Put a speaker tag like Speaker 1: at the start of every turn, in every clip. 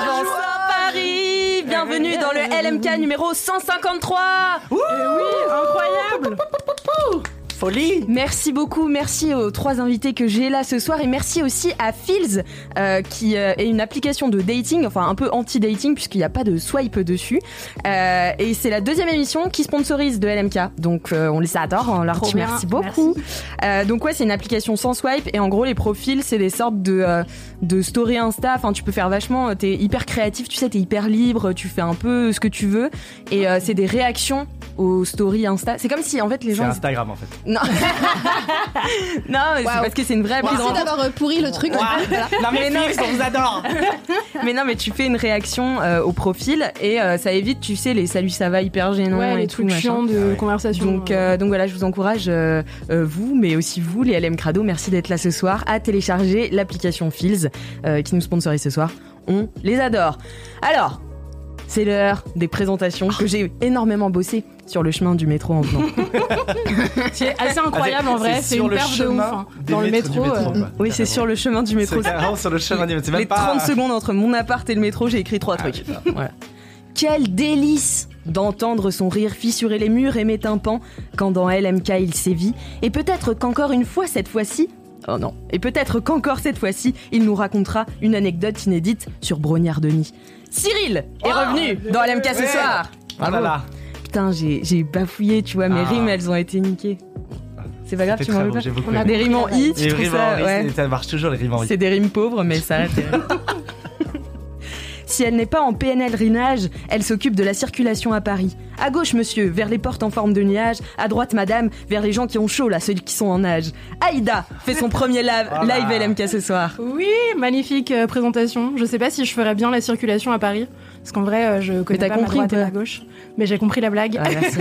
Speaker 1: Bonsoir Paris Bienvenue dans le LMK numéro 153
Speaker 2: incroyable Folie
Speaker 1: Merci beaucoup, merci aux trois invités que j'ai là ce soir et merci aussi à Fields euh, qui euh, est une application de dating, enfin un peu anti-dating puisqu'il n'y a pas de swipe dessus. Euh, et c'est la deuxième émission qui sponsorise de LMK, donc euh, on les adore, on leur
Speaker 2: Trop
Speaker 1: dit
Speaker 2: bien,
Speaker 1: merci beaucoup. Euh, donc ouais, c'est une application sans swipe et en gros les profils c'est des sortes de euh, de story Insta. Enfin, tu peux faire vachement, euh, t'es hyper créatif, tu sais, t'es hyper libre, tu fais un peu ce que tu veux et euh, c'est des réactions aux stories Insta. C'est comme si en fait les
Speaker 3: C'est
Speaker 1: gens
Speaker 3: Instagram en fait.
Speaker 1: non, non, mais c'est
Speaker 4: Waouh.
Speaker 1: parce que c'est une vraie prise de
Speaker 4: Merci
Speaker 1: rencontre.
Speaker 4: d'avoir euh, pourri le truc.
Speaker 3: Non mais Fix, on vous adore
Speaker 1: Mais non, mais tu fais une réaction euh, au profil et euh, ça évite, tu sais, les salut ça va hyper gênants
Speaker 2: Ouais,
Speaker 1: et
Speaker 2: les
Speaker 1: tout,
Speaker 2: trucs
Speaker 1: machin.
Speaker 2: chiants
Speaker 3: Ah
Speaker 2: de
Speaker 3: ouais.
Speaker 2: conversation.
Speaker 1: Donc, euh, donc voilà, je vous encourage, euh, euh, vous, mais aussi vous, les LM Crado, merci d'être là ce soir, à télécharger l'application Fields euh, qui nous sponsorise ce soir. On les adore. Alors, c'est l'heure des présentations que j'ai énormément bossé sur le chemin du métro en venant.
Speaker 2: c'est assez incroyable en vrai, c'est
Speaker 3: sur
Speaker 2: une
Speaker 3: le
Speaker 2: perf de ouf.
Speaker 3: chemin
Speaker 2: hein.
Speaker 3: des
Speaker 2: Dans le
Speaker 3: maîtres du
Speaker 2: métro. euh,
Speaker 3: quoi.
Speaker 1: oui, c'est
Speaker 3: Ah bah, Carrément.
Speaker 1: sur le chemin du métro.
Speaker 3: C'est carrément sur le chemin du métro. C'est même
Speaker 1: les
Speaker 3: pas-
Speaker 1: 30 secondes entre mon appart et le métro, j'ai écrit trois
Speaker 3: Ah,
Speaker 1: trucs.
Speaker 3: putain.
Speaker 1: Voilà. Quel délice d'entendre son rire fissurer les murs et mes tympans quand dans LMK il sévit. Et peut-être qu'encore une fois cette fois-ci. Oh non. Et peut-être qu'encore cette fois-ci, il nous racontera une anecdote inédite sur Brognard Denis. Cyril est revenu dans LMK ce
Speaker 3: Ah, Ouais.
Speaker 1: soir. Oh,
Speaker 3: Ah là là.
Speaker 1: Putain, j'ai j'ai bafouillé, tu vois, mes
Speaker 3: Ah.
Speaker 1: rimes elles ont été niquées. C'est pas grave, Ah, tu
Speaker 3: C'était très
Speaker 1: m'en veux
Speaker 3: bon,
Speaker 1: pas.
Speaker 3: j'ai beaucoup
Speaker 1: On a
Speaker 3: aimé.
Speaker 1: des rimes en i, tu
Speaker 3: Les
Speaker 1: trouves
Speaker 3: rimes
Speaker 1: ça
Speaker 3: en riz,
Speaker 1: ouais.
Speaker 3: c'est- ça marche toujours les rimes en riz.
Speaker 1: C'est des rimes pauvres, mais ça reste. Si elle n'est pas en PNL rinage, elle s'occupe de la circulation à Paris. À gauche, monsieur, vers les portes en forme de nuage. À droite, madame, vers les gens qui ont chaud, là, ceux qui sont en âge. Aïda fait son premier live,
Speaker 3: Voilà.
Speaker 1: live LMK ce soir.
Speaker 2: Oui, magnifique euh, présentation. Je sais pas si je ferais bien la circulation à Paris, parce qu'en vrai, euh, je connais
Speaker 1: t'as
Speaker 2: pas
Speaker 1: compris
Speaker 2: ma
Speaker 1: ou
Speaker 2: droite et
Speaker 1: pas
Speaker 2: ma gauche. Mais j'ai compris la blague.
Speaker 1: Ah, merci.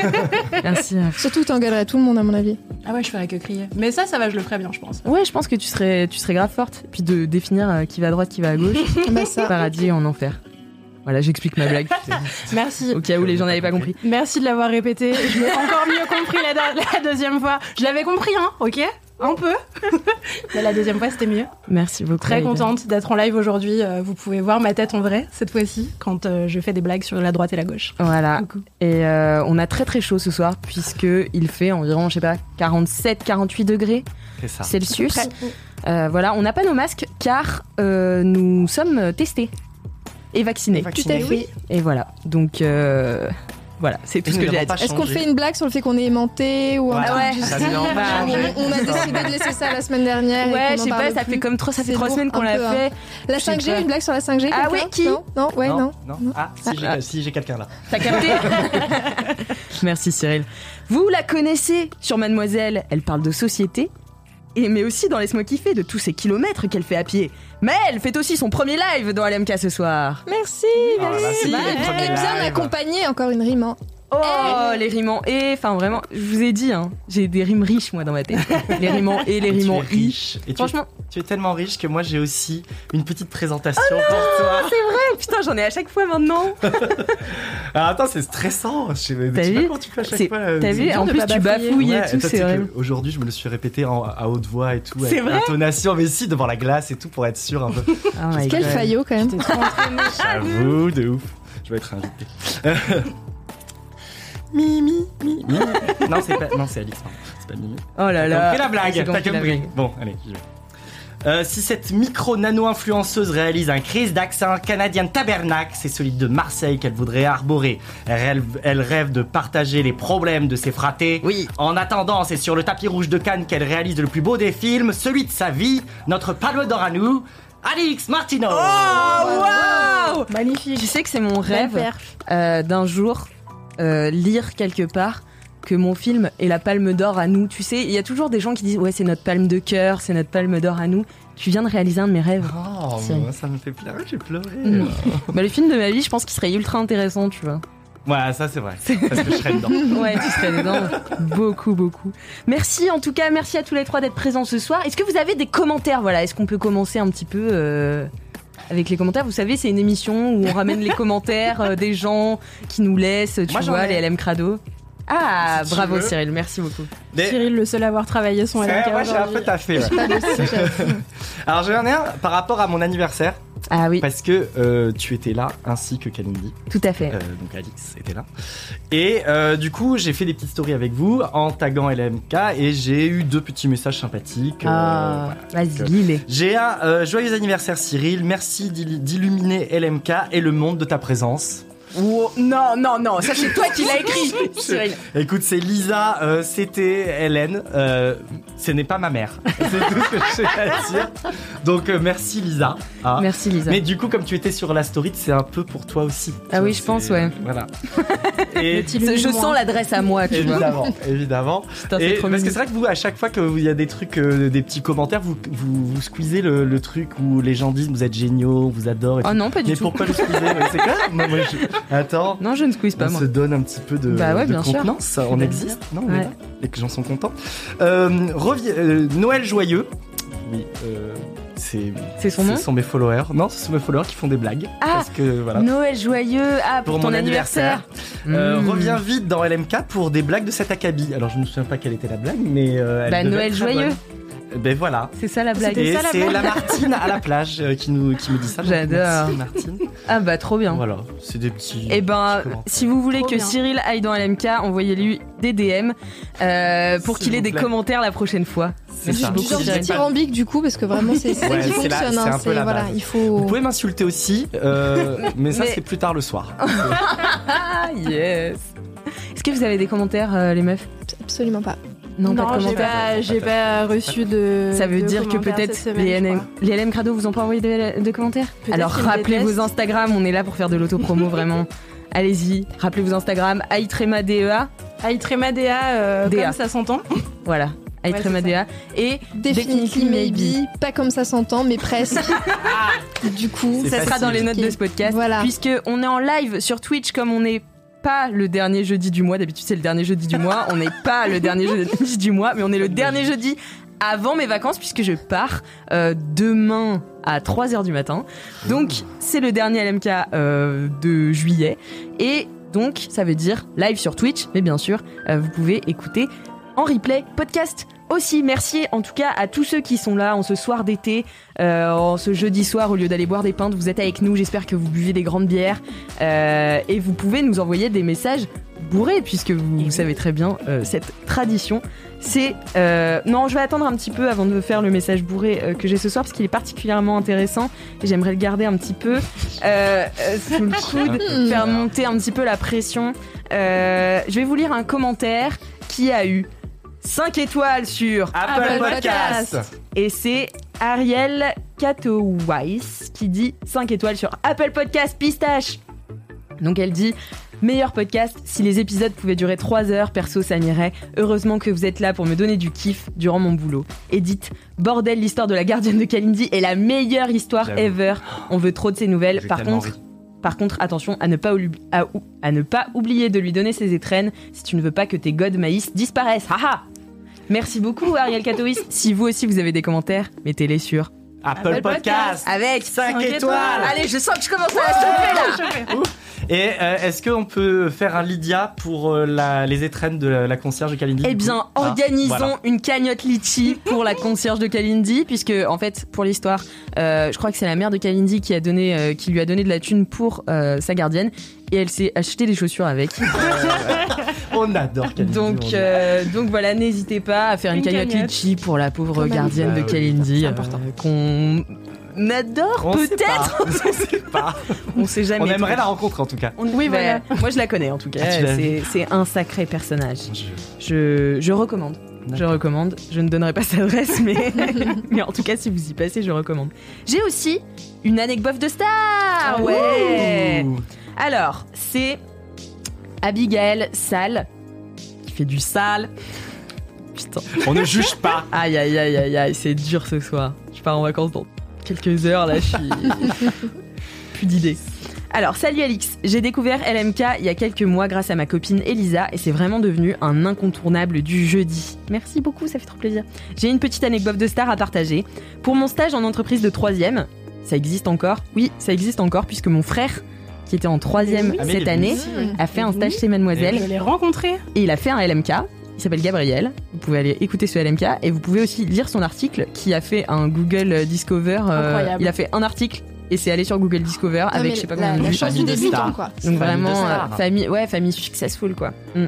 Speaker 1: merci. hein.
Speaker 4: Surtout, t'engueulerais tout le monde, à mon avis.
Speaker 2: Ah ouais, je ferais que crier. Mais ça, ça va, je le ferais bien, je pense.
Speaker 1: Ouais, je pense que tu serais, tu serais grave forte. Puis de définir euh, qui va à droite, qui va à gauche.
Speaker 4: bah, ça.
Speaker 1: Paradis en enfer. Voilà, j'explique ma blague.
Speaker 2: Merci.
Speaker 1: Au cas où les gens n'avaient pas compris.
Speaker 2: Merci de l'avoir répété. Je l'ai encore mieux compris la, la deuxième fois. Je l'avais compris, hein, ok Un peu. Mais la deuxième fois, c'était mieux.
Speaker 1: Merci beaucoup.
Speaker 2: Très
Speaker 1: Aïda.
Speaker 2: contente d'être en live aujourd'hui. Euh, Vous pouvez voir ma tête en vrai cette fois-ci quand euh, je fais des blagues sur la droite et la gauche.
Speaker 1: Voilà.
Speaker 2: Coucou.
Speaker 1: Et euh, on a très très chaud ce soir puisque il fait environ je sais pas 47 48 degrés
Speaker 3: C'est ça.
Speaker 1: Celsius. Euh, voilà, on n'a pas nos masques car euh, nous sommes testés et vaccinés.
Speaker 4: Tout à fait.
Speaker 1: Et voilà. Donc euh, voilà, c'est tout
Speaker 3: Ils
Speaker 1: ce
Speaker 3: ne
Speaker 1: que j'ai à
Speaker 3: l'ont pas
Speaker 1: dire.
Speaker 4: Est-ce qu'on
Speaker 3: changé.
Speaker 4: fait une blague sur le fait qu'on est aimanté ou un
Speaker 3: Voilà.
Speaker 4: truc
Speaker 1: Ah ouais.
Speaker 4: du
Speaker 3: Ça
Speaker 4: style
Speaker 3: nous en va
Speaker 4: Genre,
Speaker 3: changer.
Speaker 4: on, on a décidé de laisser ça la semaine dernière. et
Speaker 1: Ouais,
Speaker 4: qu'on
Speaker 1: je
Speaker 4: en
Speaker 1: sais pas,
Speaker 4: parle
Speaker 1: ça
Speaker 4: plus.
Speaker 1: fait comme trois, ça fait
Speaker 4: C'est
Speaker 1: trois
Speaker 4: lourd,
Speaker 1: semaines qu'on
Speaker 4: un
Speaker 1: l'a
Speaker 4: peu, hein.
Speaker 1: fait.
Speaker 4: La
Speaker 1: je sais
Speaker 4: 5G,
Speaker 1: pas.
Speaker 4: une blague sur la 5G
Speaker 1: Ah oui,
Speaker 4: quelqu'un
Speaker 1: qui
Speaker 4: Non, non, ouais, non.
Speaker 3: non. Ah, si j'ai si, j'ai quelqu'un là.
Speaker 1: T'as capté Merci Cyril. Vous la connaissez sur Mademoiselle, elle parle de société, et mais aussi dans Laisse-moi kiffer de tous ces kilomètres qu'elle fait à pied. Mais elle fait aussi son premier live dans LMK ce soir.
Speaker 4: Merci,
Speaker 3: Oh là là,
Speaker 4: merci.
Speaker 3: c'est bien, le premier
Speaker 4: et Bah, bien
Speaker 3: live.
Speaker 4: accompagné, encore une rime. hein.
Speaker 1: Oh, les rimes en et, enfin vraiment, je vous ai dit, hein, j'ai des rimes riches moi dans ma tête. Les rimes en et, les
Speaker 3: Tu
Speaker 1: rimes
Speaker 3: es
Speaker 1: en i.
Speaker 3: riche. Et tu es,
Speaker 1: Franchement,
Speaker 3: tu es tellement riche que moi j'ai aussi une petite présentation
Speaker 4: Oh
Speaker 3: pour toi.
Speaker 1: eh, putain, j'en ai à chaque fois maintenant.
Speaker 3: Ah, attends, c'est stressant. Je sais,
Speaker 1: T'as
Speaker 3: tu
Speaker 1: vu
Speaker 3: vois comment tu fais à chaque
Speaker 1: C'est-
Speaker 3: fois. euh,
Speaker 1: T'as
Speaker 3: c'est
Speaker 1: vu,
Speaker 3: dur
Speaker 1: en
Speaker 3: de
Speaker 1: plus
Speaker 3: pas
Speaker 1: tu
Speaker 3: bafouiller.
Speaker 1: bafouilles
Speaker 3: Ouais,
Speaker 1: et tout,
Speaker 3: toi, tu
Speaker 1: c'est
Speaker 3: sais
Speaker 1: horrible.
Speaker 3: que Aujourd'hui, je me le suis répété en- à haute voix et tout,
Speaker 1: C'est
Speaker 3: avec
Speaker 1: vrai
Speaker 3: intonation, mais si, devant la glace et tout, pour être sûr un peu.
Speaker 1: Oh my
Speaker 4: Quel
Speaker 1: God.
Speaker 4: faillot, quand même.
Speaker 3: J'avoue, de ouf. Je vais être invité. Mimi, Mimi. non, c'est pas, non, c'est Alix. pardon. C'est pas Mimi.
Speaker 1: Oh là
Speaker 3: T'as
Speaker 1: là.
Speaker 3: compris la
Speaker 1: J'ai
Speaker 3: blague, t'as
Speaker 1: compris la
Speaker 3: compris.
Speaker 1: blague.
Speaker 3: Bon, allez, j'y vais. Euh, si cette micro-nano-influenceuse réalise un crise d'accent canadien tabernacle, c'est celui de Marseille qu'elle voudrait arborer. Elle rêve, elle rêve de partager les problèmes de ses fratés.
Speaker 1: Oui.
Speaker 3: En attendant, c'est sur le tapis rouge de Cannes qu'elle réalise le plus beau des films, celui de sa vie, notre palme d'or à nous, Alix Martino
Speaker 1: waouh Tu
Speaker 2: Magnifique.
Speaker 1: sais que c'est mon rêve euh, d'un jour euh, lire quelque part que mon film est la palme d'or à nous. Tu sais, il y a toujours des gens qui disent ouais c'est notre palme de cœur, c'est notre palme d'or à nous. Tu viens de réaliser un de mes rêves.
Speaker 3: Oh,
Speaker 1: C'est-
Speaker 3: moi, ça me fait pleurer, j'ai pleuré.
Speaker 1: Mm. Bah, le film de ma vie, je pense qu'il serait ultra intéressant, tu vois.
Speaker 3: Ouais, ça c'est vrai. Parce que je serais dedans.
Speaker 1: Ouais, tu serais dedans. beaucoup, beaucoup. Merci en tout cas, merci à tous les trois d'être présents ce soir. Est-ce que vous avez des commentaires Voilà, est-ce qu'on peut commencer un petit peu euh, avec les commentaires Vous savez, c'est une émission où on ramène les commentaires euh, des gens qui nous laissent, tu
Speaker 3: Moi, j'en
Speaker 1: vois,
Speaker 3: ai.
Speaker 1: les LM Crado. Ah,
Speaker 3: Si tu
Speaker 1: bravo
Speaker 3: veux.
Speaker 1: Cyril, merci beaucoup.
Speaker 3: Mais-
Speaker 2: Cyril, le seul à avoir travaillé son
Speaker 3: Ouais,
Speaker 2: LMK
Speaker 3: moi, j'ai un peu
Speaker 2: aujourd'hui.
Speaker 3: taffé. ouais.
Speaker 4: Pas de sujet.
Speaker 3: Alors, j'en ai un par rapport à mon anniversaire,
Speaker 1: Ah oui,
Speaker 3: parce que euh, tu étais là, ainsi que Kalindi.
Speaker 1: tout à fait.
Speaker 3: Euh, donc Alix était là. Et euh, du coup, j'ai fait des petites stories avec vous en taguant LMK et j'ai eu deux petits messages sympathiques. euh,
Speaker 1: Ah,
Speaker 3: voilà.
Speaker 1: vas-y,
Speaker 3: que-
Speaker 1: lis-les.
Speaker 3: J'ai un euh, joyeux anniversaire Cyril, merci d'il- d'illuminer LMK et le monde de ta présence.
Speaker 1: Oh, Non, non, non, ça c'est toi qui l'as écrit, Cyril.
Speaker 3: Écoute, c'est Lisa, euh, c'était Hélène, euh, ce n'est pas ma mère. C'est tout ce que j'ai à dire. Donc euh, merci Lisa. Ah.
Speaker 1: Merci Lisa.
Speaker 3: Mais du coup, comme tu étais sur la story, c'est un peu pour toi aussi.
Speaker 1: Ah
Speaker 3: Tu
Speaker 1: oui,
Speaker 3: vois,
Speaker 1: je pense,
Speaker 3: c'est-
Speaker 1: ouais.
Speaker 3: Voilà. Et
Speaker 1: Je
Speaker 2: Le
Speaker 1: je sens l'adresse à moi, tu vois.
Speaker 3: évidemment, évidemment.
Speaker 1: Putain,
Speaker 3: Et
Speaker 1: c'est trop
Speaker 3: parce que
Speaker 1: mignon.
Speaker 3: c'est vrai que vous, à chaque fois qu'il y a des trucs, euh, des petits commentaires, vous, vous, vous squeezez le, le truc où les gens disent vous êtes géniaux, on vous adore. et
Speaker 1: Oh
Speaker 3: tout.
Speaker 1: non, pas du
Speaker 3: Mais
Speaker 1: tout.
Speaker 3: pourquoi le squeezer Ouais, C'est quoi Non, moi, je- Attends,
Speaker 1: Non, je ne squeeze pas
Speaker 3: on
Speaker 1: moi.
Speaker 3: se donne un petit peu de,
Speaker 1: Bah ouais,
Speaker 3: de
Speaker 1: bien sûr.
Speaker 3: contenance.
Speaker 1: Je suis
Speaker 3: On
Speaker 1: d'accord.
Speaker 3: existe, non on est
Speaker 1: Ouais.
Speaker 3: là, Et que les gens sont contents. Euh, revi- euh, Noël joyeux. Oui, euh, c'est.
Speaker 1: C'est son nom
Speaker 3: Ce sont mes followers. Non, ce sont mes followers qui font des blagues.
Speaker 1: Ah
Speaker 3: parce que voilà.
Speaker 1: Noël joyeux, ah, pour,
Speaker 3: Pour
Speaker 1: ton
Speaker 3: mon
Speaker 1: anniversaire.
Speaker 3: Euh,
Speaker 1: Mmh.
Speaker 3: Reviens vite dans LMK pour des blagues de cet acabit. Alors je me souviens pas quelle était la blague, mais euh, elle
Speaker 1: Bah,
Speaker 3: devait
Speaker 1: Noël
Speaker 3: être très
Speaker 1: joyeux.
Speaker 3: bonne. Ben voilà.
Speaker 1: C'est ça la blague.
Speaker 2: C'était-
Speaker 3: Et
Speaker 2: ça, la
Speaker 3: c'est
Speaker 2: blague
Speaker 3: la Martine à la plage euh, qui nous qui me dit ça. donc
Speaker 1: J'adore.
Speaker 3: merci, Martine.
Speaker 1: Ah bah trop bien.
Speaker 3: Voilà, c'est des petits.
Speaker 1: Et ben,
Speaker 3: petits commentaires.
Speaker 1: si vous voulez
Speaker 2: Trop
Speaker 1: que
Speaker 2: bien.
Speaker 1: Cyril aille dans LMK, envoyez-lui des DM euh, pour
Speaker 3: S'il
Speaker 1: qu'il ait
Speaker 3: vous
Speaker 1: des
Speaker 3: plaît.
Speaker 1: commentaires la prochaine fois.
Speaker 3: c'est
Speaker 1: merci
Speaker 3: ça.
Speaker 1: beaucoup,
Speaker 4: Du genre
Speaker 1: Cyril.
Speaker 4: dithyrambique, du coup, parce que vraiment, c'est ça
Speaker 3: Ouais,
Speaker 4: qui
Speaker 3: c'est la-
Speaker 4: fonctionne.
Speaker 3: c'est
Speaker 4: hein,
Speaker 3: un peu
Speaker 4: c'est-
Speaker 3: la
Speaker 4: voilà,
Speaker 3: base.
Speaker 4: il
Speaker 3: Vous
Speaker 4: faut.
Speaker 3: pouvez m'insulter aussi, euh, mais ça
Speaker 1: Mais-
Speaker 3: c'est plus tard le soir.
Speaker 1: Ah yes. Est-ce que vous avez des commentaires euh, les meufs
Speaker 4: Absolument pas.
Speaker 1: Non,
Speaker 2: Non,
Speaker 1: pas de
Speaker 2: j'ai
Speaker 1: commentaires.
Speaker 2: pas, j'ai pas euh, reçu de.
Speaker 1: Ça veut
Speaker 2: de
Speaker 1: dire que
Speaker 2: commentaires
Speaker 1: peut-être
Speaker 2: cette semaine,
Speaker 1: les,
Speaker 2: je
Speaker 1: LM
Speaker 2: crois.
Speaker 1: les LM Crado vous ont pas envoyé de, de commentaires
Speaker 2: Peut-être
Speaker 1: Alors
Speaker 2: qu'ils me
Speaker 1: rappelez vos
Speaker 2: détestent.
Speaker 1: Instagram, on est là pour faire de l'autopromo vraiment. Allez-y, rappelez vos Instagram, E Aitrema DEA,
Speaker 2: Aitrema DA, euh,
Speaker 1: DA.
Speaker 2: comme ça s'entend.
Speaker 1: voilà, Aitrema
Speaker 2: c'est
Speaker 1: DEA. Et
Speaker 4: Definitely maybe, pas comme ça s'entend, mais presque. du coup,
Speaker 3: C'est
Speaker 1: ça sera dans les notes de
Speaker 4: compliqué.
Speaker 1: ce podcast.
Speaker 4: Voilà.
Speaker 1: Puisque on est en live sur Twitch comme on n'est pas le dernier jeudi du mois, d'habitude c'est le dernier jeudi du mois, on n'est pas le dernier jeudi du mois, mais on est le dernier jeudi avant mes vacances puisque je pars euh, demain à 3h du matin. Donc c'est le dernier LMK euh, de juillet et donc ça veut dire live sur Twitch, mais bien sûr euh, vous pouvez écouter en replay podcast. Aussi, merci en tout cas à tous ceux qui sont là en ce soir d'été, euh, en ce jeudi soir, au lieu d'aller boire des pintes, vous êtes avec nous. J'espère que vous buvez des grandes bières. Euh, et vous pouvez nous envoyer des messages bourrés, puisque vous, vous savez très bien euh, cette tradition. C'est. euh, non, je vais attendre un petit peu avant de faire le message bourré euh, que j'ai ce soir, parce qu'il est particulièrement intéressant. Et j'aimerais le garder un petit peu euh, euh, sous le coude,
Speaker 4: Hmm.
Speaker 1: faire monter un petit peu la pression. Euh, je vais vous lire un commentaire qui a eu 5 étoiles sur
Speaker 2: Ah,
Speaker 3: Apple,
Speaker 4: Apple
Speaker 3: Podcast.
Speaker 4: Podcast.
Speaker 1: et c'est Ariel Katowais qui dit 5 étoiles sur Apple Podcast Pistache. Donc elle dit Meilleur podcast, si les épisodes pouvaient durer 3 heures, perso ça m'irait. Heureusement que vous êtes là pour me donner du kiff durant mon boulot. Et dites Bordel, l'histoire de la gardienne de Kalindi est la meilleure histoire
Speaker 3: J'avoue.
Speaker 1: ever. On veut trop de ses nouvelles.
Speaker 3: J'ai
Speaker 1: Par
Speaker 3: tellement
Speaker 1: contre,
Speaker 3: ri.
Speaker 1: par contre, attention à ne, pas oubli- à, ou- à ne pas oublier de lui donner ses étrennes si tu ne veux pas que tes godes maïs disparaissent. Haha Merci beaucoup, Ariel Katowis. si vous aussi vous avez des commentaires, mettez-les sur.
Speaker 3: Apple,
Speaker 2: Apple
Speaker 3: Podcast.
Speaker 2: Podcast.
Speaker 1: Avec cinq
Speaker 3: Cinq étoiles.
Speaker 1: Allez, je sens que je commence à la chauffer là
Speaker 3: Et euh, est-ce qu'on peut faire un Lydia pour euh, la- les étrennes de la, la concierge de Kalindi
Speaker 1: Eh
Speaker 3: du coup
Speaker 1: bien,
Speaker 3: Ah,
Speaker 1: organisons
Speaker 3: voilà.
Speaker 1: une cagnotte litchi pour la concierge de Kalindi, puisque en fait, pour l'histoire, euh, je crois que c'est la mère de Kalindi qui, a donné, euh, qui lui a donné de la thune pour euh, sa gardienne, et elle s'est acheté des chaussures avec.
Speaker 3: On adore Kalindi. on
Speaker 1: Donc,
Speaker 3: adore.
Speaker 1: euh, donc voilà, n'hésitez pas à faire une,
Speaker 2: Une
Speaker 1: cagnotte
Speaker 2: cagnotte.
Speaker 1: litchi pour la pauvre
Speaker 2: Quand même.
Speaker 1: gardienne de
Speaker 3: Bah oui,
Speaker 1: Kalindi,
Speaker 3: c'est
Speaker 1: euh,
Speaker 3: important.
Speaker 1: qu'on adore
Speaker 3: On sait
Speaker 1: peut-être.
Speaker 3: pas, on sait pas.
Speaker 1: On sait jamais.
Speaker 3: On aimerait la rencontre en tout cas.
Speaker 1: On-
Speaker 2: Oui,
Speaker 1: bah,
Speaker 2: voilà.
Speaker 1: Moi, je la connais en tout cas.
Speaker 3: Ah, tu l'as
Speaker 1: C'est- C'est un sacré personnage.
Speaker 3: Je-
Speaker 1: Je, je recommande. Je recommande. Je ne donnerai pas cette adresse, mais... mais en tout cas, si vous y passez, je recommande. J'ai aussi une anecdote de
Speaker 2: Ah,
Speaker 1: star Ah Ouais
Speaker 3: Ouh.
Speaker 1: Alors, c'est Abigail Sale, qui fait du sale. Putain.
Speaker 3: On ne juge pas.
Speaker 1: Aïe, aïe, aïe, aïe, aïe, c'est dur ce soir. Je pars en vacances dans quelques heures, là, je suis. Plus d'idées. Alors, salut Alix, j'ai découvert LMK il y a quelques mois grâce à ma copine Elisa et c'est vraiment devenu un incontournable du jeudi. Merci beaucoup, ça fait trop plaisir. J'ai une petite anecdote de star à partager. Pour mon stage en entreprise de 3ème, ça existe encore Oui, ça existe encore puisque mon frère, qui était en 3ème
Speaker 3: Ah, mais
Speaker 1: cette
Speaker 3: les
Speaker 1: année, a fait un stage chez Mademoiselle
Speaker 2: Je l'ai rencontré.
Speaker 1: et il a fait un LMK. Il s'appelle Gabriel. Vous pouvez aller écouter ce LMK et vous pouvez aussi lire son article qui a fait un Google Discover. euh,
Speaker 2: Incroyable.
Speaker 1: il a fait un article et c'est allé sur Google Discover
Speaker 4: Non,
Speaker 1: avec
Speaker 4: mais
Speaker 1: je sais pas
Speaker 4: la,
Speaker 1: combien de
Speaker 4: la
Speaker 1: vues.
Speaker 4: chance
Speaker 3: Famille
Speaker 4: du
Speaker 3: de
Speaker 4: débutant,
Speaker 3: stars.
Speaker 4: quoi.
Speaker 1: Donc
Speaker 3: Famille de
Speaker 1: vraiment
Speaker 3: stars.
Speaker 1: euh, famille, ouais famille successful quoi. Mm.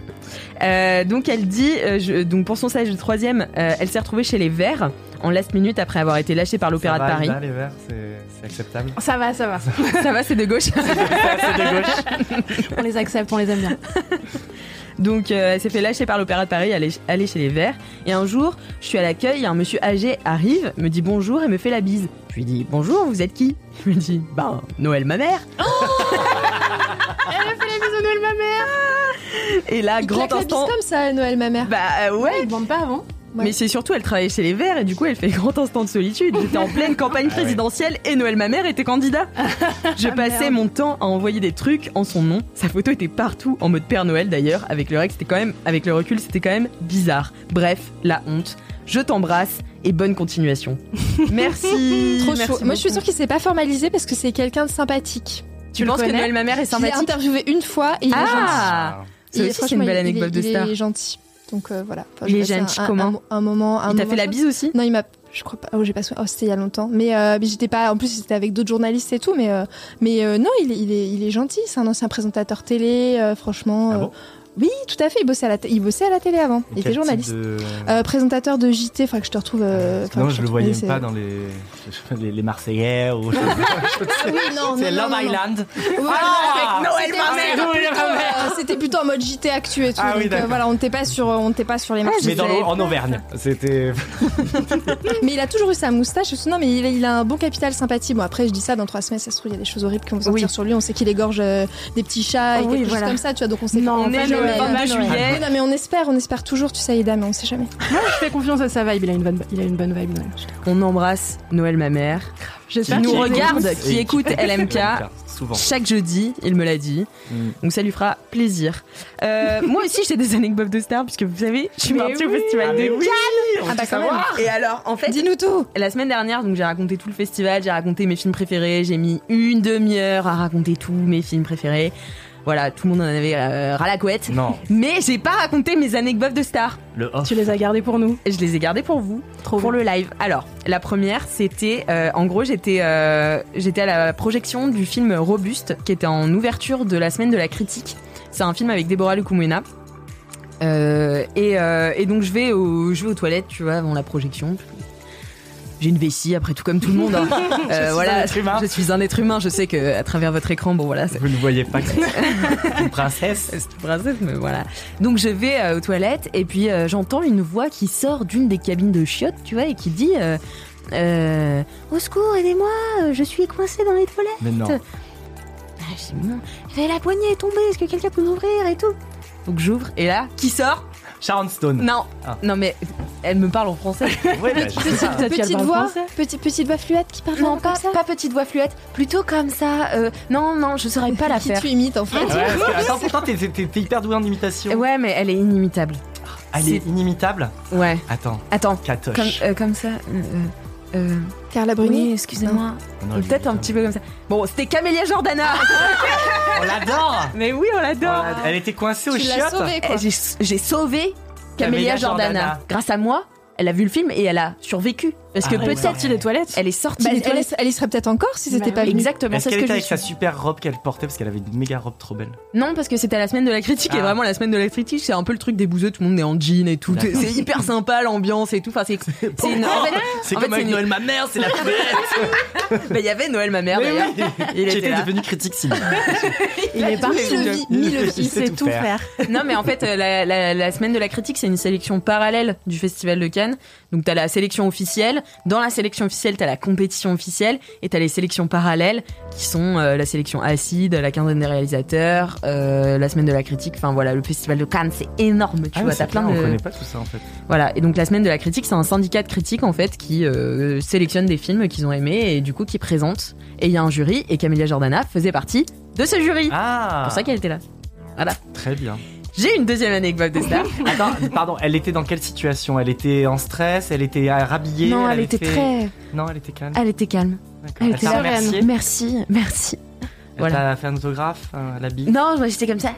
Speaker 1: Euh, donc elle dit, euh, je- donc pour son stage de troisième, euh, elle s'est retrouvée chez les Verts en last minute après avoir été lâchée par l'Opéra de
Speaker 3: Ça va,
Speaker 1: Paris.
Speaker 3: Elsa, les verts, c'est c'est acceptable.
Speaker 2: Ça va, ça va.
Speaker 1: Ça va, c'est de gauche.
Speaker 3: c'est de gauche.
Speaker 2: On les accepte, on les aime bien.
Speaker 1: Donc euh, elle s'est fait lâcher par l'Opéra de Paris, aller, aller chez les Verts. Et un jour, je suis à l'accueil, et un monsieur âgé arrive, me dit bonjour et me fait la bise. Je lui dis bonjour, vous êtes qui Il me dit ben Noël ma mère.
Speaker 2: Elle a fait les bisous Noël, ma mère.
Speaker 1: Et là,
Speaker 4: Il
Speaker 1: grand
Speaker 4: claque la bise
Speaker 1: instant.
Speaker 4: comme ça, à Noël, ma mère.
Speaker 1: Bah euh, ouais.
Speaker 2: Ils vendent pas avant.
Speaker 4: Ouais.
Speaker 1: Mais c'est surtout, elle travaillait chez les Verts et du coup, elle fait grand instant de solitude. J'étais en pleine campagne
Speaker 3: Ah ouais.
Speaker 1: présidentielle et Noël ma mère était candidat. Je
Speaker 2: Ah,
Speaker 1: passais
Speaker 2: merde.
Speaker 1: mon temps à envoyer des trucs en son nom. Sa photo était partout, en mode Père Noël d'ailleurs. Avec le rec, c'était quand même, avec le recul, c'était quand même bizarre. Bref, la honte. Je t'embrasse et bonne continuation. Merci.
Speaker 4: Trop
Speaker 1: merci
Speaker 4: chaud. Moi, je suis
Speaker 1: beaucoup.
Speaker 4: sûre qu'il s'est pas formalisé parce que c'est quelqu'un de sympathique.
Speaker 1: Tu
Speaker 2: le
Speaker 1: penses que
Speaker 2: connais
Speaker 1: Noël ma mère est
Speaker 4: Je l'ai
Speaker 1: sympathique
Speaker 4: interviewé une fois et il est gentil.
Speaker 1: Ah. Ça
Speaker 4: Et
Speaker 1: aussi, c'est
Speaker 4: franchement,
Speaker 1: une belle
Speaker 4: il- il
Speaker 1: anecdote
Speaker 4: est-
Speaker 1: de star.
Speaker 4: Il est gentil. Donc euh, voilà. Enfin,
Speaker 1: Il
Speaker 4: j'ai
Speaker 1: est
Speaker 4: passé
Speaker 1: gentil
Speaker 4: un- un-
Speaker 1: comment
Speaker 4: Un, moment. un
Speaker 1: Il t'a
Speaker 4: moment
Speaker 1: fait la
Speaker 4: chouette.
Speaker 1: bise aussi
Speaker 4: Non, il m'a. Je crois pas. Oh, j'ai pas. sou- Oh, c'était il y a longtemps. Mais, euh, mais j'étais pas. En plus, c'était avec d'autres journalistes et tout. Mais, euh, mais euh, non, il est, il, est, il est gentil. C'est un ancien présentateur télé. euh, franchement.
Speaker 3: Ah
Speaker 4: euh,
Speaker 3: bon
Speaker 4: oui, tout à fait. Il bossait à la, t- il bossait à la télé avant. il était
Speaker 3: Quel type
Speaker 4: journaliste.
Speaker 3: de-
Speaker 4: Euh, présentateur de JT. Enfin, que je te retrouve. euh, enfin,
Speaker 3: non,
Speaker 4: que
Speaker 3: je
Speaker 4: te
Speaker 3: le
Speaker 4: retrouve,
Speaker 3: voyais
Speaker 4: mais c'est-
Speaker 3: pas dans les, les, les Marseillais ou.
Speaker 4: Ah oui, non, non,
Speaker 3: C'est
Speaker 4: non,
Speaker 3: Love
Speaker 4: non, non.
Speaker 3: Island.
Speaker 4: Voilà,
Speaker 3: Ah, avec
Speaker 4: c'était-
Speaker 3: Noël,
Speaker 4: c'était-
Speaker 3: ma
Speaker 4: c'était
Speaker 3: mère, Noël,
Speaker 4: plutôt,
Speaker 3: ma
Speaker 4: euh, C'était plutôt en mode JT actu et tout.
Speaker 3: Ah oui,
Speaker 4: donc, euh,
Speaker 3: d'accord. Ah,
Speaker 4: voilà, on n'était pas sur, on n'était pas sur les marchés.
Speaker 3: Mais dans
Speaker 1: savais
Speaker 3: le- en Auvergne. C'était.
Speaker 4: Mais il a toujours eu sa moustache. je- Non, mais il a, il a un bon capital sympathie. Bon, après, je dis ça dans trois semaines, ça se trouve, il y a des choses horribles qu'on va sortir
Speaker 1: Oui.
Speaker 4: sur lui. On sait qu'il égorge euh, des petits chats
Speaker 1: Ah
Speaker 4: et
Speaker 1: oui,
Speaker 4: quelque chose
Speaker 1: voilà.
Speaker 4: comme ça, tu vois. Donc on sait
Speaker 2: Non,
Speaker 4: pas.
Speaker 1: On
Speaker 4: enfin,
Speaker 1: est
Speaker 4: je-
Speaker 1: le
Speaker 4: mais-
Speaker 1: 22
Speaker 4: euh. Ah Oui,
Speaker 1: juillet.
Speaker 4: non, mais on espère, on espère toujours, tu sais, Ida, mais on sait jamais.
Speaker 2: Moi, je fais confiance à sa vibe. Il a une bonne, il a une bonne vibe Noël.
Speaker 1: On embrasse Noël ma mère.
Speaker 2: J'espère
Speaker 1: Qui nous
Speaker 2: qu'il
Speaker 1: regarde,
Speaker 2: écoute.
Speaker 3: Et
Speaker 1: qui
Speaker 3: qui-
Speaker 1: écoute LMK.
Speaker 3: Souvent.
Speaker 1: Chaque jeudi, il me l'a dit.
Speaker 3: Mm.
Speaker 1: Donc ça lui fera plaisir. Euh, moi aussi, j'ai des anecdotes de stars, puisque vous savez, je suis
Speaker 2: Mais
Speaker 1: partie au
Speaker 2: oui.
Speaker 1: festival de Cannes.
Speaker 4: Ah, bah, quand même.
Speaker 1: Et alors, en fait,
Speaker 4: Dis-nous tout.
Speaker 1: la semaine dernière, donc j'ai raconté tout le festival, j'ai raconté mes films préférés, j'ai mis une demi-heure à raconter tous mes films préférés. Voilà, tout le monde en avait euh, ras la
Speaker 2: Mm.
Speaker 1: couette.
Speaker 3: Non,
Speaker 1: Mais j'ai pas raconté mes anecdotes de stars.
Speaker 3: le off.
Speaker 2: Tu les as gardés pour nous.
Speaker 1: Et Je les ai gardées pour vous.
Speaker 2: Trop
Speaker 1: pour
Speaker 2: bien.
Speaker 1: le live. Alors, la première, c'était, euh, en gros, j'étais, euh, j'étais à la projection du film Robuste, qui était en ouverture de la semaine de la critique. C'est un film avec Déborah Lucumena. Euh, et, euh, et donc je vais, au, je vais aux toilettes, tu vois, avant la projection. J'ai une vessie, après tout comme tout le monde. hein. Euh, voilà,
Speaker 3: être humain.
Speaker 1: je suis un être humain. Je sais que à travers votre écran, bon voilà, c'est-
Speaker 3: Vous ne voyez pas que c'est une princesse.
Speaker 1: c'est une princesse, mais voilà. Donc je vais euh, aux toilettes et puis euh, j'entends une voix qui sort d'une des cabines de chiottes, tu vois, et qui dit euh, euh, Au secours, aidez-moi, euh, je suis coincée dans les toilettes.
Speaker 3: Mais non.
Speaker 1: Ah, je dis, Bon, j'ai la poignée est tombée, est-ce que quelqu'un peut m'ouvrir et tout Donc j'ouvre et là, qui sort
Speaker 3: Sharon Stone.
Speaker 1: Non,
Speaker 3: Ah.
Speaker 1: non mais elle me parle en français.
Speaker 3: Ouais, bah, je sais
Speaker 4: Petite,
Speaker 3: pas.
Speaker 2: Peut-être qu'elle
Speaker 4: petite
Speaker 2: parle
Speaker 4: voix,
Speaker 2: français.
Speaker 4: petite, petite voix fluette qui parle
Speaker 5: Non,
Speaker 4: comme
Speaker 5: pas,
Speaker 4: ça.
Speaker 5: pas petite voix fluette, plutôt comme ça. euh, non, non, je saurais pas la
Speaker 4: qui
Speaker 5: faire.
Speaker 4: tu imites en fait.
Speaker 3: Ouais, parce que- attends, pourtant, t'es- t'es t'es hyper doué en imitation.
Speaker 1: Ouais, mais elle est inimitable.
Speaker 3: Elle est inimitable.
Speaker 1: Ouais,
Speaker 3: Attends,
Speaker 5: Attends, comme,
Speaker 3: Katoche.
Speaker 5: euh, comme ça. euh, euh,
Speaker 4: Carla
Speaker 5: oui,
Speaker 4: Bruni.
Speaker 5: excusez-moi.
Speaker 3: Non, elle est
Speaker 1: peut-être un
Speaker 3: inimitable.
Speaker 1: petit peu comme ça. Bon, c'était Camélia Jordana.
Speaker 3: On l'adore.
Speaker 1: Ah, mais oui, on
Speaker 3: On
Speaker 1: l'adore.
Speaker 3: l'adore. Elle était coincée au
Speaker 4: Tu l'as
Speaker 3: chiottes.
Speaker 4: sauvée quoi.
Speaker 1: Eh, J'ai j'ai sauvé Camélia
Speaker 3: Camélia
Speaker 1: Jordana.
Speaker 3: Jordana.
Speaker 1: Grâce à moi, elle a vu le film et elle a survécu. Parce que
Speaker 3: Ah, ouais.
Speaker 1: peut-être
Speaker 2: Sortie des toilettes.
Speaker 1: elle est sortie
Speaker 4: Bah,
Speaker 1: des
Speaker 4: elle,
Speaker 1: toilettes.
Speaker 4: elle y serait peut-être encore si c'était
Speaker 2: Bah
Speaker 4: pas
Speaker 2: oui.
Speaker 4: venu.
Speaker 1: Exactement,
Speaker 3: Est-ce
Speaker 1: c'est ce
Speaker 3: qu'elle
Speaker 1: que
Speaker 3: était
Speaker 1: je
Speaker 3: avec sa
Speaker 1: dis.
Speaker 3: super robe qu'elle portait parce qu'elle avait une méga robe trop belle
Speaker 1: Non, parce que c'était la semaine de la critique et
Speaker 3: Ah.
Speaker 1: vraiment la semaine de la critique, c'est un peu le truc des bouseux, tout le monde est en jean et tout.
Speaker 3: D'accord.
Speaker 1: C'est hyper sympa l'ambiance et tout. Enfin, c'est c'est une- en fait,
Speaker 3: C'est
Speaker 1: en
Speaker 3: comme
Speaker 1: fait,
Speaker 3: avec
Speaker 1: c'est une-
Speaker 3: Noël ma mère, c'est la fête
Speaker 1: bah, il y avait Noël, ma mère
Speaker 3: Mais
Speaker 1: d'ailleurs. Il
Speaker 3: J'étais
Speaker 1: était là.
Speaker 3: devenu critique ciné.
Speaker 2: Il est parti.
Speaker 4: Mille vies,
Speaker 3: mille vies.
Speaker 2: Il sait tout faire.
Speaker 1: Non, mais en fait, euh, la, la- la semaine de la critique, c'est une sélection parallèle du Festival de Cannes. Donc, t'as la sélection officielle. Dans la sélection officielle, t'as la compétition officielle. Et t'as les sélections parallèles qui sont euh, la sélection acide, la quinzaine des réalisateurs, euh, la semaine de la critique. Enfin, voilà, le Festival de Cannes, c'est énorme. Tu vois, t'as plein
Speaker 3: Ah, On
Speaker 1: de.
Speaker 3: connaît pas tout ça en fait.
Speaker 1: Voilà. Et donc, la semaine de la critique, c'est un syndicat de critiques, en fait, qui euh, sélectionne des films qu'ils ont aimés et du coup, qui présentent. Et il y a un jury. Et Camélia Jordana faisait partie de ce jury.
Speaker 3: Ah
Speaker 1: C'est pour ça qu'elle était là.
Speaker 3: Très bien.
Speaker 1: J'ai une deuxième anecdote de Star.
Speaker 3: Attends, pardon, elle était dans quelle situation Elle était en stress Elle était euh, rhabillée
Speaker 5: Non, elle, était très.
Speaker 3: Non, elle était calme.
Speaker 5: Elle était calme.
Speaker 3: D'accord.
Speaker 5: elle
Speaker 3: Elle
Speaker 5: était
Speaker 3: t'a
Speaker 2: sereine.
Speaker 3: remercié
Speaker 5: Merci, merci.
Speaker 3: Elle
Speaker 1: Voilà.
Speaker 3: t'a fait un autographe, un- la bille
Speaker 5: Non, moi j'étais comme ça.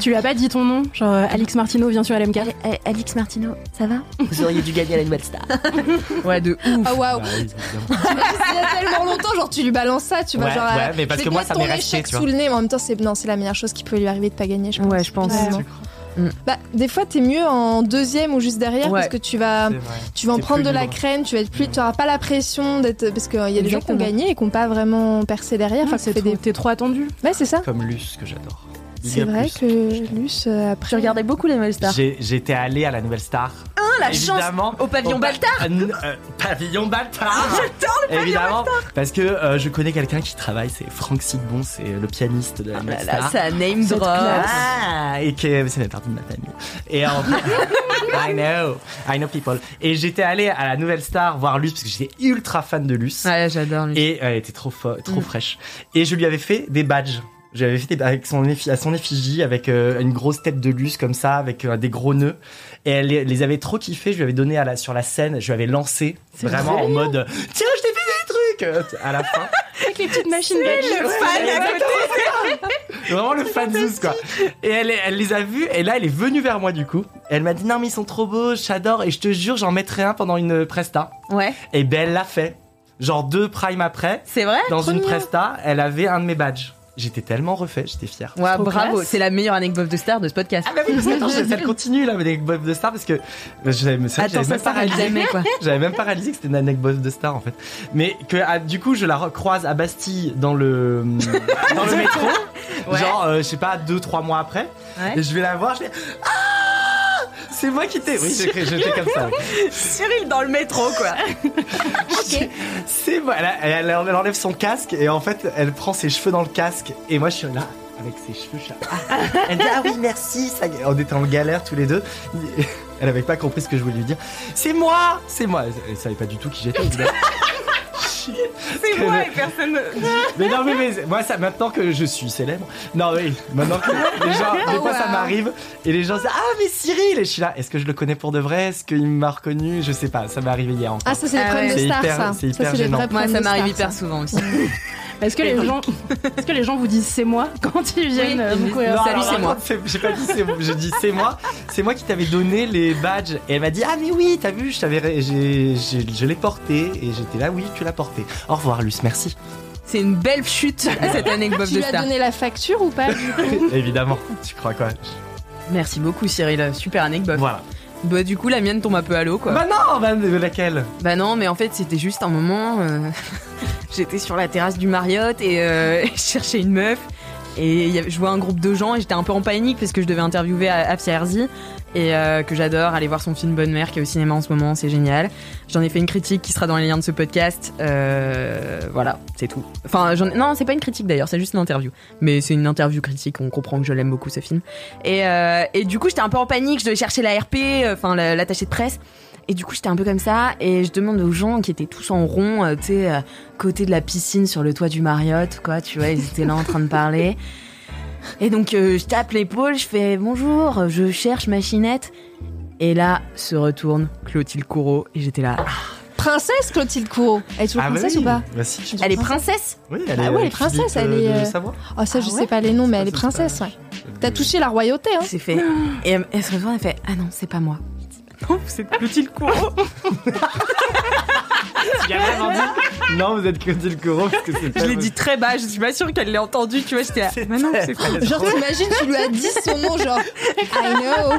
Speaker 2: Tu lui as pas dit ton nom, genre euh, Alix Martineau vient sur LMK.
Speaker 5: Ale- Ale- Alix Martineau, ça va
Speaker 1: Vous auriez dû gagner à la nouvelle star. Ouais, de ouf.
Speaker 4: Ah waouh
Speaker 3: Bah oui, évidemment.
Speaker 4: Il y a tellement longtemps, genre tu lui balances ça, tu vois,
Speaker 3: Ouais,
Speaker 4: genre.
Speaker 3: ouais,
Speaker 4: euh,
Speaker 3: mais parce
Speaker 4: c'est
Speaker 3: que moi,
Speaker 4: bien
Speaker 3: ça m'est
Speaker 4: ton
Speaker 3: resté,
Speaker 4: échec
Speaker 3: tu vois.
Speaker 4: sous le nez, mais en même temps, c'est non, c'est la meilleure chose qui peut lui arriver de pas gagner, je pense.
Speaker 1: Ouais, je pense.
Speaker 4: Finalement.
Speaker 2: Ouais.
Speaker 4: Bah, des fois, t'es mieux en deuxième ou juste derrière
Speaker 1: Ouais.
Speaker 4: parce que tu vas,
Speaker 3: C'est vrai.
Speaker 4: tu vas en
Speaker 3: T'es
Speaker 4: prendre
Speaker 3: plus
Speaker 4: de la
Speaker 3: libre. Mm.
Speaker 4: crème, tu vas être plus, tu auras pas la pression d'être parce qu'il y a des gens qui ont
Speaker 1: Exactement.
Speaker 4: gagné et qui n'ont pas vraiment percé derrière. Enfin,
Speaker 2: C'est
Speaker 4: que
Speaker 2: trop-
Speaker 4: des...
Speaker 2: T'es trop attendu.
Speaker 4: Ouais, c'est ça.
Speaker 3: Comme Luce, que j'adore. Big
Speaker 4: C'est
Speaker 3: up,
Speaker 4: vrai
Speaker 3: Luce.
Speaker 4: que Luce euh, après.
Speaker 1: Tu regardais beaucoup les nouvelles stars.
Speaker 3: J'ai- J'étais allée à la Nouvelle Star.
Speaker 1: la
Speaker 3: Évidemment.
Speaker 1: Au pavillon
Speaker 3: pa-
Speaker 1: Baltard Ah,
Speaker 3: Euh, n- euh, Pavillon Baltard Évidemment, parce que euh, je connais quelqu'un qui travaille, c'est Franck Sidbon, c'est le pianiste de la Nouvelle
Speaker 1: Ah, bah, Là,
Speaker 3: Star.
Speaker 1: ça name
Speaker 2: Cette
Speaker 1: drop.
Speaker 2: classe.
Speaker 3: Ah, et que c'est la partie de ma famille. Et en I know, I know people. Et j'étais allée à la Nouvelle Star voir Luce parce que j'étais ultra fan de Luce.
Speaker 1: Ouais, j'adore lui.
Speaker 3: Et elle était trop, fo- trop
Speaker 1: Mm.
Speaker 3: fraîche. Et je lui avais fait des badges. J'avais fait des- avec son, effi- à son effigie, avec euh, une grosse tête de luce comme ça, avec euh, des gros nœuds. Et elle les- les avait trop kiffés. Je lui avais donné à la, sur la scène, je lui avais lancé vraiment en mode euh, Tiens, je t'ai fait des trucs euh, à la fin.
Speaker 2: Avec les petites machines gadgets.
Speaker 3: Vraiment le fan Zeus, quoi. Et elle, elle les a vus, et là, elle est venue vers moi, du coup. Elle m'a dit, non, mais ils sont trop beaux, j'adore, et je te jure, j'en mettrai un pendant une presta.
Speaker 1: Ouais,
Speaker 3: Et ben, elle l'a fait. Genre deux primes après,
Speaker 1: c'est vrai
Speaker 3: dans
Speaker 4: trop
Speaker 3: une
Speaker 4: mignon.
Speaker 3: presta, elle avait un de mes badges. J'étais tellement refait, j'étais fier.
Speaker 1: Ouais,
Speaker 2: Trop
Speaker 1: bravo.
Speaker 2: classe.
Speaker 1: C'est la meilleure anecdote de star de ce podcast.
Speaker 3: Ah bah oui, parce que attends, je- ça continue là, avec bof de star, parce que bah, j'avais c'est vrai que
Speaker 1: Attends,
Speaker 3: j'avais
Speaker 1: ça
Speaker 3: même pas
Speaker 1: s'arrête
Speaker 3: réalisé.
Speaker 1: jamais, quoi.
Speaker 3: J'avais même pas réalisé que c'était une anecdote de star en fait. Mais que ah, du coup je la recroise à Bastille dans le dans le métro.
Speaker 1: Ouais.
Speaker 3: Genre euh, je sais pas deux trois mois après.
Speaker 1: Ouais.
Speaker 3: Et je vais la voir, je fais Ah C'est moi qui t'ai. Oui, j'ai cru- j'étais comme ça. oui.
Speaker 1: Cyril dans le métro, quoi.
Speaker 3: C'est moi. Elle, a- elle, elle enlève son casque et en fait elle prend ses cheveux dans le casque et moi je suis là. Avec ses cheveux, je suis là. Ah. Elle dit ah oui merci. Ça... y est. On était en galère tous les deux. Elle avait pas compris ce que je voulais lui dire. C'est moi, c'est moi. Elle savait pas du tout qui j'étais. évidemment.
Speaker 1: C'est moi et personne.
Speaker 3: Mais non, mais, mais moi, ça, maintenant que je suis célèbre, non, mais maintenant que les gens, des fois, ça m'arrive et les gens disent Ah, mais Cyril Et je suis là, est-ce que je le connais pour de vrai Est-ce qu'il m'a reconnu Je sais pas, ça m'est arrivé hier encore.
Speaker 4: Ah, ça c'est
Speaker 1: Ah
Speaker 4: les problèmes
Speaker 1: ouais.
Speaker 4: de
Speaker 3: C'est
Speaker 4: star,
Speaker 3: hyper-
Speaker 4: ça.
Speaker 3: c'est hyper
Speaker 4: ça c'est les
Speaker 3: gênant.
Speaker 4: vrais
Speaker 1: Moi,
Speaker 4: problèmes
Speaker 1: ça
Speaker 4: de
Speaker 1: m'arrive
Speaker 4: star,
Speaker 1: hyper
Speaker 4: ça.
Speaker 1: souvent aussi.
Speaker 2: Est-ce que les gens, est-ce que les gens vous disent c'est moi quand ils viennent
Speaker 1: Oui,
Speaker 2: euh,
Speaker 1: ils
Speaker 2: vous
Speaker 1: disent-
Speaker 2: courir
Speaker 1: Non, salut,
Speaker 3: alors,
Speaker 1: c'est moi.
Speaker 3: c'est- J'ai pas dit c'est moi, j'ai dit c'est moi. C'est moi qui t'avais donné les badges. Et elle m'a dit Ah, mais oui, t'as vu, je, t'avais ré- j'ai- j'ai- je l'ai porté. Et j'étais là, oui, tu l'as porté. Au revoir, Luce, merci.
Speaker 1: C'est une belle chute à cette anecdote
Speaker 4: Tu
Speaker 1: de
Speaker 4: lui as
Speaker 1: star.
Speaker 4: donné la facture ou pas
Speaker 3: Évidemment, tu crois quoi
Speaker 1: Merci beaucoup, Cyril. Super anecdote.
Speaker 3: Voilà.
Speaker 1: Bah, du coup, la mienne tombe un peu à l'eau, quoi.
Speaker 3: Bah non, bah, de laquelle
Speaker 1: Bah non, mais en fait, c'était juste un moment. euh, j'étais sur la terrasse du Marriott et euh, je cherchais une meuf. Et il y avait- je vois un groupe de gens et j'étais un peu en panique parce que je devais interviewer A- Afia Herzi et euh, que j'adore aller voir son film Bonne Mère qui est au cinéma en ce moment, c'est génial. J'en ai fait une critique qui sera dans les liens de ce podcast. Euh, voilà, c'est tout. Enfin, j'en ai- non, c'est pas une critique d'ailleurs, c'est juste une interview. Mais c'est une interview critique, on comprend que je l'aime beaucoup ce film. Et, euh, et du coup, j'étais un peu en panique, je devais chercher la RP, euh, enfin la- l'attaché de presse. Et du coup, j'étais un peu comme ça, et je demande aux gens qui étaient tous en rond, euh, tu sais, euh, côté de la piscine sur le toit du Marriott, quoi, tu vois, ils étaient là en train de parler. Et donc, euh, je tape l'épaule, je fais bonjour, je cherche ma chinette. Et là, se retourne Clotilde Courreau, et j'étais là.
Speaker 4: Princesse Clotilde Courreau. Elle est toujours
Speaker 3: bah
Speaker 4: princesse
Speaker 3: oui.
Speaker 4: ou pas
Speaker 3: Bah si.
Speaker 1: Elle est princesse
Speaker 3: Oui,
Speaker 4: Bah ouais, elle est princesse, elle est, euh,
Speaker 3: savoir.
Speaker 4: Oh, ça,
Speaker 1: Ah
Speaker 4: je
Speaker 1: ouais
Speaker 4: sais pas les noms, mais
Speaker 3: Ça,
Speaker 4: elle est
Speaker 3: c'est pas-
Speaker 4: princesse, ouais. T'as touché la royauté, hein
Speaker 1: C'est fait. Et elle, elle se retourne, elle fait Ah non, c'est pas moi. Je dis, Non, c'est Clotilde Courreau.
Speaker 3: Tu l'as vraiment dit Non, vous êtes Clotilde Corot parce que c'est pas
Speaker 1: Je l'ai
Speaker 3: votre-
Speaker 1: dit très bas, je suis pas sûre qu'elle l'ait entendu, tu vois, j'étais là. Mais non, c'est pas-
Speaker 4: Genre, t'imagines, tu lui as dit son nom, genre, I know.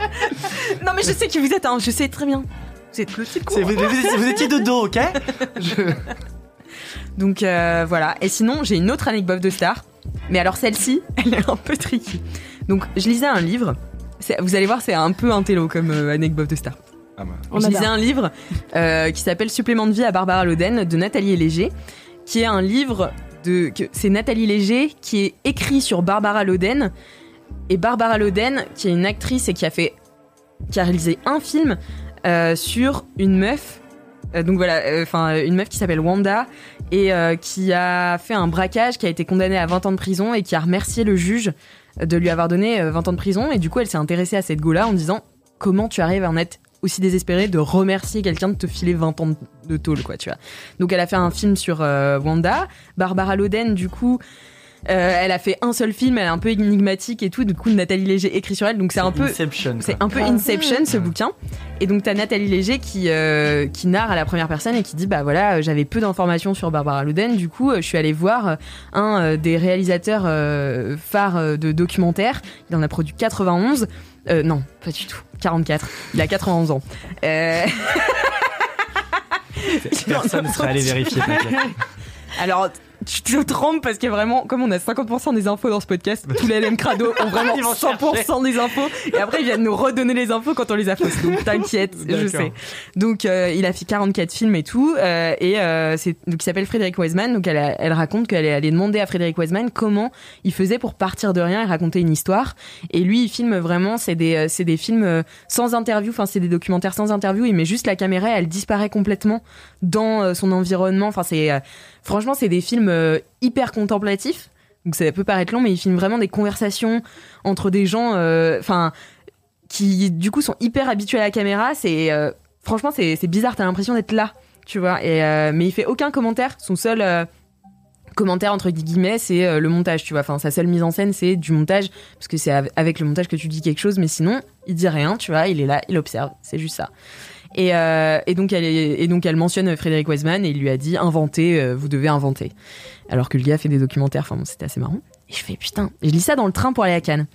Speaker 1: Non, mais je sais qui vous êtes, hein, je sais très bien. Vous êtes Clotilde
Speaker 3: C'est-
Speaker 1: Cour.
Speaker 3: Vous, vous- vous étiez de dos, ok
Speaker 1: Donc euh, voilà. Et sinon, j'ai une autre anecdote de star. Mais alors celle-ci, elle est un peu tricky. Donc je lisais un livre. C'est- Vous allez voir, c'est un peu un télo comme euh, anecdote de star.
Speaker 2: On
Speaker 1: je lisais
Speaker 2: adore.
Speaker 1: un livre euh, qui s'appelle Supplément de vie à Barbara Loden de Nathalie Léger, qui est un livre de. que- C'est Nathalie Léger qui est écrit sur Barbara Loden. Et Barbara Loden, qui est une actrice et qui a fait. qui a réalisé un film euh, sur une meuf. euh, donc voilà, enfin une meuf qui s'appelle Wanda et euh, qui a fait un braquage, qui a été condamnée à 20 ans de prison et qui a remercié le juge de lui avoir donné euh, 20 ans de prison. Et du coup, elle s'est intéressée à cette go-là en disant comment tu arrives à en être aussi désespéré de remercier quelqu'un de te filer 20 ans de- de tôle, quoi, tu vois. Donc elle a fait un film sur euh, Wanda. Barbara Loden, du coup, euh, elle a fait un seul film, elle est un peu énigmatique et tout. Du coup, Nathalie Léger écrit sur elle, donc c'est un peu...
Speaker 3: Inception. quoi.
Speaker 1: C'est un peu Inception
Speaker 3: Ah.
Speaker 1: ce bouquin. Et donc t'as Nathalie Léger qui, euh, qui narre à la première personne et qui dit bah voilà euh, j'avais peu d'informations sur Barbara Louden du coup euh, je suis allée voir euh, un euh, des réalisateurs euh, phares euh, de documentaires il en a produit 91 Euh, non pas du tout 44 il a 91 ans Euh,
Speaker 3: Personne ne serait allé vérifier. t'inquiète.
Speaker 1: alors tu te trompes parce que vraiment comme on a 50% des infos dans ce podcast tous les LM Crado ont vraiment
Speaker 3: Ils vont
Speaker 1: 100% des infos et après ils viennent nous redonner les infos quand on les a fausses donc t'inquiète je
Speaker 3: D'accord.
Speaker 1: sais Donc euh, il a fait 44 films et tout, euh, et euh, c'est donc il s'appelle Frédéric Wiseman. Donc elle, a- elle raconte qu'elle est allée demander à Frédéric Wiseman comment il faisait pour partir de rien et raconter une histoire. Et lui il filme vraiment, c'est des euh, c'est des films euh, sans interview, enfin c'est des documentaires sans interview. Il met juste la caméra, elle disparaît complètement dans euh, son environnement. Enfin c'est euh, franchement c'est des films euh, hyper contemplatifs. Donc ça peut paraître long, mais il filme vraiment des conversations entre des gens, euh, enfin qui du coup sont hyper habitués à la caméra. C'est euh, franchement c'est c'est bizarre, t'as l'impression d'être là, tu vois. Et euh, mais il fait aucun commentaire. Son seul euh, commentaire entre guillemets, c'est euh, le montage, tu vois. Enfin, sa seule mise en scène, c'est du montage, parce que c'est av- avec le montage que tu dis quelque chose. Mais sinon, il dit rien, tu vois. Il est là, il observe. C'est juste ça. Et, euh, et donc elle est- et donc elle mentionne Frédéric Wiseman et il lui a dit inventez, euh, vous devez inventer. Alors que le gars fait des documentaires. Enfin bon, c'était assez marrant. Et je fais putain, je lis ça dans le train pour aller à Cannes.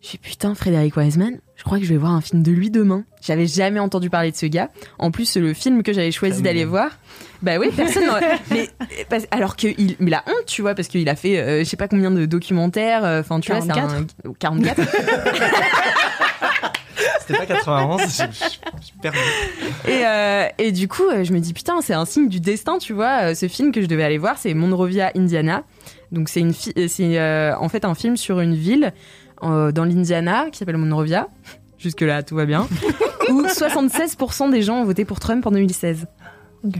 Speaker 1: Je fais putain, Frédéric Wiseman, je crois que je vais voir un film de lui demain. J'avais jamais entendu parler de ce gars. En plus, le film que j'avais choisi
Speaker 3: Très
Speaker 1: d'aller
Speaker 3: mignon.
Speaker 1: voir, bah oui, personne. n'aurait- mais euh, parce- alors que il, mais la honte, tu vois, parce qu'il a fait euh, je sais pas combien de documentaires. euh, Enfin, tu vois, c'est un Oh, 44.
Speaker 3: C'était pas 91, j'ai- j'ai j'ai perdu.
Speaker 1: Et, euh, et du coup, euh, je me dis, putain, c'est un signe du destin, tu vois. euh, ce film que je devais aller voir, c'est Monrovia, Indiana. Donc, c'est une fi- euh, c'est euh, en fait un film sur une ville euh, dans l'Indiana qui s'appelle Monrovia. Jusque-là, tout va bien. où 76% des gens ont voté pour Trump en 2016.
Speaker 3: Ah.
Speaker 4: Ok.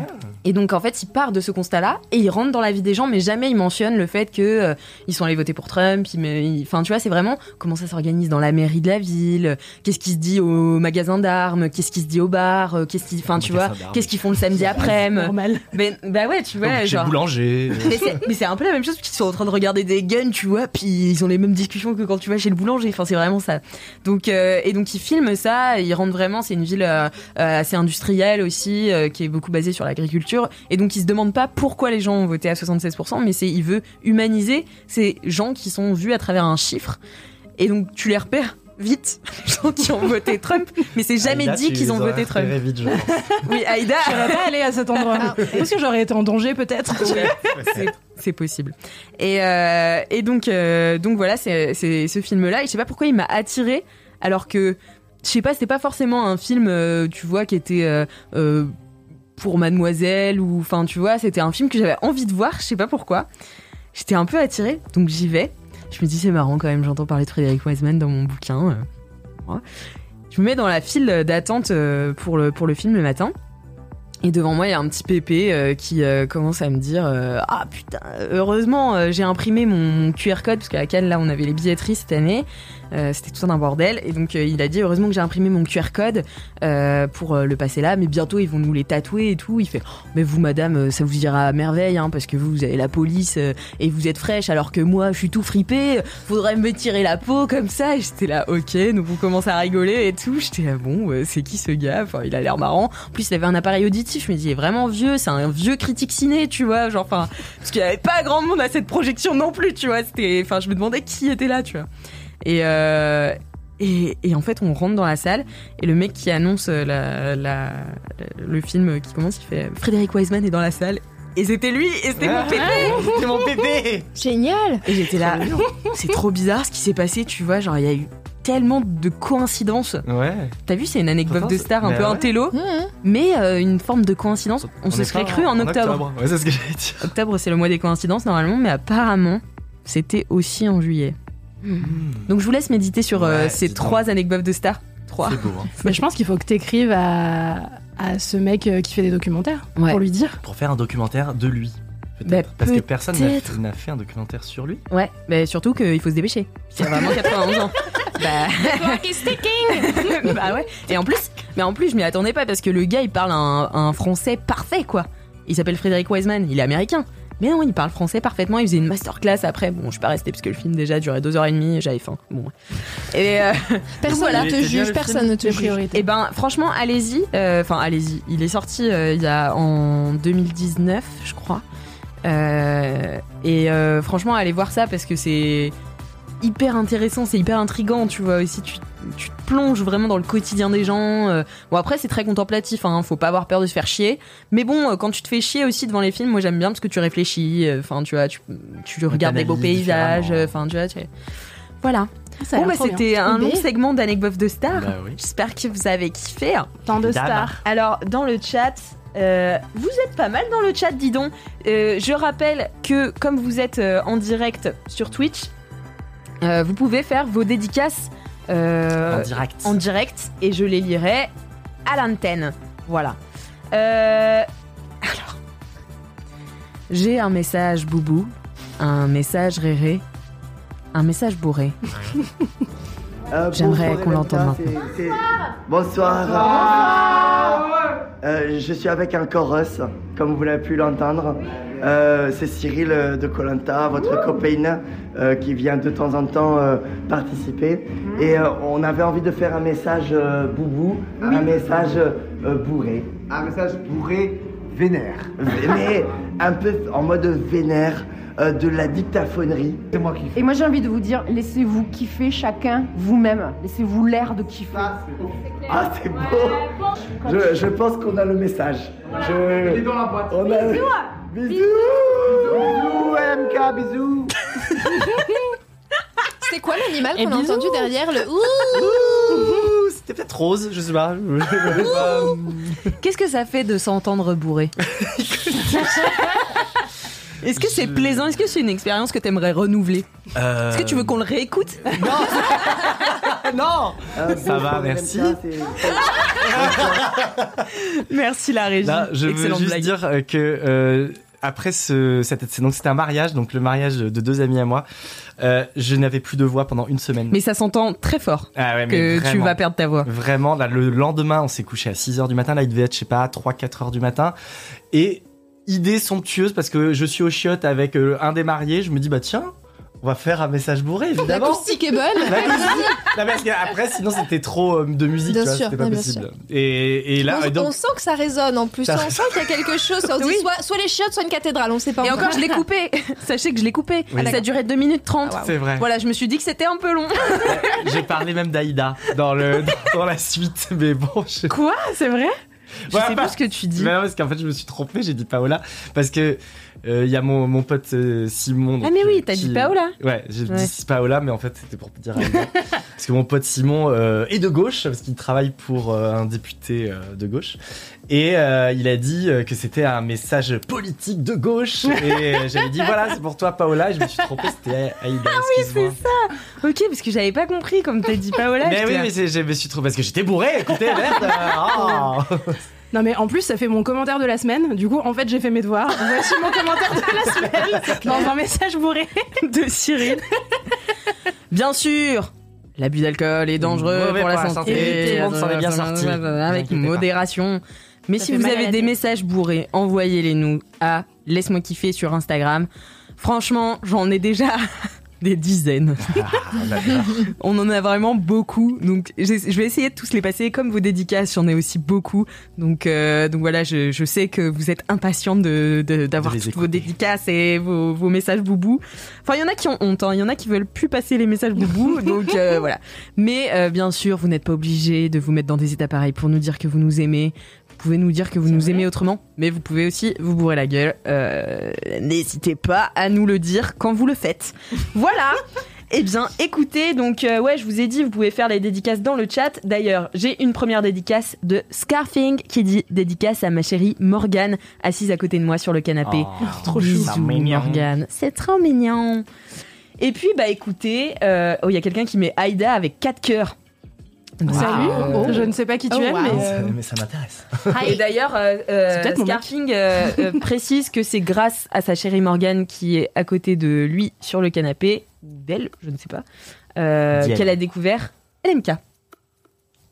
Speaker 1: Et donc, en fait, il part de ce constat-là et il rentre dans la vie des gens, mais jamais il mentionne le fait que euh, ils sont allés voter pour Trump. il me- il- Enfin, tu vois, c'est vraiment comment ça s'organise dans la mairie de la ville, qu'est-ce qui se dit au magasin d'armes, qu'est-ce qui se dit au bar, euh, qu'est-ce qui, enfin tu vois,
Speaker 3: Magasin d'armes.
Speaker 1: qu'est-ce qu'ils font le samedi après
Speaker 2: Normal.
Speaker 1: Ben bah ouais, tu vois,
Speaker 3: Donc, chez
Speaker 1: genre.
Speaker 3: boulanger. euh,
Speaker 1: Mais c'est- mais c'est un peu la même chose parce qu'ils sont en train de regarder des guns, tu vois, puis ils ont les mêmes discussions que quand tu vas chez le boulanger. Enfin, c'est vraiment ça. Donc euh, et donc ils filment ça, ils rentrent vraiment. C'est une ville euh, euh, assez industrielle aussi, euh, qui est beaucoup basée sur l'agriculture. Et donc ils se demandent pas pourquoi les gens ont voté à 76%, mais c'est il veut humaniser ces gens qui sont vus à travers un chiffre. Et donc tu les repères vite, les gens qui ont voté Trump, mais c'est jamais
Speaker 3: Aïda,
Speaker 1: dit
Speaker 3: tu
Speaker 1: qu'ils ont
Speaker 3: les aurais
Speaker 1: voté Trump.
Speaker 3: repérés vite, je pense.
Speaker 1: Oui, Aïda.
Speaker 2: J'aurais pas allé à cet endroit.
Speaker 1: Ah,
Speaker 2: Parce que j'aurais été en danger peut-être.
Speaker 1: C'est- C'est possible. Et, euh, et donc, euh, donc voilà, c'est c'est ce film-là. Et je sais pas pourquoi il m'a attiré, alors que je sais pas, c'était pas forcément un film, euh, tu vois, qui était euh, euh, pour Mademoiselle ou, enfin, tu vois, c'était un film que j'avais envie de voir. Je sais pas pourquoi. J'étais un peu attirée, donc j'y vais. Je me dis c'est marrant quand même. J'entends parler de Frédéric Wiseman dans mon bouquin. euh, voilà. Je me mets dans la file d'attente euh, pour le pour le film le matin. Et devant moi, il y a un petit pépé euh, qui euh, commence à me dire euh, Ah putain, heureusement, euh, j'ai imprimé mon, mon QR code, parce qu'à la Cannes, là, on avait les billetteries cette année. Euh, C'était tout un bordel. Et donc, euh, il a dit Heureusement que j'ai imprimé mon QR code euh, pour euh, le passer là, mais bientôt, ils vont nous les tatouer et tout. Il fait Oh, Mais vous, madame, euh, ça vous ira à merveille, hein, parce que vous, vous avez la police euh, et vous êtes fraîche, alors que moi, je suis tout fripé. Faudrait me tirer la peau comme ça. Et j'étais là Ok, donc on commence à rigoler et tout. J'étais là Bon, euh, c'est qui ce gars Enfin, il a l'air marrant. En plus, il avait un appareil auditif Atlantif, je me dis, il est vraiment vieux, c'est un vieux critique ciné, tu vois, genre, enfin, parce qu'il n'y avait pas grand monde à cette projection non plus, tu vois, c'était, enfin, je me demandais qui était là, tu vois. Et, euh, et, et en fait, on rentre dans la salle et le mec qui annonce la, la- la- le film qui commence, il fait Frédéric Wiseman est dans la salle. Et c'était lui, et c'était mon pépé.
Speaker 3: C'est mon bébé
Speaker 4: Génial
Speaker 1: Et j'étais là, c'est trop bizarre ce qui s'est passé, tu vois, genre il y a eu tellement de coïncidences.
Speaker 3: Ouais.
Speaker 1: T'as vu, c'est une anecdote
Speaker 3: Pourtant,
Speaker 1: de
Speaker 3: c'est-
Speaker 1: star un
Speaker 3: mais
Speaker 1: peu
Speaker 3: ouais.
Speaker 1: intello,
Speaker 4: Mmh, mmh.
Speaker 1: mais euh, une forme de coïncidence. On, se
Speaker 3: est
Speaker 1: serait
Speaker 3: pas
Speaker 1: cru en octobre.
Speaker 3: Ouais, c'est ce que j'allais dire.
Speaker 1: Octobre, c'est le mois des coïncidences normalement, mais apparemment, c'était aussi en juillet. Donc je vous laisse méditer sur euh,
Speaker 3: Hmm. Ouais,
Speaker 1: ces
Speaker 3: dis donc.
Speaker 1: trois anecdotes de star. Trois.
Speaker 3: C'est beau, hein.
Speaker 2: Mais je pense qu'il faut que t'écrives à, à ce mec euh, qui fait des documentaires
Speaker 1: Ouais.
Speaker 2: pour lui dire.
Speaker 3: Pour faire un documentaire de lui.
Speaker 1: Bah,
Speaker 3: Peut-être. Parce que personne n'a-
Speaker 1: peut-être.
Speaker 3: n'a fait un documentaire sur lui.
Speaker 1: Ouais, mais surtout qu'il faut se dépêcher. Il a vraiment 91 ans. Bah, bah ouais. Et en plus, mais en plus, je m'y attendais pas parce que le gars, il parle un, un français parfait, quoi. Il s'appelle Frédéric Wiseman, il est américain. Mais non, il parle français parfaitement. Il faisait une masterclass après. Bon, je suis pas restée parce que le film déjà durait deux heures et demie. J'avais faim. Bon. Et, euh,
Speaker 4: Personne
Speaker 1: Voilà.
Speaker 4: ne
Speaker 3: Mais
Speaker 4: te
Speaker 3: c'est bien
Speaker 4: juge,
Speaker 3: le
Speaker 4: personne ne te
Speaker 2: Les
Speaker 4: juge.
Speaker 2: priorités.
Speaker 1: et ben, franchement, allez-y. Euh, Enfin, allez-y. Il est sorti euh, il y a en 2019, je crois. Euh, et euh, franchement, allez voir ça parce que c'est hyper intéressant, c'est hyper intrigant, tu vois. Et si tu, tu te plonges vraiment dans le quotidien des gens. euh, Bon, après, c'est très contemplatif, hein, faut pas avoir peur de se faire chier. Mais bon, euh, quand tu te fais chier aussi devant les films, moi j'aime bien parce que tu réfléchis, euh, enfin, tu vois, tu, tu regardes des beaux
Speaker 3: t'analyse
Speaker 1: paysages,
Speaker 3: différemment.
Speaker 1: euh, enfin, tu vois, tu- Voilà.
Speaker 2: Ça a
Speaker 1: bon, bah,
Speaker 2: l'air trop
Speaker 1: c'était un
Speaker 4: Mais-
Speaker 1: long segment d'anecdotes de stars.
Speaker 3: Bah oui.
Speaker 1: J'espère que vous avez kiffé. hein.
Speaker 2: bien. Tant de
Speaker 3: Évidemment.
Speaker 2: stars.
Speaker 1: Alors, dans le chat, euh, vous êtes pas mal dans le chat, dis donc. Euh, je rappelle que, comme vous êtes euh, en direct sur Twitch, euh, vous pouvez faire vos dédicaces euh,
Speaker 3: en direct.
Speaker 1: en direct et je les lirai à l'antenne. Voilà. Euh, alors, j'ai un message boubou, un message réré, un message bourré.
Speaker 6: Euh,
Speaker 1: J'aimerais
Speaker 6: bonsoir,
Speaker 1: qu'on l'entende
Speaker 6: Elenka,
Speaker 1: maintenant.
Speaker 6: c'est- c'est- Bonsoir. Bonsoir. Euh, je suis avec un chorus, comme vous l'avez pu l'entendre. Euh, c'est Cyril euh, de Colanta, votre copain, euh, qui vient de temps en temps euh, participer.
Speaker 7: Mmh.
Speaker 6: Et euh, on avait envie de faire un message euh, boubou, un message euh, bourré.
Speaker 7: Un message bourré, vénère.
Speaker 6: Mais un peu en mode vénère, euh, de la dictaphonerie.
Speaker 7: C'est moi qui fais.
Speaker 8: Et moi j'ai envie de vous dire, laissez-vous kiffer chacun vous-même. Laissez-vous l'air de kiffer.
Speaker 6: Ah, c'est beau je, je pense qu'on a le message. Je...
Speaker 7: dans la boîte.
Speaker 6: On a... Bisous
Speaker 7: Bisous, MK, bisous.
Speaker 4: C'est quoi l'animal
Speaker 1: Eh
Speaker 2: Et
Speaker 4: qu'on a
Speaker 2: bisous.
Speaker 4: entendu derrière le ouh
Speaker 3: Ouh, C'était peut-être rose, je sais pas. Je sais pas.
Speaker 1: Qu'est-ce que ça fait de s'entendre bourré Est-ce que c'est
Speaker 3: Je-
Speaker 1: plaisant Est-ce que c'est une expérience que t'aimerais renouveler
Speaker 3: Euh,
Speaker 1: Est-ce que tu veux qu'on le réécoute
Speaker 3: Non
Speaker 6: Euh,
Speaker 3: Ça va,
Speaker 6: bonsoir,
Speaker 3: merci.
Speaker 6: Elenka, c'est-
Speaker 1: Merci la régie.
Speaker 3: Là, je veux
Speaker 1: Excellente
Speaker 3: juste
Speaker 1: blague.
Speaker 3: dire euh, que euh, après ce, cette- c'est- donc c'était un mariage, donc le mariage de deux amis à moi, euh, je n'avais plus de voix pendant une semaine.
Speaker 1: Mais ça s'entend très fort
Speaker 3: ah ouais, mais
Speaker 1: que tu
Speaker 3: vraiment.
Speaker 1: vas perdre ta voix.
Speaker 3: Vraiment, là, le lendemain, on s'est couché à 6h du matin. Là, il devait être, je sais pas, 3-4 heures du matin. Et idée somptueuse, parce que je suis au chiotte avec euh, un des mariés, je me dis, bah tiens, on va faire un message bourré, évidemment.
Speaker 4: L'acoustique est bonne
Speaker 3: La musique. Non, parce que après, sinon, c'était trop euh, de musique,
Speaker 4: Bien
Speaker 3: tu vois,
Speaker 4: sûr,
Speaker 3: c'était pas
Speaker 4: non, bien
Speaker 3: possible. Et, et là,
Speaker 4: on,
Speaker 3: et donc,
Speaker 4: on sent que ça résonne en plus,
Speaker 3: Ça-
Speaker 4: on sent qu'il y a quelque chose. On dit
Speaker 1: Oui.
Speaker 4: soit, soit les chiottes, soit une cathédrale, on sait pas.
Speaker 1: Et encore, je l'ai coupé. Sachez que je l'ai coupé.
Speaker 3: Oui. Ah,
Speaker 1: Ça durait 2 minutes 30.
Speaker 3: c'est vrai.
Speaker 1: Voilà, je me suis dit que c'était un peu long.
Speaker 3: J'ai parlé même d'Aïda dans, le, dans la suite, mais bon, je.
Speaker 2: Quoi
Speaker 1: Ah,
Speaker 2: C'est vrai
Speaker 1: Je
Speaker 3: Ouais,
Speaker 1: sais
Speaker 3: bah-
Speaker 1: plus ce que tu dis.
Speaker 3: Mais non, parce qu'en fait, je me suis trompé, j'ai dit Paola. Parce que il y a mon, mon pote euh, Simon. donc,
Speaker 1: Ah mais
Speaker 3: euh,
Speaker 1: oui, t'as
Speaker 3: qui-
Speaker 1: dit Paola.
Speaker 3: Ouais, j'ai
Speaker 1: Ouais.
Speaker 3: dit Paola, mais en fait, c'était pour dire. Aïda. parce que mon pote Simon euh, est de gauche, parce qu'il travaille pour euh, un député euh, de gauche. Et euh, il a dit euh, que c'était un message politique de gauche. Et euh, j'avais dit, voilà, c'est pour toi, Paola. Et je me suis trompé, c'était Aïda. Ah oui, c'est ça.
Speaker 1: Ok, parce que j'avais pas compris comme t'as dit Paola.
Speaker 3: Mais
Speaker 1: j'étais
Speaker 3: oui,
Speaker 1: là.
Speaker 3: mais c'est- je me suis trompé, parce que j'étais bourré, écoutez, merde. ah.
Speaker 2: Non mais en plus ça fait mon commentaire de la semaine. Du coup en fait j'ai fait mes devoirs. Voici mon commentaire de la semaine dans un message bourré de Cyril.
Speaker 1: Bien sûr L'abus d'alcool est dangereux
Speaker 3: Mauvais
Speaker 1: pour la santé.
Speaker 3: Tout le monde s'en est bien sorti.
Speaker 1: Avec
Speaker 3: Ne vous inquiétez pas.
Speaker 1: modération. Mais
Speaker 2: Ça
Speaker 1: si
Speaker 2: fait
Speaker 1: vous
Speaker 2: mal à
Speaker 1: avez
Speaker 2: la
Speaker 1: des
Speaker 2: tête.
Speaker 1: messages bourrés, envoyez-les nous à Laisse-moi kiffer sur Instagram. Franchement, j'en ai déjà Des dizaines.
Speaker 3: Ah, d'accord.
Speaker 1: On en a vraiment beaucoup. Donc, j'ai- je vais essayer de tous les passer. Comme vos dédicaces, j'en ai aussi beaucoup. Donc, euh, donc voilà, je, je sais que vous êtes impatients de- de- d'avoir
Speaker 3: De les
Speaker 1: toutes vos
Speaker 3: écouter.
Speaker 1: dédicaces et vos, vos messages boubou. Enfin, il y en a qui ont honte. hein. Il y en a qui veulent plus passer les messages boubou. donc, euh, voilà. Mais euh, bien sûr, vous n'êtes pas obligé de vous mettre dans des états pareils pour nous dire que vous nous aimez. Vous pouvez nous dire que vous nous aimez autrement, mais vous pouvez aussi vous bourrer la gueule. Euh, N'hésitez pas à nous le dire quand vous le faites. Voilà. Eh bien, écoutez, donc euh, ouais, je vous ai dit, vous pouvez faire les dédicaces dans le chat. D'ailleurs, j'ai une première dédicace de Scarfing qui dit dédicace à ma chérie Morgane, assise à côté de moi sur le canapé.
Speaker 3: Oh, trop
Speaker 1: Bisous, Morgane. C'est trop mignon. Et puis, bah écoutez, euh, oh, il y a quelqu'un qui met Aïda avec quatre cœurs.
Speaker 2: Salut,
Speaker 1: Euh,
Speaker 2: je ne sais pas qui tu
Speaker 4: Oh,
Speaker 2: es,
Speaker 4: wow.
Speaker 2: mais. euh,
Speaker 3: Mais ça m'intéresse.
Speaker 1: Et d'ailleurs, euh, euh,
Speaker 2: C'est peut-être mon mec.
Speaker 1: Scarfing euh, euh, précise que c'est grâce à sa chérie Morgane qui est à côté de lui sur le canapé, ou d'elle, je ne sais pas, euh,
Speaker 3: D'elle.
Speaker 1: qu'elle a découvert LMK.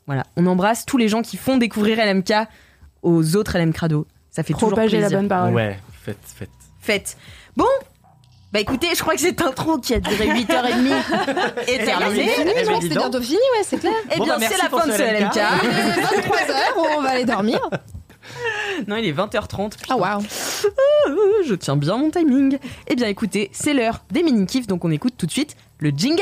Speaker 1: Voilà, on embrasse tous les gens qui font découvrir LMK aux autres LM Crado. Ça fait
Speaker 2: Propager la
Speaker 1: toujours plaisir.
Speaker 2: bonne parole.
Speaker 3: Ah Ouais, faites, faites.
Speaker 1: Faites. Bon, bah écoutez, je crois que cette intro qui a duré 8h30 est terminée.
Speaker 4: Fini,
Speaker 3: Eh ben,
Speaker 4: je pense
Speaker 3: dis
Speaker 4: que c'est
Speaker 3: donc.
Speaker 4: bientôt fini, ouais, c'est clair.
Speaker 1: Eh
Speaker 3: Bon,
Speaker 1: bien,
Speaker 3: bah, merci
Speaker 1: c'est la
Speaker 3: pour
Speaker 1: fin de
Speaker 3: ce
Speaker 1: ce LMK.
Speaker 4: Il est 23h, on va aller dormir.
Speaker 1: Non, il est 20h30.
Speaker 4: Ah waouh.
Speaker 1: Euh, je tiens bien mon timing. Eh bien écoutez, c'est l'heure des mini-kifs, donc on écoute tout de suite le jingle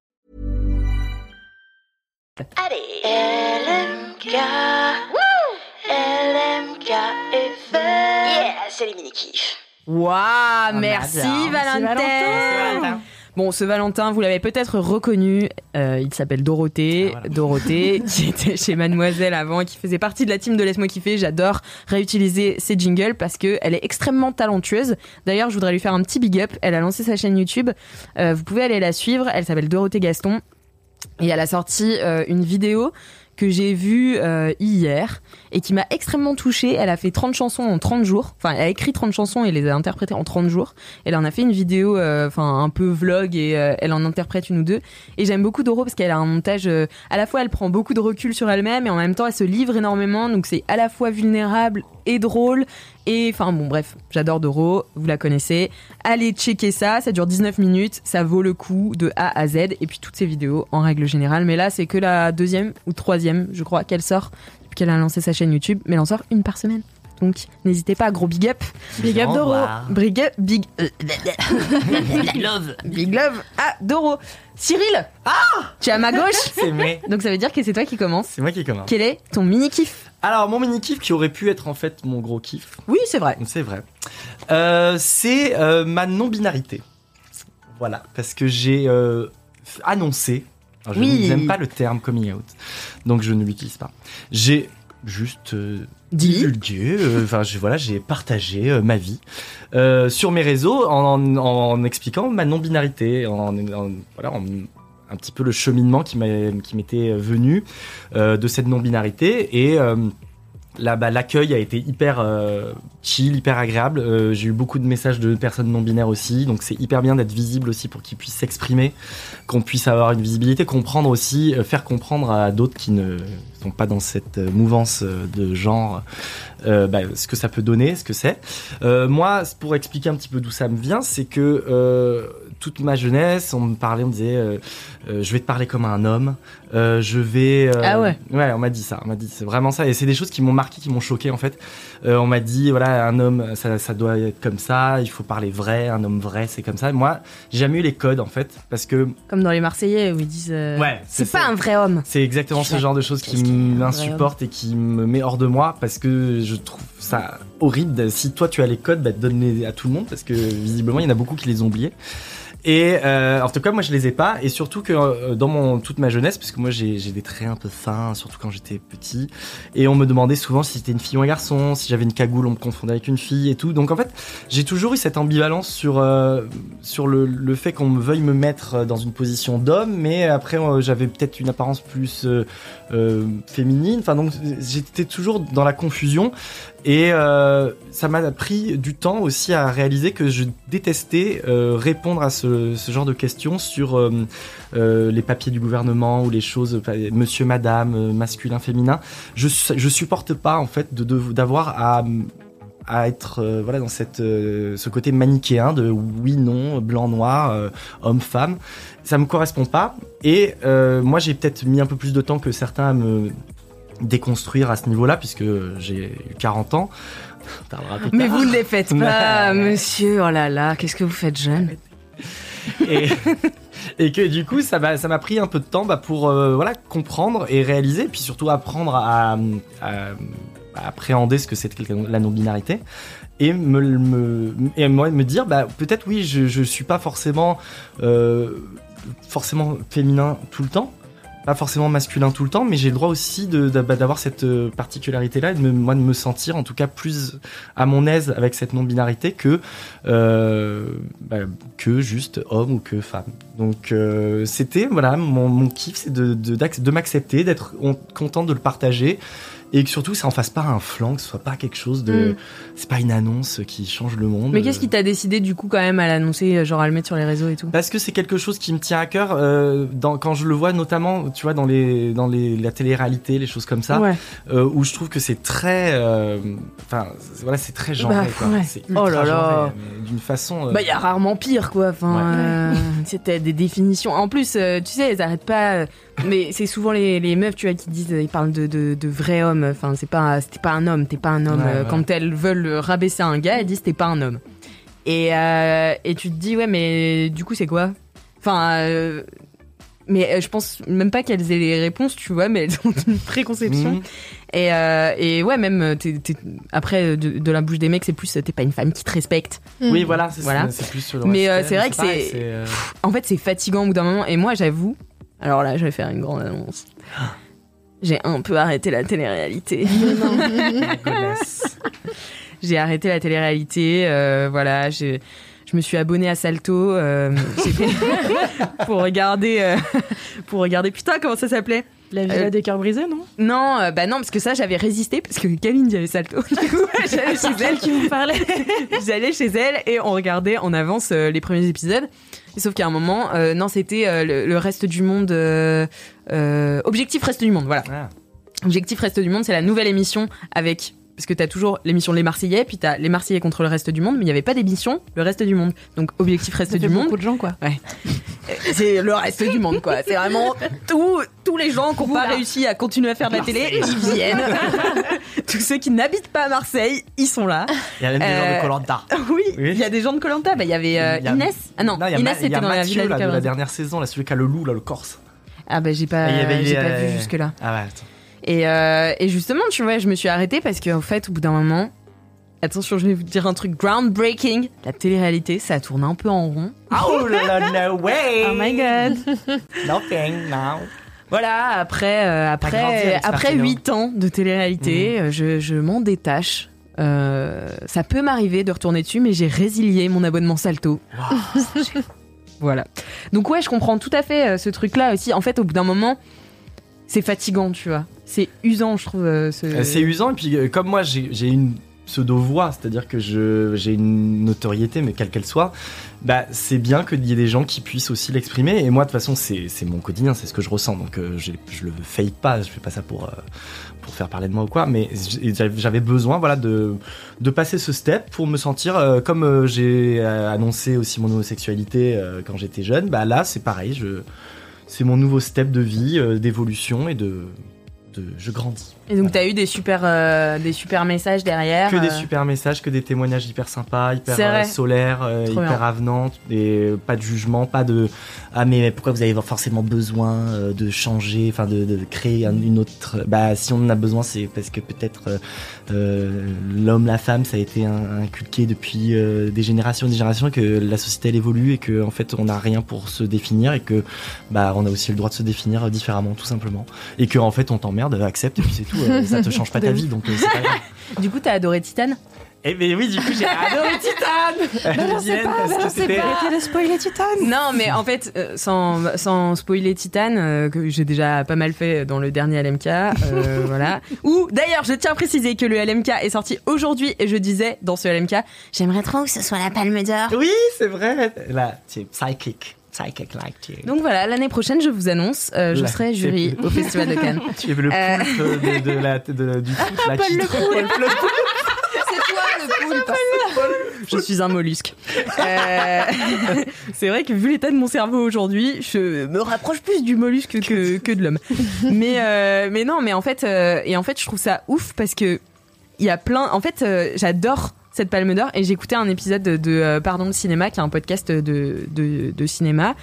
Speaker 3: Ah,
Speaker 1: Waouh, merci Valentin. Bon, ce Valentin, vous l'avez peut-être reconnu, euh, il s'appelle Dorothée.
Speaker 3: Ah, voilà.
Speaker 1: Dorothée, qui était chez Mademoiselle avant, qui faisait partie de la team de Laisse-moi kiffer. J'adore réutiliser ses jingles parce qu'elle est extrêmement talentueuse. D'ailleurs, je voudrais lui faire un petit big up. Elle a lancé sa chaîne YouTube. Euh, vous pouvez aller la suivre. Elle s'appelle Dorothée Gaston. Et elle a sorti euh, une vidéo que j'ai vue euh, hier et qui m'a extrêmement touchée. Elle a fait 30 chansons en 30 jours. Enfin, elle a écrit 30 chansons et les a interprétées en 30 jours. Elle en a fait une vidéo, euh, enfin un peu vlog et euh, elle en interprète une ou deux. Et j'aime beaucoup Doro parce qu'elle a un montage. euh, à la fois, elle prend beaucoup de recul sur elle-même et en même temps, elle se livre énormément. Donc c'est à la fois vulnérable et drôle. Et enfin bon, bref, j'adore Doro. Vous la connaissez. Allez checker ça. Ça dure 19 minutes. Ça vaut le coup de A à Z. Et puis toutes ces vidéos en règle générale. Mais là, c'est que la deuxième ou troisième, je crois, qu'elle sort depuis qu'elle a lancé sa chaîne YouTube. Mais elle en sort une par semaine. Donc n'hésitez pas. Gros big up.
Speaker 2: Big up
Speaker 3: Au
Speaker 2: Doro.
Speaker 3: revoir.
Speaker 1: Big up, big. euh, love. Big love à Doro. Cyril Ah Tu es à ma gauche
Speaker 3: C'est moi.
Speaker 1: Donc ça veut dire que c'est toi qui commence.
Speaker 3: C'est moi qui commence.
Speaker 1: Quel est ton mini-kiff
Speaker 3: Alors, mon mini-kiff qui aurait pu être en fait mon gros kiff,
Speaker 1: Oui, c'est vrai.
Speaker 3: c'est vrai, Euh, c'est euh, ma non-binarité. Voilà, parce que j'ai euh, annoncé, alors, je
Speaker 1: Oui.
Speaker 3: n'aime pas le terme coming out, donc je ne l'utilise pas. J'ai juste euh,
Speaker 1: Dis.
Speaker 3: divulgué, euh, enfin je- voilà, j'ai partagé euh, ma vie euh, sur mes réseaux en, en- en expliquant ma non-binarité, en, en- voilà, en- un petit peu le cheminement qui m'a- qui m'était venu euh, de cette non-binarité et euh, là, bah, l'accueil a été hyper euh, chill, hyper agréable. Euh, j'ai eu beaucoup de messages de personnes non binaires aussi, donc c'est hyper bien d'être visible aussi pour qu'ils puissent s'exprimer, qu'on puisse avoir une visibilité, comprendre aussi, euh, faire comprendre à d'autres qui ne sont pas dans cette euh, mouvance euh, de genre euh, bah, ce que ça peut donner, ce que c'est. Euh, moi, pour expliquer un petit peu d'où ça me vient, c'est que euh, toute ma jeunesse, on me parlait, on me disait, euh, euh, je vais te parler comme un homme, euh, je vais. euh,
Speaker 1: Ah ouais.
Speaker 3: Ouais, on m'a dit ça, on m'a dit, c'est vraiment ça, et c'est des choses qui m'ont marqué, qui m'ont choqué en fait. Euh, on m'a dit, voilà, un homme, ça, ça doit être comme ça, il faut parler vrai, un homme vrai, c'est comme ça. Et moi, j'ai jamais eu les codes en fait, parce que
Speaker 1: Comme dans les Marseillais où ils disent. euh,
Speaker 3: Ouais, c'est
Speaker 1: c'est pas
Speaker 3: ça.
Speaker 1: un vrai homme.
Speaker 3: c'est exactement ce genre de choses qui
Speaker 1: Qu'est-ce qu'il y a, un vrai
Speaker 3: m'insupporte et qui me met hors de moi parce que je trouve ça horrible. Si toi tu as les codes, bah, donne-les à tout le monde parce que visiblement il y en a beaucoup qui les ont oubliés. Et euh, en tout cas, moi, je les ai pas. Et surtout que euh, dans mon, toute ma jeunesse, parce que moi, j'ai j'ai des traits un peu fins, surtout quand j'étais petit. Et on me demandait souvent si j'étais une fille ou un garçon, si j'avais une cagoule, on me confondait avec une fille et tout. Donc en fait, j'ai toujours eu cette ambivalence sur, euh, sur le, le fait qu'on me veuille me mettre euh, dans une position d'homme, mais après, euh, j'avais peut-être une apparence plus euh, euh, féminine. Enfin, donc j'étais toujours dans la confusion. Et euh, ça m'a pris du temps aussi à réaliser que je détestais euh, répondre à ce, ce genre de questions sur euh, euh, les papiers du gouvernement ou les choses, enfin, monsieur, madame, euh, masculin, féminin. Je, su- je supporte pas en fait de- de- d'avoir à à être euh, voilà dans cette euh, ce côté manichéen de oui non blanc noir euh, homme femme ça me correspond pas et euh, moi j'ai peut-être mis un peu plus de temps que certains à me déconstruire à ce niveau-là puisque j'ai eu 40 ans On parlera plus
Speaker 1: Mais
Speaker 3: tard.
Speaker 1: vous ne les faites pas, monsieur. Oh là là, qu'est-ce que vous faites jeune
Speaker 3: et, et que du coup ça m'a ça m'a pris un peu de temps bah, pour euh, voilà comprendre et réaliser puis surtout apprendre à, à- à appréhender ce que c'est que la non-binarité et me, me- et moi me dire bah peut-être oui je je suis pas forcément euh, forcément féminin tout le temps pas forcément masculin tout le temps, mais j'ai le droit aussi de- d'a- bah, d'avoir cette particularité là et de me, moi de me sentir en tout cas plus à mon aise avec cette non-binarité que euh, bah, que juste homme ou que femme. Donc euh, c'était voilà mon, mon kiff, c'est de de, d'acc- de m'accepter, d'être on- content de le partager. Et que surtout, ça en fasse pas un flanc, que ce soit pas quelque chose de.
Speaker 1: Mm.
Speaker 3: C'est pas une annonce qui change le monde.
Speaker 1: Mais qu'est-ce qui t'a décidé du coup quand même à l'annoncer, euh, genre à le mettre sur les réseaux et tout
Speaker 3: Parce que c'est quelque chose qui me tient à cœur euh, dans, quand je le vois notamment, tu vois, dans les dans les la télé-réalité, les choses comme ça,
Speaker 1: Ouais.
Speaker 3: euh, où je trouve que c'est très, euh, enfin c'est- voilà, c'est très genré.
Speaker 1: Bah,
Speaker 3: quoi.
Speaker 1: ouais.
Speaker 3: C'est
Speaker 1: Oh là
Speaker 3: ultra
Speaker 1: là.
Speaker 3: genré, mais d'une façon. euh,
Speaker 1: Bah, il y a rarement pire, quoi. Enfin,
Speaker 3: Ouais.
Speaker 1: euh, c'était des définitions. En plus, euh, tu sais, elles arrêtent pas. euh, Mais c'est souvent les, les meufs, tu vois, qui disent, euh, ils parlent de, de, de vrai homme. Enfin, c'est pas, c'était pas un homme, t'es pas un homme.
Speaker 5: Ouais,
Speaker 1: Euh,
Speaker 5: ouais.
Speaker 1: Quand elles veulent euh, rabaisser un gars, elles disent, t'es pas un homme. Et, euh, et tu te dis, ouais, mais du coup, c'est quoi Enfin. euh, mais euh, je pense même pas qu'elles aient les réponses, tu vois, mais elles ont une préconception.
Speaker 5: Mhm.
Speaker 1: Et, euh, et ouais, même euh, t'es- t'es- après, de, de la bouche des mecs, c'est plus euh, t'es pas une femme qui te respecte.
Speaker 4: Hmm.
Speaker 3: Oui, voilà, c'est- c'est plus sur le
Speaker 1: Mais euh,
Speaker 3: respect,
Speaker 1: c'est
Speaker 3: mais
Speaker 1: vrai que
Speaker 3: c'est pareil,
Speaker 1: c'est.
Speaker 3: c'est, euh,
Speaker 1: Pff, En fait, c'est fatigant au bout d'un moment. Et moi, j'avoue. Alors là, je vais faire une grande annonce. J'ai un peu arrêté la télé-réalité. J'ai arrêté la télé-réalité. euh, voilà, j'ai- Je me suis abonnée à Salto euh, c'était pour regarder, euh, pour regarder. Putain, comment ça s'appelait
Speaker 2: La Villa des
Speaker 1: cœurs brisés, non Non, euh, bah non, parce que ça, j'avais résisté parce que Camille avait Salto. Du coup, j'allais chez elle qui vous parlait. J'allais chez elle et on regardait en avance euh, les premiers épisodes. Et Sauf qu'à un moment, euh, non, c'était euh, le, le reste du monde. euh, euh, Objectif reste du monde, voilà. Objectif Reste du Monde, c'est la nouvelle émission avec. Parce que t'as toujours l'émission Les Marseillais, puis t'as Les Marseillais contre le reste du monde, mais il n'y avait pas d'émission Le reste du monde. Donc Objectif Reste
Speaker 2: Ça fait
Speaker 1: du Monde.
Speaker 2: beaucoup de gens, quoi.
Speaker 1: Ouais. Euh, C'est le reste du monde, quoi. C'est vraiment tous- tous les gens qui n'ont pas réussi à continuer à faire de la télé,
Speaker 3: Marseille.
Speaker 1: ils viennent. tous ceux qui n'habitent pas à Marseille, ils sont là.
Speaker 3: Il y a même des gens de
Speaker 1: Euh,
Speaker 3: Colanta.
Speaker 1: Oui, il y a des gens de Colanta. Bah, il y avait euh,
Speaker 3: Il y a-
Speaker 1: Inès. Ah non,
Speaker 3: Non, il y a Ma-
Speaker 1: Inès
Speaker 3: il y
Speaker 1: était
Speaker 3: a
Speaker 1: dans la
Speaker 3: Mathieu,
Speaker 1: villa
Speaker 3: là,
Speaker 1: des
Speaker 3: de la
Speaker 1: Carottes.
Speaker 3: dernière saison, là, celui qui a le loup, là, le Corse.
Speaker 1: Ah bah j'ai
Speaker 3: Et il y
Speaker 1: pas,
Speaker 3: avait-
Speaker 1: j'ai pas
Speaker 3: euh,
Speaker 1: vu jusque là.
Speaker 3: Ah ouais. attends.
Speaker 1: Et, euh, et justement, tu vois, je me suis arrêtée parce qu'en fait, au bout d'un moment, attention, je vais vous dire un truc groundbreaking. La télé-réalité, ça tourne un peu en rond.
Speaker 3: Oh là là, no way!
Speaker 1: Oh my god!
Speaker 3: Nothing now.
Speaker 1: Voilà, après, euh,
Speaker 3: grandi
Speaker 1: après,
Speaker 3: avec
Speaker 1: après
Speaker 3: Smartino.
Speaker 1: 8 ans de télé-réalité, euh, je, je m'en détache. Euh, ça peut m'arriver de retourner dessus, mais j'ai résilié mon abonnement Salto. voilà. Donc ouais, je comprends tout à fait euh, ce truc-là aussi. En fait, au bout d'un moment, c'est fatigant, tu vois. C'est usant, je trouve. euh, ce...
Speaker 3: Euh, C'est usant, et puis euh, comme moi, j'ai j'ai une pseudo-voix, c'est-à-dire que je- j'ai une notoriété, mais quelle qu'elle soit, bah, c'est bien qu'il y ait des gens qui puissent aussi l'exprimer. Et moi, de toute façon, c'est c'est mon quotidien, c'est ce que je ressens, donc euh, j'ai- je le fake pas, je fais pas ça pour, euh, pour faire parler de moi ou quoi, mais j'ai- j'avais besoin voilà, de, de passer ce step pour me sentir, euh, comme euh, j'ai euh, annoncé aussi mon homosexualité euh, quand j'étais jeune, bah là, c'est pareil, je... c'est mon nouveau step de vie, euh, d'évolution et de de- je grandis.
Speaker 1: Et donc, t'as eu des super, euh, des super messages derrière.
Speaker 3: Que des
Speaker 1: euh,
Speaker 3: super messages, que des témoignages hyper sympas, hyper
Speaker 1: C'est
Speaker 3: euh,
Speaker 1: vrai.
Speaker 3: solaires, euh,
Speaker 1: Trop
Speaker 3: hyper
Speaker 1: bien.
Speaker 3: avenants, et euh, pas de jugement, pas de ah mais pourquoi vous avez forcément besoin euh, de changer, enfin de, de créer un- une autre. Bah si on en a besoin, c'est parce que peut-être euh, euh, l'homme, la femme, ça a été un- inculqué depuis euh, des générations, et des générations, que la société elle évolue et que en fait on n'a rien pour se définir et que bah on a aussi le droit de se définir euh, différemment, tout simplement, et que en fait on t'emmerde, accepte et puis c'est tout, euh, ça te change pas ta vie donc euh, c'est pas grave.
Speaker 1: du coup, t'as adoré Titan
Speaker 3: Eh ben oui, du coup, j'ai adoré Titan Vienne, parce que c'était-
Speaker 1: de spoiler Titan Non, mais en fait, euh, sans, sans spoiler Titan, euh, que j'ai déjà pas mal fait dans le dernier LMK, euh, voilà. Ou d'ailleurs, je tiens à préciser que le LMK est sorti aujourd'hui et je disais dans ce LMK, j'aimerais trop que ce soit la palme d'or.
Speaker 3: Oui, c'est vrai Là, c'est psychic. Psychic like you.
Speaker 1: Donc voilà, l'année prochaine, je vous annonce, euh, je
Speaker 3: Là,
Speaker 1: serai
Speaker 3: c'est-
Speaker 1: jury au Festival de Cannes.
Speaker 3: Tu es le
Speaker 1: Euh,
Speaker 3: poulpe de, de la, de- du foot, là, qui-
Speaker 5: C'est toi le poulpe.
Speaker 1: Je suis un mollusque. Euh, c'est vrai que vu l'état de mon cerveau aujourd'hui, je me rapproche plus du mollusque que, que de l'homme. Mais, euh, mais non, mais en fait, euh, et en fait, je trouve ça ouf parce que il y a plein. En fait, euh, j'adore cette Palme d'Or et j'écoutais un épisode de, de, euh, Pardon le cinéma, qui est un podcast de, de, de cinéma.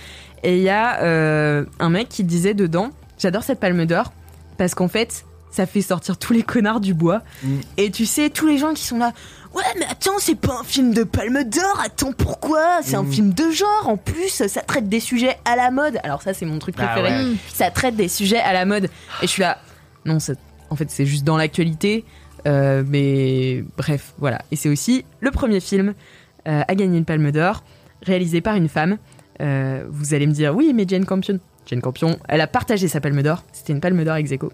Speaker 1: Et il y a euh, un mec qui disait dedans J'adore cette Palme d'Or parce qu'en fait, ça fait sortir tous les connards du bois. Et tu sais, tous les gens qui sont là. Ouais, mais attends, c'est pas un film de Palme d'Or, attends pourquoi C'est un
Speaker 5: Mm.
Speaker 1: film de genre, en plus, ça traite des sujets à la mode. Alors, ça, c'est mon truc
Speaker 5: Ah
Speaker 1: préféré.
Speaker 5: ouais.
Speaker 1: Ça traite des sujets à la mode. Et je suis là, non, ça- en fait, c'est juste dans l'actualité. Euh, mais bref, voilà. Et c'est aussi le premier film euh, à gagner une Palme d'Or, réalisé par une femme. Euh, vous allez me dire, oui, mais Jane Campion. Jane Campion, elle a partagé sa Palme d'Or. C'était une Palme d'Or ex aequo.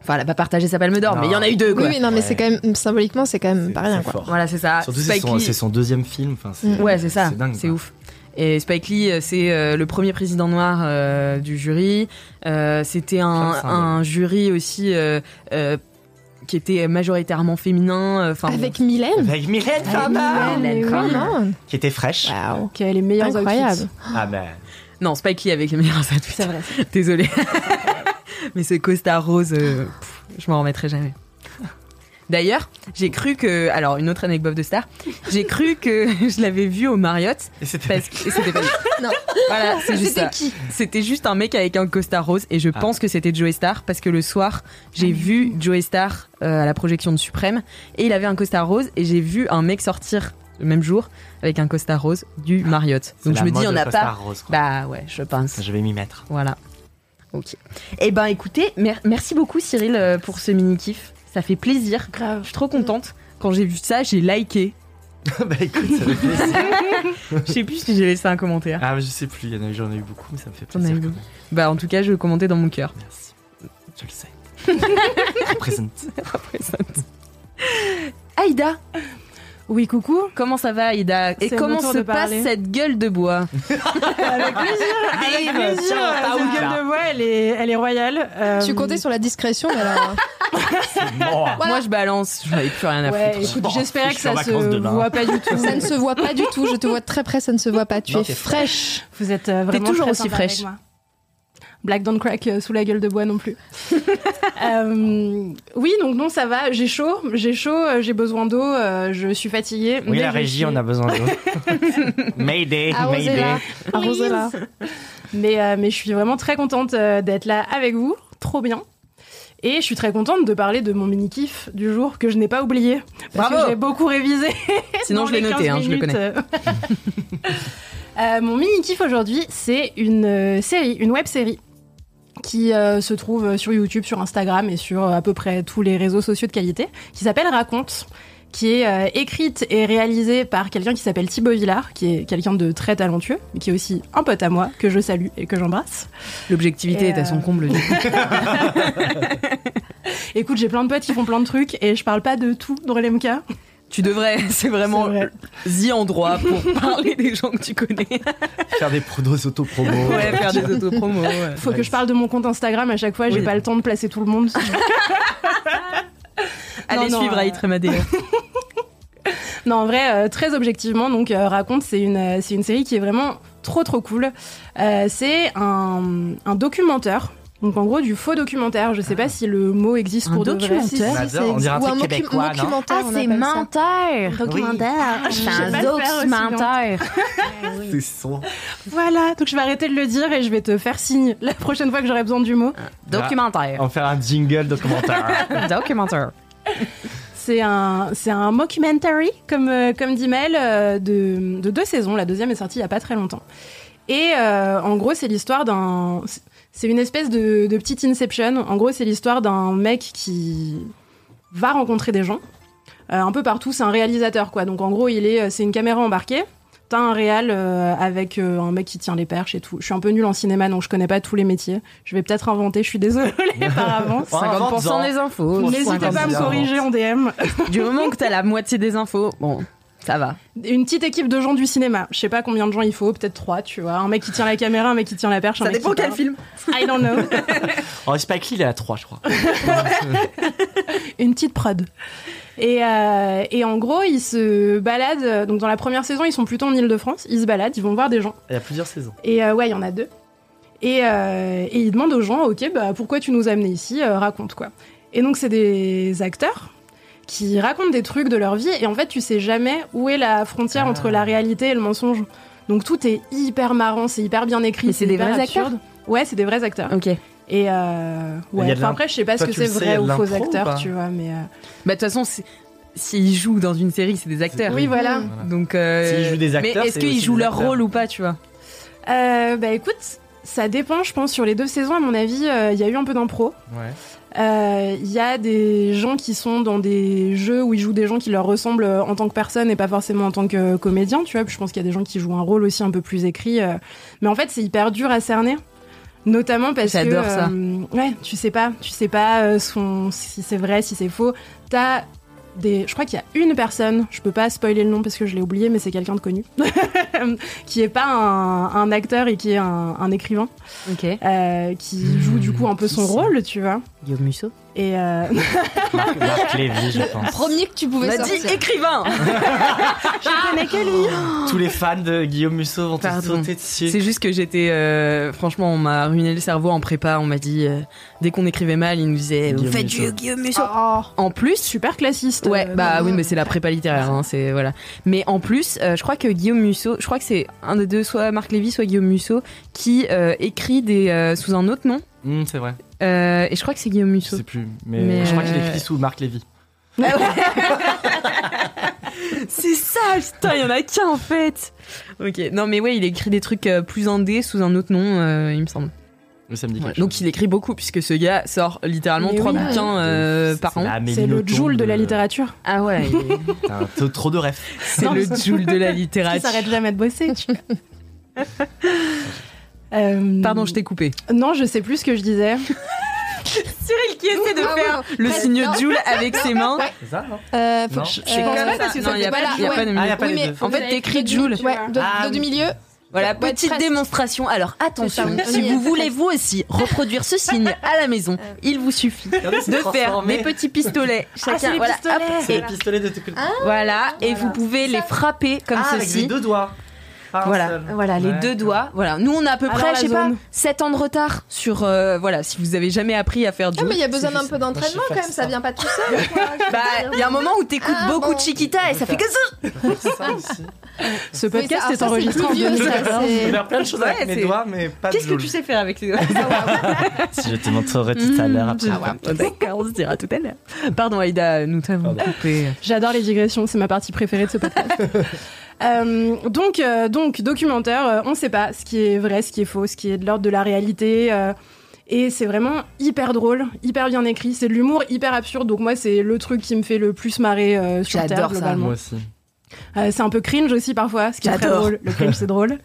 Speaker 1: Enfin, elle a pas partagé sa Palme d'Or, mais il y en a eu deux, quoi.
Speaker 4: Oui, oui, non, mais c'est quand même, symboliquement, c'est quand même pas rien,
Speaker 3: c'est
Speaker 4: quoi.
Speaker 3: fort.
Speaker 1: Voilà, c'est ça.
Speaker 3: Surtout, c'est
Speaker 1: Spike
Speaker 3: son,
Speaker 1: Lee-
Speaker 3: c'est son deuxième film. Enfin, c'est-
Speaker 1: Ouais, c'est ça.
Speaker 3: dingue,
Speaker 1: C'est
Speaker 3: quoi.
Speaker 1: ouf. Et Spike Lee, euh, c'est euh, le premier président noir euh, du jury. Euh, C'était un,
Speaker 5: Sympa.
Speaker 1: un jury aussi euh, euh, qui était majoritairement féminin. euh, Enfin, Ah,
Speaker 4: Avec Mylène
Speaker 3: Avec Mylène Farmer
Speaker 4: Mylène, mais oui, non.
Speaker 3: Qui était fraîche.
Speaker 4: Qui a les meilleurs Incroyable.
Speaker 3: Ah ben.
Speaker 1: Non, Spike Lee avec les meilleurs outfits. Désolé. Mais ce costard rose, euh, pff, je m'en remettrai jamais. D'ailleurs, j'ai cru que. Alors, une autre anecdote de star. J'ai cru que je l'avais vu au Marriott.
Speaker 3: Et c'était
Speaker 1: parce que- et c'était pas lui. Voilà, c'est juste
Speaker 5: C'était
Speaker 1: ça.
Speaker 5: qui
Speaker 1: C'était juste un mec avec un costard rose et je
Speaker 5: Ah.
Speaker 1: pense que c'était Joey Star parce que le soir, j'ai vu Joey Star euh, à la projection de Suprême et il avait un costard rose et j'ai vu un mec sortir le même jour avec un costard rose du Marriott. Donc
Speaker 3: Ah, la
Speaker 1: je me dis,
Speaker 3: mode
Speaker 1: on n'a pas.
Speaker 3: costard rose, quoi.
Speaker 1: bah ouais, je pense.
Speaker 3: Je vais m'y mettre.
Speaker 1: Voilà. Ok. Eh ben écoutez, mer- merci beaucoup Cyril euh, pour ce mini kiff. Ça fait plaisir. Je suis trop contente. Quand j'ai vu ça, j'ai liké.
Speaker 3: bah écoute, ça fait plaisir.
Speaker 1: Je sais plus si j'ai laissé un commentaire.
Speaker 3: Ah, je sais plus, il y en a eu, j'en ai eu beaucoup, mais ça me fait
Speaker 1: T'en as
Speaker 3: plaisir.
Speaker 1: eu beaucoup. Bah en tout cas, je commentais dans mon cœur.
Speaker 3: Merci. Je le sais. Représente.
Speaker 1: Représente. Aïda Oui, coucou. Comment ça va, Aïda Et
Speaker 2: C'est
Speaker 1: comment
Speaker 2: mon tour
Speaker 1: se
Speaker 2: de
Speaker 1: passe
Speaker 2: parler.
Speaker 1: cette gueule de bois
Speaker 2: Avec plaisir, avec
Speaker 1: Arrive,
Speaker 2: plaisir.
Speaker 1: tiens, ah,
Speaker 2: euh,
Speaker 1: ta
Speaker 2: cette
Speaker 1: houille,
Speaker 2: gueule
Speaker 1: là.
Speaker 2: de bois, elle est, elle est royale. euh,
Speaker 4: Tu comptais sur la discrétion, mais alors. euh,
Speaker 3: Moi,
Speaker 1: Moi, je balance. J'en avais plus rien à
Speaker 2: Ouais,
Speaker 1: foutre.
Speaker 2: écoute, j'espérais que ça se voit pas du tout.
Speaker 4: Ça ne se voit pas du tout. Je te vois de très près, ça ne se voit pas. Tu
Speaker 2: Non,
Speaker 4: es
Speaker 2: t'es
Speaker 4: fraîche.
Speaker 2: Vous êtes euh, vraiment
Speaker 4: toujours
Speaker 2: très
Speaker 4: aussi
Speaker 2: sympa
Speaker 4: fraîche.
Speaker 2: avec moi. Black don't crack euh, sous la gueule de bois non plus. Euh, oui, donc non, ça va. J'ai chaud, j'ai chaud, euh, j'ai besoin d'eau, euh, je suis fatiguée.
Speaker 3: Oui,
Speaker 2: mais
Speaker 3: la
Speaker 2: je
Speaker 3: régie,
Speaker 2: suis-
Speaker 3: on a besoin d'eau. mayday,
Speaker 1: Ah,
Speaker 3: mayday.
Speaker 2: Arrosez-la. Arrosez-la. Mais, euh, mais je suis vraiment très contente euh, d'être là avec vous. Trop bien. Et je suis très contente de parler de mon mini-kiff du jour que je n'ai pas oublié. Parce
Speaker 1: Bravo.
Speaker 2: que j'ai beaucoup révisé.
Speaker 1: Sinon,
Speaker 2: dans
Speaker 1: je l'ai
Speaker 2: les
Speaker 1: noté,
Speaker 2: 15
Speaker 1: hein, je le
Speaker 2: minutes,
Speaker 1: connais.
Speaker 2: euh. Euh, mon mini-kiff aujourd'hui, c'est une euh, série, une web-série qui euh, se trouve sur YouTube, sur Instagram et sur euh, à peu près tous les réseaux sociaux de qualité, qui s'appelle Raconte, qui est euh, écrite et réalisée par quelqu'un qui s'appelle Thibaut Villard, qui est quelqu'un de très talentueux, mais qui est aussi un pote à moi, que je salue et que j'embrasse.
Speaker 1: L'objectivité
Speaker 2: Et,
Speaker 1: est à son
Speaker 2: euh,
Speaker 1: comble. du coup.
Speaker 2: Écoute, j'ai plein de potes qui font plein de trucs et je parle pas de tout dans l'MK.
Speaker 1: tu devrais. C'est vraiment the endroit pour parler des gens que tu connais.
Speaker 3: Faire des prodos auto-promos.
Speaker 1: Ouais, faire des autopromos. ouais.
Speaker 2: Faut que je parle de mon compte Instagram à chaque fois, j'ai
Speaker 1: Oui.
Speaker 2: pas le temps de placer tout le monde.
Speaker 1: Allez
Speaker 2: Non, non,
Speaker 1: suivre
Speaker 2: euh,
Speaker 1: Aït Remadea.
Speaker 2: Non, en vrai, euh, très objectivement, donc euh, raconte, c'est une, euh, c'est une série qui est vraiment trop trop cool. Euh, c'est un, un documentaire Donc en gros du faux documentaire, je sais pas si le mot existe pour de vrai.
Speaker 5: Ah. documentaire
Speaker 2: Si, si,
Speaker 5: On
Speaker 2: ça
Speaker 5: adore, on
Speaker 2: existe.
Speaker 5: dirait un
Speaker 2: Ou
Speaker 5: truc
Speaker 2: mocu-
Speaker 5: québécois, non
Speaker 2: mockumentaire,
Speaker 5: Ah,
Speaker 2: on
Speaker 5: c'est
Speaker 2: appelle ça.
Speaker 5: menteur.
Speaker 2: Oui. Ah,
Speaker 5: Documentaire.
Speaker 2: Je
Speaker 5: C'est
Speaker 2: sais
Speaker 5: un
Speaker 2: pas le faire aussi hein. longtemps.
Speaker 5: menteur.
Speaker 3: C'est son.
Speaker 2: Voilà, donc je vais arrêter de le dire et je vais te faire signe la prochaine fois que j'aurai besoin du mot.
Speaker 3: On va faire un jingle documentaire.
Speaker 1: documentaire.
Speaker 2: C'est un, c'est un mockumentary, comme, euh, comme dit Mel, euh, de, de deux saisons. La deuxième est sortie il n'y a pas très longtemps. Et euh, en gros, c'est l'histoire d'un. C'est une espèce de, de petite Inception. En gros, c'est l'histoire d'un mec qui va rencontrer des gens. Euh, un peu partout, c'est un réalisateur, quoi. Donc en gros, il est, euh, c'est une caméra embarquée. T'as un réal euh, avec euh, un mec qui tient les perches et tout. Je suis un peu nulle en cinéma, donc je connais pas tous les métiers. Je vais peut-être inventer, je suis désolée par avance.
Speaker 1: 50% des infos.
Speaker 2: N'hésitez pas à me corriger en DM.
Speaker 1: Du moment que t'as la moitié des infos, bon, ça va.
Speaker 2: Une petite équipe de gens du cinéma. Je sais pas combien de gens il faut, peut-être trois, tu vois. Un mec qui tient la caméra, un mec qui tient la perche. un
Speaker 1: Ça
Speaker 2: mec
Speaker 1: dépend
Speaker 2: qui
Speaker 1: quel
Speaker 2: parle.
Speaker 1: film.
Speaker 2: I don't know.
Speaker 3: En Oh, Spike Lee, il est à 3, je crois.
Speaker 2: Une petite prod. Et, euh, et en gros, ils se baladent. Donc dans la première saison, ils sont plutôt en Ile-de-France. Ils se baladent, ils vont voir des gens.
Speaker 3: Il y a plusieurs saisons.
Speaker 2: Et euh, ouais, il y en a deux. Et, euh, et ils demandent aux gens, ok, bah, pourquoi tu nous as amenés ici Euh, Raconte quoi. Et donc c'est des acteurs qui racontent des trucs de leur vie et en fait tu sais jamais où est la frontière
Speaker 1: Ah.
Speaker 2: entre la réalité et le mensonge. Donc tout est hyper marrant, c'est hyper bien écrit.
Speaker 1: Mais c'est des
Speaker 2: hyper
Speaker 1: vrais
Speaker 2: absurde.
Speaker 1: acteurs Ah.
Speaker 2: Ouais, c'est des vrais acteurs.
Speaker 1: Ok.
Speaker 2: Et euh,
Speaker 1: Il y
Speaker 2: ouais,
Speaker 1: a de
Speaker 2: enfin,
Speaker 1: l'im-
Speaker 2: après je sais pas
Speaker 1: Toi,
Speaker 2: ce que
Speaker 1: tu le
Speaker 2: c'est
Speaker 1: sais, il y a
Speaker 2: vrai
Speaker 1: de
Speaker 2: ou faux
Speaker 1: l'impro ou
Speaker 2: acteurs,
Speaker 1: pas
Speaker 2: tu vois, mais. euh,
Speaker 1: Bah, de toute façon, c'est- s'ils jouent dans une série, c'est des acteurs.
Speaker 2: Oui, voilà.
Speaker 1: Donc, euh,
Speaker 3: S'ils jouent des
Speaker 1: Mais
Speaker 3: acteurs, c'est
Speaker 1: est-ce qu'ils
Speaker 3: aussi
Speaker 1: jouent
Speaker 3: des
Speaker 1: leur
Speaker 3: acteurs.
Speaker 1: rôle ou pas, tu vois
Speaker 2: Euh, bah écoute, ça dépend, je pense, sur les deux saisons, à mon avis, euh, il y a eu un peu d'impro.
Speaker 3: Ouais.
Speaker 2: Euh, Il y a des gens qui sont dans des jeux où ils jouent des gens qui leur ressemblent euh, en tant que personne et pas forcément en tant que euh, comédien, tu vois. Puis je pense qu'il y a des gens qui jouent un rôle aussi un peu plus écrit. euh. Mais en fait, c'est hyper dur à cerner. Notamment parce que.
Speaker 1: J'adore ça.
Speaker 2: euh, ouais, tu sais pas. Tu sais pas euh, son- si c'est vrai, si c'est faux. T'as des. Je crois qu'il y a une personne, je peux pas spoiler le nom parce que je l'ai oublié, mais c'est quelqu'un de connu. qui est pas un, un acteur et qui est un, un écrivain. Euh,
Speaker 1: Hmm,
Speaker 2: qui joue du coup un peu son rôle, tu vois.
Speaker 1: Guillaume Musso
Speaker 2: Et euh,
Speaker 3: Marc, Marc Lévy, je pense.
Speaker 2: premier que tu
Speaker 1: On a dit écrivain
Speaker 3: Ah,
Speaker 2: Je connais que lui.
Speaker 3: Tous les fans de Guillaume Musso vont te sauter dessus.
Speaker 1: Oh. C'est juste que j'étais. euh, franchement, on m'a ruiné le cerveau en prépa. On m'a dit. euh, dès qu'on écrivait mal, ils nous disaient Vous
Speaker 3: Guillaume
Speaker 1: faites
Speaker 3: Musso.
Speaker 1: du Guillaume Musso En plus.
Speaker 2: Super classiste. euh,
Speaker 1: Ouais, bah oui, mais c'est la prépa littéraire. hein, c'est, voilà. Mais en plus, euh, je crois que Guillaume Musso. Je crois que c'est un des deux, soit Marc Lévy, soit Guillaume Musso, qui euh, écrit des, euh, sous un autre nom.
Speaker 3: Hum, c'est vrai.
Speaker 1: Euh, et je crois que c'est Guillaume
Speaker 3: Je
Speaker 1: Musso.
Speaker 3: sais plus, mais,
Speaker 1: Mais,
Speaker 3: je crois qu'il
Speaker 1: euh,
Speaker 3: écrit sous Marc Lévy.
Speaker 1: C'est ça, putain, il y en a qu'un en fait. Ok, non mais ouais, il écrit des trucs euh, plus indés sous un autre nom, euh, il me semble.
Speaker 3: Le samedi.
Speaker 1: Ouais, donc il écrit beaucoup puisque ce gars sort littéralement
Speaker 2: Mais
Speaker 1: trois
Speaker 2: oui.
Speaker 1: bouquins euh, par an.
Speaker 3: la Amélie
Speaker 2: C'est le
Speaker 3: Nothomb
Speaker 2: Joule de la
Speaker 3: de-
Speaker 2: littérature.
Speaker 1: Ah ouais, il est-
Speaker 3: T'as un t- trop de rêves.
Speaker 1: c'est le Joule de la
Speaker 2: Qui
Speaker 1: littérature.
Speaker 2: s'arrête jamais de bosser. tu vois. Euh,
Speaker 1: Pardon, je t'ai coupé.
Speaker 2: Non, je sais plus ce que je disais.
Speaker 1: Cyril qui essaie de
Speaker 4: Ah ouais.
Speaker 1: faire le
Speaker 4: Ouais,
Speaker 1: signe
Speaker 4: non.
Speaker 1: Joule avec ses mains.
Speaker 3: C'est ça, non
Speaker 4: Euh, faut
Speaker 3: Non,
Speaker 4: que
Speaker 3: je-
Speaker 4: euh,
Speaker 1: comme ça.
Speaker 2: parce que
Speaker 1: Non,
Speaker 2: ça
Speaker 1: il n'y a
Speaker 2: fait
Speaker 1: pas
Speaker 2: pas
Speaker 1: il y a
Speaker 4: la-
Speaker 1: pas de
Speaker 3: Ah, y a pas
Speaker 4: Oui,
Speaker 3: les
Speaker 4: mais
Speaker 3: deux.
Speaker 4: en
Speaker 1: En fait,
Speaker 4: fait,
Speaker 1: t'écris Joule.
Speaker 4: ouais, dos,
Speaker 3: Ah,
Speaker 4: dos du
Speaker 3: oui.
Speaker 4: milieu.
Speaker 1: Voilà,
Speaker 4: Ouais,
Speaker 1: petite
Speaker 4: Bah, presque.
Speaker 1: démonstration. Alors attention,
Speaker 4: C'est ça.
Speaker 1: si vous
Speaker 4: Oui, presque.
Speaker 1: voulez vous aussi reproduire ce signe à la maison,
Speaker 4: Euh,
Speaker 1: il vous suffit
Speaker 3: Regardez, c'est
Speaker 1: de faire
Speaker 3: transformé.
Speaker 1: des petits pistolets.
Speaker 4: Ah,
Speaker 1: Chacun,
Speaker 2: les
Speaker 1: voilà,
Speaker 2: pistolets.
Speaker 1: hop,
Speaker 3: C'est
Speaker 1: et
Speaker 3: le pistolet de Tukul.
Speaker 1: voilà, et vous pouvez les frapper comme
Speaker 3: Ah, avec les
Speaker 1: ceci.
Speaker 3: deux doigts. Pas un
Speaker 1: Voilà,
Speaker 3: seul.
Speaker 1: voilà, les
Speaker 3: Ouais.
Speaker 1: deux doigts. Voilà, nous on a à peu
Speaker 2: Alors,
Speaker 1: près,
Speaker 2: la
Speaker 1: je sais pas,
Speaker 2: zone.
Speaker 1: 7 ans de retard sur, euh, voilà, si vous avez jamais appris à faire du.
Speaker 4: Ah, mais il y a besoin
Speaker 3: c'est
Speaker 4: d'un
Speaker 3: juste-
Speaker 4: peu d'entraînement
Speaker 3: Moi, je
Speaker 4: quand
Speaker 3: sais faire
Speaker 4: même, ça
Speaker 3: ça.
Speaker 4: vient pas tout seul. quoi, je veux
Speaker 1: Bah,
Speaker 4: dire.
Speaker 1: il y a un moment où t'écoutes
Speaker 4: Ah,
Speaker 1: beaucoup
Speaker 4: bon.
Speaker 1: de Chiquita et ça fait que ça.
Speaker 3: C'est ça aussi.
Speaker 2: Ce
Speaker 4: Oui,
Speaker 2: podcast
Speaker 4: ça-
Speaker 2: est
Speaker 4: alors ça,
Speaker 2: enregistré en
Speaker 4: plus vieux,
Speaker 2: 2016.
Speaker 4: ça,
Speaker 3: Je
Speaker 4: c'est-
Speaker 3: peux faire plein de choses
Speaker 1: Ouais,
Speaker 3: avec mes
Speaker 1: c'est-
Speaker 3: doigts, mais pas
Speaker 1: Qu'est-ce que
Speaker 3: de
Speaker 1: tu sais faire avec les doigts
Speaker 3: Je te montrerai tout à l'heure après.
Speaker 1: D'accord, on se dira tout à l'heure. Pardon, Aïda, nous t'avons
Speaker 3: Pardon.
Speaker 1: coupé.
Speaker 2: J'adore les digressions, c'est ma partie préférée de ce podcast. Euh, donc, euh, donc, documentaire, euh, on ne sait pas ce qui est vrai, ce qui est faux, ce qui est de l'ordre de la réalité. euh, et c'est vraiment hyper drôle, hyper bien écrit. C'est de l'humour hyper absurde. Donc moi, c'est le truc qui me fait le plus marrer euh, sur
Speaker 1: J'adore
Speaker 2: Terre,
Speaker 1: ça.
Speaker 2: globalement.
Speaker 3: Moi aussi.
Speaker 2: Euh, c'est un peu cringe aussi parfois, ce qui est très
Speaker 1: J'adore.
Speaker 2: drôle. Le cringe, c'est drôle.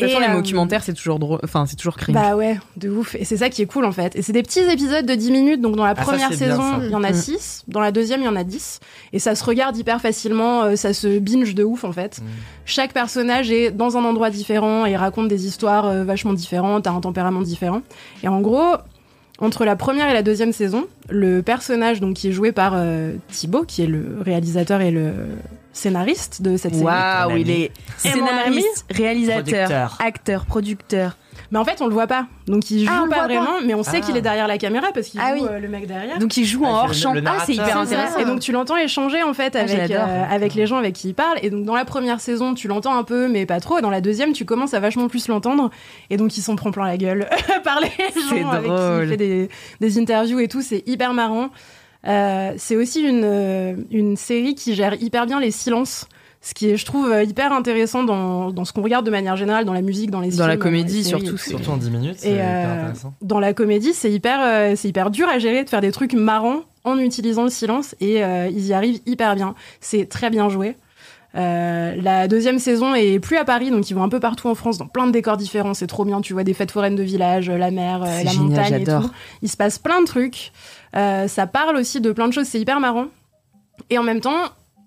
Speaker 1: De toute façon, les
Speaker 2: euh,
Speaker 1: documentaires, c'est toujours drôle. Enfin, c'est toujours cringe.
Speaker 2: Bah ouais, de ouf. Et c'est ça qui est cool en fait. Et c'est des petits épisodes de 10 minutes. Donc dans la
Speaker 3: Ah, ça,
Speaker 2: première
Speaker 3: c'est bien,
Speaker 2: saison,
Speaker 3: ça.
Speaker 2: il y en a
Speaker 1: Mm.
Speaker 2: 6. Dans la deuxième, il y en a 10. Et ça se regarde hyper facilement. euh, Ça se binge de ouf en fait.
Speaker 3: Mm.
Speaker 2: Chaque personnage est dans un endroit différent et raconte des histoires euh, vachement différentes, a un tempérament différent. Et en gros, entre la première et la deuxième saison, le personnage donc qui est joué par euh, Thibaut, qui est le réalisateur et le scénariste de cette série.
Speaker 1: Waouh, il est scénariste, réalisateur,
Speaker 2: Producteur.
Speaker 3: Ah,
Speaker 1: acteur, producteur.
Speaker 2: Mais en fait, on le voit pas. Donc il joue
Speaker 1: Ah, on le
Speaker 2: pas
Speaker 1: voit
Speaker 2: vraiment,
Speaker 1: pas.
Speaker 2: mais on sait
Speaker 1: Ah.
Speaker 2: qu'il est derrière la caméra parce qu'il
Speaker 1: Ah
Speaker 2: joue
Speaker 1: oui.
Speaker 2: euh, le mec derrière.
Speaker 1: Donc il joue en
Speaker 2: Ah,
Speaker 1: hors
Speaker 2: c'est
Speaker 1: champ.
Speaker 2: le- le
Speaker 1: Ah, c'est
Speaker 2: narrateur.
Speaker 1: hyper intéressant.
Speaker 2: Et donc tu l'entends échanger en fait
Speaker 1: Ah,
Speaker 2: avec,
Speaker 1: j'adore.
Speaker 2: euh, avec les gens avec qui il parle. Et donc dans la première saison, tu l'entends un peu, mais pas trop. Et dans la deuxième, tu commences à vachement plus l'entendre. Et donc ils s'en prend plein la gueule par les
Speaker 1: C'est
Speaker 2: gens avec qui
Speaker 1: drôle.
Speaker 2: il fait des, des interviews et tout. C'est hyper marrant. Euh, c'est aussi une, euh, une série qui gère hyper bien les silences. Ce qui est, je trouve, euh, hyper intéressant dans, dans ce qu'on regarde de manière générale, dans la musique, dans les
Speaker 1: Dans la
Speaker 2: films,
Speaker 1: comédie,
Speaker 2: les séries et
Speaker 1: surtout,
Speaker 2: tout.
Speaker 1: c'est-
Speaker 3: Surtout en 10 minutes, c'est
Speaker 2: Et
Speaker 3: hyper
Speaker 2: euh,
Speaker 3: intéressant.
Speaker 2: dans la comédie, c'est hyper, euh, c'est hyper dur à gérer de faire des trucs marrants en utilisant le silence et euh, ils y arrivent hyper bien. C'est très bien joué. Euh, la deuxième saison est plus à Paris, donc ils vont un peu partout en France, dans plein de décors différents. C'est trop bien, tu vois des fêtes foraines de village, euh, la mer, euh,
Speaker 1: C'est
Speaker 2: la
Speaker 1: génial,
Speaker 2: montagne et
Speaker 1: j'adore.
Speaker 2: tout. Il se passe plein de trucs. Euh, ça parle aussi de plein de choses, c'est hyper marrant. Et en même temps,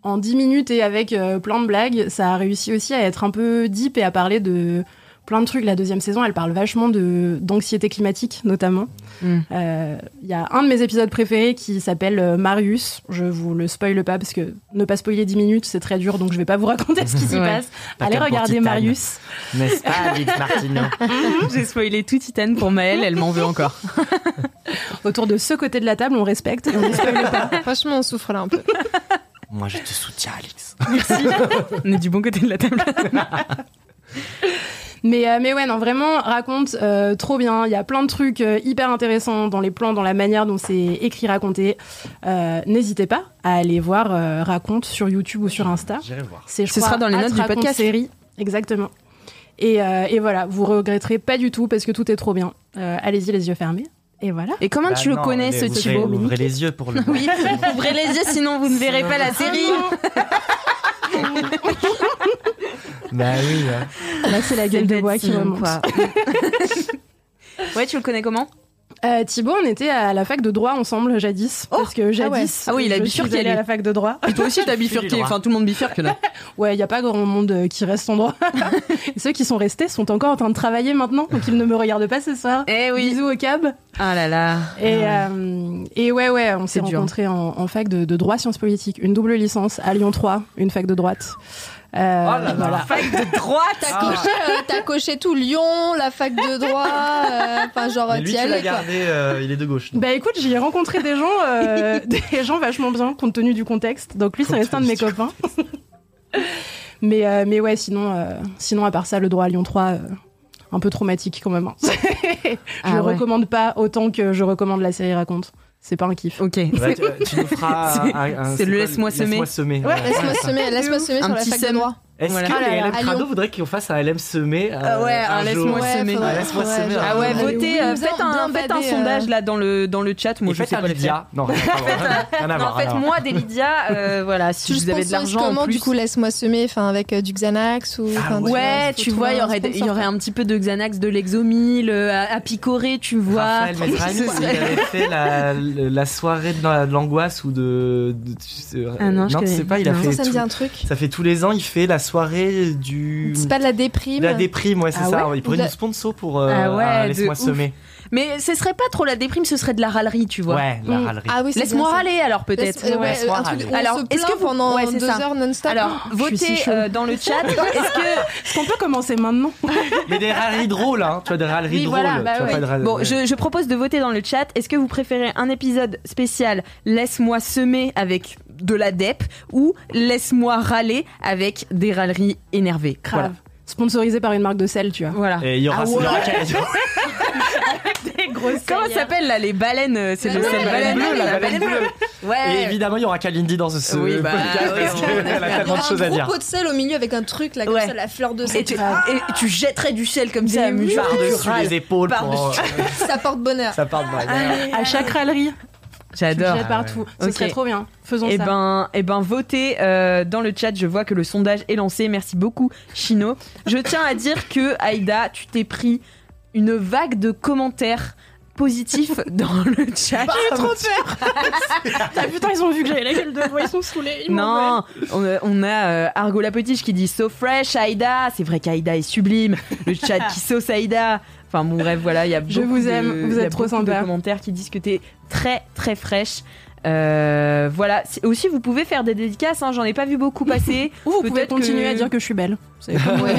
Speaker 2: en 10 minutes et avec euh, plein de blagues, ça a réussi aussi à être un peu deep et à parler de plein de trucs. La deuxième saison, elle parle vachement de d'anxiété climatique, notamment.
Speaker 1: Mm.
Speaker 2: Euh, Il y a un de mes épisodes préférés qui s'appelle euh, Marius. Je vous le spoile pas parce que ne pas spoiler 10 minutes, c'est très dur, donc je vais pas vous raconter ce qui s'y
Speaker 1: Ouais.
Speaker 2: passe.
Speaker 1: Pas
Speaker 2: Allez
Speaker 1: comme pour
Speaker 2: regarder
Speaker 1: Titane.
Speaker 2: Marius.
Speaker 3: N'est-ce pas, Edith Martineau
Speaker 1: J'ai spoilé tout Titane pour Maëlle, elle m'en veut encore.
Speaker 2: Autour de ce côté de la table, on respecte et on ne spoile pas.
Speaker 4: Franchement, on souffre là un peu.
Speaker 3: Moi, je te soutiens, Alex.
Speaker 1: On est du bon côté de la table.
Speaker 2: Mais, euh, mais ouais, non, vraiment, raconte euh, trop bien. Il y a plein de trucs euh, hyper intéressants dans les plans, dans la manière dont c'est écrit, raconté. Euh, N'hésitez pas à aller voir euh, Raconte sur YouTube ou sur Insta.
Speaker 3: J'irai voir.
Speaker 2: C'est, je
Speaker 1: Ce
Speaker 2: crois,
Speaker 1: sera dans les
Speaker 2: At
Speaker 1: notes du
Speaker 2: Raconte
Speaker 1: podcast.
Speaker 2: Série. Exactement. Et, euh, et voilà, vous regretterez pas du tout parce que tout est trop bien. Euh, Allez-y les yeux fermés. Et voilà.
Speaker 1: Et comment
Speaker 3: Bah
Speaker 1: tu le
Speaker 3: non,
Speaker 1: connais,
Speaker 3: mais
Speaker 1: ce
Speaker 3: ouvrez-
Speaker 1: Thibaut
Speaker 3: Ouvrez les yeux pour le
Speaker 1: Oui, ouvrez les yeux, sinon vous ne verrez pas la série.
Speaker 3: Bah oui. hein.
Speaker 2: Là, c'est la gueule de bois qui
Speaker 5: sinon,
Speaker 2: remonte.
Speaker 5: quoi.
Speaker 1: Ouais, tu le connais comment
Speaker 2: Euh, Thibaut, on était à la fac de droit ensemble jadis. parce que jadis,
Speaker 1: Oh, Ah oui, il a
Speaker 2: je suis
Speaker 1: bifurqué,
Speaker 2: allée
Speaker 1: lui.
Speaker 2: à la fac de droit.
Speaker 1: Et toi aussi, t'as
Speaker 3: Fais
Speaker 1: bifurqué.
Speaker 3: du droit.
Speaker 1: Enfin, tout le monde bifurque là.
Speaker 2: Ouais, il n'y a pas grand monde euh, qui reste en droit. Et ceux qui sont restés sont encore en train de travailler maintenant, donc ils ne me regardent pas ce soir.
Speaker 1: Eh oui.
Speaker 2: Bisous au cab.
Speaker 1: Ah là là.
Speaker 2: Et, euh, et ouais, ouais, on s'est
Speaker 1: C'est dur.
Speaker 2: rencontrés en, en fac de, de droit sciences politiques, une double licence à Lyon 3, une fac de droite. Euh,
Speaker 3: là.
Speaker 2: voilà.
Speaker 1: Fac de droite.
Speaker 3: Ah.
Speaker 4: T'as coché, euh, t'as coché tout Lyon, la fac de droit, euh, enfin genre
Speaker 3: Mais lui,
Speaker 4: t'y
Speaker 3: tu l'as
Speaker 4: allais quoi.
Speaker 3: gardé, euh, il est de gauche.
Speaker 2: Bah écoute, j'y ai rencontré des gens, euh, des gens vachement bien compte tenu du contexte. Donc lui, c'est
Speaker 3: Compte
Speaker 2: resté un de
Speaker 3: tenu
Speaker 2: mes
Speaker 3: du
Speaker 2: copains. mais euh, mais ouais, sinon euh, sinon à part ça, le droit à Lyon 3, euh, un peu traumatique quand même. hein. je
Speaker 1: Ah
Speaker 2: le
Speaker 1: ouais.
Speaker 2: recommande pas autant que je recommande la série raconte. C'est pas un kiff.
Speaker 1: Ok.
Speaker 3: Bah, tu, tu nous feras
Speaker 1: C'est-
Speaker 3: un- un-
Speaker 1: c'est le
Speaker 3: quoi,
Speaker 1: laisse-moi semer.
Speaker 3: Laisse-moi semer.
Speaker 2: Ouais.
Speaker 3: voilà.
Speaker 4: Laisse-moi semer, laisse-moi semer
Speaker 1: Un
Speaker 4: sur la
Speaker 1: petit
Speaker 4: fac de
Speaker 1: sème.
Speaker 4: droit.
Speaker 3: Est-ce
Speaker 1: Voilà.
Speaker 3: que
Speaker 4: Ah là
Speaker 3: les
Speaker 4: là,
Speaker 3: LM
Speaker 4: à
Speaker 3: Crado
Speaker 4: Lyon.
Speaker 3: voudraient qu'on fasse un LM semé euh,
Speaker 1: ouais,
Speaker 3: un
Speaker 1: un
Speaker 3: jour
Speaker 1: laisse-moi
Speaker 4: Ouais,
Speaker 1: semer.
Speaker 4: faudrait-
Speaker 3: laisse-moi
Speaker 4: faudrait,
Speaker 3: semer,
Speaker 4: genre,
Speaker 1: Ah ouais,
Speaker 4: bien
Speaker 1: votez, euh,
Speaker 4: bader,
Speaker 1: faites un,
Speaker 4: bien
Speaker 1: faites un
Speaker 4: bader, euh,
Speaker 1: sondage là dans le, dans le chat. Moi,
Speaker 3: Et
Speaker 1: je
Speaker 3: faites
Speaker 1: sais
Speaker 3: un
Speaker 1: pas le faire.
Speaker 3: Lydia. Non, rien à voir, rien à
Speaker 1: Non,
Speaker 3: voir. rien à voir.
Speaker 1: faites-moi des Lydia. euh, voilà, si
Speaker 4: Tu
Speaker 1: vous avez de
Speaker 4: sponsorises
Speaker 1: l'argent en
Speaker 4: comment
Speaker 1: plus.
Speaker 4: du coup laisse-moi semer, enfin avec euh, du Xanax ou. enfin, tu vois,
Speaker 1: Ouais,
Speaker 4: faut
Speaker 1: tu
Speaker 4: trouver
Speaker 1: vois, il y
Speaker 4: un
Speaker 1: aurait, il y
Speaker 4: sponsor.
Speaker 1: aurait un petit peu de Xanax, de Lexomil, euh, à, à picorer, tu vois.
Speaker 3: Raphaël Mesrani,
Speaker 1: Ce
Speaker 3: il
Speaker 1: serait-
Speaker 3: avait fait la, le- la soirée de la- de l'angoisse ou de. de- tu sais, euh,
Speaker 1: Ah non, je
Speaker 3: tu
Speaker 1: connais-
Speaker 3: sais pas, il a
Speaker 1: non.
Speaker 3: fait.
Speaker 4: Ça, ça me
Speaker 3: tout-
Speaker 4: dit un truc.
Speaker 3: ça fait tous les ans, il fait la soirée du.
Speaker 4: C'est pas de la déprime.
Speaker 3: de la déprime, ouais, c'est
Speaker 2: Ah
Speaker 3: ça.
Speaker 2: ouais
Speaker 3: il pourrait
Speaker 4: De la-
Speaker 3: nous sponsor pour euh,
Speaker 1: Ah ouais,
Speaker 3: un
Speaker 1: de
Speaker 3: Laisse-moi
Speaker 1: ouf.
Speaker 3: semer.
Speaker 1: Mais ce serait pas trop la déprime, ce serait de la râlerie, tu vois.
Speaker 3: Ouais, la
Speaker 4: Mm.
Speaker 3: râlerie.
Speaker 4: Ah oui, c'est
Speaker 1: Laisse-moi
Speaker 4: bien ça.
Speaker 1: râler alors
Speaker 4: Laisse-
Speaker 1: peut-être.
Speaker 4: euh,
Speaker 3: Ouais,
Speaker 4: ouais,
Speaker 3: soir,
Speaker 4: un truc
Speaker 3: allez.
Speaker 4: où on
Speaker 1: Alors,
Speaker 4: se
Speaker 1: est-ce
Speaker 4: plaint
Speaker 1: que vous-
Speaker 4: pendant
Speaker 1: Ouais, c'est
Speaker 4: deux
Speaker 1: ça.
Speaker 4: heures non-stop
Speaker 1: Alors,
Speaker 2: je suis
Speaker 1: votez
Speaker 2: si chaud.
Speaker 1: euh, dans le chat. Est-ce que
Speaker 2: Est-ce qu'on peut commencer maintenant
Speaker 3: Mais des râleries drôles, hein. Tu vois, des râleries
Speaker 2: Oui,
Speaker 3: drôles.
Speaker 2: voilà, bah
Speaker 3: tu vois,
Speaker 2: ouais.
Speaker 3: pas de râle-
Speaker 1: bon,
Speaker 3: ouais.
Speaker 1: je, je propose de voter dans le chat. Est-ce que vous préférez un épisode spécial Laisse-moi semer avec de la dep ou Laisse-moi râler avec des râleries énervées.
Speaker 2: Grave. Sponsorisé par une marque de sel, tu vois.
Speaker 1: Voilà. voilà.
Speaker 3: Et il y aura.
Speaker 1: Ah
Speaker 3: il y aura-
Speaker 1: Comment ça s'appelle là les baleines euh, C'est
Speaker 4: La
Speaker 1: le
Speaker 4: baleine
Speaker 1: c'est
Speaker 4: bleue,
Speaker 3: la baleine bleue. Et
Speaker 1: Ouais.
Speaker 3: évidemment, il y aura Kalindi dans ce, ce
Speaker 1: Oui, bah,
Speaker 3: podcast
Speaker 1: oui,
Speaker 3: parce
Speaker 1: on
Speaker 3: qu'elle a
Speaker 4: Il y
Speaker 3: tellement de
Speaker 4: aura un
Speaker 3: choses à
Speaker 4: gros
Speaker 3: dire.
Speaker 4: pot de sel au milieu avec un truc là, comme
Speaker 1: Ouais.
Speaker 4: ça, la fleur de
Speaker 1: Et
Speaker 4: sel.
Speaker 1: tu, et tu jetterais du sel comme ça,
Speaker 4: Mais
Speaker 1: tu
Speaker 4: oui.
Speaker 3: Par-dessus
Speaker 1: râles.
Speaker 3: les épaules pour. euh,
Speaker 1: Par-dessus. Ah,
Speaker 4: Ça porte bonheur.
Speaker 3: Ça part de mal.
Speaker 2: À chaque râlerie, Ah, tu le
Speaker 1: J'adore.
Speaker 2: jettes partout. Ce
Speaker 1: Ok.
Speaker 2: serait trop bien. Faisons
Speaker 1: Eh
Speaker 2: ça.
Speaker 1: ben, eh ben, votez euh, dans le chat. Je vois que le sondage est lancé. Merci beaucoup, Chino. Je tiens à dire que Aïda, tu t'es pris une vague de commentaires positifs dans le chat.
Speaker 2: Ah, putain, ils ont vu que j'avais la gueule de bois, ils sont saoulés. ils m'en veulent.
Speaker 1: Non, on a, on a, euh, Argo la Petite qui dit So fresh, Aïda. C'est vrai qu'Aïda est sublime. Le chat qui sauce Aïda. Enfin bon, bref, voilà, il y a
Speaker 2: Je
Speaker 1: beaucoup
Speaker 2: vous
Speaker 1: de-
Speaker 2: aime, vous
Speaker 1: il y a
Speaker 2: êtes trop
Speaker 1: beaucoup de
Speaker 2: sympa.
Speaker 1: commentaires qui disent que t'es très très fraîche. Euh, voilà. C'est- Aussi, vous pouvez faire des dédicaces. hein, J'en ai pas vu beaucoup passer.
Speaker 2: Ou vous pouvez continuer à dire que je suis belle. C'est comme vous voulez.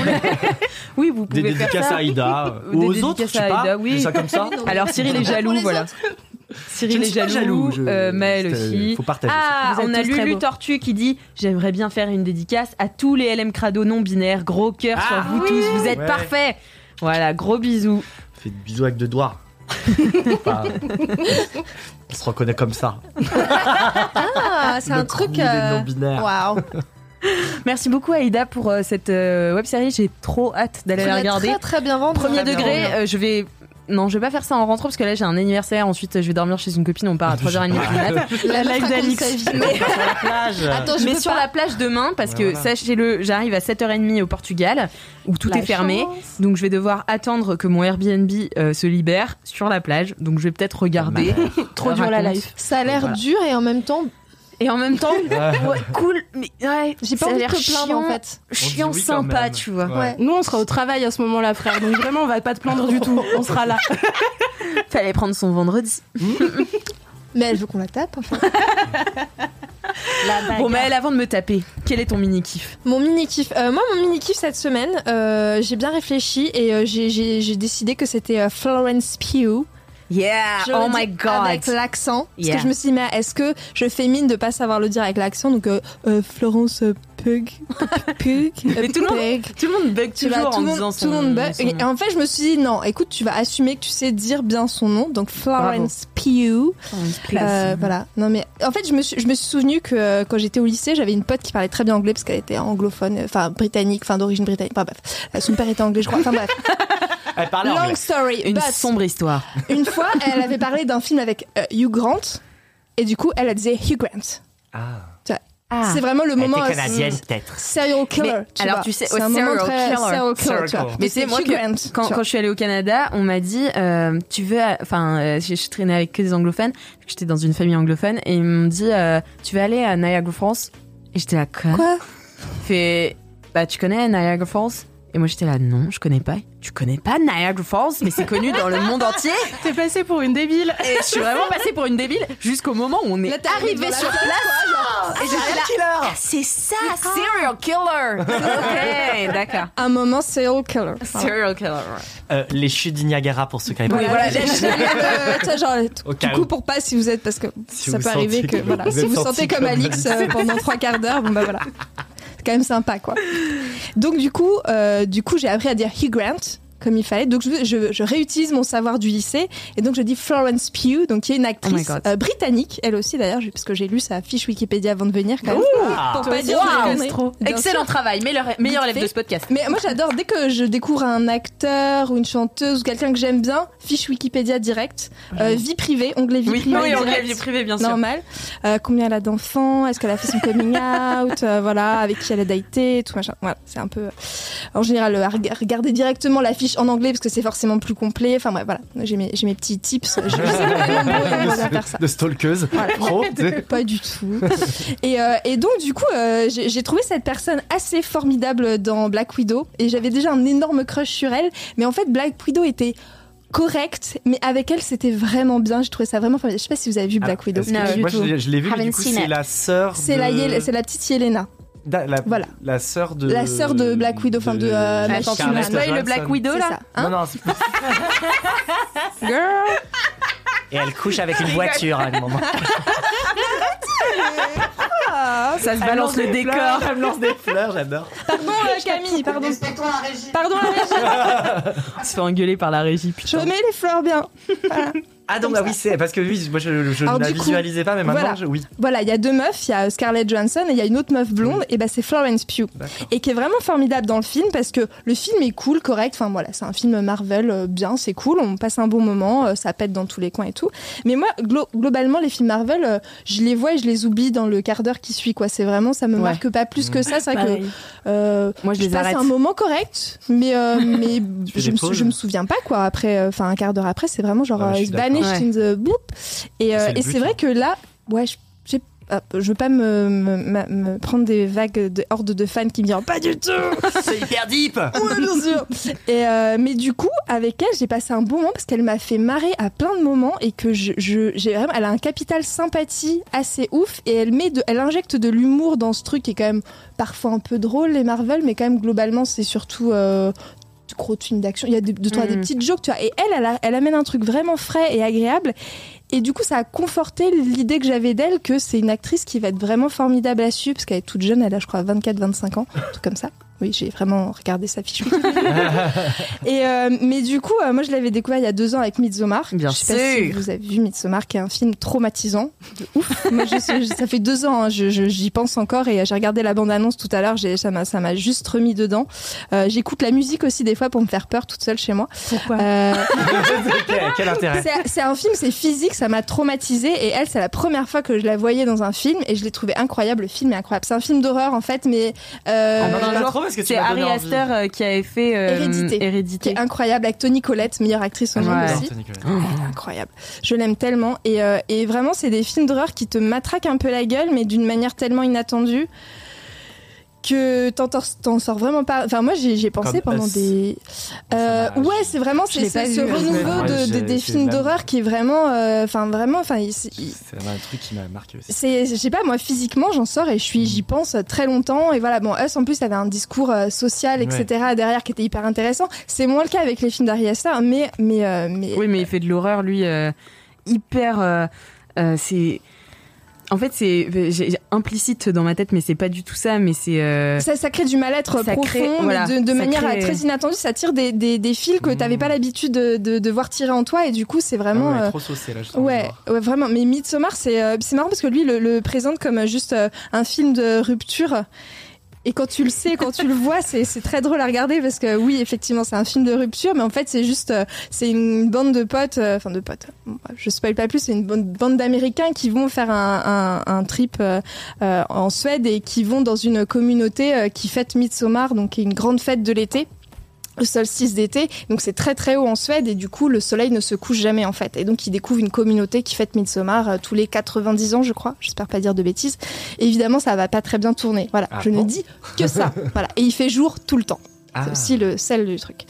Speaker 1: oui, vous pouvez
Speaker 3: Des
Speaker 1: faire
Speaker 3: dédicaces
Speaker 1: ça.
Speaker 3: à Aïda,
Speaker 1: Des
Speaker 3: ou aux
Speaker 1: dédicaces
Speaker 3: autres, je sais
Speaker 1: à
Speaker 3: pas,
Speaker 1: Aïda, oui.
Speaker 3: c'est ça comme ça
Speaker 1: Alors Cyril est jaloux, voilà.
Speaker 3: Je
Speaker 1: Cyril
Speaker 3: ne
Speaker 1: est
Speaker 3: suis pas
Speaker 1: jaloux,
Speaker 3: jaloux, je-
Speaker 1: euh, Maël
Speaker 3: c'est-
Speaker 1: aussi.
Speaker 3: faut partager,
Speaker 1: ah,
Speaker 3: c'est tout.
Speaker 1: on
Speaker 3: Vous
Speaker 1: a
Speaker 3: êtes tous très
Speaker 1: Lulu
Speaker 3: beaux.
Speaker 1: Tortue qui dit J'aimerais bien faire une dédicace à tous les LM Crado non binaires. Gros cœur sur vous tous, vous êtes
Speaker 3: Ouais.
Speaker 1: parfaits. Voilà, gros bisous.
Speaker 3: Fais des bisous avec deux doigts. Enfin, on se reconnaît comme ça.
Speaker 4: Ah, c'est
Speaker 1: Le
Speaker 4: un
Speaker 1: crew
Speaker 4: truc.
Speaker 1: des
Speaker 4: euh,
Speaker 3: non-binaires.
Speaker 4: Waouh.
Speaker 1: Merci beaucoup Aïda pour euh, cette web série. J'ai trop hâte d'aller
Speaker 4: Tu
Speaker 1: la
Speaker 4: l'as
Speaker 1: regarder.
Speaker 4: très, très bien vendu.
Speaker 1: Premier
Speaker 4: Très bien
Speaker 1: degré,
Speaker 4: vendu.
Speaker 1: euh, je vais. Non, je vais pas faire ça en rentrant parce que là j'ai un anniversaire. Ensuite, euh, je vais dormir chez une copine. On
Speaker 3: Ah,
Speaker 1: part à 3h30 du mat.
Speaker 4: La meuf
Speaker 1: live
Speaker 4: raconte
Speaker 1: d'Alix.
Speaker 4: sa vie.
Speaker 3: plage. euh,
Speaker 4: Attends, je
Speaker 1: mais
Speaker 4: peux
Speaker 1: sur
Speaker 4: pas.
Speaker 1: la plage demain, parce
Speaker 4: Ouais,
Speaker 1: que
Speaker 4: voilà.
Speaker 1: sachez-le, j'arrive à 7h30 au Portugal, où tout
Speaker 4: La
Speaker 1: est fermé. Donc je vais devoir attendre que mon Airbnb euh, se libère sur la plage. Donc je vais peut-être regarder.
Speaker 4: Trop dur la life. Ça a l'air dur et en même temps.
Speaker 1: Et en même temps,
Speaker 3: Ouais.
Speaker 1: ouais, cool, mais ouais,
Speaker 4: J'ai pas
Speaker 1: ça a
Speaker 4: envie de
Speaker 1: l'air
Speaker 4: te plaindre,
Speaker 1: chiant,
Speaker 4: en fait. On dit
Speaker 1: Chiant
Speaker 4: oui quand
Speaker 1: sympa,
Speaker 4: même.
Speaker 1: tu vois.
Speaker 4: Ouais. Ouais.
Speaker 2: Nous, on sera au travail à ce moment-là, frère. Donc vraiment, on va pas te plaindre du tout. On sera là.
Speaker 1: Fallait prendre son vendredi.
Speaker 4: Mais elle veut qu'on la tape. Enfin.
Speaker 1: Bon, Maëlle, avant de me taper, quel est ton mini-kiff
Speaker 4: Mon mini kiff. euh, moi, mon mini kiff cette semaine, euh, j'ai bien réfléchi et euh, j'ai- j'ai j'ai décidé que c'était euh, Florence Pugh.
Speaker 1: Yeah,
Speaker 4: Je
Speaker 1: oh
Speaker 4: le
Speaker 1: my
Speaker 4: dis
Speaker 1: god.
Speaker 4: Avec l'accent. Parce
Speaker 1: Yeah.
Speaker 4: que je me suis dit, mais est-ce que je fais mine de pas savoir le dire avec l'accent Donc, euh, euh, Florence euh, Pug. Pug.
Speaker 1: Mais tout le monde,
Speaker 4: Pug.
Speaker 1: tout le monde bug
Speaker 4: Tu
Speaker 1: toujours
Speaker 4: vas-
Speaker 1: en
Speaker 4: tout le monde-
Speaker 1: disant
Speaker 4: tout
Speaker 1: son,
Speaker 4: le monde bug.
Speaker 1: son
Speaker 4: Et
Speaker 1: nom.
Speaker 4: en fait, je me suis dit, non, écoute, tu vas assumer que tu sais dire bien son nom. Donc, Florence Pugh.
Speaker 1: Pugh.
Speaker 4: Euh, voilà. Non, mais en fait, je me suis, je me suis souvenu que euh, quand j'étais au lycée, j'avais une pote qui parlait très bien anglais parce qu'elle était anglophone, euh, enfin britannique, enfin d'origine britannique. Enfin, bref. Euh, Son père était anglais, je crois. Enfin, bref.
Speaker 3: Elle parlait
Speaker 4: Long
Speaker 3: Eh, anglais.
Speaker 4: story.
Speaker 1: Une
Speaker 4: but-
Speaker 1: sombre histoire.
Speaker 4: une fois, elle avait parlé d'un film avec euh, Hugh Grant. Et du coup, elle a disait Hugh Grant.
Speaker 3: Ah.
Speaker 4: Tu vois, C'est vraiment le moment. euh,
Speaker 3: peut-être.
Speaker 4: Serial killer.
Speaker 1: Mais-
Speaker 4: tu
Speaker 1: alors
Speaker 4: vois.
Speaker 1: tu sais,
Speaker 4: C'est
Speaker 1: ouais,
Speaker 4: un moment
Speaker 1: serial
Speaker 4: très
Speaker 1: killer.
Speaker 4: serial killer, tu vois.
Speaker 1: Mais c'est moi
Speaker 4: Hugh
Speaker 1: que
Speaker 4: Grant,
Speaker 1: quand,
Speaker 4: tu vois.
Speaker 1: quand je suis allée au Canada, on m'a dit euh, tu veux, euh, enfin, euh, je, je traînais avec que des anglophones, parce que j'étais dans une famille anglophone, et ils m'ont dit euh, tu veux aller à Niagara Falls Et j'étais là quoi
Speaker 4: Quoi
Speaker 1: Fait bah tu connais Niagara Falls Et moi j'étais là non, je connais pas. Tu connais pas Niagara Falls Mais c'est connu dans le monde entier.
Speaker 2: T'es passé pour une débile.
Speaker 1: Et je suis vraiment passée pour une débile jusqu'au moment où on est arrivé sur place. Et j'étais là, Ah, c'est ça, serial killer. ok, d'accord.
Speaker 4: Un moment serial killer. Voilà.
Speaker 1: Serial killer.
Speaker 3: Euh, les chutes du Niagara pour ceux qui n'avaient pas
Speaker 4: Voilà, la- la- la- la- tu vois, genre,
Speaker 3: Au
Speaker 4: du
Speaker 3: cas
Speaker 4: coup,
Speaker 3: où.
Speaker 4: pour pas si vous êtes, parce que
Speaker 3: Si
Speaker 4: ça
Speaker 3: vous
Speaker 4: peut arriver
Speaker 3: sentez
Speaker 4: que,
Speaker 3: que-
Speaker 4: voilà,
Speaker 3: vous
Speaker 4: si
Speaker 3: êtes
Speaker 4: vous
Speaker 3: senti
Speaker 4: sentez comme
Speaker 3: comme Alix.
Speaker 4: Alix euh, pendant trois quarts d'heure, bon bah voilà, c'est quand même sympa quoi. Donc du coup, euh, du coup, j'ai appris à dire Hugh Grant comme il fallait. Donc je, je, je réutilise mon savoir du lycée et donc je dis Florence Pugh, donc qui est une actrice
Speaker 1: Oh God.
Speaker 4: euh, britannique, elle aussi d'ailleurs, j'ai- parce que j'ai lu sa fiche Wikipédia avant de venir quand même. pour pas dire des conneries. Bien sûr.
Speaker 1: Excellent travail, meilleur, meilleur élève
Speaker 4: Vite fait.
Speaker 1: de ce podcast.
Speaker 4: Mais moi j'adore, dès que je découvre un acteur ou une chanteuse ou quelqu'un que j'aime bien, fiche Wikipédia direct, euh, vie privée, onglet vie
Speaker 1: Oui,
Speaker 4: privée.
Speaker 1: oui,
Speaker 4: direct.
Speaker 1: onglet vie privée, bien sûr.
Speaker 4: Normal. Euh, combien elle a d'enfants, est-ce qu'elle a fait son coming out, euh, voilà, avec qui elle a daté, tout machin. Voilà, c'est un peu. euh, en général, euh, à rega- regarder directement la fiche en anglais parce que c'est forcément plus complet. Enfin bref, voilà, j'ai mes, j'ai mes petits tips. Je, je sais vraiment me débrouiller à faire ça.
Speaker 3: de stalkeuse. Pro, tu sais.
Speaker 4: Pas du tout. Et, euh, et donc, du coup, euh, j'ai j'ai trouvé cette personne assez formidable dans Black Widow. Et j'avais déjà un énorme crush sur elle. Mais en fait, Black Widow était correcte. Mais avec elle, c'était vraiment bien. J'ai trouvé ça vraiment formidable. Je sais pas si vous avez vu Black
Speaker 3: Ah,
Speaker 4: Widow.
Speaker 3: est-ce que- Moi, je l'ai- je l'ai vu, mais du coup, c'est la sœur.
Speaker 4: C'est
Speaker 3: de-
Speaker 4: la, Yel- c'est la petite Yelena.
Speaker 3: Da- la,
Speaker 4: Voilà.
Speaker 3: La sœur de.
Speaker 4: La sœur de Black Widow, enfin, de, euh, Attends, tu
Speaker 3: Scarlett
Speaker 4: me spoil le
Speaker 3: Johansson.
Speaker 4: Black Widow,
Speaker 3: C'est
Speaker 4: là,
Speaker 3: ça.
Speaker 4: hein
Speaker 3: Non, non, c'est-
Speaker 4: Girl.
Speaker 3: Et elle couche avec une voiture à un moment.
Speaker 4: Ah,
Speaker 1: Ça se balance le décor.
Speaker 3: Elle me lance des fleurs, j'adore.
Speaker 4: Pardon, euh, Camille, pardon. Pardon, la régie.
Speaker 1: On se fait engueuler par la régie,
Speaker 4: Je
Speaker 1: putain.
Speaker 4: mets les fleurs bien. Voilà.
Speaker 3: Ah donc bah oui c'est parce que oui moi je, je ne
Speaker 4: Alors,
Speaker 3: la
Speaker 4: du coup,
Speaker 3: visualisais pas mais maintenant
Speaker 4: voilà.
Speaker 3: je- oui.
Speaker 4: Voilà, il y a deux meufs, il y a Scarlett Johansson et il y a une autre meuf blonde, et ben c'est Florence Pugh. Et qui est vraiment formidable dans le film parce que le film est cool, correct, enfin voilà, c'est un film Marvel euh, bien, c'est cool, on passe un bon moment, euh, ça pète dans tous les coins et tout. Mais moi, glo- globalement, les films Marvel, euh, je les vois et je les oublie dans le quart d'heure qui suit, quoi. C'est vraiment, ça me
Speaker 1: Ouais.
Speaker 4: marque pas plus que ça. C'est vrai que
Speaker 2: Pareil.
Speaker 4: euh,
Speaker 1: Moi, je les
Speaker 4: passe
Speaker 1: arrête.
Speaker 4: un moment correct, mais, euh, mais
Speaker 3: fais
Speaker 4: je,
Speaker 3: des
Speaker 4: me sou-
Speaker 3: pauses.
Speaker 4: je me souviens pas, quoi. Après, euh, enfin, un quart d'heure après, c'est vraiment genre,
Speaker 3: Ouais, je
Speaker 4: euh,
Speaker 3: suis
Speaker 4: it's vanished in the boop. Et, euh,
Speaker 3: C'est le
Speaker 4: et
Speaker 3: but,
Speaker 4: c'est vrai
Speaker 3: hein.
Speaker 4: que là, ouais, je- j'ai- ah, je veux pas me, me- ma- me prendre des vagues de hordes de fans qui me diront pas du tout.
Speaker 3: C'est hyper deep
Speaker 4: Ouais, bien sûr. Et euh, mais du coup, avec elle, j'ai passé un bon moment parce qu'elle m'a fait marrer à plein de moments et que je, je- j'ai vraiment, elle a un capital sympathie assez ouf et elle met, de, elle injecte de l'humour dans ce truc qui est quand même parfois un peu drôle les Marvel, mais quand même globalement c'est surtout euh, de gros thunes d'action. Il y a des, de, toi, des
Speaker 5: Mm.
Speaker 4: petites jokes, tu vois. Et elle, elle, a- elle amène un truc vraiment frais et agréable. Et du coup, ça a conforté l'idée que j'avais d'elle que c'est une actrice qui va être vraiment formidable là-dessus, parce qu'elle est toute jeune, elle a, je crois, 24-25 ans, un truc comme ça. Oui, j'ai vraiment regardé sa fiche. Et euh, mais du coup, euh, moi je l'avais découvert il y a deux ans avec Midsommar.
Speaker 1: Bien
Speaker 4: je sais pas si
Speaker 1: sûr.
Speaker 4: vous avez vu Midsommar, qui est un film traumatisant. De ouf. moi, je, sais- ça fait deux ans, hein, je- je- j'y pense encore et euh, j'ai regardé la bande-annonce tout à l'heure. j'ai- Ça m'a, ça m'a juste remis dedans. Euh, J'écoute la musique aussi des fois pour me faire peur toute seule chez moi. Euh,
Speaker 2: Pourquoi
Speaker 3: quel, quel intérêt
Speaker 4: C'est- C'est un film, c'est physique, ça m'a traumatisée et elle, c'est la première fois que je la voyais dans un film et je l'ai trouvé incroyable. Le film est incroyable. C'est un film d'horreur en fait, mais
Speaker 1: Ah
Speaker 4: euh,
Speaker 3: On en a
Speaker 4: genre-
Speaker 3: trop parce que tu
Speaker 1: C'est
Speaker 3: m'as donné
Speaker 1: Harry
Speaker 3: envie.
Speaker 1: Astor euh, qui avait fait euh,
Speaker 4: Hérédité, qui est incroyable avec Tony Collette, meilleure actrice au monde
Speaker 1: Ouais.
Speaker 4: aussi.
Speaker 3: Anthony Collette.
Speaker 4: Elle est incroyable. Je l'aime tellement et, euh, et vraiment c'est des films d'horreur qui te matraquent un peu la gueule mais d'une manière tellement inattendue que t'en tor- t'en sors vraiment pas. Enfin moi j'ai j'ai pensé
Speaker 3: Comme
Speaker 4: pendant
Speaker 3: Us.
Speaker 4: des euh,
Speaker 3: m'a-
Speaker 4: ouais c'est vraiment
Speaker 5: Je
Speaker 4: c'est
Speaker 5: l'ai
Speaker 4: c'est
Speaker 5: pas
Speaker 4: ce
Speaker 5: vu.
Speaker 4: renouveau
Speaker 3: Ouais,
Speaker 4: de- de-
Speaker 3: j'ai-
Speaker 4: des
Speaker 3: j'ai
Speaker 4: films
Speaker 3: même-
Speaker 4: d'horreur qui est vraiment euh, enfin vraiment enfin il- il-
Speaker 3: C'est un truc qui m'a marqué aussi.
Speaker 4: c'est, je sais pas, moi physiquement, j'en sors et je suis, j'y pense très longtemps. Et voilà, bon, Us en plus avait un discours euh, social, etc. derrière qui était hyper intéressant. C'est moins le cas avec les films d'Ari Aster, mais, mais, euh, mais
Speaker 1: Oui, mais il fait de l'horreur, lui, euh, hyper. euh, euh, c'est. En fait, c'est j'ai- j'ai- implicite dans ma tête, mais c'est pas du tout ça. Mais c'est. euh,
Speaker 4: ça, ça crée du mal-être
Speaker 1: Ça
Speaker 4: profond,
Speaker 1: crée-
Speaker 4: mais
Speaker 1: voilà,
Speaker 4: de, de
Speaker 1: ça
Speaker 4: manière
Speaker 1: crée-
Speaker 4: euh, très inattendue. Ça tire des, des, des fils que t'avais pas l'habitude de, de, de voir tirer en toi, et du coup, c'est vraiment.
Speaker 3: Mmh. Ah ouais,
Speaker 4: euh,
Speaker 3: trop saucé là, je
Speaker 4: Ouais, ouais, vraiment. Mais Midsommar, c'est euh, c'est marrant parce que lui le, le présente comme euh, juste euh, un film de rupture. Et quand tu le sais, quand tu le vois, c'est c'est très drôle à regarder parce que oui, effectivement, c'est un film de rupture, mais en fait, c'est juste, euh, c'est une bande de potes, euh, enfin de potes. Bon, bref, je spoil pas plus, c'est une bande, bande d'Américains qui vont faire un, un, un trip euh, euh, en Suède et qui vont dans une communauté euh, qui fête Midsommar, donc qui est une grande fête de l'été le solstice d'été, donc c'est très très haut en Suède et du coup le soleil ne se couche jamais en fait. Et donc ils découvrent une communauté qui fête Midsommar euh, tous les 90 ans je crois, j'espère pas dire de bêtises. Et évidemment ça va pas très bien tourner, voilà,
Speaker 3: Ah
Speaker 4: je
Speaker 3: bon
Speaker 4: ne dis que ça. voilà. Et il fait jour tout le temps.
Speaker 3: Ah.
Speaker 4: C'est aussi le sel du truc.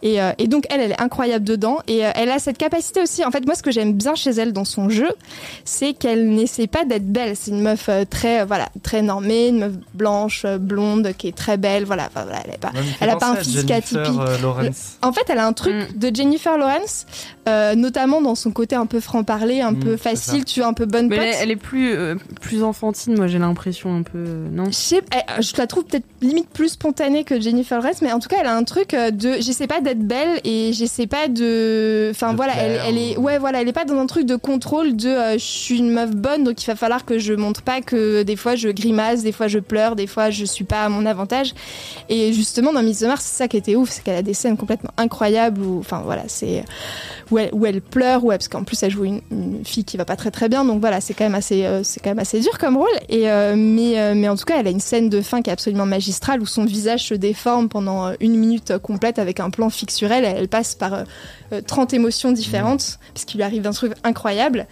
Speaker 4: Et, euh, et donc elle, elle est incroyable dedans et euh, elle a cette capacité aussi. En fait, moi, ce que j'aime bien chez elle dans son jeu, c'est qu'elle n'essaie pas d'être belle. C'est une meuf euh, très, euh, voilà, très normée, une meuf blanche, euh, blonde, qui est très belle. Voilà, Enfin, voilà, elle est pas. Ah, elle a pas un physique atypique.
Speaker 3: euh, Lawrence.
Speaker 4: En fait, elle a un truc de Jennifer Lawrence, euh, notamment dans son côté un peu franc-parler, un
Speaker 3: Mm,
Speaker 4: peu
Speaker 3: c'est ça.
Speaker 4: facile, tu vois, un peu bonne
Speaker 1: mais
Speaker 4: pote.
Speaker 1: elle, est- elle est plus euh, plus enfantine, moi j'ai l'impression un peu euh, non.
Speaker 4: Je, sais- elle- je la trouve peut-être limite plus spontanée que Jennifer Lawrence, mais en tout cas, elle a un truc euh, de. J'essaie pas d'être belle et j'essaie pas de. Enfin
Speaker 3: De
Speaker 4: voilà, elle,
Speaker 3: plaire
Speaker 4: elle
Speaker 3: ou-
Speaker 4: est. Ouais, voilà, elle est pas dans un truc de contrôle de euh, je suis une meuf bonne, donc il va falloir que je montre pas que des fois je grimace, des fois je pleure, des fois je suis pas à mon avantage. Et justement, dans Midsommar, c'est ça qui était ouf, c'est qu'elle a des scènes complètement incroyables où. Enfin voilà, c'est où elle, où elle pleure, ouais, parce qu'en plus elle joue une, une fille qui va pas très très bien, donc voilà, c'est quand même assez, euh, c'est quand même assez dur comme rôle. Et euh, mais, euh, mais en tout cas, elle a une scène de fin qui est absolument magistrale où son visage se déforme pendant euh, une minute euh, complète avec un plan fixe sur elle. Elle passe par euh, euh, 30 émotions différentes parce qu'il lui arrive un truc incroyable.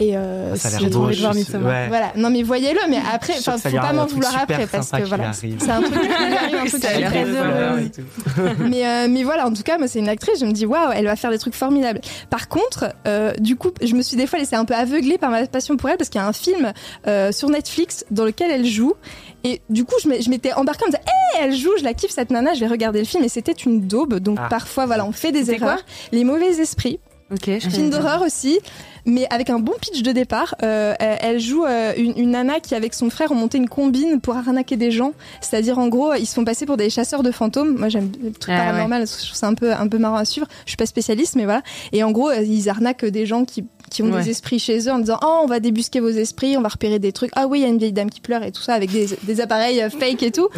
Speaker 4: Et euh,
Speaker 3: Mmh. Ah, ça a l'air
Speaker 4: c'est-
Speaker 3: beau,
Speaker 2: envie de
Speaker 3: je
Speaker 2: voir
Speaker 3: suis-
Speaker 2: Midsommar.
Speaker 3: ouais.
Speaker 4: voilà. Non mais voyez-le, mais
Speaker 3: Je
Speaker 4: après,
Speaker 3: suis sûr
Speaker 4: enfin,
Speaker 3: que ça
Speaker 4: faut
Speaker 3: lui
Speaker 4: pas
Speaker 3: arrive un
Speaker 4: m'en
Speaker 3: truc
Speaker 4: vouloir
Speaker 3: super
Speaker 4: après parce
Speaker 3: sympa
Speaker 4: que
Speaker 3: qui
Speaker 4: voilà,
Speaker 3: lui arrive.
Speaker 4: c'est un truc. il lui arrive un truc
Speaker 1: Ça a l'air
Speaker 4: très
Speaker 1: beau.
Speaker 4: heureux. Mais, euh, mais voilà, en tout cas, moi, c'est une actrice, je me dis, waouh, elle va faire des trucs formidables. Par contre, euh, du coup, je me suis des fois laissée un peu aveuglée par ma passion pour elle parce qu'il y a un film euh, sur Netflix dans lequel elle joue. Et du coup, je m'ai- je m'étais embarquée en me disant, hé, elle joue, je la kiffe cette nana, je vais regarder le film. Et c'était une daube, donc
Speaker 3: Ah.
Speaker 4: parfois, voilà, on fait des
Speaker 1: C'était quoi
Speaker 4: erreurs. Les mauvais esprits.
Speaker 1: Ok. Je
Speaker 4: Film d'horreur aussi, mais avec un bon pitch de départ. Euh, elle elle joue euh, une, une nana qui, avec son frère, ont monté une combine pour arnaquer des gens. C'est-à-dire, en gros, ils se font passer pour des chasseurs de fantômes. Moi, j'aime le truc
Speaker 1: Ah,
Speaker 4: paranormal, je trouve ça un peu, un peu marrant à suivre. Je suis pas spécialiste, mais voilà. Et en gros, euh, ils arnaquent des gens qui qui ont
Speaker 1: Ouais.
Speaker 4: des esprits chez eux en disant oh on va débusquer vos esprits on va repérer des trucs ah oui il y a une vieille dame qui pleure et tout ça avec des, des appareils euh, fake et tout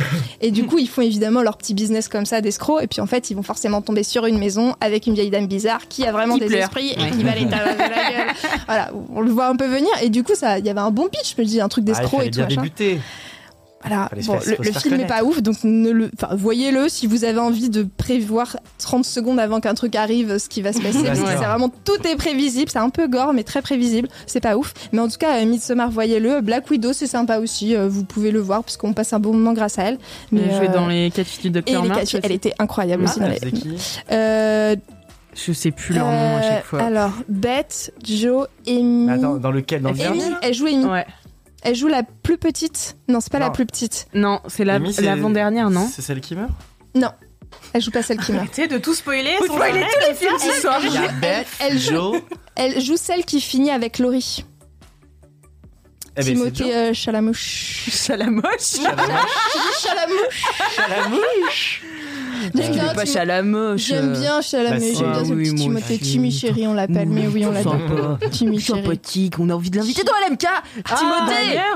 Speaker 4: et du coup ils font évidemment leur petit business comme ça d'escrocs et puis en fait ils vont forcément tomber sur une maison avec une vieille dame bizarre qui a vraiment
Speaker 1: Qui
Speaker 4: des
Speaker 1: pleure.
Speaker 4: esprits et
Speaker 1: Ouais.
Speaker 4: qui va les taper dans la gueule voilà on le voit un peu venir et du coup ça il y avait un bon pitch je me dis un truc
Speaker 3: Ah, il
Speaker 4: d'escroc
Speaker 3: fallait
Speaker 4: et tout
Speaker 3: bien
Speaker 4: machin Ah,
Speaker 3: débuter.
Speaker 4: Voilà.
Speaker 9: Fallait se
Speaker 4: Bon,
Speaker 9: faire-
Speaker 4: le,
Speaker 9: faut se
Speaker 4: le
Speaker 9: faire
Speaker 4: film n'est
Speaker 9: connaître.
Speaker 4: pas ouf, donc ne le, enfin, voyez-le si vous avez envie de prévoir 30 secondes avant qu'un truc arrive ce qui va se passer.
Speaker 9: Ouais,
Speaker 4: parce que
Speaker 9: c'est
Speaker 4: c'est
Speaker 9: vrai.
Speaker 4: vraiment tout est prévisible, c'est un peu gore mais très prévisible. C'est pas ouf, mais en tout cas euh, Midsommar voyez-le. Black Widow c'est sympa aussi, euh, vous pouvez le voir parce qu'on passe un bon moment grâce à elle. Mais
Speaker 1: Elle jouait
Speaker 4: euh,
Speaker 1: dans les 4 filles du
Speaker 4: et
Speaker 1: Docteur
Speaker 4: les
Speaker 1: March.
Speaker 4: quatre filles, elle était incroyable
Speaker 1: Ah,
Speaker 4: aussi. dans
Speaker 1: elle
Speaker 4: les-
Speaker 1: faisait qui
Speaker 4: Euh,
Speaker 1: Je sais plus leur nom à
Speaker 4: euh,
Speaker 1: chaque fois.
Speaker 4: Alors Beth, Joe, Amy.
Speaker 3: Attends, dans lequel Dans le
Speaker 4: Amy,
Speaker 3: dernier
Speaker 4: elle joue Amy. Elle joue la plus petite. Non, c'est pas la
Speaker 3: Non.
Speaker 4: plus petite.
Speaker 1: Non, c'est la-
Speaker 3: Amy, c'est-
Speaker 1: l'avant-dernière, non
Speaker 3: C'est celle qui meurt
Speaker 4: Non. Elle joue pas celle qui meurt.
Speaker 1: Arrêtez de tout spoiler. Vous
Speaker 4: sans
Speaker 1: spoilez
Speaker 4: arrêt,
Speaker 1: tous les films
Speaker 4: comme ça.
Speaker 1: ce
Speaker 4: Elle-
Speaker 1: soir.
Speaker 4: elle joue- elle- elle joue- Elle joue celle qui finit avec Laurie.
Speaker 3: Eh ben, c'est
Speaker 4: Timothée
Speaker 3: Joe.
Speaker 4: euh, Chalamouche.
Speaker 1: Chalamouche
Speaker 4: Chalamouche
Speaker 3: Chalamouche
Speaker 4: J'aime bien
Speaker 1: pas
Speaker 4: Timo-
Speaker 1: Chalamouche.
Speaker 4: J'aime bien Chalamouche,
Speaker 1: Bah,
Speaker 4: j'aime bien
Speaker 1: si.
Speaker 4: ce
Speaker 1: Ah
Speaker 4: petit
Speaker 1: oui, moi
Speaker 4: Timothée.
Speaker 1: aussi.
Speaker 4: Timmy Chéri, on l'appelle, mais oui, on l'appelle. Timmy Chéri.
Speaker 1: Sympathique, on a envie de l'inviter dans LMK Timothée
Speaker 4: Ah,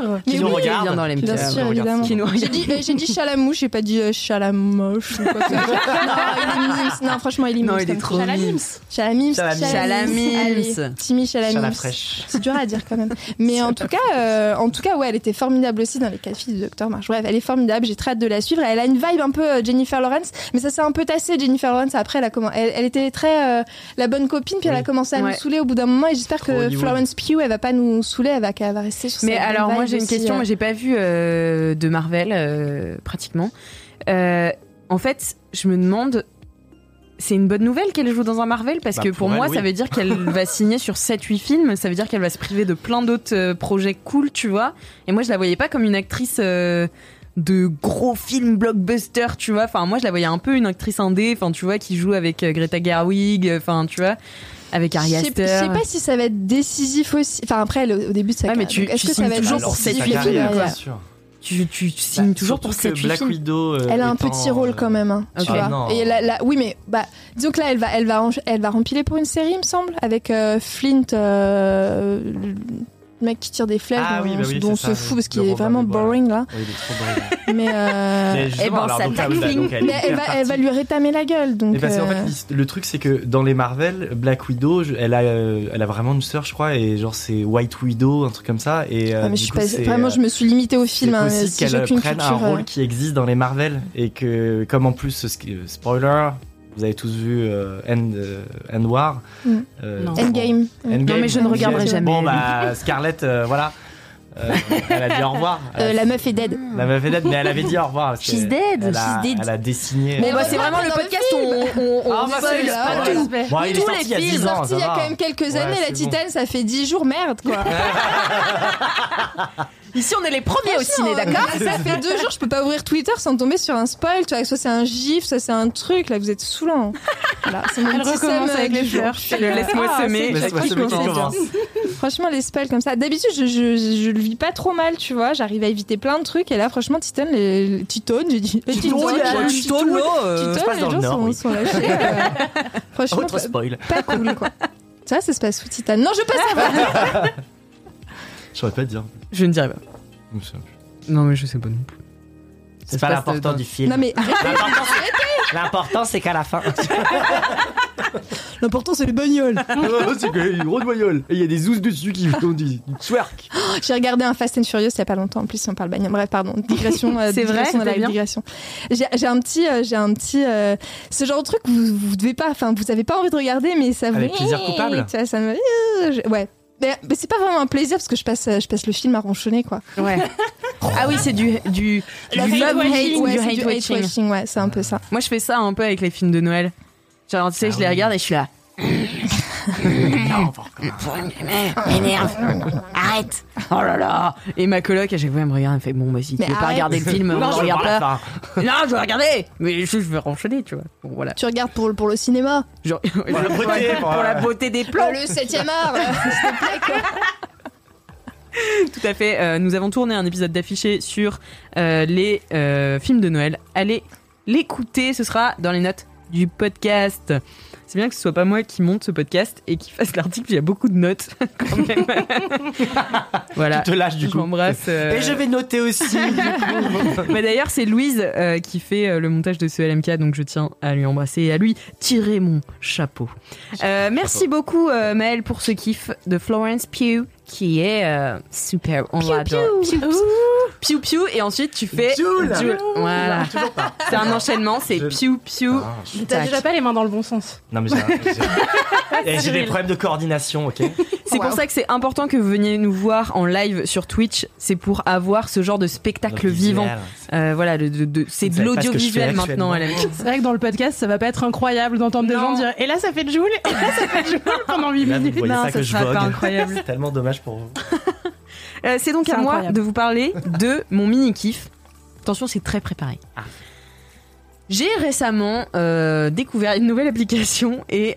Speaker 4: d'ailleurs.
Speaker 1: Qui
Speaker 4: Mais
Speaker 1: nous
Speaker 4: oui,
Speaker 1: regarde.
Speaker 4: il vient dans
Speaker 1: Qui
Speaker 4: Bien
Speaker 1: nous
Speaker 4: sûr,
Speaker 1: euh, regarde.
Speaker 4: évidemment.
Speaker 1: Qui nous
Speaker 4: J'ai
Speaker 1: regarde.
Speaker 4: dit, euh, j'ai dit Chalamouche, j'ai pas dit euh, Chalamoche ou quoi que ce soit. Non, il est mimes. Non, franchement, il est mimes.
Speaker 1: Non, il est
Speaker 4: comme
Speaker 1: trop
Speaker 4: ça.
Speaker 1: mimes.
Speaker 4: Chalamims.
Speaker 1: Chalamims.
Speaker 4: Allez,
Speaker 1: Chalamims.
Speaker 4: Timmy Chalamims.
Speaker 3: Chalafresh.
Speaker 4: C'est dur à dire quand même. Mais en tout cas, euh, en tout cas, ouais, elle était formidable aussi dans les quatre filles du Docteur March. Bref, elle est formidable. J'ai très hâte de la suivre. Elle a une vibe un peu euh, Jennifer Lawrence, mais ça s'est un peu tassé. Jennifer Lawrence après, elle a comment Elle, elle était très euh, la bonne copine, puis elle a commencé à
Speaker 1: Ouais.
Speaker 4: nous saouler au bout d'un moment. Et j'espère que
Speaker 1: Hollywood.
Speaker 4: Florence Pugh, elle va pas nous saouler, elle va, qu'elle va rester sur.
Speaker 1: Mais
Speaker 4: cette bonne
Speaker 1: alors, moi,
Speaker 4: vibe
Speaker 1: j'ai une
Speaker 4: aussi,
Speaker 1: question.
Speaker 4: euh.
Speaker 1: Moi, j'ai pas vu euh, de Marvel, euh, pratiquement. Euh, en fait, je me demande. C'est une bonne nouvelle qu'elle joue dans un Marvel parce
Speaker 5: Bah,
Speaker 1: que pour,
Speaker 5: pour elle,
Speaker 1: moi
Speaker 5: oui.
Speaker 1: ça veut dire qu'elle va signer sur 7-8 films, ça veut dire qu'elle va se priver de plein d'autres euh, projets cool, tu vois. Et moi je la voyais pas comme une actrice euh, de gros films blockbuster, tu vois. Enfin moi je la voyais un peu une actrice indé, enfin tu vois, qui joue avec euh, Greta Gerwig, euh, enfin tu vois, avec Ari
Speaker 4: Je sais-
Speaker 1: Aster.
Speaker 4: Je sais pas si ça va être décisif aussi. Enfin après, le- au début de sa
Speaker 1: Ouais, mais
Speaker 4: carrière.
Speaker 1: tu,
Speaker 4: Donc, Est-ce
Speaker 1: tu
Speaker 4: que ça
Speaker 1: signes
Speaker 4: va être
Speaker 1: toujours pour
Speaker 4: décisif
Speaker 1: 7
Speaker 4: ou
Speaker 1: films,
Speaker 4: pas
Speaker 1: quoi. Tu, tu signes toujours pour 7
Speaker 3: Bah, Black
Speaker 1: films.
Speaker 3: Widow. euh,
Speaker 4: Elle a un
Speaker 3: étant,
Speaker 4: petit rôle quand même, hein, tu
Speaker 3: ah
Speaker 4: vois.
Speaker 3: non.
Speaker 4: Et là, là- oui, mais bah, disons que là, elle va, elle va, en- elle va rempiler pour une série, il me semble, avec euh, Flint, euh, le mec qui tire des flèches,
Speaker 3: Ah
Speaker 4: dont,
Speaker 3: oui, bah oui,
Speaker 4: dont on
Speaker 3: c'est ça,
Speaker 4: se fout
Speaker 3: oui.
Speaker 4: parce qu'il
Speaker 3: Le
Speaker 4: est
Speaker 3: Robin
Speaker 4: vraiment
Speaker 3: des Bois, là.
Speaker 4: boring là.
Speaker 3: Ouais, il est trop brillant.
Speaker 4: Mais, euh,
Speaker 3: Mais justement, Eh ben, alors, ça donc, elle- taquine. donc, elle-
Speaker 4: Mais elle va, elle va lui rétamer la gueule, donc.
Speaker 3: Mais parce qu'en
Speaker 4: euh,
Speaker 3: bah, ben, fait, l'hist- le truc, c'est que dans les Marvel, Black Widow, je- elle a, euh, elle a vraiment une sœur, je crois, et genre c'est White Widow, un truc comme ça. Et, euh,
Speaker 4: ah, mais je
Speaker 3: du
Speaker 4: suis
Speaker 3: coup,
Speaker 4: pas-
Speaker 3: c'est,
Speaker 4: vraiment,
Speaker 3: euh,
Speaker 4: je me suis limitée au
Speaker 3: c'est
Speaker 4: film. hein,
Speaker 3: possible
Speaker 4: si j'ai
Speaker 3: qu'elle
Speaker 4: aucune
Speaker 3: prenne un
Speaker 4: culture, euh,
Speaker 3: rôle qui existe dans les Marvel et que comme en plus ce qui- euh, spoiler vous avez tous vu euh, End, euh, End War
Speaker 4: Mm.
Speaker 3: euh,
Speaker 4: Non.
Speaker 3: bon.
Speaker 4: Endgame. Non, mais je ne
Speaker 3: Endgame.
Speaker 4: regarderai jamais.
Speaker 3: bon bah Scarlett euh, voilà Euh, elle a dit au revoir
Speaker 4: euh, la meuf est dead.
Speaker 3: la meuf est dead, mais elle avait dit au revoir. parce
Speaker 4: She's
Speaker 3: que
Speaker 4: dead,
Speaker 3: Elle a,
Speaker 4: she's dead.
Speaker 3: Elle a dessiné.
Speaker 4: Mais
Speaker 1: Bon, bah, c'est vraiment le podcast où on, on, hein. on
Speaker 4: Ah, bah,
Speaker 1: spoil
Speaker 4: c'est
Speaker 1: pas
Speaker 4: spoil.
Speaker 1: tout.
Speaker 3: Bon, il est
Speaker 1: tous
Speaker 3: sorti
Speaker 1: les
Speaker 3: il y a
Speaker 1: films.
Speaker 3: 10 ans,
Speaker 4: Sorti
Speaker 3: ça
Speaker 4: il y a
Speaker 3: va.
Speaker 4: quand même quelques
Speaker 3: Ouais,
Speaker 4: années,
Speaker 3: c'est
Speaker 4: la
Speaker 3: bon.
Speaker 4: Titane, ça fait 10 jours, merde quoi.
Speaker 1: Ici, on est les premiers au ciné, d'accord
Speaker 4: Ça fait 2 jours, je peux pas ouvrir Twitter sans tomber sur un spoil, tu vois, soit c'est un gif, soit c'est un truc, là vous êtes saoulant. Voilà, c'est mon
Speaker 1: Elle
Speaker 4: petit
Speaker 1: recommence
Speaker 4: seum,
Speaker 1: avec
Speaker 4: euh,
Speaker 1: les
Speaker 4: du jour.
Speaker 1: fleurs.
Speaker 4: Je suis
Speaker 1: Le
Speaker 4: là,
Speaker 1: laisse-moi
Speaker 4: ah,
Speaker 1: semer,
Speaker 4: c'est
Speaker 1: laisse-moi
Speaker 4: qui
Speaker 1: semer qui
Speaker 4: commence. Franchement, les spells comme ça. D'habitude, je, je, je le vis pas trop mal, tu vois. J'arrive à éviter plein de trucs. Et là, franchement, Titan, les, les Titone, j'ai dit. les
Speaker 1: Titone,
Speaker 4: Titone,
Speaker 1: il y a un
Speaker 4: Titone,
Speaker 1: Titone, euh,
Speaker 4: Titone,
Speaker 1: ça se passe
Speaker 4: les
Speaker 1: dans le
Speaker 4: gens
Speaker 1: Nord,
Speaker 4: sont,
Speaker 1: oui.
Speaker 4: sont lâchés. euh, franchement,
Speaker 3: Autre spoil.
Speaker 4: pas cool, quoi. Ça, ça se passe sous Titan. Non, je passe avant.
Speaker 3: Je saurais pas te dire.
Speaker 1: Je ne dirai pas.
Speaker 3: Je me souviens plus.
Speaker 1: Non, mais je sais pas non plus.
Speaker 3: C'est pas l'important du film.
Speaker 4: Non, mais arrêtez.
Speaker 3: L'important, c'est- L'important, c'est qu'à la fin.
Speaker 4: L'important, c'est les bagnoles.
Speaker 3: c'est qu'il y a une grosse bagnole. Et il y a des zouzes dessus qui font des twerk.
Speaker 4: J'ai regardé un Fast and Furious il y a pas longtemps en plus si on parle bagnole. Bref, pardon, digression. euh,
Speaker 1: C'est vrai,
Speaker 4: digression de la
Speaker 1: c'était bien
Speaker 4: digression. J'ai j'ai un petit, euh, j'ai un petit, euh, ce genre de truc que vous vous devez pas, enfin vous avez pas envie de regarder, mais ça vous.
Speaker 3: Avec plaisir coupable.
Speaker 4: Tu vois, ça me. euh, je- Ouais. Mais, mais c'est pas vraiment un plaisir parce que je passe, euh, je passe le film à ronchonner quoi.
Speaker 1: Ouais. Ah oui, c'est du, du,
Speaker 4: Le
Speaker 1: du
Speaker 4: hate
Speaker 1: love
Speaker 4: watching.
Speaker 1: hate,
Speaker 4: Ouais,
Speaker 1: du
Speaker 4: c'est
Speaker 1: hate,
Speaker 4: du hate
Speaker 1: watching.
Speaker 4: watching, ouais, c'est un peu ça.
Speaker 1: Moi, je fais ça un peu avec les films de Noël. Genre, tu sais, je les regarde et je suis là. M'énerve. Arrête. Oh là là. Et ma coloc, à chaque fois, elle me regarde, elle fait Bon, vas-y, tu
Speaker 4: Mais
Speaker 1: veux pas
Speaker 4: arrête.
Speaker 1: regarder le film,
Speaker 4: Non,
Speaker 1: on
Speaker 4: je
Speaker 1: le
Speaker 4: veux
Speaker 1: regarde
Speaker 4: voir la
Speaker 1: pas. Non, je veux regarder. Mais je, je veux renchaîner, tu vois. Bon, voilà.
Speaker 4: Tu regardes pour, pour le cinéma.
Speaker 1: Genre-
Speaker 3: Pour la beauté,
Speaker 1: pour la beauté des plans.
Speaker 4: Le 7ème art. euh, s'il te plaît, quoi.
Speaker 1: Tout à fait. Euh, nous avons tourné un épisode d'affiché sur euh, les euh, films de Noël. Allez l'écouter, ce sera dans les notes du podcast. C'est C'est bien que ce soit pas moi qui monte ce podcast et qui fasse l'article. Il y a beaucoup de notes quand même. voilà.
Speaker 3: Tu te lâches du
Speaker 1: Je
Speaker 3: coup.
Speaker 1: m'embrasse, euh.
Speaker 3: Et je vais noter aussi. du coup.
Speaker 1: Mais Bah, d'ailleurs, c'est Louise euh, qui fait euh, le montage de ce LMK, donc je tiens à lui embrasser et à lui tirer mon chapeau. Euh, merci beaucoup, euh, Maëlle, pour ce kiff de Florence Pugh, qui est euh, super. On l'adore. Pugh, Pugh, Pugh, et ensuite tu fais.
Speaker 2: Joule.
Speaker 1: Joule. Voilà.
Speaker 2: Non, toujours pas.
Speaker 1: C'est un enchaînement, c'est Pugh, Pugh.
Speaker 3: Ah.
Speaker 2: T'as
Speaker 1: tac.
Speaker 2: déjà pas les mains dans le bon sens.
Speaker 3: Non, mais j'ai un- j'ai- Eh, j'ai des
Speaker 1: Cyril.
Speaker 3: problèmes de coordination, ok
Speaker 1: C'est pour ça que c'est important que vous veniez nous voir en live sur Twitch. C'est pour avoir ce genre de spectacle vivant. Euh, voilà, de- de- de- c'est
Speaker 3: Vous
Speaker 1: de
Speaker 3: savez pas ce que je fais
Speaker 1: l'audiovisuel
Speaker 3: actuellement.
Speaker 1: maintenant, LMK.
Speaker 2: C'est vrai que dans le podcast, ça va pas être incroyable d'entendre des gens dire Et là, ça fait de joule, et là, ça fait de joule pendant 8
Speaker 3: Là, vous
Speaker 2: minutes.
Speaker 3: voyez ça que je vogue.
Speaker 1: incroyable.
Speaker 3: C'est tellement dommage pour vous.
Speaker 1: Euh, c'est donc
Speaker 2: C'est
Speaker 1: à moi
Speaker 2: incroyable.
Speaker 1: de vous parler de mon mini kiff. Attention, c'est très préparé. J'ai récemment euh, découvert une nouvelle application et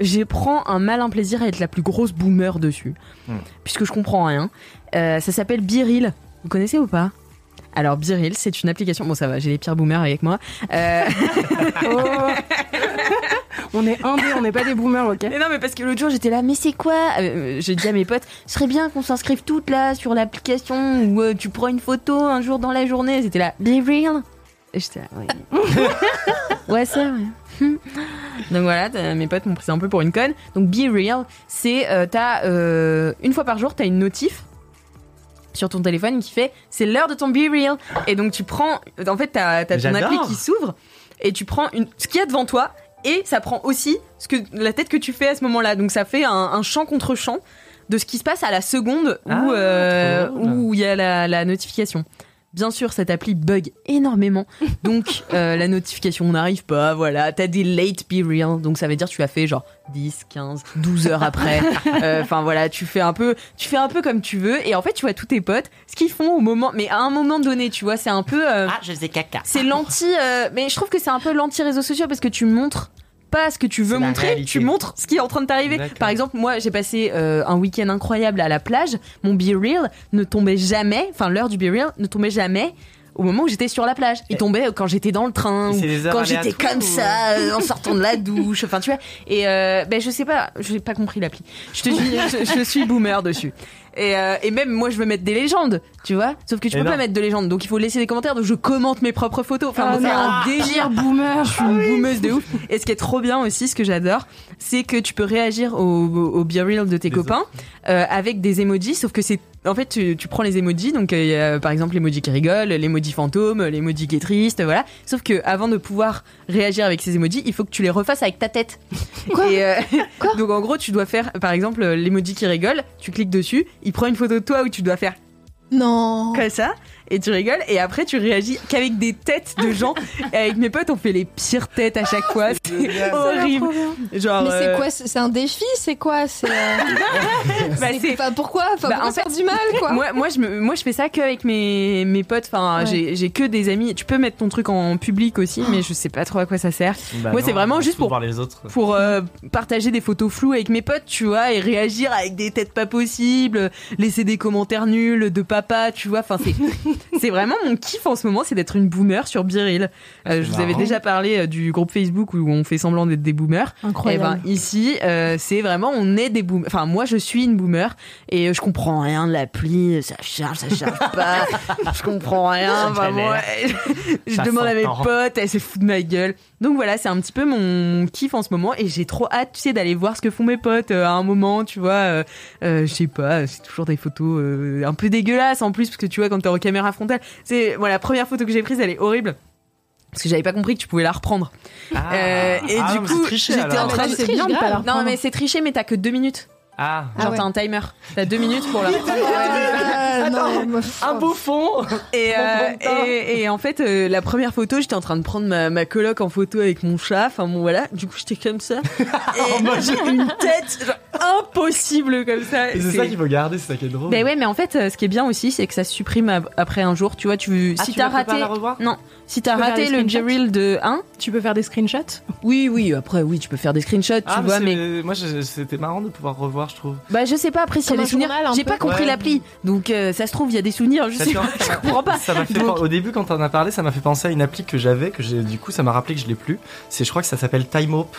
Speaker 1: je prends un malin plaisir à être la plus grosse boomer dessus, puisque je comprends rien. Euh, ça s'appelle Biril. Vous connaissez ou pas alors, Biril, c'est une application. Bon, ça va, j'ai les pires boomers avec moi. Euh,
Speaker 2: On est indés, on n'est pas des boomers, ok
Speaker 1: Mais non, mais parce que l'autre jour, j'étais là, mais c'est quoi Euh, J'ai dit à mes potes, ce serait bien qu'on s'inscrive toutes là sur l'application où euh, tu prends une photo un jour dans la journée. C'était là, be real. Et j'étais là, ouais. ouais, ça, ouais. Hum. Donc voilà, t'as- mes potes m'ont pris ça un peu pour une conne. Donc be real, c'est euh, t'as euh, une fois par jour, t'as une notif sur ton téléphone qui fait c'est l'heure de ton be real. Et donc tu prends, en fait, t'as t'as ton
Speaker 3: J'adore.
Speaker 1: appli qui s'ouvre et tu prends une, ce qu'il y a devant toi et ça prend aussi ce que, la tête que tu fais à ce moment-là. Donc ça fait un, un champ contre champ de ce qui se passe à la seconde où
Speaker 9: Ah,
Speaker 1: euh,
Speaker 9: trop drôle.
Speaker 1: où il y a la, la notification. Bien sûr, cette appli bug énormément. Donc, euh, la notification n'arrive pas, voilà. T'as des late periods, donc ça veut dire que tu as fait genre 10, 15, 12 heures après. Euh, Enfin voilà, tu fais un peu, tu fais un peu comme tu veux. Et en fait, tu vois tous tes potes, ce qu'ils font au moment, mais à un moment donné, tu vois, c'est un peu. ah,
Speaker 3: je faisais caca.
Speaker 1: C'est l'anti, euh, mais je trouve que c'est un peu l'anti réseaux sociaux parce que tu montres pas ce que tu veux
Speaker 9: la
Speaker 1: montrer,
Speaker 9: réalité.
Speaker 1: tu montres ce qui est en train de t'arriver.
Speaker 9: D'accord.
Speaker 1: Par exemple, moi, j'ai passé euh, un week-end incroyable à la plage. Mon be real ne tombait jamais, enfin l'heure du be real ne tombait jamais au moment où j'étais sur la plage. Il tombait quand j'étais dans le train,
Speaker 9: Et
Speaker 1: ou
Speaker 9: c'est des heures
Speaker 1: quand j'étais
Speaker 9: aléatoires
Speaker 1: comme
Speaker 9: ou-
Speaker 1: ça euh, en sortant de la douche. Enfin, tu vois. Et euh, ben, je sais pas, j'ai pas compris l'appli. Je te dis, je, je suis boomer dessus. Et, euh, et même moi, je veux mettre des légendes, tu vois. Sauf que tu peux
Speaker 9: Énorme.
Speaker 1: pas mettre de légendes, donc il faut laisser des commentaires. Donc je commente mes propres photos. Enfin,
Speaker 2: Ah
Speaker 1: bon, c'est
Speaker 2: non.
Speaker 1: un
Speaker 2: Pire
Speaker 1: délire boomer. Je suis une boomeuse de ouf. Et ce qui est trop bien aussi, ce que j'adore, c'est que tu peux réagir au, au, au be real de tes copains euh, avec des emojis, sauf que c'est en fait, tu, tu prends les emojis, donc euh, il y a, par exemple l'emoji qui rigole, l'emoji fantôme, l'emoji qui est triste, voilà. Sauf que avant de pouvoir réagir avec ces emojis, il faut que tu les refasses avec ta tête. Et, euh, donc en gros, tu dois faire, par exemple, euh, l'emoji qui rigole, tu cliques dessus, il prend une photo de toi où tu dois faire
Speaker 4: non.
Speaker 1: comme ça et tu rigoles et après tu réagis qu'avec des têtes de gens et avec mes potes on fait les pires têtes à chaque fois c'est horrible genre
Speaker 4: Mais Ah, c'est
Speaker 1: euh,
Speaker 4: quoi C'est c'est un défi C'est quoi C'est. euh,
Speaker 1: bah, c'est-
Speaker 4: Enfin, pourquoi Enfin,
Speaker 1: Bah,
Speaker 4: pourquoi
Speaker 1: en fait-
Speaker 4: faire du mal, quoi
Speaker 1: moi, moi, je me- moi, je fais ça que avec mes, mes potes. Enfin,
Speaker 4: Ouais.
Speaker 1: j'ai- j'ai que des amis. Tu peux mettre ton truc en public aussi, mais je sais pas trop à quoi ça sert.
Speaker 3: Bah
Speaker 1: moi,
Speaker 3: non,
Speaker 1: c'est vraiment juste pour
Speaker 3: voir les autres.
Speaker 1: pour euh, partager des photos floues avec mes potes, tu vois, et réagir avec des têtes pas possibles, laisser des commentaires nuls de papa, tu vois. Enfin, c'est c'est vraiment mon kiff en ce moment, c'est d'être une boomer sur Biril. Euh, je vous avais
Speaker 9: marrant.
Speaker 1: déjà parlé euh, du groupe Facebook où on fait semblant d'être des boomers.
Speaker 9: Incroyable.
Speaker 1: Eh ben, ici, euh, c'est vraiment on est des boomers. Enfin, moi, je suis une boomer et euh, je comprends rien de l'appli. Ça charge, ça charge pas. je comprends rien.
Speaker 9: Ça
Speaker 1: Vraiment,
Speaker 9: galère.
Speaker 1: je
Speaker 9: Ça
Speaker 1: demande à mes
Speaker 9: s'entend.
Speaker 1: potes, elle se fout de ma gueule. Donc voilà, c'est un petit peu mon kiff en ce moment et j'ai trop hâte, tu sais, d'aller voir ce que font mes potes euh, à un moment, tu vois. euh, euh, je sais pas, c'est toujours des photos euh, un peu dégueulasses en plus, parce que tu vois, quand t'es en caméra frontale, c'est. Voilà, la première photo que j'ai prise, elle est horrible. Parce que j'avais pas compris que tu pouvais la reprendre. Euh, et
Speaker 3: Ah,
Speaker 1: du
Speaker 3: mais c'est
Speaker 1: coup,
Speaker 3: triché,
Speaker 1: j'étais
Speaker 3: alors.
Speaker 1: en train
Speaker 3: Ah,
Speaker 1: de.
Speaker 3: mais c'est bien de pas la
Speaker 1: non,
Speaker 3: reprendre.
Speaker 1: mais c'est triché, mais t'as que deux minutes.
Speaker 3: Ah,
Speaker 1: Genre t'as un timer. T'as deux minutes pour la
Speaker 4: Ah,
Speaker 3: Attends, un bouffon
Speaker 1: et, euh,
Speaker 3: Mon pantin.
Speaker 1: et, et en fait, euh, la première photo, j'étais en train de prendre ma, ma coloc en photo avec mon chat. Enfin bon, voilà. Du coup, j'étais comme ça. Et j'ai une tête genre, impossible comme ça.
Speaker 3: Et c'est ça qu'il faut garder, c'est ça qui est drôle.
Speaker 1: Mais ouais, mais en fait, euh, ce qui est bien aussi, c'est que ça se supprime ab- après un jour. Tu vois, tu
Speaker 3: Ah,
Speaker 1: si
Speaker 3: tu
Speaker 1: t'as
Speaker 3: la peux pas
Speaker 1: raté,
Speaker 3: la revoir
Speaker 1: non, si t'as
Speaker 2: Tu peux faire
Speaker 1: raté
Speaker 2: des
Speaker 1: le
Speaker 2: screenshots
Speaker 1: Jeril de 1, tu peux faire des screenshots. Oui, oui. Après, oui, tu peux faire des screenshots.
Speaker 3: Ah,
Speaker 1: tu
Speaker 3: mais
Speaker 1: vois,
Speaker 3: c'est-
Speaker 1: mais
Speaker 3: moi je- c'était marrant de pouvoir revoir, je trouve.
Speaker 1: bah je sais pas après s'il y
Speaker 3: Comme
Speaker 1: a
Speaker 3: un
Speaker 1: des souvenirs.
Speaker 3: journal, un
Speaker 1: J'ai
Speaker 3: peu.
Speaker 1: pas compris
Speaker 3: Ouais.
Speaker 1: l'appli, donc euh, ça se trouve il y a des souvenirs. Je
Speaker 3: Ça
Speaker 1: sais
Speaker 3: te-
Speaker 1: pas, je comprends pas.
Speaker 3: Ça m'a fait
Speaker 1: Donc,
Speaker 3: pen- Au début, quand on a parlé, ça m'a fait penser à une appli que j'avais, que j'ai- du coup, ça m'a rappelé que je l'ai plus. C'est, je crois que ça s'appelle Time Hope.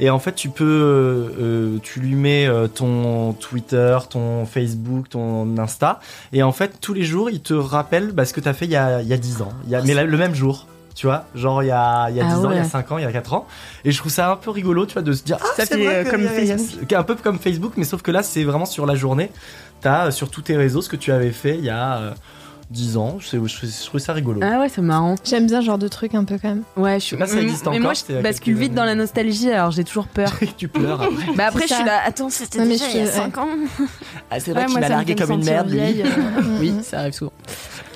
Speaker 3: Et en fait, tu peux, euh, euh, tu lui mets euh, ton Twitter, ton Facebook, ton Insta. Et en fait, tous les jours, il te rappelle bah, ce que tu as fait il y a, il y a 10 ans. Il y a- mais la- le même jour. Tu vois, genre il y a, il y a
Speaker 10: Ah
Speaker 3: 10 ans, il y a
Speaker 10: ouais.
Speaker 3: 5 ans, il y a 4 ans. Et je trouve ça un peu rigolo, tu vois, de se dire. Ah,
Speaker 10: Ça
Speaker 3: c'est
Speaker 10: fait,
Speaker 3: vrai
Speaker 10: euh,
Speaker 3: que
Speaker 10: comme
Speaker 3: il y a- il y a-
Speaker 10: Facebook.
Speaker 3: Un peu comme Facebook, mais sauf que là, c'est vraiment sur la journée. Tu as euh, sur tous tes réseaux ce que tu avais fait il y a euh, 10 ans. Je, je- je trouve ça rigolo.
Speaker 1: Ah ouais, c'est marrant.
Speaker 4: J'aime bien ce genre de truc un peu quand même.
Speaker 1: Ouais, je suis.
Speaker 3: sais pas si ça
Speaker 1: mais-
Speaker 3: existe
Speaker 1: mais
Speaker 3: encore,
Speaker 1: moi,
Speaker 3: c'était
Speaker 1: je
Speaker 3: il y a
Speaker 1: bascule
Speaker 3: quelques
Speaker 1: vite dans la nostalgie, alors j'ai toujours peur.
Speaker 3: tu pleures après.
Speaker 1: Bah après, je
Speaker 4: C'est
Speaker 1: suis
Speaker 4: ça.
Speaker 1: là.
Speaker 4: Ah,
Speaker 1: Attends, c'était
Speaker 4: Non, mais
Speaker 1: déjà il
Speaker 4: je
Speaker 1: y a
Speaker 4: suis- ouais.
Speaker 1: 5 ans.
Speaker 3: Ah, c'est
Speaker 4: Ouais, moi, ça me fait me sentir vieille, euh,
Speaker 1: oui, ça arrive souvent.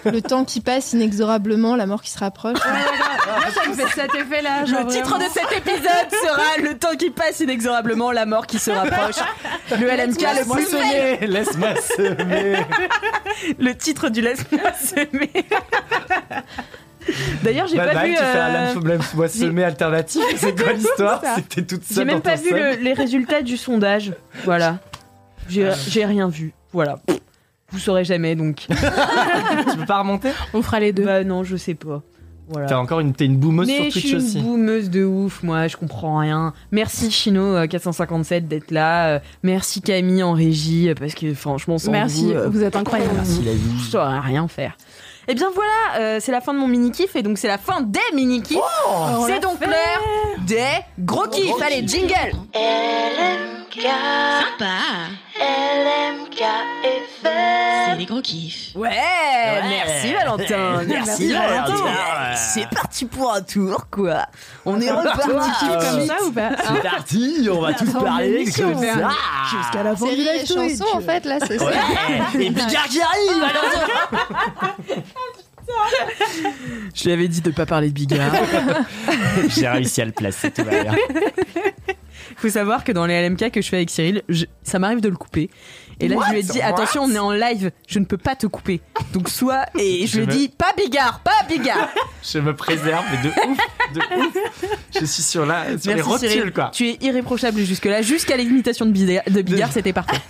Speaker 4: Le temps qui passe inexorablement, la mort qui se rapproche.
Speaker 11: ça me fait cet effet-là.
Speaker 1: Le titre de cet épisode sera Le temps qui passe inexorablement, la mort qui se rapproche. Le LMK, le
Speaker 3: Laisse-moi
Speaker 1: poissonnier.
Speaker 3: semer Laisse-moi semer
Speaker 1: Le titre du laisse-moi semer. D'ailleurs, j'ai
Speaker 3: Bah,
Speaker 1: pas
Speaker 3: bah,
Speaker 1: vu.
Speaker 3: tu fais
Speaker 1: euh,
Speaker 3: un laisse-moi
Speaker 1: j'ai-
Speaker 3: semer alternatif. C'est quoi l'histoire
Speaker 1: Ça.
Speaker 3: C'était toute seule
Speaker 1: J'ai même
Speaker 3: dans
Speaker 1: pas
Speaker 3: ton
Speaker 1: vu
Speaker 3: sol.
Speaker 1: le- les résultats du sondage. Voilà. J'ai
Speaker 3: Ah.
Speaker 1: j'ai rien vu. Voilà. Pff, Vous saurez jamais donc.
Speaker 3: tu peux pas remonter
Speaker 2: On fera les deux.
Speaker 1: Bah non, je sais pas. Voilà.
Speaker 3: T'as encore une, t'es une boumeuse
Speaker 1: Mais je
Speaker 3: sur Twitch
Speaker 1: suis
Speaker 3: aussi.
Speaker 1: une boumeuse de ouf, moi, je comprends rien. Merci euh, Chino457 d'être là. euh, Merci Camille en régie, euh, parce que franchement, sans
Speaker 2: Merci,
Speaker 1: vous, euh,
Speaker 2: vous êtes incroyables.
Speaker 3: Merci la
Speaker 1: je
Speaker 3: vie.
Speaker 1: saurais rien faire. Et bien voilà, euh, c'est la fin de mon mini-kiff, et donc c'est la fin des mini-kiffs.
Speaker 2: On l'a
Speaker 1: c'est donc l'heure des gros kiffs. Allez, jingle
Speaker 12: C'est les gros kiffs.
Speaker 1: Ouais, merci Valentin, merci,
Speaker 12: Merci,
Speaker 1: Valentin.
Speaker 12: Valentin.
Speaker 1: C'est parti pour un tour quoi. On est
Speaker 2: Tu
Speaker 1: reparti
Speaker 2: kiffes comme ça ou pas
Speaker 3: C'est parti, on va tous parler comme ça. Ah.
Speaker 2: Jusqu'à la fin
Speaker 4: C'est
Speaker 2: du
Speaker 4: les
Speaker 2: live tweet.
Speaker 4: chansons en fait là, c'est ça.
Speaker 3: Ouais. Et Bigard qui arrive
Speaker 1: Ah.
Speaker 3: alors
Speaker 1: Je lui avais dit de pas parler de Bigard.
Speaker 3: J'ai réussi à le placer tout à l'heure.
Speaker 1: Faut savoir que dans les LMK que je fais avec Cyril, je- ça m'arrive de le couper. Et là, je lui ai dit,
Speaker 3: What
Speaker 1: attention, on est en live, je ne peux pas te couper. Donc, soit, et je,
Speaker 3: Je
Speaker 1: lui ai
Speaker 3: me-
Speaker 1: dit, pas Bigard, pas Bigard.
Speaker 3: Je me préserve, mais de ouf, de ouf. Je suis sur, la, sur les
Speaker 1: Merci
Speaker 3: rotules
Speaker 1: Cyril,
Speaker 3: quoi.
Speaker 1: tu es irréprochable jusque-là, jusqu'à l'imitation de Bigard, de Bigard c'était parfait.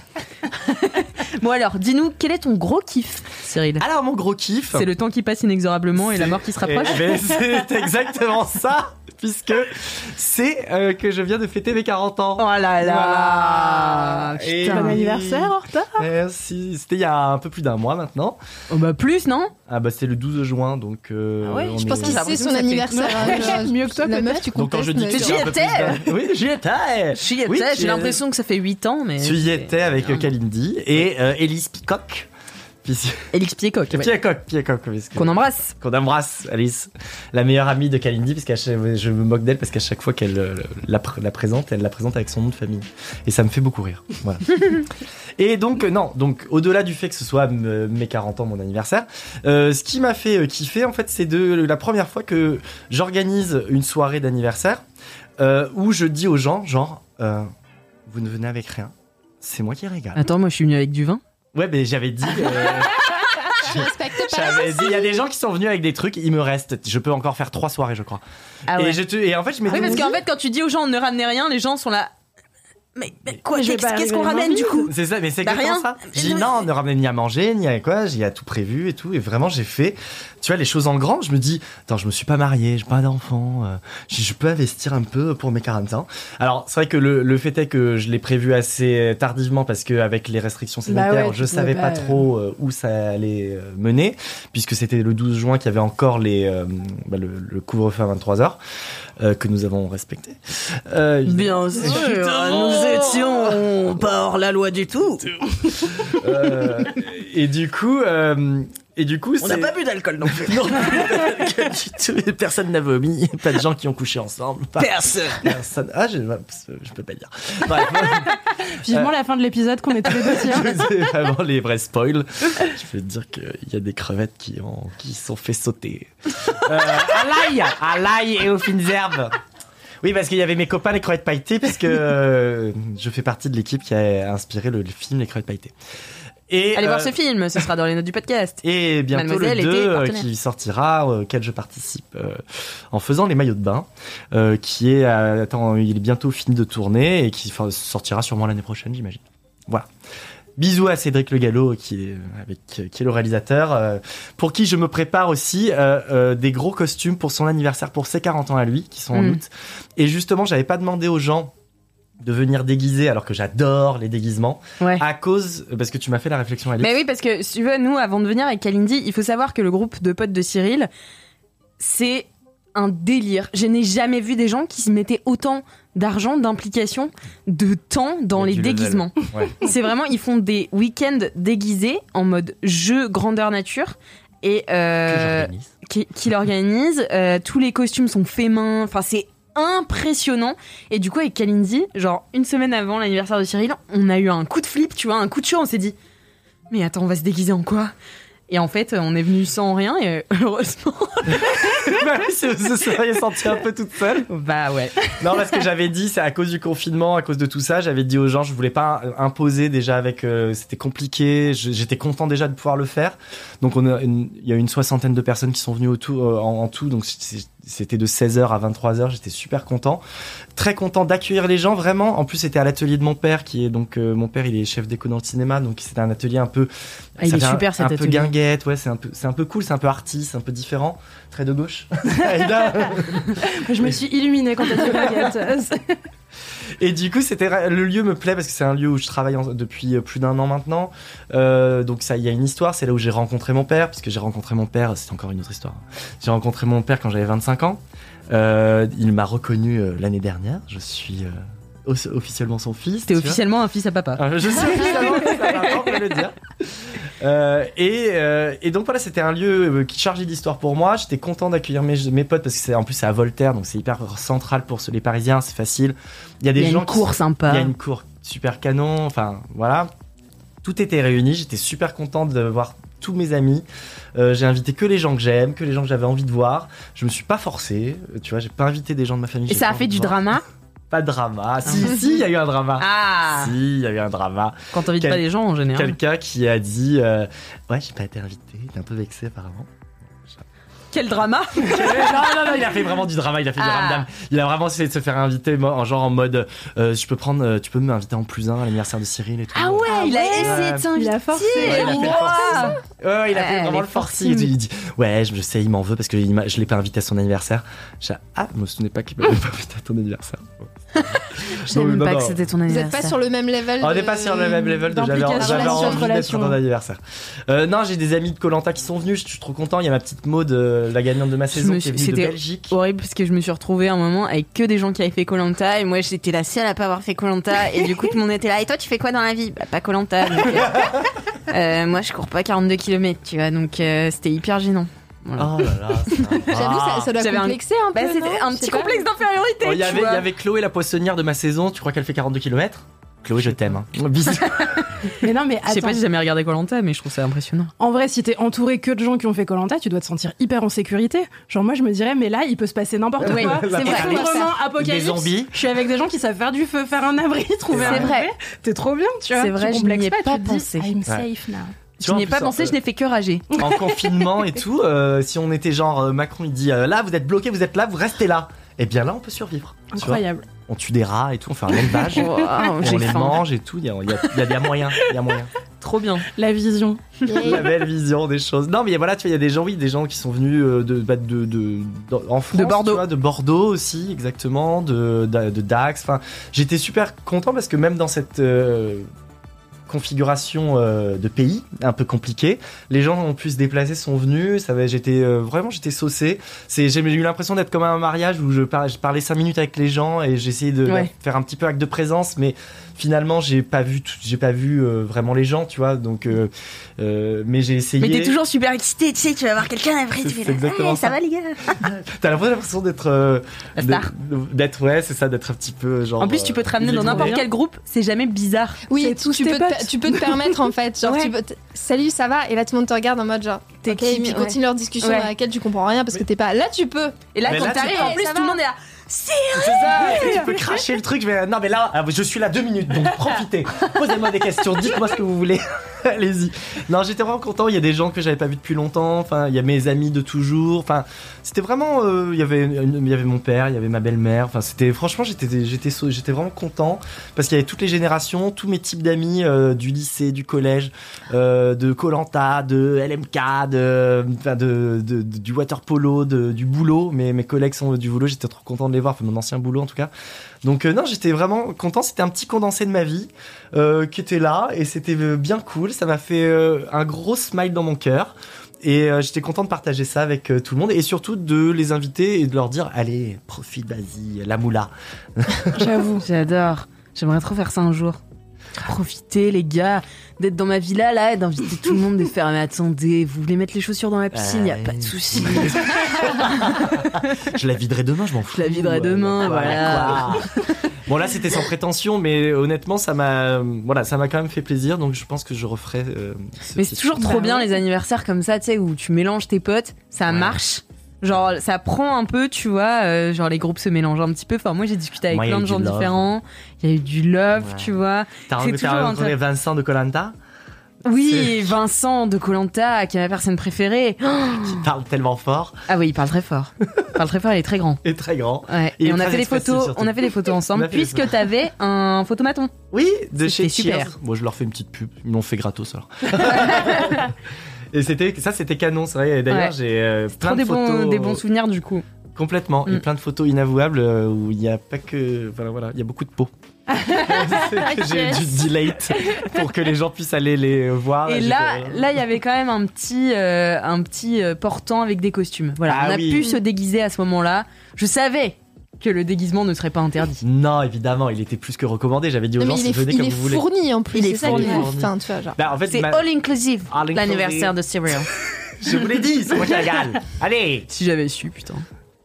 Speaker 1: bon alors, dis-nous, quel est ton gros kiff, Cyril
Speaker 3: Alors mon gros kiff.
Speaker 1: C'est le temps qui passe inexorablement Ah, et la
Speaker 3: C'est-
Speaker 1: mort qui se rapproche
Speaker 3: Eh ben, C'est exactement ça, puisque c'est euh, que je viens de fêter mes 40 ans.
Speaker 1: Oh là là
Speaker 3: Voilà. Et
Speaker 1: Putain. hein.
Speaker 2: Bon
Speaker 3: oui.
Speaker 2: anniversaire, Horta
Speaker 3: Merci. C'était il y a un peu plus d'un mois maintenant.
Speaker 1: Oh bah plus, non
Speaker 3: Ah bah c'était le 12 juin, donc. euh,
Speaker 1: Ah ouais,
Speaker 3: on
Speaker 4: Je pense
Speaker 3: est-
Speaker 4: qu'il sait son anniversaire. hein,
Speaker 2: Mieux que toi,
Speaker 4: La meuf,
Speaker 2: peut-être.
Speaker 4: tu
Speaker 3: Donc quand
Speaker 4: contestes,
Speaker 3: je dis
Speaker 4: mais-
Speaker 3: que j'ai un peu
Speaker 1: J'y étais.
Speaker 3: plus d'un- Oui, j'y étais.
Speaker 1: J'y étais,
Speaker 3: Oui,
Speaker 1: j'ai l'impression que ça fait 8 ans, mais...
Speaker 3: Tu y étais avec Kalindi et euh, Elise Peacock. Puis-
Speaker 1: Elix Piecoq, ouais.
Speaker 3: Peacock, Peacock, parce que-
Speaker 1: qu'on embrasse.
Speaker 3: qu'on embrasse, Alice, la meilleure amie de Kalindi, parce que je me moque d'elle parce qu'à chaque fois qu'elle euh, la, pr- la présente, elle la présente avec son nom de famille. Et ça me fait beaucoup rire. Voilà. Et donc, euh, non, donc au-delà du fait que ce soit m- mes 40 ans, mon anniversaire, euh, ce qui m'a fait euh, kiffer, en fait, c'est de la première fois que j'organise une soirée d'anniversaire euh, où je dis aux gens, genre, euh, vous ne venez avec rien, c'est moi qui régale.
Speaker 1: Attends, moi je suis venu avec du vin.
Speaker 3: Ouais, mais j'avais dit. euh,
Speaker 4: Je respecte pas.
Speaker 3: j'avais dit, il y a des gens qui sont venus avec des trucs, il me reste. Je peux encore faire trois soirées, je crois.
Speaker 1: Ah
Speaker 3: Et,
Speaker 1: ouais.
Speaker 3: je te- et en fait, je m'étais
Speaker 1: Oui, parce
Speaker 3: dit-
Speaker 1: qu'en fait, quand tu dis aux gens ne ramenez rien, les gens sont là. Mais, mais quoi
Speaker 2: Mais je vais
Speaker 1: Qu'est-ce
Speaker 2: pas
Speaker 1: qu'est-ce qu'on
Speaker 2: arriver
Speaker 1: ramène du coup
Speaker 3: C'est ça, mais c'est
Speaker 1: Bah,
Speaker 3: exactement
Speaker 1: rien.
Speaker 3: ça. J'ai dit
Speaker 1: Mais
Speaker 3: non, on ne ramène ni à manger, ni à quoi, j'ai à tout prévu et tout. Et vraiment, j'ai fait, tu vois, les choses en grand. Je me dis, attends, je me suis pas marié, j'ai pas d'enfant, euh, je, je peux investir un peu pour mes 40 ans. Alors, c'est vrai que le, le fait est que je l'ai prévu assez tardivement parce que avec les restrictions
Speaker 2: Bah
Speaker 3: sanitaires,
Speaker 2: ouais,
Speaker 3: je
Speaker 2: tu pouvais
Speaker 3: savais pas,
Speaker 2: pas, euh,
Speaker 3: trop euh, où ça allait euh, mener, puisque c'était le 12 juin qu'il y avait encore les, euh, bah, le, le couvre-feu à 23h, que nous avons respecté. Euh,
Speaker 1: étions pas hors la loi du tout.
Speaker 3: Euh, et du coup, euh, et du coup, c'est-
Speaker 1: bu d'alcool non plus.
Speaker 3: Non, du tout, personne n'a vomi, pas de gens qui ont couché ensemble, pas
Speaker 1: Personne.
Speaker 3: personne. Ah, je, je peux pas dire. Bref, Euh.
Speaker 2: Vivement la fin de l'épisode qu'on est tous les deux hein. sur.
Speaker 3: c'est vraiment les vrais spoils. Je veux te dire qu'il y a des crevettes qui ont qui se sont fait sauter. Euh, à l'ail, à l'ail et aux fines herbes. Oui, parce qu'il y avait mes copains les crevettes pailletées, puisque euh, je fais partie de l'équipe qui a inspiré le, le film Les crevettes pailletées. Et,
Speaker 1: Allez voir
Speaker 3: euh,
Speaker 1: ce film, ce sera dans les notes du podcast.
Speaker 3: Et bientôt le
Speaker 1: Mademoiselle
Speaker 3: 2
Speaker 1: était
Speaker 3: euh,
Speaker 1: partenaire.
Speaker 3: qui sortira, euh, auquel je participe euh, en faisant les maillots de bain, euh, qui est, euh, attends, il est bientôt fini de tourner et qui enfin, sortira sûrement l'année prochaine, j'imagine. Voilà. Bisous à Cédric Le Gallo, qui est, avec, qui est le réalisateur, euh, pour qui je me prépare aussi euh, euh, des gros costumes pour son anniversaire, pour ses 40 ans à lui, qui sont en
Speaker 1: Mm.
Speaker 3: août. Et justement, j'avais pas demandé aux gens de venir déguiser alors que j'adore les déguisements
Speaker 1: Ouais.
Speaker 3: à cause parce que tu m'as fait la réflexion Alice.
Speaker 1: Mais oui, parce que si tu veux, nous, avant de venir avec Kalindi, il faut savoir que le groupe de potes de Cyril, c'est un délire. Je n'ai jamais vu des gens qui se mettaient autant d'argent, d'implication, de temps dans les
Speaker 13: du level.
Speaker 1: déguisements.
Speaker 13: Ouais.
Speaker 1: C'est vraiment, ils font des week-ends déguisés en mode jeu grandeur nature. Et euh, qui, qui l'organise. Euh, tous les costumes sont faits main. Enfin, c'est impressionnant. Et du coup, avec Kalindi, genre une semaine avant l'anniversaire de Cyril, on a eu un coup de flip, tu vois, un coup de chaud. On s'est dit, mais attends, on va se déguiser en quoi Et en fait, on est venu sans rien. Et euh, heureusement.
Speaker 3: bah oui, c'est- vous seriez sorti un peu toute seule.
Speaker 1: Bah ouais.
Speaker 3: Non, parce que j'avais dit, c'est à cause du confinement, à cause de tout ça, j'avais dit aux gens, je voulais pas imposer déjà avec. euh, C'était compliqué, je- j'étais content déjà de pouvoir le faire. Donc, on a une- il y a une soixantaine de personnes qui sont venues au tout- euh, en, en tout, donc c'est- c'était de 16h à 23h, j'étais super content. Très content d'accueillir les gens, vraiment. En plus, c'était à l'atelier de mon père, qui est donc. euh, mon père, il est chef déco dans le cinéma, donc c'était un atelier un peu.
Speaker 1: Ah, il
Speaker 3: ça
Speaker 1: est
Speaker 3: fait un-
Speaker 1: super, cet
Speaker 3: Un peu
Speaker 1: atelier.
Speaker 3: guinguette, ouais, c'est un, peu- c'est un peu cool, c'est un peu artiste, c'est un peu différent. Très de gauche.
Speaker 2: Je me suis illuminée quand t'as dit baguette.
Speaker 3: Et du coup, c'était ra- le lieu me plaît parce que c'est un lieu où je travaille en- depuis euh, plus d'un an maintenant. Euh, donc ça, il y a une histoire. C'est là où j'ai rencontré mon père, parce que j'ai rencontré mon père. C'est encore une autre histoire. hein. J'ai rencontré mon père quand j'avais 25 ans. Euh, il m'a reconnu euh, l'année dernière. Je suis euh, os- officiellement son fils.
Speaker 1: T'es
Speaker 3: tu vois. Ah, Euh,
Speaker 1: officiellement un fils à papa.
Speaker 3: je suis officiellement un fils à papa, on peut le dire. Euh, et, euh, et donc voilà, c'était un lieu euh, qui chargeait d'histoire pour moi. J'étais content d'accueillir mes, mes potes parce que c'est en plus c'est à Voltaire, donc c'est hyper central pour ce- les Parisiens, c'est facile. Il y a des
Speaker 1: Il y a
Speaker 3: gens
Speaker 1: une
Speaker 3: qui
Speaker 1: cour
Speaker 3: sont-
Speaker 1: sympa.
Speaker 3: Il y a une cour super canon. Enfin voilà, tout était réuni. J'étais super content de voir tous mes amis. Euh, j'ai invité que les gens que j'aime, que les gens que j'avais envie de voir. Je me suis pas forcé, euh, tu vois, j'ai pas invité des gens de ma famille.
Speaker 1: Et
Speaker 3: j'ai
Speaker 1: ça a
Speaker 3: pas
Speaker 1: fait
Speaker 3: envie
Speaker 1: du
Speaker 3: de voir.
Speaker 1: drama
Speaker 3: Pas de drama. Si, si, il y a eu un drama.
Speaker 1: Ah
Speaker 3: Si, il y a eu un drama.
Speaker 1: Quand t'invites pas les gens, en général.
Speaker 3: Quelqu'un qui a dit euh, Ouais, j'ai pas été invité. Il est un peu vexé, apparemment.
Speaker 1: Quel drama
Speaker 3: non, non, non, il a fait vraiment du drama, il a fait du
Speaker 1: Ah.
Speaker 3: ramdam. Il a vraiment essayé de se faire inviter moi, en genre en mode euh, je peux prendre, euh, tu peux m'inviter en plus un à l'anniversaire de Cyril et tout.
Speaker 1: Ah ouais, il a
Speaker 3: Ouais.
Speaker 1: essayé de s'inviter.
Speaker 2: Il a forcé.
Speaker 3: Ouais, il a fait le forcing. Ouais, ouais, il a
Speaker 1: Ouais,
Speaker 3: fait vraiment
Speaker 1: Ah, les
Speaker 3: le forcing. Il dit ouais, je, je sais, il m'en veut parce que il m'a- je l'ai pas invité à son anniversaire. J'ai ah, je me souvenais pas qu'il m'avait pas invité à ton anniversaire.
Speaker 1: Je savais même pas que c'était ton
Speaker 4: Vous
Speaker 1: anniversaire.
Speaker 4: êtes pas sur le même level.
Speaker 3: On
Speaker 4: de-
Speaker 3: n'est pas sur le même level de j'avais
Speaker 4: d'implication.
Speaker 3: j'avais
Speaker 4: Relation,
Speaker 3: envie d'être
Speaker 4: relation.
Speaker 3: à ton anniversaire. Euh, non, j'ai des amis de Colanta qui sont venus, je suis trop content. Il y a ma petite Maud, euh, la gagnante de ma
Speaker 1: Je
Speaker 3: saison,
Speaker 1: me
Speaker 3: qui est
Speaker 1: suis-
Speaker 3: venue de
Speaker 1: C'était
Speaker 3: Belgique.
Speaker 1: horrible parce que je me suis retrouvée un moment avec que des gens qui avaient fait Colanta et moi j'étais la seule à pas avoir fait Colanta et du coup tout le monde était là. Et toi tu fais quoi dans la vie Bah pas Colanta. euh, moi je cours pas 42 km tu vois donc euh, c'était hyper gênant. Voilà.
Speaker 3: Oh là là, c'est
Speaker 4: J'avoue, ça, ça doit
Speaker 1: J'avais un-
Speaker 4: complexer un, peu.
Speaker 1: Bah, c'était
Speaker 4: non
Speaker 1: un
Speaker 4: Je sais
Speaker 1: petit
Speaker 4: pas.
Speaker 1: complexe d'infériorité.
Speaker 3: Oh, Il y
Speaker 1: tu
Speaker 3: avait- il y
Speaker 1: vois.
Speaker 3: avait Chloé, la poissonnière de ma saison. Tu crois qu'elle fait 42 km Chloé, je t'aime. hein. Bisous.
Speaker 2: Mais non, mais
Speaker 1: Je sais
Speaker 2: attends.
Speaker 1: pas, j'ai jamais regardé Colanta mais je trouve ça impressionnant.
Speaker 2: En vrai, si t'es entouré que de gens qui ont fait Colanta, tu dois te sentir hyper en sécurité. Genre moi, je me dirais, mais là, il peut se passer n'importe
Speaker 1: Oui,
Speaker 2: quoi.
Speaker 1: c'est vrai.
Speaker 2: Effondrement,
Speaker 1: Des
Speaker 2: apocalypse.
Speaker 1: zombies.
Speaker 2: Je suis avec des gens qui savent faire du feu, faire un abri, trouver un
Speaker 1: C'est vrai.
Speaker 2: bébé. T'es trop bien, tu vois.
Speaker 1: C'est vrai,
Speaker 2: tu
Speaker 1: je
Speaker 2: complexes
Speaker 1: n'y ai
Speaker 2: pas,
Speaker 1: pas
Speaker 2: tu te
Speaker 1: pensé.
Speaker 2: Dis, I'm
Speaker 3: Ouais.
Speaker 2: safe now.
Speaker 1: Je
Speaker 3: Tu vois, en
Speaker 1: n'y ai
Speaker 3: plus,
Speaker 1: pas
Speaker 3: en-
Speaker 1: pensé, je n'ai fait que rager.
Speaker 3: En confinement et tout, euh, si on était genre euh, Macron, il dit euh, là, vous êtes bloqué, vous êtes là, vous restez là. Eh bien là, on peut survivre. tu vois.
Speaker 2: Incroyable.
Speaker 3: On tue des rats et tout, on fait un élevage.
Speaker 1: Wow,
Speaker 3: et
Speaker 1: Oh, ah, j'ai
Speaker 3: on les
Speaker 1: faim.
Speaker 3: mange et tout. Il y a, il y a- il y a- il y a moyen. Il y a moyen.
Speaker 1: Trop bien.
Speaker 2: La vision.
Speaker 3: La belle vision des choses. Non, mais voilà, tu vois, il y a des gens, oui, des gens qui sont venus euh, de, bah, de, de, dans- en France,
Speaker 1: De Bordeaux.
Speaker 3: tu vois, de Bordeaux aussi, exactement, de, de, de Dax. Enfin, j'étais super content parce que même dans cette euh, configuration euh, de pays un peu compliquée, les gens ont pu se déplacer, sont venus. Ça, va, j'étais euh, vraiment, j'étais saucé. C'est, j'ai eu l'impression d'être comme à un mariage où je, par- je parlais cinq minutes avec les gens et j'essayais de
Speaker 1: Ouais.
Speaker 3: faire un petit peu acte de présence, mais finalement, j'ai pas vu, tout- j'ai pas vu euh, vraiment les gens, tu vois. Donc, euh, euh, mais j'ai essayé.
Speaker 9: Mais t'es toujours super excité, tu sais, tu vas voir quelqu'un après,
Speaker 3: C'est-
Speaker 9: tu fais
Speaker 3: c'est
Speaker 9: là,
Speaker 3: exactement
Speaker 1: Eh,
Speaker 9: Ah, ça
Speaker 3: ça.
Speaker 9: va les gars
Speaker 3: T'as la vraie l'impression d'être. euh,
Speaker 1: La star.
Speaker 3: d'être- D'être, ouais, c'est ça, d'être un petit peu genre.
Speaker 1: En plus, tu peux te
Speaker 3: euh,
Speaker 1: ramener dans n'importe quel groupe, c'est jamais bizarre.
Speaker 4: Oui,
Speaker 1: C'est
Speaker 4: tu
Speaker 1: tous tes
Speaker 4: peux, te,
Speaker 1: potes.
Speaker 4: tu peux te permettre en fait. Genre,
Speaker 1: Ouais.
Speaker 4: tu peux te- salut, ça va Et là, tout le monde te regarde en mode genre, t'es
Speaker 9: qui,
Speaker 4: et puis
Speaker 9: ouais.
Speaker 4: continue leur discussion
Speaker 9: Ouais.
Speaker 4: à laquelle tu comprends rien parce que t'es pas. Là, tu peux.
Speaker 1: Et là,
Speaker 3: Mais
Speaker 1: quand
Speaker 3: là, tu-
Speaker 1: t'arrives, en
Speaker 4: Eh,
Speaker 1: plus,
Speaker 4: ça
Speaker 1: tout le
Speaker 4: va
Speaker 1: monde est là. C'est
Speaker 3: C'est ça, tu peux cracher le truc, mais euh, non, mais là, euh, je suis là deux minutes, donc profitez. Posez-moi des questions, dites-moi ce que vous voulez. Allez-y. Non, j'étais vraiment content. Il y a des gens que j'avais pas vus depuis longtemps. Enfin, il y a mes amis de toujours. Enfin, c'était vraiment. euh, il, y avait une- il y avait mon père, il y avait ma belle-mère. Enfin, c'était. Franchement, j'étais, j'étais, sau- j'étais vraiment content parce qu'il y avait toutes les générations, tous mes types d'amis euh, du lycée, du collège, euh, de Colanta, de LMK, de, enfin, de, de- de- du water polo, de- du boulot. Mais mes collègues sont du boulot. J'étais trop content de les voir, enfin, mon ancien boulot en tout cas. Donc euh, non, j'étais vraiment content. C'était un petit condensé de ma vie euh, qui était là et c'était euh, bien cool. Ça m'a fait euh, un gros smile dans mon cœur. Et euh, j'étais content de partager ça avec euh, tout le monde et surtout de les inviter et de leur dire allez, profite, vas-y, la moula.
Speaker 1: J'avoue. J'adore. J'aimerais trop faire ça un jour. Profiter, les gars, d'être dans ma villa là et d'inviter tout le monde de faire. Mais attendez, vous voulez mettre les chaussures dans la piscine, y a pas de souci.
Speaker 3: Je la viderai demain, je m'en fous. euh,
Speaker 1: Je la viderai demain, voilà.
Speaker 3: quoi. bon là, c'était sans prétention, mais honnêtement, ça m'a, voilà, ça m'a quand même fait plaisir. Donc je pense que je referai. euh, ce
Speaker 1: Mais
Speaker 3: petit
Speaker 1: c'est toujours
Speaker 3: truc.
Speaker 1: trop bien les anniversaires comme ça, tu sais, où tu mélanges tes potes, ça marche. Genre, ça prend un peu, tu vois, euh, genre les groupes se mélangent un petit peu. Enfin, moi j'ai discuté avec
Speaker 3: Moi, il y a
Speaker 1: plein de
Speaker 3: eu du
Speaker 1: gens
Speaker 3: love.
Speaker 1: différents, il y a eu du love,
Speaker 3: Ouais.
Speaker 1: tu vois.
Speaker 3: T'as
Speaker 1: C'est
Speaker 3: rencontré,
Speaker 1: toujours
Speaker 3: t'as
Speaker 1: un
Speaker 3: rencontré Vincent de Colanta
Speaker 1: Oui, Vincent de Colanta, qui est ma personne préférée.
Speaker 3: qui
Speaker 1: Oh.
Speaker 3: parle tellement fort
Speaker 1: Ah oui, il parle très fort. Il parle très fort, il est très grand.
Speaker 3: et très grand.
Speaker 1: Ouais.
Speaker 3: Il
Speaker 1: Et,
Speaker 3: est
Speaker 1: on a
Speaker 3: très
Speaker 1: fait des
Speaker 3: expressif,
Speaker 1: photos,
Speaker 3: surtout.
Speaker 1: on a fait des photos
Speaker 3: On
Speaker 1: ensemble
Speaker 3: a fait des
Speaker 1: puisque
Speaker 3: photos.
Speaker 1: t'avais un photomaton.
Speaker 3: Oui, de
Speaker 1: C'était
Speaker 3: chez
Speaker 1: super.
Speaker 3: Cheers. Bon, je leur fais une petite pub. Ils m'ont fait gratos alors. et c'était ça, c'était canon, c'est vrai. Et D'ailleurs,
Speaker 1: Ouais.
Speaker 3: j'ai euh, plein
Speaker 1: Trop
Speaker 3: de
Speaker 1: des
Speaker 3: photos.
Speaker 1: bons, des bons souvenirs du coup.
Speaker 3: Complètement. Et
Speaker 1: Mm.
Speaker 3: plein de photos inavouables euh, où il n'y a pas que. Voilà, voilà, il y a beaucoup de peau. Que J'ai
Speaker 1: Yes.
Speaker 3: dû delete pour que les gens puissent aller les voir. euh,
Speaker 1: Et
Speaker 3: J'étais-
Speaker 1: là, là, il y avait quand même un petit, euh, un petit euh, portant avec des costumes. Voilà,
Speaker 3: Ah
Speaker 1: on a
Speaker 3: oui.
Speaker 1: pu se déguiser à ce moment-là. Je savais que le déguisement ne serait pas interdit.
Speaker 3: Non, évidemment, il était plus que recommandé. J'avais dit aux
Speaker 4: Non,
Speaker 3: gens,
Speaker 4: mais il est,
Speaker 3: venez
Speaker 4: il
Speaker 3: comme
Speaker 4: est
Speaker 3: vous voulez.
Speaker 4: fourni en plus.
Speaker 1: Il est
Speaker 4: c'est ça qui est
Speaker 3: fourni.
Speaker 4: ouf. Enfin, tu vois, genre.
Speaker 3: Bah, en fait,
Speaker 1: C'est
Speaker 3: ma-
Speaker 1: all inclusive
Speaker 3: All inclusive.
Speaker 1: l'anniversaire de Cyril.
Speaker 3: Je vous l'ai dit, c'est moi qui la gagne. Allez
Speaker 1: si j'avais su, putain.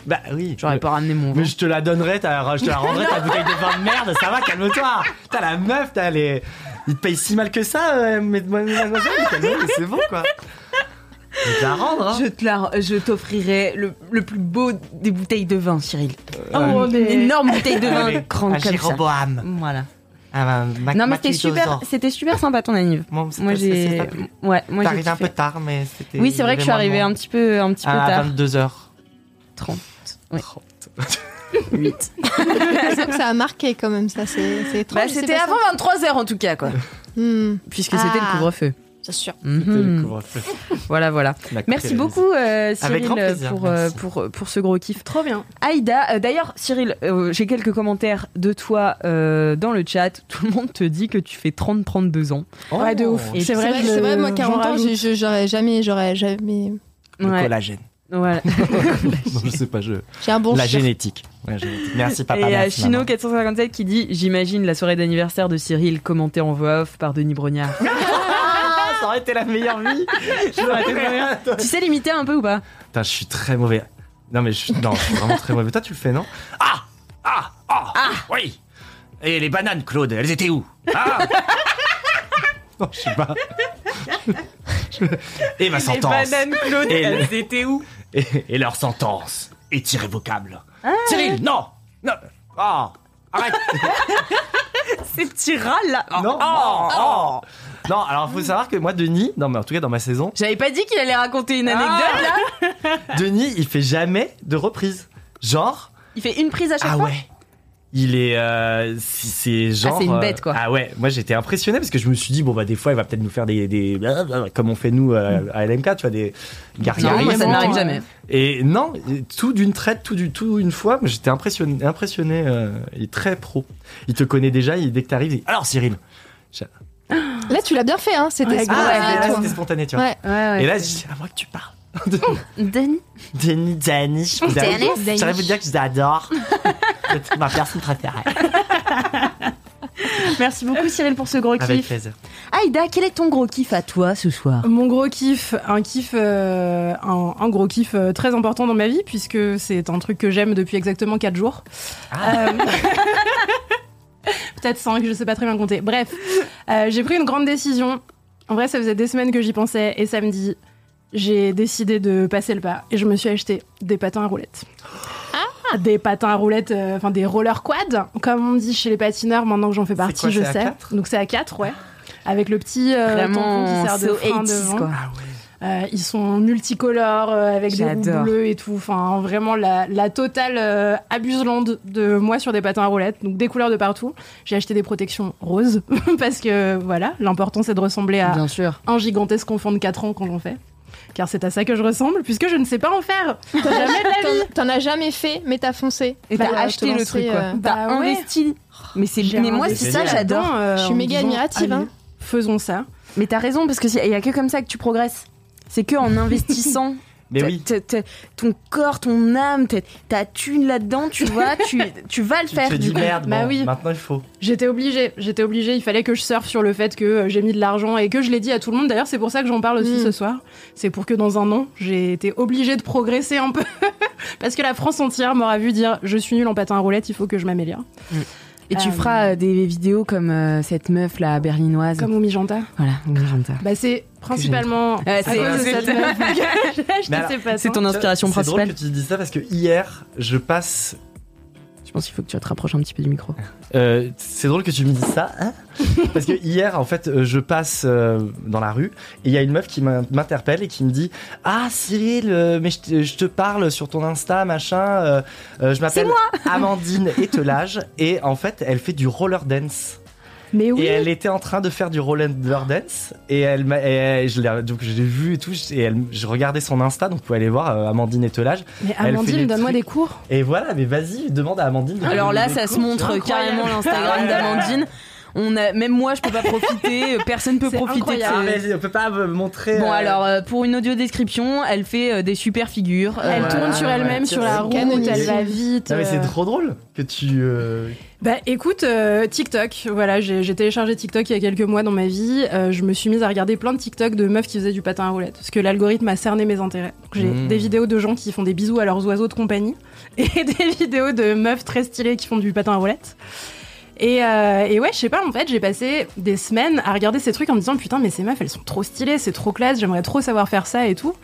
Speaker 3: Bah oui.
Speaker 1: J'aurais pas ramené mon vin.
Speaker 3: Mais je te la donnerai, t'as- je te la rendrai ta bouteille de vin de merde, ça va, calme-toi T'as la meuf, t'as les. Il te paye si mal que ça, euh, mais- mademoiselle, calme-toi, c'est bon quoi Je vais te la rendre, hein
Speaker 1: Je te la- je t'offrirai le, le plus beau des bouteilles de vin, Cyril.
Speaker 3: Oh, ouais.
Speaker 1: Une énorme bouteille de vin
Speaker 3: Allez,
Speaker 1: grande
Speaker 3: Ah un
Speaker 1: comme ça.
Speaker 3: Jéroboam.
Speaker 1: Voilà.
Speaker 3: Ah, bah, Mac-
Speaker 1: non mais
Speaker 3: Mac
Speaker 1: c'était super,
Speaker 3: Ludoso.
Speaker 1: c'était super sympa ton anniv.
Speaker 3: Moi,
Speaker 1: moi
Speaker 3: c'est- c'est- c'est
Speaker 1: j'ai,
Speaker 3: pas plus.
Speaker 1: ouais, moi j'ai
Speaker 3: T'arrives un peu Ah,
Speaker 1: kiffé.
Speaker 3: tard, mais c'était.
Speaker 1: Oui, c'est vrai que je suis arrivée un petit peu, un petit peu
Speaker 3: à Oh,
Speaker 1: tard.
Speaker 3: 22h.
Speaker 1: 30. Ouais.
Speaker 3: 8.
Speaker 4: J'ai l'impression que ça a marqué quand même, ça. C'est c'est Hmm. étrange.
Speaker 1: Bah, c'était avant 23h en tout cas, quoi. Ah. Puisque c'était le couvre-feu.
Speaker 4: C'est sûr.
Speaker 1: Mhm. Voilà, voilà.
Speaker 3: La coupe et
Speaker 1: Merci
Speaker 3: la
Speaker 1: beaucoup, euh,
Speaker 3: Avec
Speaker 1: Cyril,
Speaker 3: grand plaisir,
Speaker 1: pour, euh,
Speaker 3: merci.
Speaker 1: pour, pour ce gros kiff.
Speaker 2: Trop bien.
Speaker 1: Aïda, euh, d'ailleurs, Cyril, euh, j'ai quelques commentaires de toi euh, dans le chat. Tout le monde te dit que tu fais 30-32 ans.
Speaker 4: Ouais,
Speaker 3: Oh,
Speaker 4: de ouf.
Speaker 1: Et
Speaker 4: C'est
Speaker 1: puis-
Speaker 4: vrai, c'est vrai, moi 40 ans, j'ai- je- j'aurais jamais, j'aurais jamais.
Speaker 3: Le
Speaker 1: Ouais.
Speaker 3: collagène.
Speaker 1: Voilà.
Speaker 3: Non, je sais pas, je.
Speaker 4: J'ai un bon
Speaker 3: La
Speaker 4: chiffre.
Speaker 3: génétique. La génétique. Merci, papa.
Speaker 1: Et euh,
Speaker 3: merci, maman.
Speaker 1: Chino457 qui dit J'imagine la soirée d'anniversaire de Cyril commentée en voix off par Denis Brognard.
Speaker 3: Ah, ça aurait été la meilleure vie. J'aurais été bien.
Speaker 1: tu sais l'imiter un peu ou pas
Speaker 3: Putain, je suis très mauvais. Non, mais je suis, non, je suis vraiment très mauvais. Toi, tu le fais, non Ah Ah Ah Ah Oui Et les bananes, Claude, elles étaient où Ah Non, je sais pas. Et ma sentence.
Speaker 1: Eh ben, Claude,
Speaker 3: Et le-
Speaker 1: étaient où
Speaker 3: Et, et leur sentence est irrévocable. Cyril, non Non Ah Arrête
Speaker 1: Ces petits râles là Oh,
Speaker 3: Non
Speaker 1: oh, oh.
Speaker 3: non, Ah! Non, alors faut savoir que moi, Denis, non, mais en tout cas dans ma saison,
Speaker 1: J'avais pas dit qu'il allait raconter une anecdote là
Speaker 3: Denis, il fait jamais de reprise. Genre,
Speaker 1: Il fait une prise à chaque
Speaker 3: ah
Speaker 1: fois
Speaker 3: ouais. Il est, euh, c'est- c'est genre.
Speaker 1: c'est une
Speaker 3: euh,
Speaker 1: bête, quoi.
Speaker 3: ah ouais, moi j'étais impressionné parce que je me suis dit bon bah des fois il va peut-être nous faire des, des comme on fait nous euh, à LMK, tu vois des
Speaker 1: Mm. Non,
Speaker 3: gargarias.
Speaker 1: moi, ça ne
Speaker 3: et
Speaker 1: m'arrive
Speaker 3: tout.
Speaker 1: jamais.
Speaker 3: Et non, et tout d'une traite, tout du tout une fois, mais j'étais impressionné, impressionné. euh, il est très pro. Il te connaît déjà. Il, dès que t'arrives, il dit, alors Cyril. J'ai-
Speaker 4: Là, tu l'as bien fait, hein. C'était
Speaker 3: Ah,
Speaker 4: spontané,
Speaker 3: là,
Speaker 4: toi.
Speaker 3: c'était spontané, tu vois.
Speaker 4: Ouais.
Speaker 3: et là, j'ai dit, à moi que tu parles.
Speaker 1: Denis
Speaker 3: Denis, Denis, je vous adore.
Speaker 1: Denis, Denis.
Speaker 3: J'aimerais vous dire que je vous adore. C'est ma personne préférée.
Speaker 1: Merci beaucoup Cyril pour ce gros
Speaker 3: Avec
Speaker 1: kiff.
Speaker 3: plaisir.
Speaker 1: Aïda, quel est ton gros kiff à toi ce soir
Speaker 2: Mon gros kiff, un kiff, euh, un, un gros kiff euh, très important dans ma vie puisque c'est un truc que j'aime depuis exactement 4 jours.
Speaker 3: Ah.
Speaker 2: Euh, Peut-être 5, je sais pas très bien compter. Bref, euh, j'ai pris une grande décision. En vrai, ça faisait des semaines que j'y pensais et samedi, j'ai décidé de passer le pas et je me suis acheté des patins à roulettes.
Speaker 3: Ah.
Speaker 2: Des patins à roulettes, euh, enfin des roller quad, comme on dit chez les patineurs, maintenant que j'en fais partie,
Speaker 3: quoi,
Speaker 2: je
Speaker 3: c'est à
Speaker 2: sais.
Speaker 3: quatre
Speaker 2: Donc c'est à 4, ouais. Avec le petit euh, tampon
Speaker 1: Vraiment
Speaker 2: qui sert de
Speaker 1: so
Speaker 2: frein
Speaker 1: 80s
Speaker 2: devant.
Speaker 1: quoi.
Speaker 2: Euh, ils sont multicolores euh, avec des roues
Speaker 1: J'adore.
Speaker 2: bleues et tout. Enfin, vraiment la, la totale euh, abuselande de moi sur des patins à roulettes. Donc des couleurs de partout. J'ai acheté des protections roses parce que voilà, l'important c'est de ressembler à
Speaker 1: Bien sûr.
Speaker 2: un gigantesque enfant de 4 ans quand j'en fais. car c'est à ça que je ressemble, puisque je ne sais pas en faire. Jamais de la vie.
Speaker 4: T'en- T'en as jamais fait, mais t'as foncé.
Speaker 1: Et t'as bah,
Speaker 4: Bah,
Speaker 1: acheté
Speaker 4: te
Speaker 1: le
Speaker 4: lancer,
Speaker 1: truc, quoi.
Speaker 4: euh,
Speaker 1: T'as
Speaker 2: ouais.
Speaker 1: investi. Mais c'est, mais moi, Oh, c'est ça, j'adore.
Speaker 2: euh,
Speaker 4: Je suis méga admirative, hein.
Speaker 2: Faisons ça.
Speaker 1: Mais t'as raison, parce que il y a que comme ça que tu progresses. C'est que en investissant.
Speaker 3: Mais
Speaker 2: Eh
Speaker 1: T'as-
Speaker 3: oui.
Speaker 1: t'as- t'as- ton corps, ton âme, t'as- ta thune là-dedans, tu vois, tu, tu vas le
Speaker 3: Tu
Speaker 1: faire.
Speaker 3: te
Speaker 1: du
Speaker 3: dis
Speaker 1: coup.
Speaker 3: merde,
Speaker 2: Bah
Speaker 3: bon,
Speaker 2: oui.
Speaker 3: maintenant il faut.
Speaker 2: J'étais obligée, j'étais obligée, il fallait que je surfe sur le fait que euh, j'ai mis de l'argent et que je l'ai dit à tout le monde. D'ailleurs, c'est pour ça que j'en parle aussi
Speaker 4: Mm.
Speaker 2: ce soir. C'est pour que dans un an, j'ai été obligée de progresser un peu. Parce que la France entière m'aura vu dire Je suis nulle en patin à roulette, il faut que je m'améliore.
Speaker 1: Et tu
Speaker 2: Euh,
Speaker 1: feras euh, des vidéos comme euh, cette meuf là
Speaker 3: Mm.
Speaker 1: berlinoise.
Speaker 2: Comme Mijanta
Speaker 1: Voilà, Mijanta.
Speaker 2: Bah, c'est principalement.
Speaker 1: Euh, c'est-
Speaker 2: à cause de
Speaker 1: c'est-
Speaker 2: cette meuf que j'ai acheté
Speaker 3: Mais Ah, alors,
Speaker 2: ces patins.
Speaker 1: c'est ton inspiration
Speaker 3: C'est
Speaker 1: principale.
Speaker 3: drôle que tu dis ça parce que hier, je passe.
Speaker 1: Je pense qu'il faut que tu te rapproches un petit peu du micro.
Speaker 3: Euh, c'est drôle que tu me dises ça, hein parce que hier, en fait, euh, je passe euh, dans la rue et il y a une meuf qui m'in- m'interpelle et qui me dit Ah Cyril, euh, mais je te- je te parle sur ton Insta, machin. euh, euh, je m'appelle Amandine Etelage et en fait, elle fait du roller dance.
Speaker 2: Mais oui.
Speaker 3: Et elle était en train de faire du roller dance et elle m'a- et elle- je l'ai donc je l'ai vu et tout et elle, je regardais son Insta donc vous pouvez aller voir euh, Amandine Etelage.
Speaker 2: Mais
Speaker 3: Elle fait
Speaker 2: Amandine,
Speaker 3: des
Speaker 2: donne-moi
Speaker 3: trucs.
Speaker 2: des cours.
Speaker 3: Et voilà, mais vas-y, demande à Amandine. de
Speaker 2: Ah,
Speaker 1: Alors
Speaker 3: donner
Speaker 1: là,
Speaker 3: des
Speaker 1: ça se
Speaker 3: cours, tu
Speaker 1: montre
Speaker 3: vois.
Speaker 1: carrément l'Instagram d'Amandine. On a, même moi, je peux pas profiter. euh, Personne peut
Speaker 2: C'est
Speaker 1: profiter.
Speaker 2: incroyable.
Speaker 1: De
Speaker 3: Ah,
Speaker 1: ce-
Speaker 3: mais on peut pas me montrer.
Speaker 1: Bon
Speaker 3: euh,
Speaker 1: alors, euh, pour une audio description, elle fait euh, des super figures.
Speaker 2: Elle
Speaker 1: Euh,
Speaker 2: tourne sur
Speaker 3: ouais,
Speaker 2: elle-même,
Speaker 3: c'est
Speaker 2: sur la route,
Speaker 4: canonique.
Speaker 2: elle va vite.
Speaker 3: Non, mais c'est
Speaker 2: euh,
Speaker 3: trop drôle que tu. euh,
Speaker 2: Bah écoute, euh, TikTok, voilà, j'ai j'ai téléchargé TikTok il y a quelques mois dans ma vie. Euh, je me suis mise à regarder plein de TikTok de meufs qui faisaient du patin à roulettes, parce que l'algorithme a cerné mes intérêts. Donc, J'ai
Speaker 3: Mmh.
Speaker 2: des vidéos de gens qui font des bisous à leurs oiseaux de compagnie, et des vidéos de meufs très stylées qui font du patin à roulettes. Et, euh, et ouais, je sais pas, en fait, j'ai passé des semaines à regarder ces trucs en me disant putain, mais ces meufs, elles sont trop stylées, c'est trop classe, j'aimerais trop savoir faire ça et tout.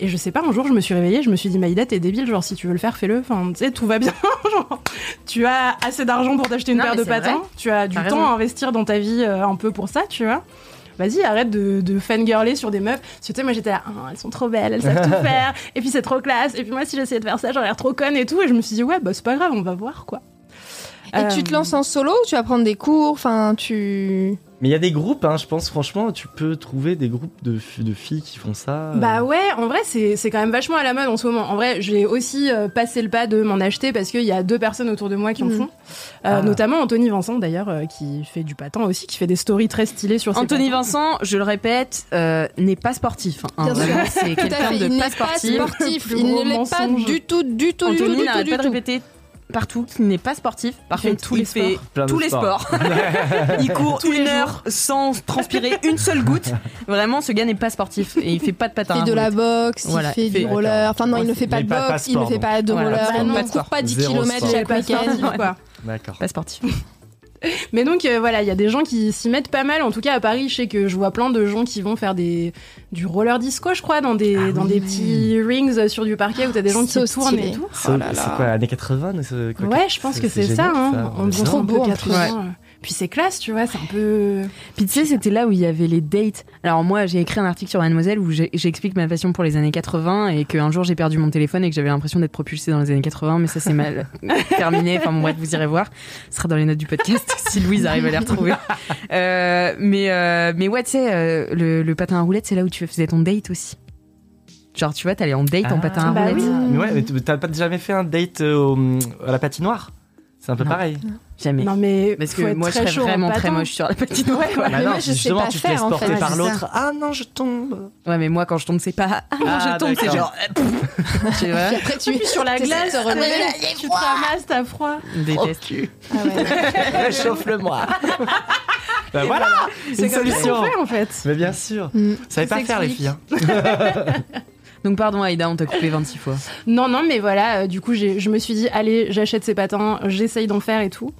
Speaker 2: Et je sais pas, un jour, je me suis réveillée, je me suis dit, Maïda, t'es débile, genre, si tu veux le faire, fais-le. Enfin, tu sais, tout va bien. genre, tu as assez d'argent pour t'acheter une
Speaker 1: Non,
Speaker 2: paire
Speaker 1: mais
Speaker 2: de
Speaker 1: c'est
Speaker 2: patins,
Speaker 1: vrai.
Speaker 2: tu as du
Speaker 1: T'as
Speaker 2: temps
Speaker 1: raison.
Speaker 2: à investir dans ta vie euh, un peu pour ça, tu vois. Vas-y, arrête de, de fangirler sur des meufs. Parce que tu sais, moi j'étais là, Ah, elles sont trop belles, elles savent tout faire, et puis c'est trop classe, et puis moi si j'essayais de faire ça, j'aurais l'air trop conne et tout. Et je me suis dit, ouais, bah c'est pas grave, on va voir quoi. Euh,
Speaker 4: Et tu te lances en solo ou tu vas prendre des cours Enfin, tu.
Speaker 3: Mais il y a des groupes, hein, je pense, franchement, tu peux trouver des groupes de, fi- de filles qui font ça. euh.
Speaker 2: Bah ouais, en vrai, c'est c'est quand même vachement à la mode en ce moment. En vrai, j'ai aussi euh, passé le pas de m'en acheter parce qu'il y a deux personnes autour de moi qui en
Speaker 4: Mhm.
Speaker 2: font. Euh,
Speaker 3: Ah.
Speaker 2: Notamment Anthony Vincent d'ailleurs, euh, qui fait du patin aussi, qui fait des stories très stylées sur ses
Speaker 1: Anthony
Speaker 2: patins.
Speaker 1: Vincent, je le répète, euh, n'est pas sportif. hein.
Speaker 4: Bien
Speaker 1: Vraiment,
Speaker 4: sûr.
Speaker 1: c'est
Speaker 4: Tout à
Speaker 1: quelqu'un
Speaker 4: fait,
Speaker 1: de
Speaker 4: il n'est
Speaker 1: pas
Speaker 4: pas
Speaker 1: sportif.
Speaker 4: sportif.
Speaker 2: Le
Speaker 4: Il ne
Speaker 2: gros
Speaker 4: l'est pas
Speaker 2: mensonge.
Speaker 4: du tout, du tout, du tout,
Speaker 1: Anthony
Speaker 4: du tout,
Speaker 1: n'arrête
Speaker 4: du
Speaker 1: pas de
Speaker 4: tout.
Speaker 1: répéter partout qu'il n'est pas sportif. Par
Speaker 2: Il fait
Speaker 1: contre,
Speaker 2: tous
Speaker 1: il
Speaker 2: les
Speaker 1: fait
Speaker 2: sports.
Speaker 3: Plein de
Speaker 1: tous les
Speaker 3: sports.
Speaker 1: sports. il court
Speaker 2: Tous les
Speaker 1: une
Speaker 2: jours.
Speaker 1: heure sans transpirer une seule goutte. Vraiment, ce gars n'est pas sportif et il fait pas de hein, patin.
Speaker 4: Il fait de la boxe,
Speaker 1: Voilà,
Speaker 4: il fait
Speaker 1: il
Speaker 4: du
Speaker 1: fait-
Speaker 4: roller. Enfin, non,
Speaker 3: Ouais,
Speaker 4: il ne
Speaker 3: c'est-
Speaker 4: fait pas
Speaker 3: mais
Speaker 4: de
Speaker 3: pas- pas
Speaker 4: boxe, il ne
Speaker 3: sport,
Speaker 4: fait
Speaker 3: donc.
Speaker 4: pas de
Speaker 1: Voilà,
Speaker 4: roller.
Speaker 1: pas de
Speaker 4: on ne
Speaker 1: sport.
Speaker 4: court pas 10
Speaker 3: Zéro
Speaker 4: km
Speaker 3: sport.
Speaker 4: chaque
Speaker 2: Pas sportif,
Speaker 4: week-end.
Speaker 2: quoi.
Speaker 3: D'accord.
Speaker 1: Pas sportif.
Speaker 2: Mais donc euh, voilà, il y a des gens qui s'y mettent pas mal. En tout cas à Paris, je sais que je vois plein de gens qui vont faire des du roller disco, je crois, dans des dans des petits rings euh, sur du parquet où t'as des gens qui
Speaker 4: So
Speaker 2: tournent
Speaker 4: Oh, stylé.
Speaker 2: et tout.
Speaker 3: C'est c'est quoi, années 80 nous, ce- quoi,
Speaker 2: Ouais, je pense que c'est ça.
Speaker 3: génial,
Speaker 2: hein.
Speaker 3: Bizarre.
Speaker 2: On dirait
Speaker 4: Trop
Speaker 2: un peu
Speaker 4: beau, en
Speaker 2: 80.
Speaker 1: plus.
Speaker 2: euh. Puis c'est classe, tu vois, c'est un peu.
Speaker 1: Puis tu sais, c'était là où il y avait les dates. Alors moi, j'ai écrit un article sur Mademoiselle où j'ai- j'explique ma passion pour les années 80 et qu'un jour j'ai perdu mon téléphone et que j'avais l'impression d'être propulsée dans les années 80, mais ça c'est mal terminé. Enfin bon, bref, vous irez voir. Ce sera dans les notes du podcast si Louise arrive à les retrouver. Euh, mais, euh, mais ouais, tu sais, euh, le, le patin à roulettes, c'est là où tu faisais ton date aussi. Genre, tu vois, t'allais en date en
Speaker 3: Ah.
Speaker 1: patin à
Speaker 2: Bah
Speaker 1: roulettes.
Speaker 2: oui.
Speaker 3: Mais ouais, mais t- t'as pas jamais fait un date euh, au- à la patinoire C'est un peu
Speaker 1: Non.
Speaker 3: pareil.
Speaker 1: Jamais.
Speaker 2: Non mais
Speaker 1: Parce
Speaker 2: faut
Speaker 1: que
Speaker 2: être
Speaker 1: moi, je
Speaker 2: très
Speaker 1: serais
Speaker 2: chaud hein, en
Speaker 1: vraiment très
Speaker 2: patin.
Speaker 1: moche sur la petite
Speaker 2: Ouais, ouais.
Speaker 3: Bah
Speaker 4: mais
Speaker 3: non,
Speaker 4: moi, je sais
Speaker 3: justement,
Speaker 4: pas
Speaker 3: tu te laisses
Speaker 4: faire, en
Speaker 3: porter
Speaker 4: fait.
Speaker 3: par
Speaker 4: Ouais, c'est
Speaker 3: l'autre. Ah non, je tombe.
Speaker 1: Ouais, mais moi, quand je tombe, c'est pas. Ah, non,
Speaker 3: Ah,
Speaker 1: je tombe, c'est genre.
Speaker 3: d'accord.
Speaker 1: tu vois,
Speaker 4: Puis après, tu
Speaker 2: Puis sur la
Speaker 4: t'essaies
Speaker 2: glace,
Speaker 4: de te relever.
Speaker 2: tu te ramasses, t'as froid.
Speaker 1: déteste.
Speaker 4: Ah ouais.
Speaker 3: Réchauffe-le-moi. bah voilà, une
Speaker 2: comme ça
Speaker 3: solution.
Speaker 2: qu'on fait en fait.
Speaker 3: Mais bien sûr.
Speaker 4: Mm.
Speaker 3: Vous savez pas faire, les
Speaker 2: s'explique.
Speaker 3: filles. hein.
Speaker 1: Donc pardon Aïda, on t'a coupé 26 fois.
Speaker 2: Non, non, mais voilà, euh, du coup, j'ai- je me suis dit, allez, j'achète ces patins, j'essaye d'en faire et tout.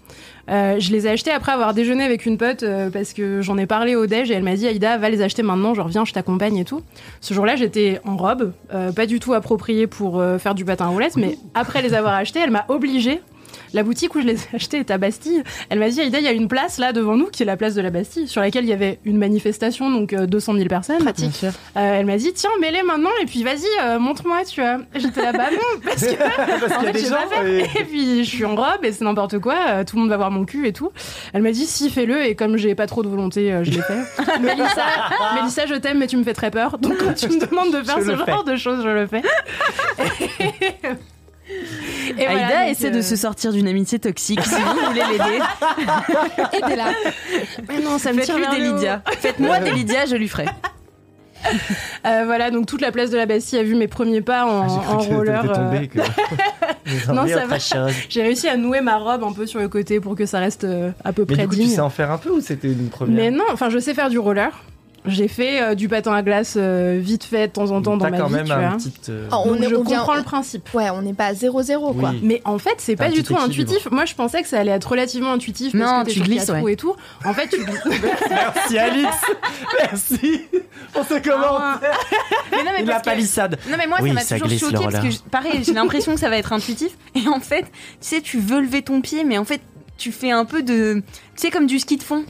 Speaker 2: Euh, je les ai achetés après avoir déjeuné avec une pote euh, parce que j'en ai parlé au déj et elle m'a dit, Aïda, va les acheter maintenant, genre viens, je t'accompagne et tout. Ce jour-là, j'étais en robe, euh, pas du tout appropriée pour euh, faire du patin à roulettes, mais après les avoir achetés, elle m'a obligée la boutique où je les ai achetés est à Bastille. Elle m'a dit, Aïda, il y a une place là devant nous qui est la place de la Bastille, sur laquelle il y avait une manifestation, donc euh, 200 000 personnes.
Speaker 14: Pratique. Bien sûr.
Speaker 2: Euh, elle m'a dit, tiens, mets-les maintenant et puis vas-y, euh, montre-moi, tu vois. J'étais là, bah non, parce que
Speaker 3: Parce
Speaker 2: en
Speaker 3: qu'il y a
Speaker 2: fait,
Speaker 3: des
Speaker 2: j'ai
Speaker 3: gens, euh,
Speaker 2: pas fait.
Speaker 3: et-
Speaker 2: Et puis je suis en robe et c'est n'importe quoi, euh, tout le monde va voir mon cul et tout. Elle m'a dit, si, fais-le. Et comme j'ai pas trop de volonté, euh, je l'ai fait. Mélissa, Mélissa, je t'aime, mais tu me fais très peur. Donc quand tu me demandes de faire
Speaker 14: Je
Speaker 2: ce
Speaker 14: le
Speaker 2: genre
Speaker 14: fais.
Speaker 2: de choses, je le fais.
Speaker 14: Aïda
Speaker 2: Et voilà, donc,
Speaker 14: essaie de
Speaker 2: euh,
Speaker 14: se sortir d'une amitié toxique. Si vous voulez l'aider,
Speaker 2: Aidez-la. Mais non, ça me tire
Speaker 14: faites-lui
Speaker 2: vers
Speaker 14: des
Speaker 2: euh, le haut.
Speaker 14: Lydia. Faites-moi des Lydia, je lui ferai.
Speaker 2: Euh, voilà, donc toute la place de la Bastille a vu mes premiers pas
Speaker 3: Ah,
Speaker 2: en, en roller. euh, Non, ça va. J'ai réussi à nouer ma robe un peu sur le côté pour que ça reste euh, à peu
Speaker 3: Mais
Speaker 2: près
Speaker 3: du coup, tu
Speaker 2: digne.
Speaker 3: sais en faire un peu ou c'était une première
Speaker 2: Mais non, enfin, je sais faire du roller. J'ai fait euh, du patin à glace euh, vite fait de temps en temps dans
Speaker 3: T'as
Speaker 2: ma
Speaker 3: quand
Speaker 2: vie,
Speaker 3: même
Speaker 2: tu
Speaker 3: un
Speaker 2: vois.
Speaker 3: petit, euh,
Speaker 4: Oh, on
Speaker 2: Donc
Speaker 4: est-
Speaker 2: je
Speaker 4: on vient-
Speaker 2: comprends le principe.
Speaker 4: Ouais, on n'est pas à 0-0 quoi.
Speaker 3: Oui.
Speaker 2: Mais en fait, c'est
Speaker 3: T'as
Speaker 2: pas
Speaker 3: un
Speaker 2: du
Speaker 3: petit
Speaker 2: tout
Speaker 3: équilibre.
Speaker 2: intuitif. Moi, je pensais que ça allait être relativement intuitif
Speaker 14: Non,
Speaker 2: parce que t'es
Speaker 14: tu
Speaker 2: sur
Speaker 14: glisses,
Speaker 2: quatre
Speaker 14: ouais.
Speaker 2: roues et tout. En fait, tu
Speaker 3: Merci Alix Merci On
Speaker 2: Ah,
Speaker 3: se commente
Speaker 1: Mais non, mais
Speaker 3: La
Speaker 1: parce que-
Speaker 3: palissade
Speaker 1: Non mais moi
Speaker 3: Oui,
Speaker 1: ça m'a
Speaker 3: ça
Speaker 1: toujours
Speaker 3: glisse, le
Speaker 1: choqué parce que
Speaker 3: roller.
Speaker 1: je- pareil j'ai l'impression que ça va être intuitif et en fait tu sais tu veux lever ton pied mais en fait tu fais un peu de tu sais comme du ski de fond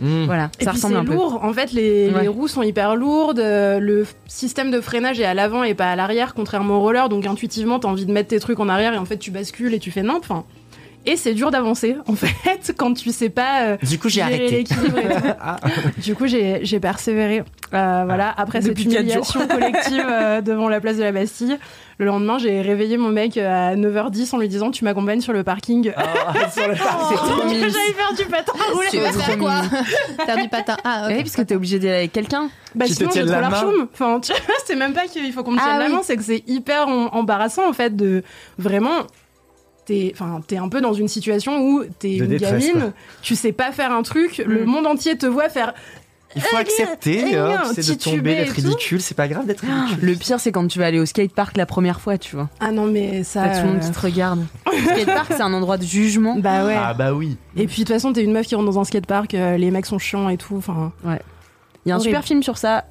Speaker 3: Hmm.
Speaker 1: voilà
Speaker 2: Et
Speaker 1: ça
Speaker 2: puis
Speaker 1: ressemble
Speaker 2: c'est
Speaker 1: un peu
Speaker 2: lourd. En fait, les,
Speaker 1: Ouais.
Speaker 2: les roues sont hyper lourdes. euh, Le f- système de freinage est à l'avant et pas à l'arrière, contrairement au roller. Donc intuitivement, t'as envie de mettre tes trucs en arrière et en fait, tu bascules et tu fais n'importe. Enfin, et c'est dur d'avancer en fait quand tu sais pas. euh,
Speaker 3: Du coup, j'ai
Speaker 2: gérer
Speaker 3: arrêté.
Speaker 2: l'équilibre et tout. Du coup, j'ai j'ai persévéré. Euh, voilà. Après cette
Speaker 14: Depuis quatre
Speaker 2: humiliation
Speaker 14: jours.
Speaker 2: collective euh, devant la place de la Bastille, le lendemain, j'ai réveillé mon mec euh, à 9h10 en lui disant "Tu m'accompagnes sur le parking."
Speaker 3: Sur le parc,
Speaker 2: C'est
Speaker 3: c'est trop
Speaker 2: que
Speaker 3: mignon.
Speaker 2: j'allais faire du patin à roulettes.
Speaker 1: Tu vas faire quoi
Speaker 4: Faire du patin. Ah,
Speaker 1: Eh oui, parce que t'es obligé d'aller avec quelqu'un
Speaker 2: Bah
Speaker 1: Qui te
Speaker 2: sinon j'ai
Speaker 1: tienne
Speaker 2: trop
Speaker 1: la main.
Speaker 2: l'archoum. Enfin, tu vois, c'est même pas qu'il faut qu'on me tienne
Speaker 1: Ah
Speaker 2: la
Speaker 1: oui.
Speaker 2: main, c'est que c'est hyper en- embarrassant en fait de vraiment. T'es, enfin, t'es un peu dans une situation où t'es
Speaker 3: De
Speaker 2: une
Speaker 3: détresse,
Speaker 2: gamine,
Speaker 3: quoi.
Speaker 2: tu sais pas faire un truc,
Speaker 1: Mm.
Speaker 2: le monde entier te voit faire.
Speaker 3: Il
Speaker 2: Eh,
Speaker 3: faut accepter, hein, tu sais, de tomber, d'être ridicule, c'est pas grave d'être ridicule.
Speaker 1: le pire c'est quand tu vas aller au skatepark la première fois tu vois
Speaker 2: Ah non mais ça.
Speaker 1: t'as tout le monde
Speaker 2: euh,
Speaker 1: qui te regarde le skatepark c'est un endroit de jugement
Speaker 2: Bah ouais.
Speaker 3: Ah bah oui
Speaker 2: Et puis de toute façon t'es une meuf qui rentre dans un skatepark, euh, les mecs sont chiants et tout. Enfin.
Speaker 1: Ouais. Il y a un
Speaker 2: Horrible.
Speaker 1: super film sur ça.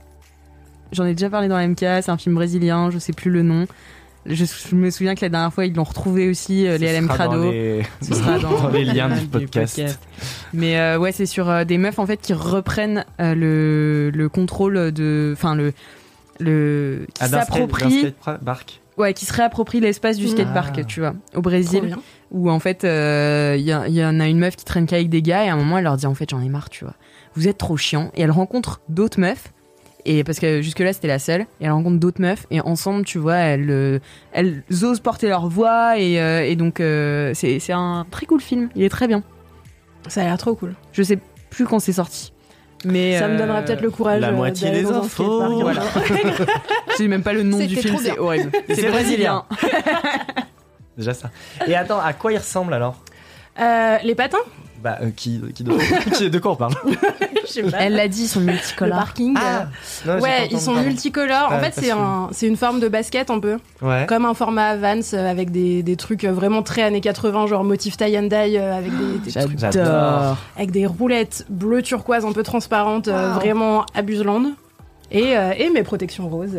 Speaker 1: J'en ai déjà parlé dans la MK. C'est un film brésilien. Je sais plus le nom. Je, je me souviens que la dernière fois, ils l'ont retrouvé aussi, euh, les LM
Speaker 3: sera dans
Speaker 1: Crado.
Speaker 3: les-
Speaker 1: Ce sera dans,
Speaker 3: dans les liens du podcast.
Speaker 1: Mais euh, ouais, c'est sur euh, des meufs en fait qui reprennent euh, le, le contrôle de. Enfin, le. le qui
Speaker 3: Ah, d'un skate- d'un
Speaker 1: s'approprient
Speaker 3: skatepark.
Speaker 1: Ouais, qui se réapproprie l'espace du
Speaker 3: Mm.
Speaker 1: skatepark,
Speaker 3: Ah.
Speaker 1: tu vois, au Brésil,
Speaker 3: bien.
Speaker 1: où en fait, euh, il y, a- il y en a une meuf qui traîne qu'avec des gars, et à un moment, elle leur dit, en fait, j'en ai marre, tu vois, vous êtes trop chiants, et elle rencontre d'autres meufs, et parce que jusque-là, c'était la seule, et elle rencontre d'autres meufs, et ensemble, tu vois, elles, euh, elles osent porter leur voix, et, euh, et donc, euh, c'est c'est un très cool film, il est très bien.
Speaker 2: Ça a l'air trop cool.
Speaker 1: Je sais plus quand c'est sorti. Mais
Speaker 2: Ça me
Speaker 1: euh,
Speaker 2: donnera peut-être le courage, La euh, moitié d'aller des dans un infos. skatepark.
Speaker 1: Voilà. J'ai même pas le nom du
Speaker 2: C'était
Speaker 1: film,
Speaker 2: trop bien.
Speaker 1: c'est horrible.
Speaker 3: Et c'est brésilien. Déjà ça. Et attends, à quoi il ressemble alors
Speaker 2: Euh, les patins
Speaker 3: Bah, euh, qui, qui d'autre Qui- De quoi on parle
Speaker 2: Je sais pas.
Speaker 1: Elle l'a dit, ils sont multicolores.
Speaker 2: Le parking.
Speaker 3: Ah,
Speaker 2: euh,
Speaker 3: non, j'ai pas
Speaker 2: ouais,
Speaker 3: entendu,
Speaker 2: ils sont
Speaker 3: pardon.
Speaker 2: multicolores.
Speaker 3: Ah,
Speaker 2: en fait,
Speaker 3: pas
Speaker 2: c'est
Speaker 3: sûr.
Speaker 2: un- c'est une forme de basket un peu.
Speaker 3: Ouais.
Speaker 2: Comme un format Vans euh, avec des, des trucs euh, vraiment très années 80, genre motif tie and dye euh, avec des, des trucs-
Speaker 3: J'adore.
Speaker 2: avec des roulettes bleu turquoise un peu transparentes, euh,
Speaker 4: Wow.
Speaker 2: vraiment abuseland. Et, euh, et mes protections roses.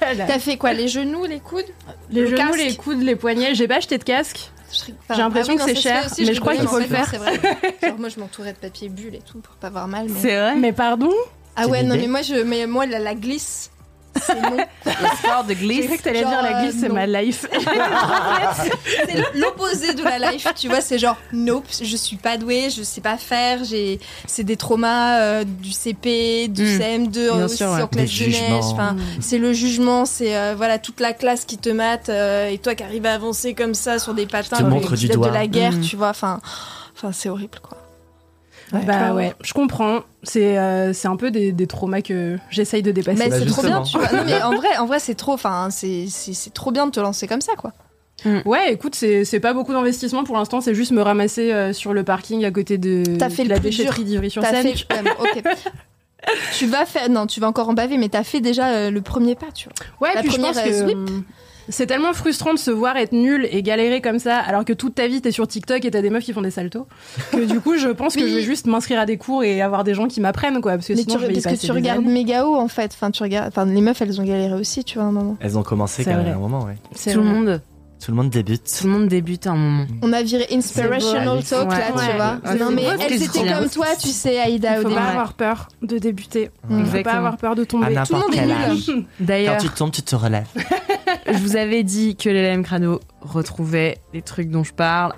Speaker 4: T'as fait quoi Les genoux, les coudes
Speaker 2: les
Speaker 4: Le
Speaker 2: genoux,
Speaker 4: casque
Speaker 2: les coudes, les poignets. J'ai pas acheté de casque. J'ai l'impression
Speaker 4: Ah oui,
Speaker 2: que
Speaker 4: non,
Speaker 2: c'est
Speaker 4: ça se
Speaker 2: cher,
Speaker 4: fait aussi,
Speaker 2: mais je crois qu'il
Speaker 4: rigole,
Speaker 2: faut le
Speaker 4: en
Speaker 2: faire.
Speaker 4: fait, c'est vrai. Genre, moi, je m'entourais de papier bulle et tout pour pas avoir mal. mais-
Speaker 2: Mais pardon
Speaker 4: Ah ouais, non, mais moi, je, mais moi la, la glisse, c'est non.
Speaker 1: Le sport de glisse.
Speaker 2: J'ai cru que t'allais
Speaker 4: Genre,
Speaker 2: dire la
Speaker 4: euh,
Speaker 2: glisse, c'est
Speaker 4: non.
Speaker 2: ma life.
Speaker 4: c'est l'opposé de la life, tu vois. C'est genre, nope, je suis pas douée, je sais pas faire. J'ai, c'est des traumas euh, du CP, du
Speaker 2: Hmm.
Speaker 1: Mm.
Speaker 4: CM2,
Speaker 1: Bien
Speaker 4: euh,
Speaker 1: sûr,
Speaker 4: aussi
Speaker 1: ouais.
Speaker 4: en classe
Speaker 1: Des
Speaker 4: de neige.
Speaker 1: jugements.
Speaker 4: Enfin,
Speaker 1: Mm.
Speaker 3: Hmm.
Speaker 4: c'est le jugement, c'est euh, voilà toute la classe qui te mate euh, et toi qui arrives à avancer comme ça sur des patins.
Speaker 3: te
Speaker 4: mais
Speaker 3: montre
Speaker 4: qui
Speaker 3: du
Speaker 4: datent
Speaker 3: doigt.
Speaker 4: De la guerre,
Speaker 2: Hmm.
Speaker 3: Mm.
Speaker 4: tu vois. Enfin, enfin, c'est horrible, quoi.
Speaker 2: Bah ouais, je comprends. C'est euh, c'est un peu des, des traumas que j'essaye de dépasser.
Speaker 4: Mais c'est trop bien, tu vois. Non, mais en vrai, en vrai, c'est trop. Enfin, c'est c'est- c'est trop bien de te lancer comme ça, quoi.
Speaker 2: Ouais, écoute, c'est c'est pas beaucoup d'investissement pour l'instant, c'est juste me ramasser euh, sur le parking à côté de,
Speaker 4: T'as fait
Speaker 2: de
Speaker 4: le
Speaker 2: la
Speaker 4: plus
Speaker 2: déchetterie
Speaker 4: dur. T'as
Speaker 2: d'Ivry-sur-Seine.
Speaker 4: fait. ouais, ok. Tu vas faire. Non, tu vas encore en baver, mais t'as fait déjà euh, le premier pas, tu vois.
Speaker 2: Ouais,
Speaker 4: la
Speaker 2: puis je
Speaker 4: première
Speaker 2: pense que
Speaker 4: euh, sweep.
Speaker 2: euh, c'est tellement frustrant de se voir être nul et galérer comme ça, alors que toute ta vie t'es sur TikTok et t'as des meufs qui font des saltos. Que du coup, je pense que je vais juste m'inscrire à des cours et avoir des gens qui m'apprennent, quoi. Parce que
Speaker 4: Mais
Speaker 2: sinon,
Speaker 4: tu-
Speaker 2: je vais y
Speaker 4: parce
Speaker 2: passer
Speaker 4: que tu
Speaker 2: des
Speaker 4: regardes
Speaker 2: années.
Speaker 4: méga haut en fait. Enfin, tu regardes. Enfin, les meufs, elles ont galéré aussi, tu vois, à un moment.
Speaker 3: Elles ont commencé
Speaker 2: C'est
Speaker 3: quand même
Speaker 2: vrai.
Speaker 3: à un moment, ouais.
Speaker 2: C'est
Speaker 1: Tout le
Speaker 2: vrai.
Speaker 1: monde.
Speaker 3: Tout le monde débute.
Speaker 1: Tout le monde débute à un moment.
Speaker 4: On a viré inspirational
Speaker 1: C'est beau,
Speaker 4: talk là,
Speaker 1: Alex. Ouais.
Speaker 4: tu vois.
Speaker 1: Ouais.
Speaker 4: non
Speaker 1: C'est
Speaker 4: mais
Speaker 1: beau,
Speaker 4: elle
Speaker 1: c'est
Speaker 4: c'était
Speaker 1: trop
Speaker 4: comme
Speaker 1: bien.
Speaker 4: toi, tu sais, Aïda
Speaker 2: Il faut
Speaker 4: Odin.
Speaker 2: pas avoir peur de débuter. Il faut pas
Speaker 1: Exactement.
Speaker 2: avoir peur de tomber.
Speaker 3: À
Speaker 2: Tout le monde est
Speaker 3: n'importe
Speaker 2: nul.
Speaker 1: D'ailleurs,
Speaker 3: tombes, tu te relèves.
Speaker 1: je vous avais dit que l'élève Crado retrouvait les trucs dont je parle.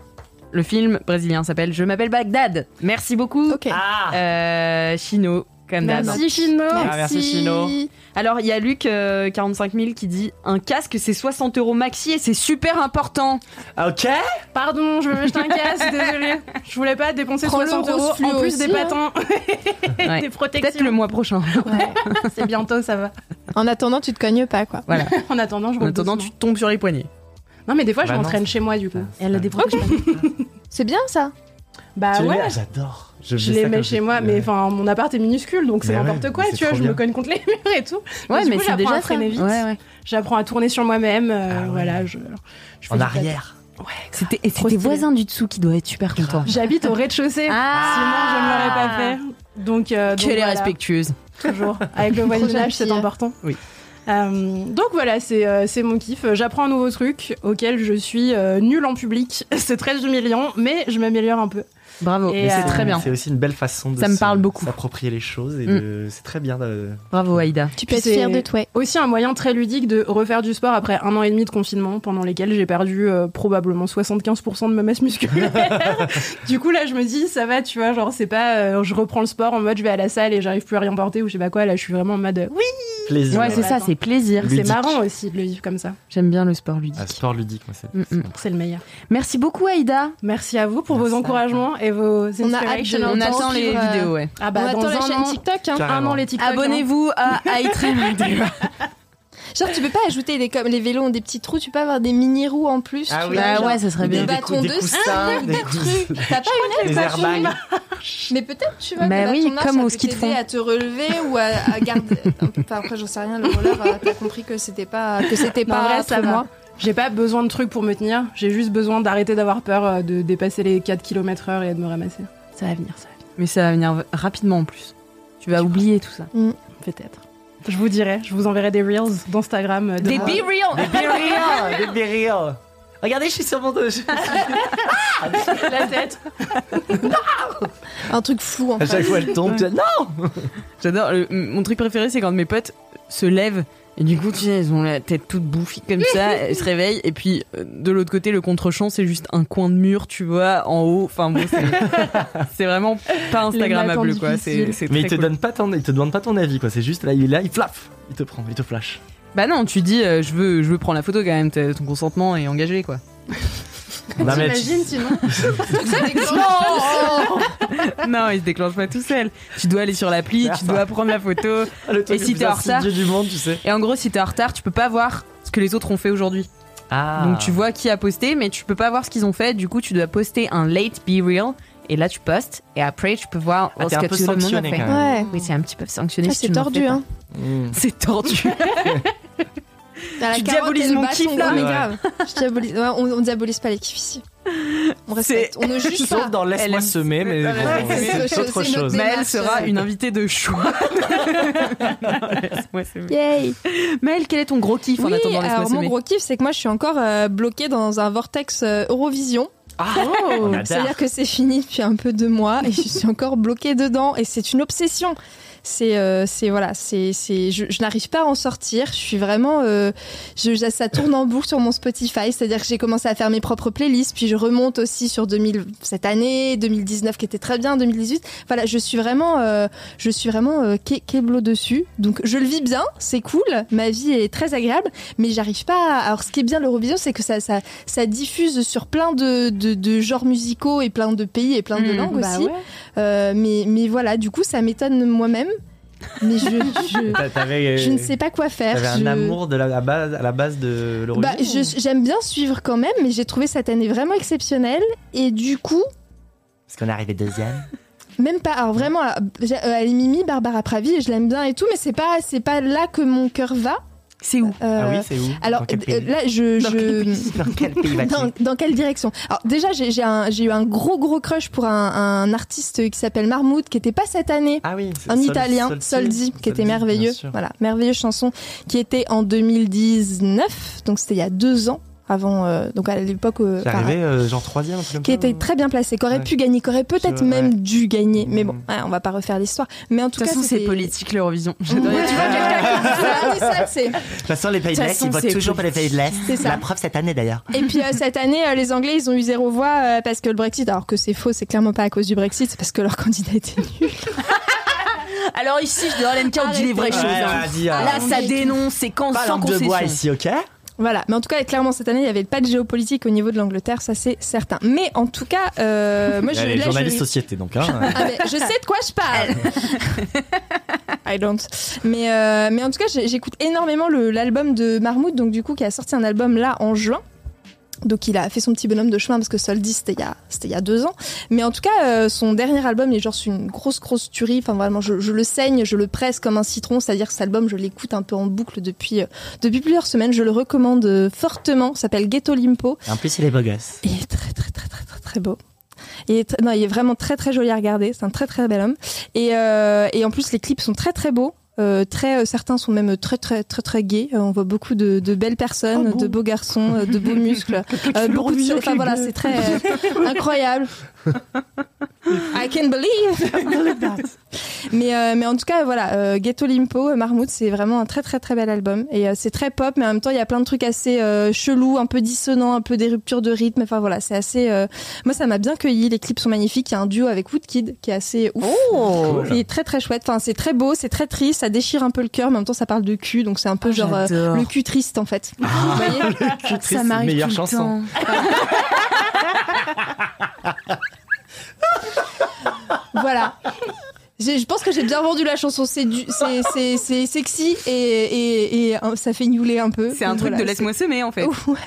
Speaker 1: Le film brésilien s'appelle Je m'appelle Bagdad. Merci beaucoup.
Speaker 2: Ah.
Speaker 1: Euh, Chino, comme d'hab.
Speaker 2: Merci Chino.
Speaker 3: Ah, merci, Chino.
Speaker 1: Alors, il y a Luc, euh, 45 000, qui dit Un casque, c'est 60 euros maxi et c'est super important.
Speaker 3: Ok
Speaker 2: Pardon, je me jeter un casque, désolé. Je voulais pas dépenser
Speaker 4: Prends le
Speaker 2: 60
Speaker 4: rose
Speaker 2: euros
Speaker 4: fluo
Speaker 2: en plus des
Speaker 4: aussi, hein.
Speaker 2: patins. Des protections.
Speaker 1: Peut-être le mois prochain.
Speaker 2: C'est bientôt, ça va.
Speaker 4: En attendant, tu te cognes pas quoi.
Speaker 1: Voilà.
Speaker 2: En attendant, je
Speaker 1: En
Speaker 2: roule
Speaker 1: attendant,
Speaker 2: doucement.
Speaker 1: tu tombes sur les poignets.
Speaker 2: Non, mais des fois, je
Speaker 1: Bah non,
Speaker 2: m'entraîne chez moi, du coup. Et elle a des protections.
Speaker 4: C'est bien ça.
Speaker 2: Bah
Speaker 3: Tu les mets-
Speaker 2: ouais.
Speaker 3: Ah, J'adore.
Speaker 2: Je
Speaker 3: fais ça
Speaker 2: les
Speaker 3: quand
Speaker 2: mets
Speaker 3: je-
Speaker 2: chez moi, mais
Speaker 3: Ouais.
Speaker 2: enfin, mon appart est minuscule, donc c'est
Speaker 3: Mais ouais,
Speaker 2: n'importe quoi,
Speaker 3: mais c'est
Speaker 2: tu vois,
Speaker 3: trop
Speaker 2: je me
Speaker 3: bien.
Speaker 2: cogne contre les murs et tout.
Speaker 1: Ouais,
Speaker 2: du
Speaker 1: mais
Speaker 2: coup,
Speaker 1: c'est
Speaker 2: j'apprends
Speaker 1: déjà
Speaker 2: à freiner
Speaker 1: ça.
Speaker 2: vite.
Speaker 1: Ouais, ouais.
Speaker 2: J'apprends à tourner sur moi-même, euh, voilà, je, je fais
Speaker 3: Ah En
Speaker 2: du
Speaker 3: arrière.
Speaker 1: C'était et c'est
Speaker 2: Trop
Speaker 1: tes
Speaker 2: stylé.
Speaker 1: voisins du dessous qui doivent être super contents.
Speaker 2: patin. J'habite au rez-de-chaussée,
Speaker 1: Ah.
Speaker 2: sinon je ne l'aurais pas fait. Donc, euh, donc
Speaker 1: Quelle est
Speaker 2: voilà,
Speaker 1: respectueuse.
Speaker 2: Toujours. Avec le voisinage, c'est important.
Speaker 3: Oui.
Speaker 2: Euh, donc voilà, c'est euh, c'est mon kiff. J'apprends un nouveau truc auquel je suis euh, nulle en public. C'est très humiliant, mais je m'améliore un peu.
Speaker 1: Bravo,
Speaker 2: Et,
Speaker 1: mais c'est
Speaker 2: euh,
Speaker 1: très bien.
Speaker 3: C'est aussi une belle façon de
Speaker 1: Ça me
Speaker 3: se-
Speaker 1: parle beaucoup.
Speaker 3: s'approprier les choses et
Speaker 1: Mm.
Speaker 3: de- c'est très bien. de-
Speaker 1: Bravo Aïda.
Speaker 4: Tu peux
Speaker 2: Puis
Speaker 4: être fier
Speaker 2: c'est
Speaker 4: de toi.
Speaker 2: Aussi un moyen très ludique de refaire du sport après un an et demi de confinement, pendant lesquels j'ai perdu euh, probablement 75% de ma masse musculaire. du coup, là, je me dis, ça va, tu vois, genre, c'est pas, euh, je reprends le sport en mode, je vais à la salle et j'arrive plus à rien porter ou je sais pas quoi. Là, je suis vraiment en mode, euh, oui,
Speaker 3: Plaisir.
Speaker 1: Ouais, c'est ça, c'est plaisir.
Speaker 2: c'est
Speaker 3: Ludique.
Speaker 2: marrant aussi de le vivre comme ça.
Speaker 1: J'aime bien le sport ludique.
Speaker 3: Un sport ludique, moi, Ah, c'est.
Speaker 1: Mm, mm.
Speaker 2: C'est le meilleur.
Speaker 1: Merci beaucoup Aïda.
Speaker 2: Merci à vous pour vos encouragements et
Speaker 4: On a
Speaker 2: vos
Speaker 4: hâte de-
Speaker 2: inspirations.
Speaker 1: On attend les
Speaker 4: suivre, euh,
Speaker 1: vidéos, ouais.
Speaker 2: Ah
Speaker 4: On
Speaker 2: bah, dans
Speaker 4: attend la
Speaker 2: un
Speaker 4: chaîne
Speaker 2: an-
Speaker 4: TikTok. hein.
Speaker 2: Un
Speaker 3: Carrément.
Speaker 2: an les TikTok.
Speaker 1: Abonnez-vous à iTrend.
Speaker 4: Genre tu peux pas ajouter des comme les vélos ont des petits trous, tu peux avoir des mini roues en plus.
Speaker 3: Ah
Speaker 4: tu
Speaker 3: oui.
Speaker 4: vois,
Speaker 1: Bah
Speaker 4: genre,
Speaker 1: ouais, ça serait bien.
Speaker 4: des bâtons
Speaker 3: des
Speaker 4: de
Speaker 3: coussins,
Speaker 4: ski,
Speaker 3: des
Speaker 4: des
Speaker 3: coussins.
Speaker 4: trucs. T'as pas une
Speaker 3: Les
Speaker 4: aile pas
Speaker 3: airbags.
Speaker 4: Mais peut-être tu vois.
Speaker 1: Bah
Speaker 4: que
Speaker 1: oui,
Speaker 4: bâton de marche,
Speaker 1: comme
Speaker 4: ça
Speaker 1: au
Speaker 4: peut
Speaker 1: ski de
Speaker 4: t'aider
Speaker 1: fond.
Speaker 4: à te relever ou à, à garder. un peu- Enfin après j'en sais rien. Le roller, euh, t'as compris que c'était pas que c'était
Speaker 2: Non, en
Speaker 4: pas
Speaker 2: vrai, ça
Speaker 4: trop
Speaker 2: va.
Speaker 4: moi.
Speaker 2: J'ai pas besoin de trucs pour me tenir, j'ai juste besoin d'arrêter d'avoir peur euh, de dépasser les 4 km heure et de me ramasser. Ça va venir, ça va
Speaker 1: Mais ça va venir rapidement en plus. Tu vas oublier tout ça.
Speaker 2: venir, peut-être. Je vous dirai, je vous enverrai des reels d'Instagram. euh,
Speaker 1: Des
Speaker 2: demain.
Speaker 1: be real.
Speaker 3: Des Berrios, Des Berrios. Regardez, je suis sur mon dos. je-
Speaker 2: La tête.
Speaker 4: Un truc flou en
Speaker 3: À
Speaker 4: fait.
Speaker 3: chaque fois, elle tombe. tu vois, Non
Speaker 1: J'adore. le- Mon truc préféré, c'est quand mes potes se lèvent. Et du coup, tu sais, elles ont la tête toute bouffie comme ça, elles se réveillent, et puis euh, de l'autre côté, le contre-champ, c'est juste un coin de mur, tu vois, en haut. Enfin bon, c'est- c'est vraiment pas Instagrammable,
Speaker 2: matins
Speaker 1: quoi. C'est
Speaker 2: difficiles.
Speaker 1: c'est
Speaker 3: Mais il
Speaker 1: très
Speaker 3: te
Speaker 1: cool.
Speaker 3: donne pas ton, il te demande pas ton avis, quoi. C'est juste là, il est là, il flaffe. Il te prend, il te flash.
Speaker 1: Bah non, tu dis, euh, je, veux, je veux prendre la photo quand même, t'as- ton consentement est engagé, quoi.
Speaker 3: Non, Bah, mais-
Speaker 4: T'imagines sinon.
Speaker 1: oh, non, il se déclenche pas tout seul. Tu dois aller sur l'appli, tu dois prendre la photo.
Speaker 3: Ah, le truc
Speaker 1: Et
Speaker 3: le
Speaker 1: si
Speaker 3: plus
Speaker 1: t'es en retard
Speaker 3: insidieux du monde, tu sais.
Speaker 1: Et en gros, si t'es en retard, tu peux pas voir ce que les autres ont fait aujourd'hui.
Speaker 3: Ah.
Speaker 1: Donc tu vois qui a posté, mais tu peux pas voir ce qu'ils ont fait. Du coup, tu dois poster un late be real. Et là, tu postes. Et après, tu peux voir
Speaker 3: Ah,
Speaker 1: ce
Speaker 3: t'es un
Speaker 1: que
Speaker 3: peu
Speaker 1: tout le monde a
Speaker 3: sanctionné
Speaker 1: fait.
Speaker 3: quand même.
Speaker 4: Ouais.
Speaker 1: Oui, c'est un petit peu sanctionné.
Speaker 4: Ah,
Speaker 1: Ah, si tu
Speaker 4: c'est
Speaker 1: ne le fais
Speaker 4: tordu
Speaker 1: pas.
Speaker 4: hein.
Speaker 3: Mm.
Speaker 1: C'est tordu.
Speaker 4: T'as la
Speaker 1: Tu
Speaker 4: carotte
Speaker 1: diabolises
Speaker 4: et le
Speaker 1: mon
Speaker 4: bâton,
Speaker 1: kiff, là.
Speaker 4: ouais, mais
Speaker 3: Ouais.
Speaker 4: grave. Je diabolise- ouais, on, on diabolise pas les kiffs ici. On respecte. On ne juge
Speaker 3: Sauf
Speaker 4: pas.
Speaker 3: dans Laisse-moi
Speaker 1: Elle-
Speaker 3: semer, mais
Speaker 1: Ouais,
Speaker 3: bon,
Speaker 4: c'est autre
Speaker 3: c'est
Speaker 4: chose,
Speaker 3: autre
Speaker 4: c'est une autre
Speaker 3: chose.
Speaker 4: démarche.
Speaker 1: Mais elle sera une invitée de choix. Laisse-moi s'aimer.
Speaker 4: Yay.
Speaker 1: Maëlle, quel est ton gros kiff en
Speaker 4: Oui,
Speaker 1: attendant Laisse-moi
Speaker 4: alors mon
Speaker 1: s'aimer
Speaker 4: gros kiff, c'est que moi je suis encore euh, bloquée dans un vortex euh, Eurovision.
Speaker 3: Ah,
Speaker 2: Oh.
Speaker 3: on adore.
Speaker 4: C'est-à-dire que c'est fini depuis un peu deux mois et je suis encore bloquée dedans et c'est une obsession. C'est euh, c'est- voilà, c'est c'est je, je n'arrive pas à en sortir. Je suis vraiment euh, je, je- ça tourne en boucle sur mon Spotify, c'est-à-dire que j'ai commencé à faire mes propres playlists, puis je remonte aussi sur 2000 cette année, 2019 qui était très bien, 2018. Voilà, je suis vraiment euh, je suis vraiment euh, qué- québlo dessus. Donc je le vis bien, c'est cool, ma vie est très agréable, mais j'arrive pas. à- Alors ce qui est bien l'Eurovision, c'est que ça, ça ça diffuse sur plein de, de, de genres musicaux et plein de pays et plein de
Speaker 1: Mmh,
Speaker 4: langues
Speaker 2: Bah
Speaker 4: aussi.
Speaker 2: ouais.
Speaker 4: Euh, mais mais voilà, du coup ça m'étonne moi-même, mais je je,
Speaker 3: T'a- T'avais,
Speaker 4: je ne sais pas quoi faire.
Speaker 3: T'avais
Speaker 4: Je-
Speaker 3: un amour de la, à, base, à la base de
Speaker 4: bah,
Speaker 3: l'origine.
Speaker 4: je- j'aime bien suivre quand même, mais j'ai trouvé cette année vraiment exceptionnelle. Et du coup,
Speaker 3: Parce qu'on est arrivé deuxième.
Speaker 4: Même pas. Alors vraiment, alors, j'ai- euh, elle est Mimi, Barbara Pravi, et je l'aime bien et tout, mais c'est pas, c'est pas là que mon cœur va.
Speaker 1: C'est où
Speaker 4: Euh,
Speaker 3: ah oui, c'est où
Speaker 4: alors
Speaker 3: Dans quel
Speaker 4: euh,
Speaker 3: pays
Speaker 4: là, je,
Speaker 3: Dans quel
Speaker 4: je-
Speaker 3: pays Dans quel pays va-t-il
Speaker 4: dans, dans quelle direction Alors déjà, j'ai j'ai un- j'ai eu un gros gros crush pour un, un artiste qui s'appelle Marmoud, qui était pas cette année.
Speaker 3: Ah oui, c'est
Speaker 4: Un
Speaker 3: Sol-
Speaker 4: italien, Soldi, qui était
Speaker 3: bien
Speaker 4: merveilleux.
Speaker 3: sûr.
Speaker 4: Voilà, merveilleuse chanson qui était en 2019, donc c'était il y a deux ans. avant, euh, donc à l'époque. euh,
Speaker 3: Qui est
Speaker 4: par-
Speaker 3: arrivé euh, genre troisième, un truc comme
Speaker 4: qui
Speaker 3: ça,
Speaker 4: était
Speaker 3: ou-
Speaker 4: très bien placé, qui aurait
Speaker 3: Ouais.
Speaker 4: pu gagner, qui aurait peut-être
Speaker 3: Je- ouais. Mm.
Speaker 4: même dû gagner. Mais bon, ouais, on va pas refaire l'histoire. Mais en tout
Speaker 1: De toute
Speaker 4: cas,
Speaker 1: façon, c'est
Speaker 4: c'était-
Speaker 1: politique l'Eurovision. J'adore.
Speaker 4: Ouais, tu vois, quelqu'un qui dit ça, on dit ça, c'est-
Speaker 3: De toute façon, les pays de
Speaker 4: De
Speaker 3: l'Est,
Speaker 4: toute
Speaker 3: ils
Speaker 4: façon,
Speaker 3: votent
Speaker 4: c'est
Speaker 3: toujours pour les pays de l'Est.
Speaker 4: C'est ça.
Speaker 3: La preuve cette année d'ailleurs.
Speaker 4: Et puis euh, cette année, euh, les Anglais, ils ont eu zéro voix euh, parce que le Brexit, alors que c'est faux, c'est clairement pas à cause du Brexit, c'est parce que leur candidat était nul.
Speaker 9: Alors ici, je dehors l'MK, on dit les vraies
Speaker 3: Ouais,
Speaker 9: choses. hein.
Speaker 3: vas-y, hein.
Speaker 9: Là, ça dénonce, c'est quand
Speaker 3: Pas
Speaker 9: sans
Speaker 3: langue de bois
Speaker 9: concession.
Speaker 3: ici, ok
Speaker 4: Voilà, mais en tout cas, clairement, cette année, il y avait pas de géopolitique au niveau de l'Angleterre, ça c'est certain. Mais en tout cas, euh, moi, je,
Speaker 3: Elle est
Speaker 4: là, je-
Speaker 3: journaliste société donc. Hein.
Speaker 4: Ah, mais je sais de quoi je parle. I don't. Mais, euh, mais en tout cas, j'ai- j'écoute énormément le- l'album de Marmoud, donc du coup, qui a sorti un album là en juin. Donc il a fait son petit bonhomme de chemin parce que Soldi c'était il y a c'était il y a deux ans. Mais en tout cas euh, son dernier album est genre c'est une grosse grosse tuerie. Enfin vraiment je, je le saigne, je le presse comme un citron. C'est-à-dire que cet album je l'écoute un peu en boucle depuis euh, depuis plusieurs semaines. Je le recommande euh, fortement. Ça S'appelle Ghetto Limpo.
Speaker 3: En plus, il est beau gosse.
Speaker 4: Il est très très très très très très beau. Il est, tr- non, il est vraiment très très joli à regarder. C'est un très très bel homme. Et, euh, et en plus, les clips sont très très beaux. Euh, très, euh, certains sont même très très très très gays. Euh, on voit beaucoup de, de belles personnes, de beaux garçons, euh, de beaux muscles, euh, beaucoup de. Enfin voilà, c'est très euh, incroyable. I can believe. mais euh, mais en tout cas voilà, euh, Ghetto Limpo, euh, Marmoud, c'est vraiment un très très très bel album et euh, c'est très pop, mais en même temps il y a plein de trucs assez euh, chelous, un peu dissonants, un peu des ruptures de rythme. Enfin voilà, c'est assez. euh, Moi ça m'a bien cueilli. Les clips sont magnifiques. Il y a un duo avec Woodkid qui est assez ouf.
Speaker 9: Oh
Speaker 4: Il est très très chouette. Enfin c'est très beau, c'est très triste, ça déchire un peu le cœur, mais en même temps ça parle de cul, donc c'est un
Speaker 1: Ah,
Speaker 4: peu genre euh,
Speaker 9: j'adore.
Speaker 4: le cul triste en fait. Vous voyez
Speaker 3: Ça triste, m'arrive meilleure tout le chanson. temps.
Speaker 4: voilà. J'ai- Je pense que j'ai bien vendu la chanson. C'est du- c'est- c'est- c'est sexy et, et- et, hein, ça fait niouler un peu.
Speaker 1: C'est un truc de laisse-moi semer en fait.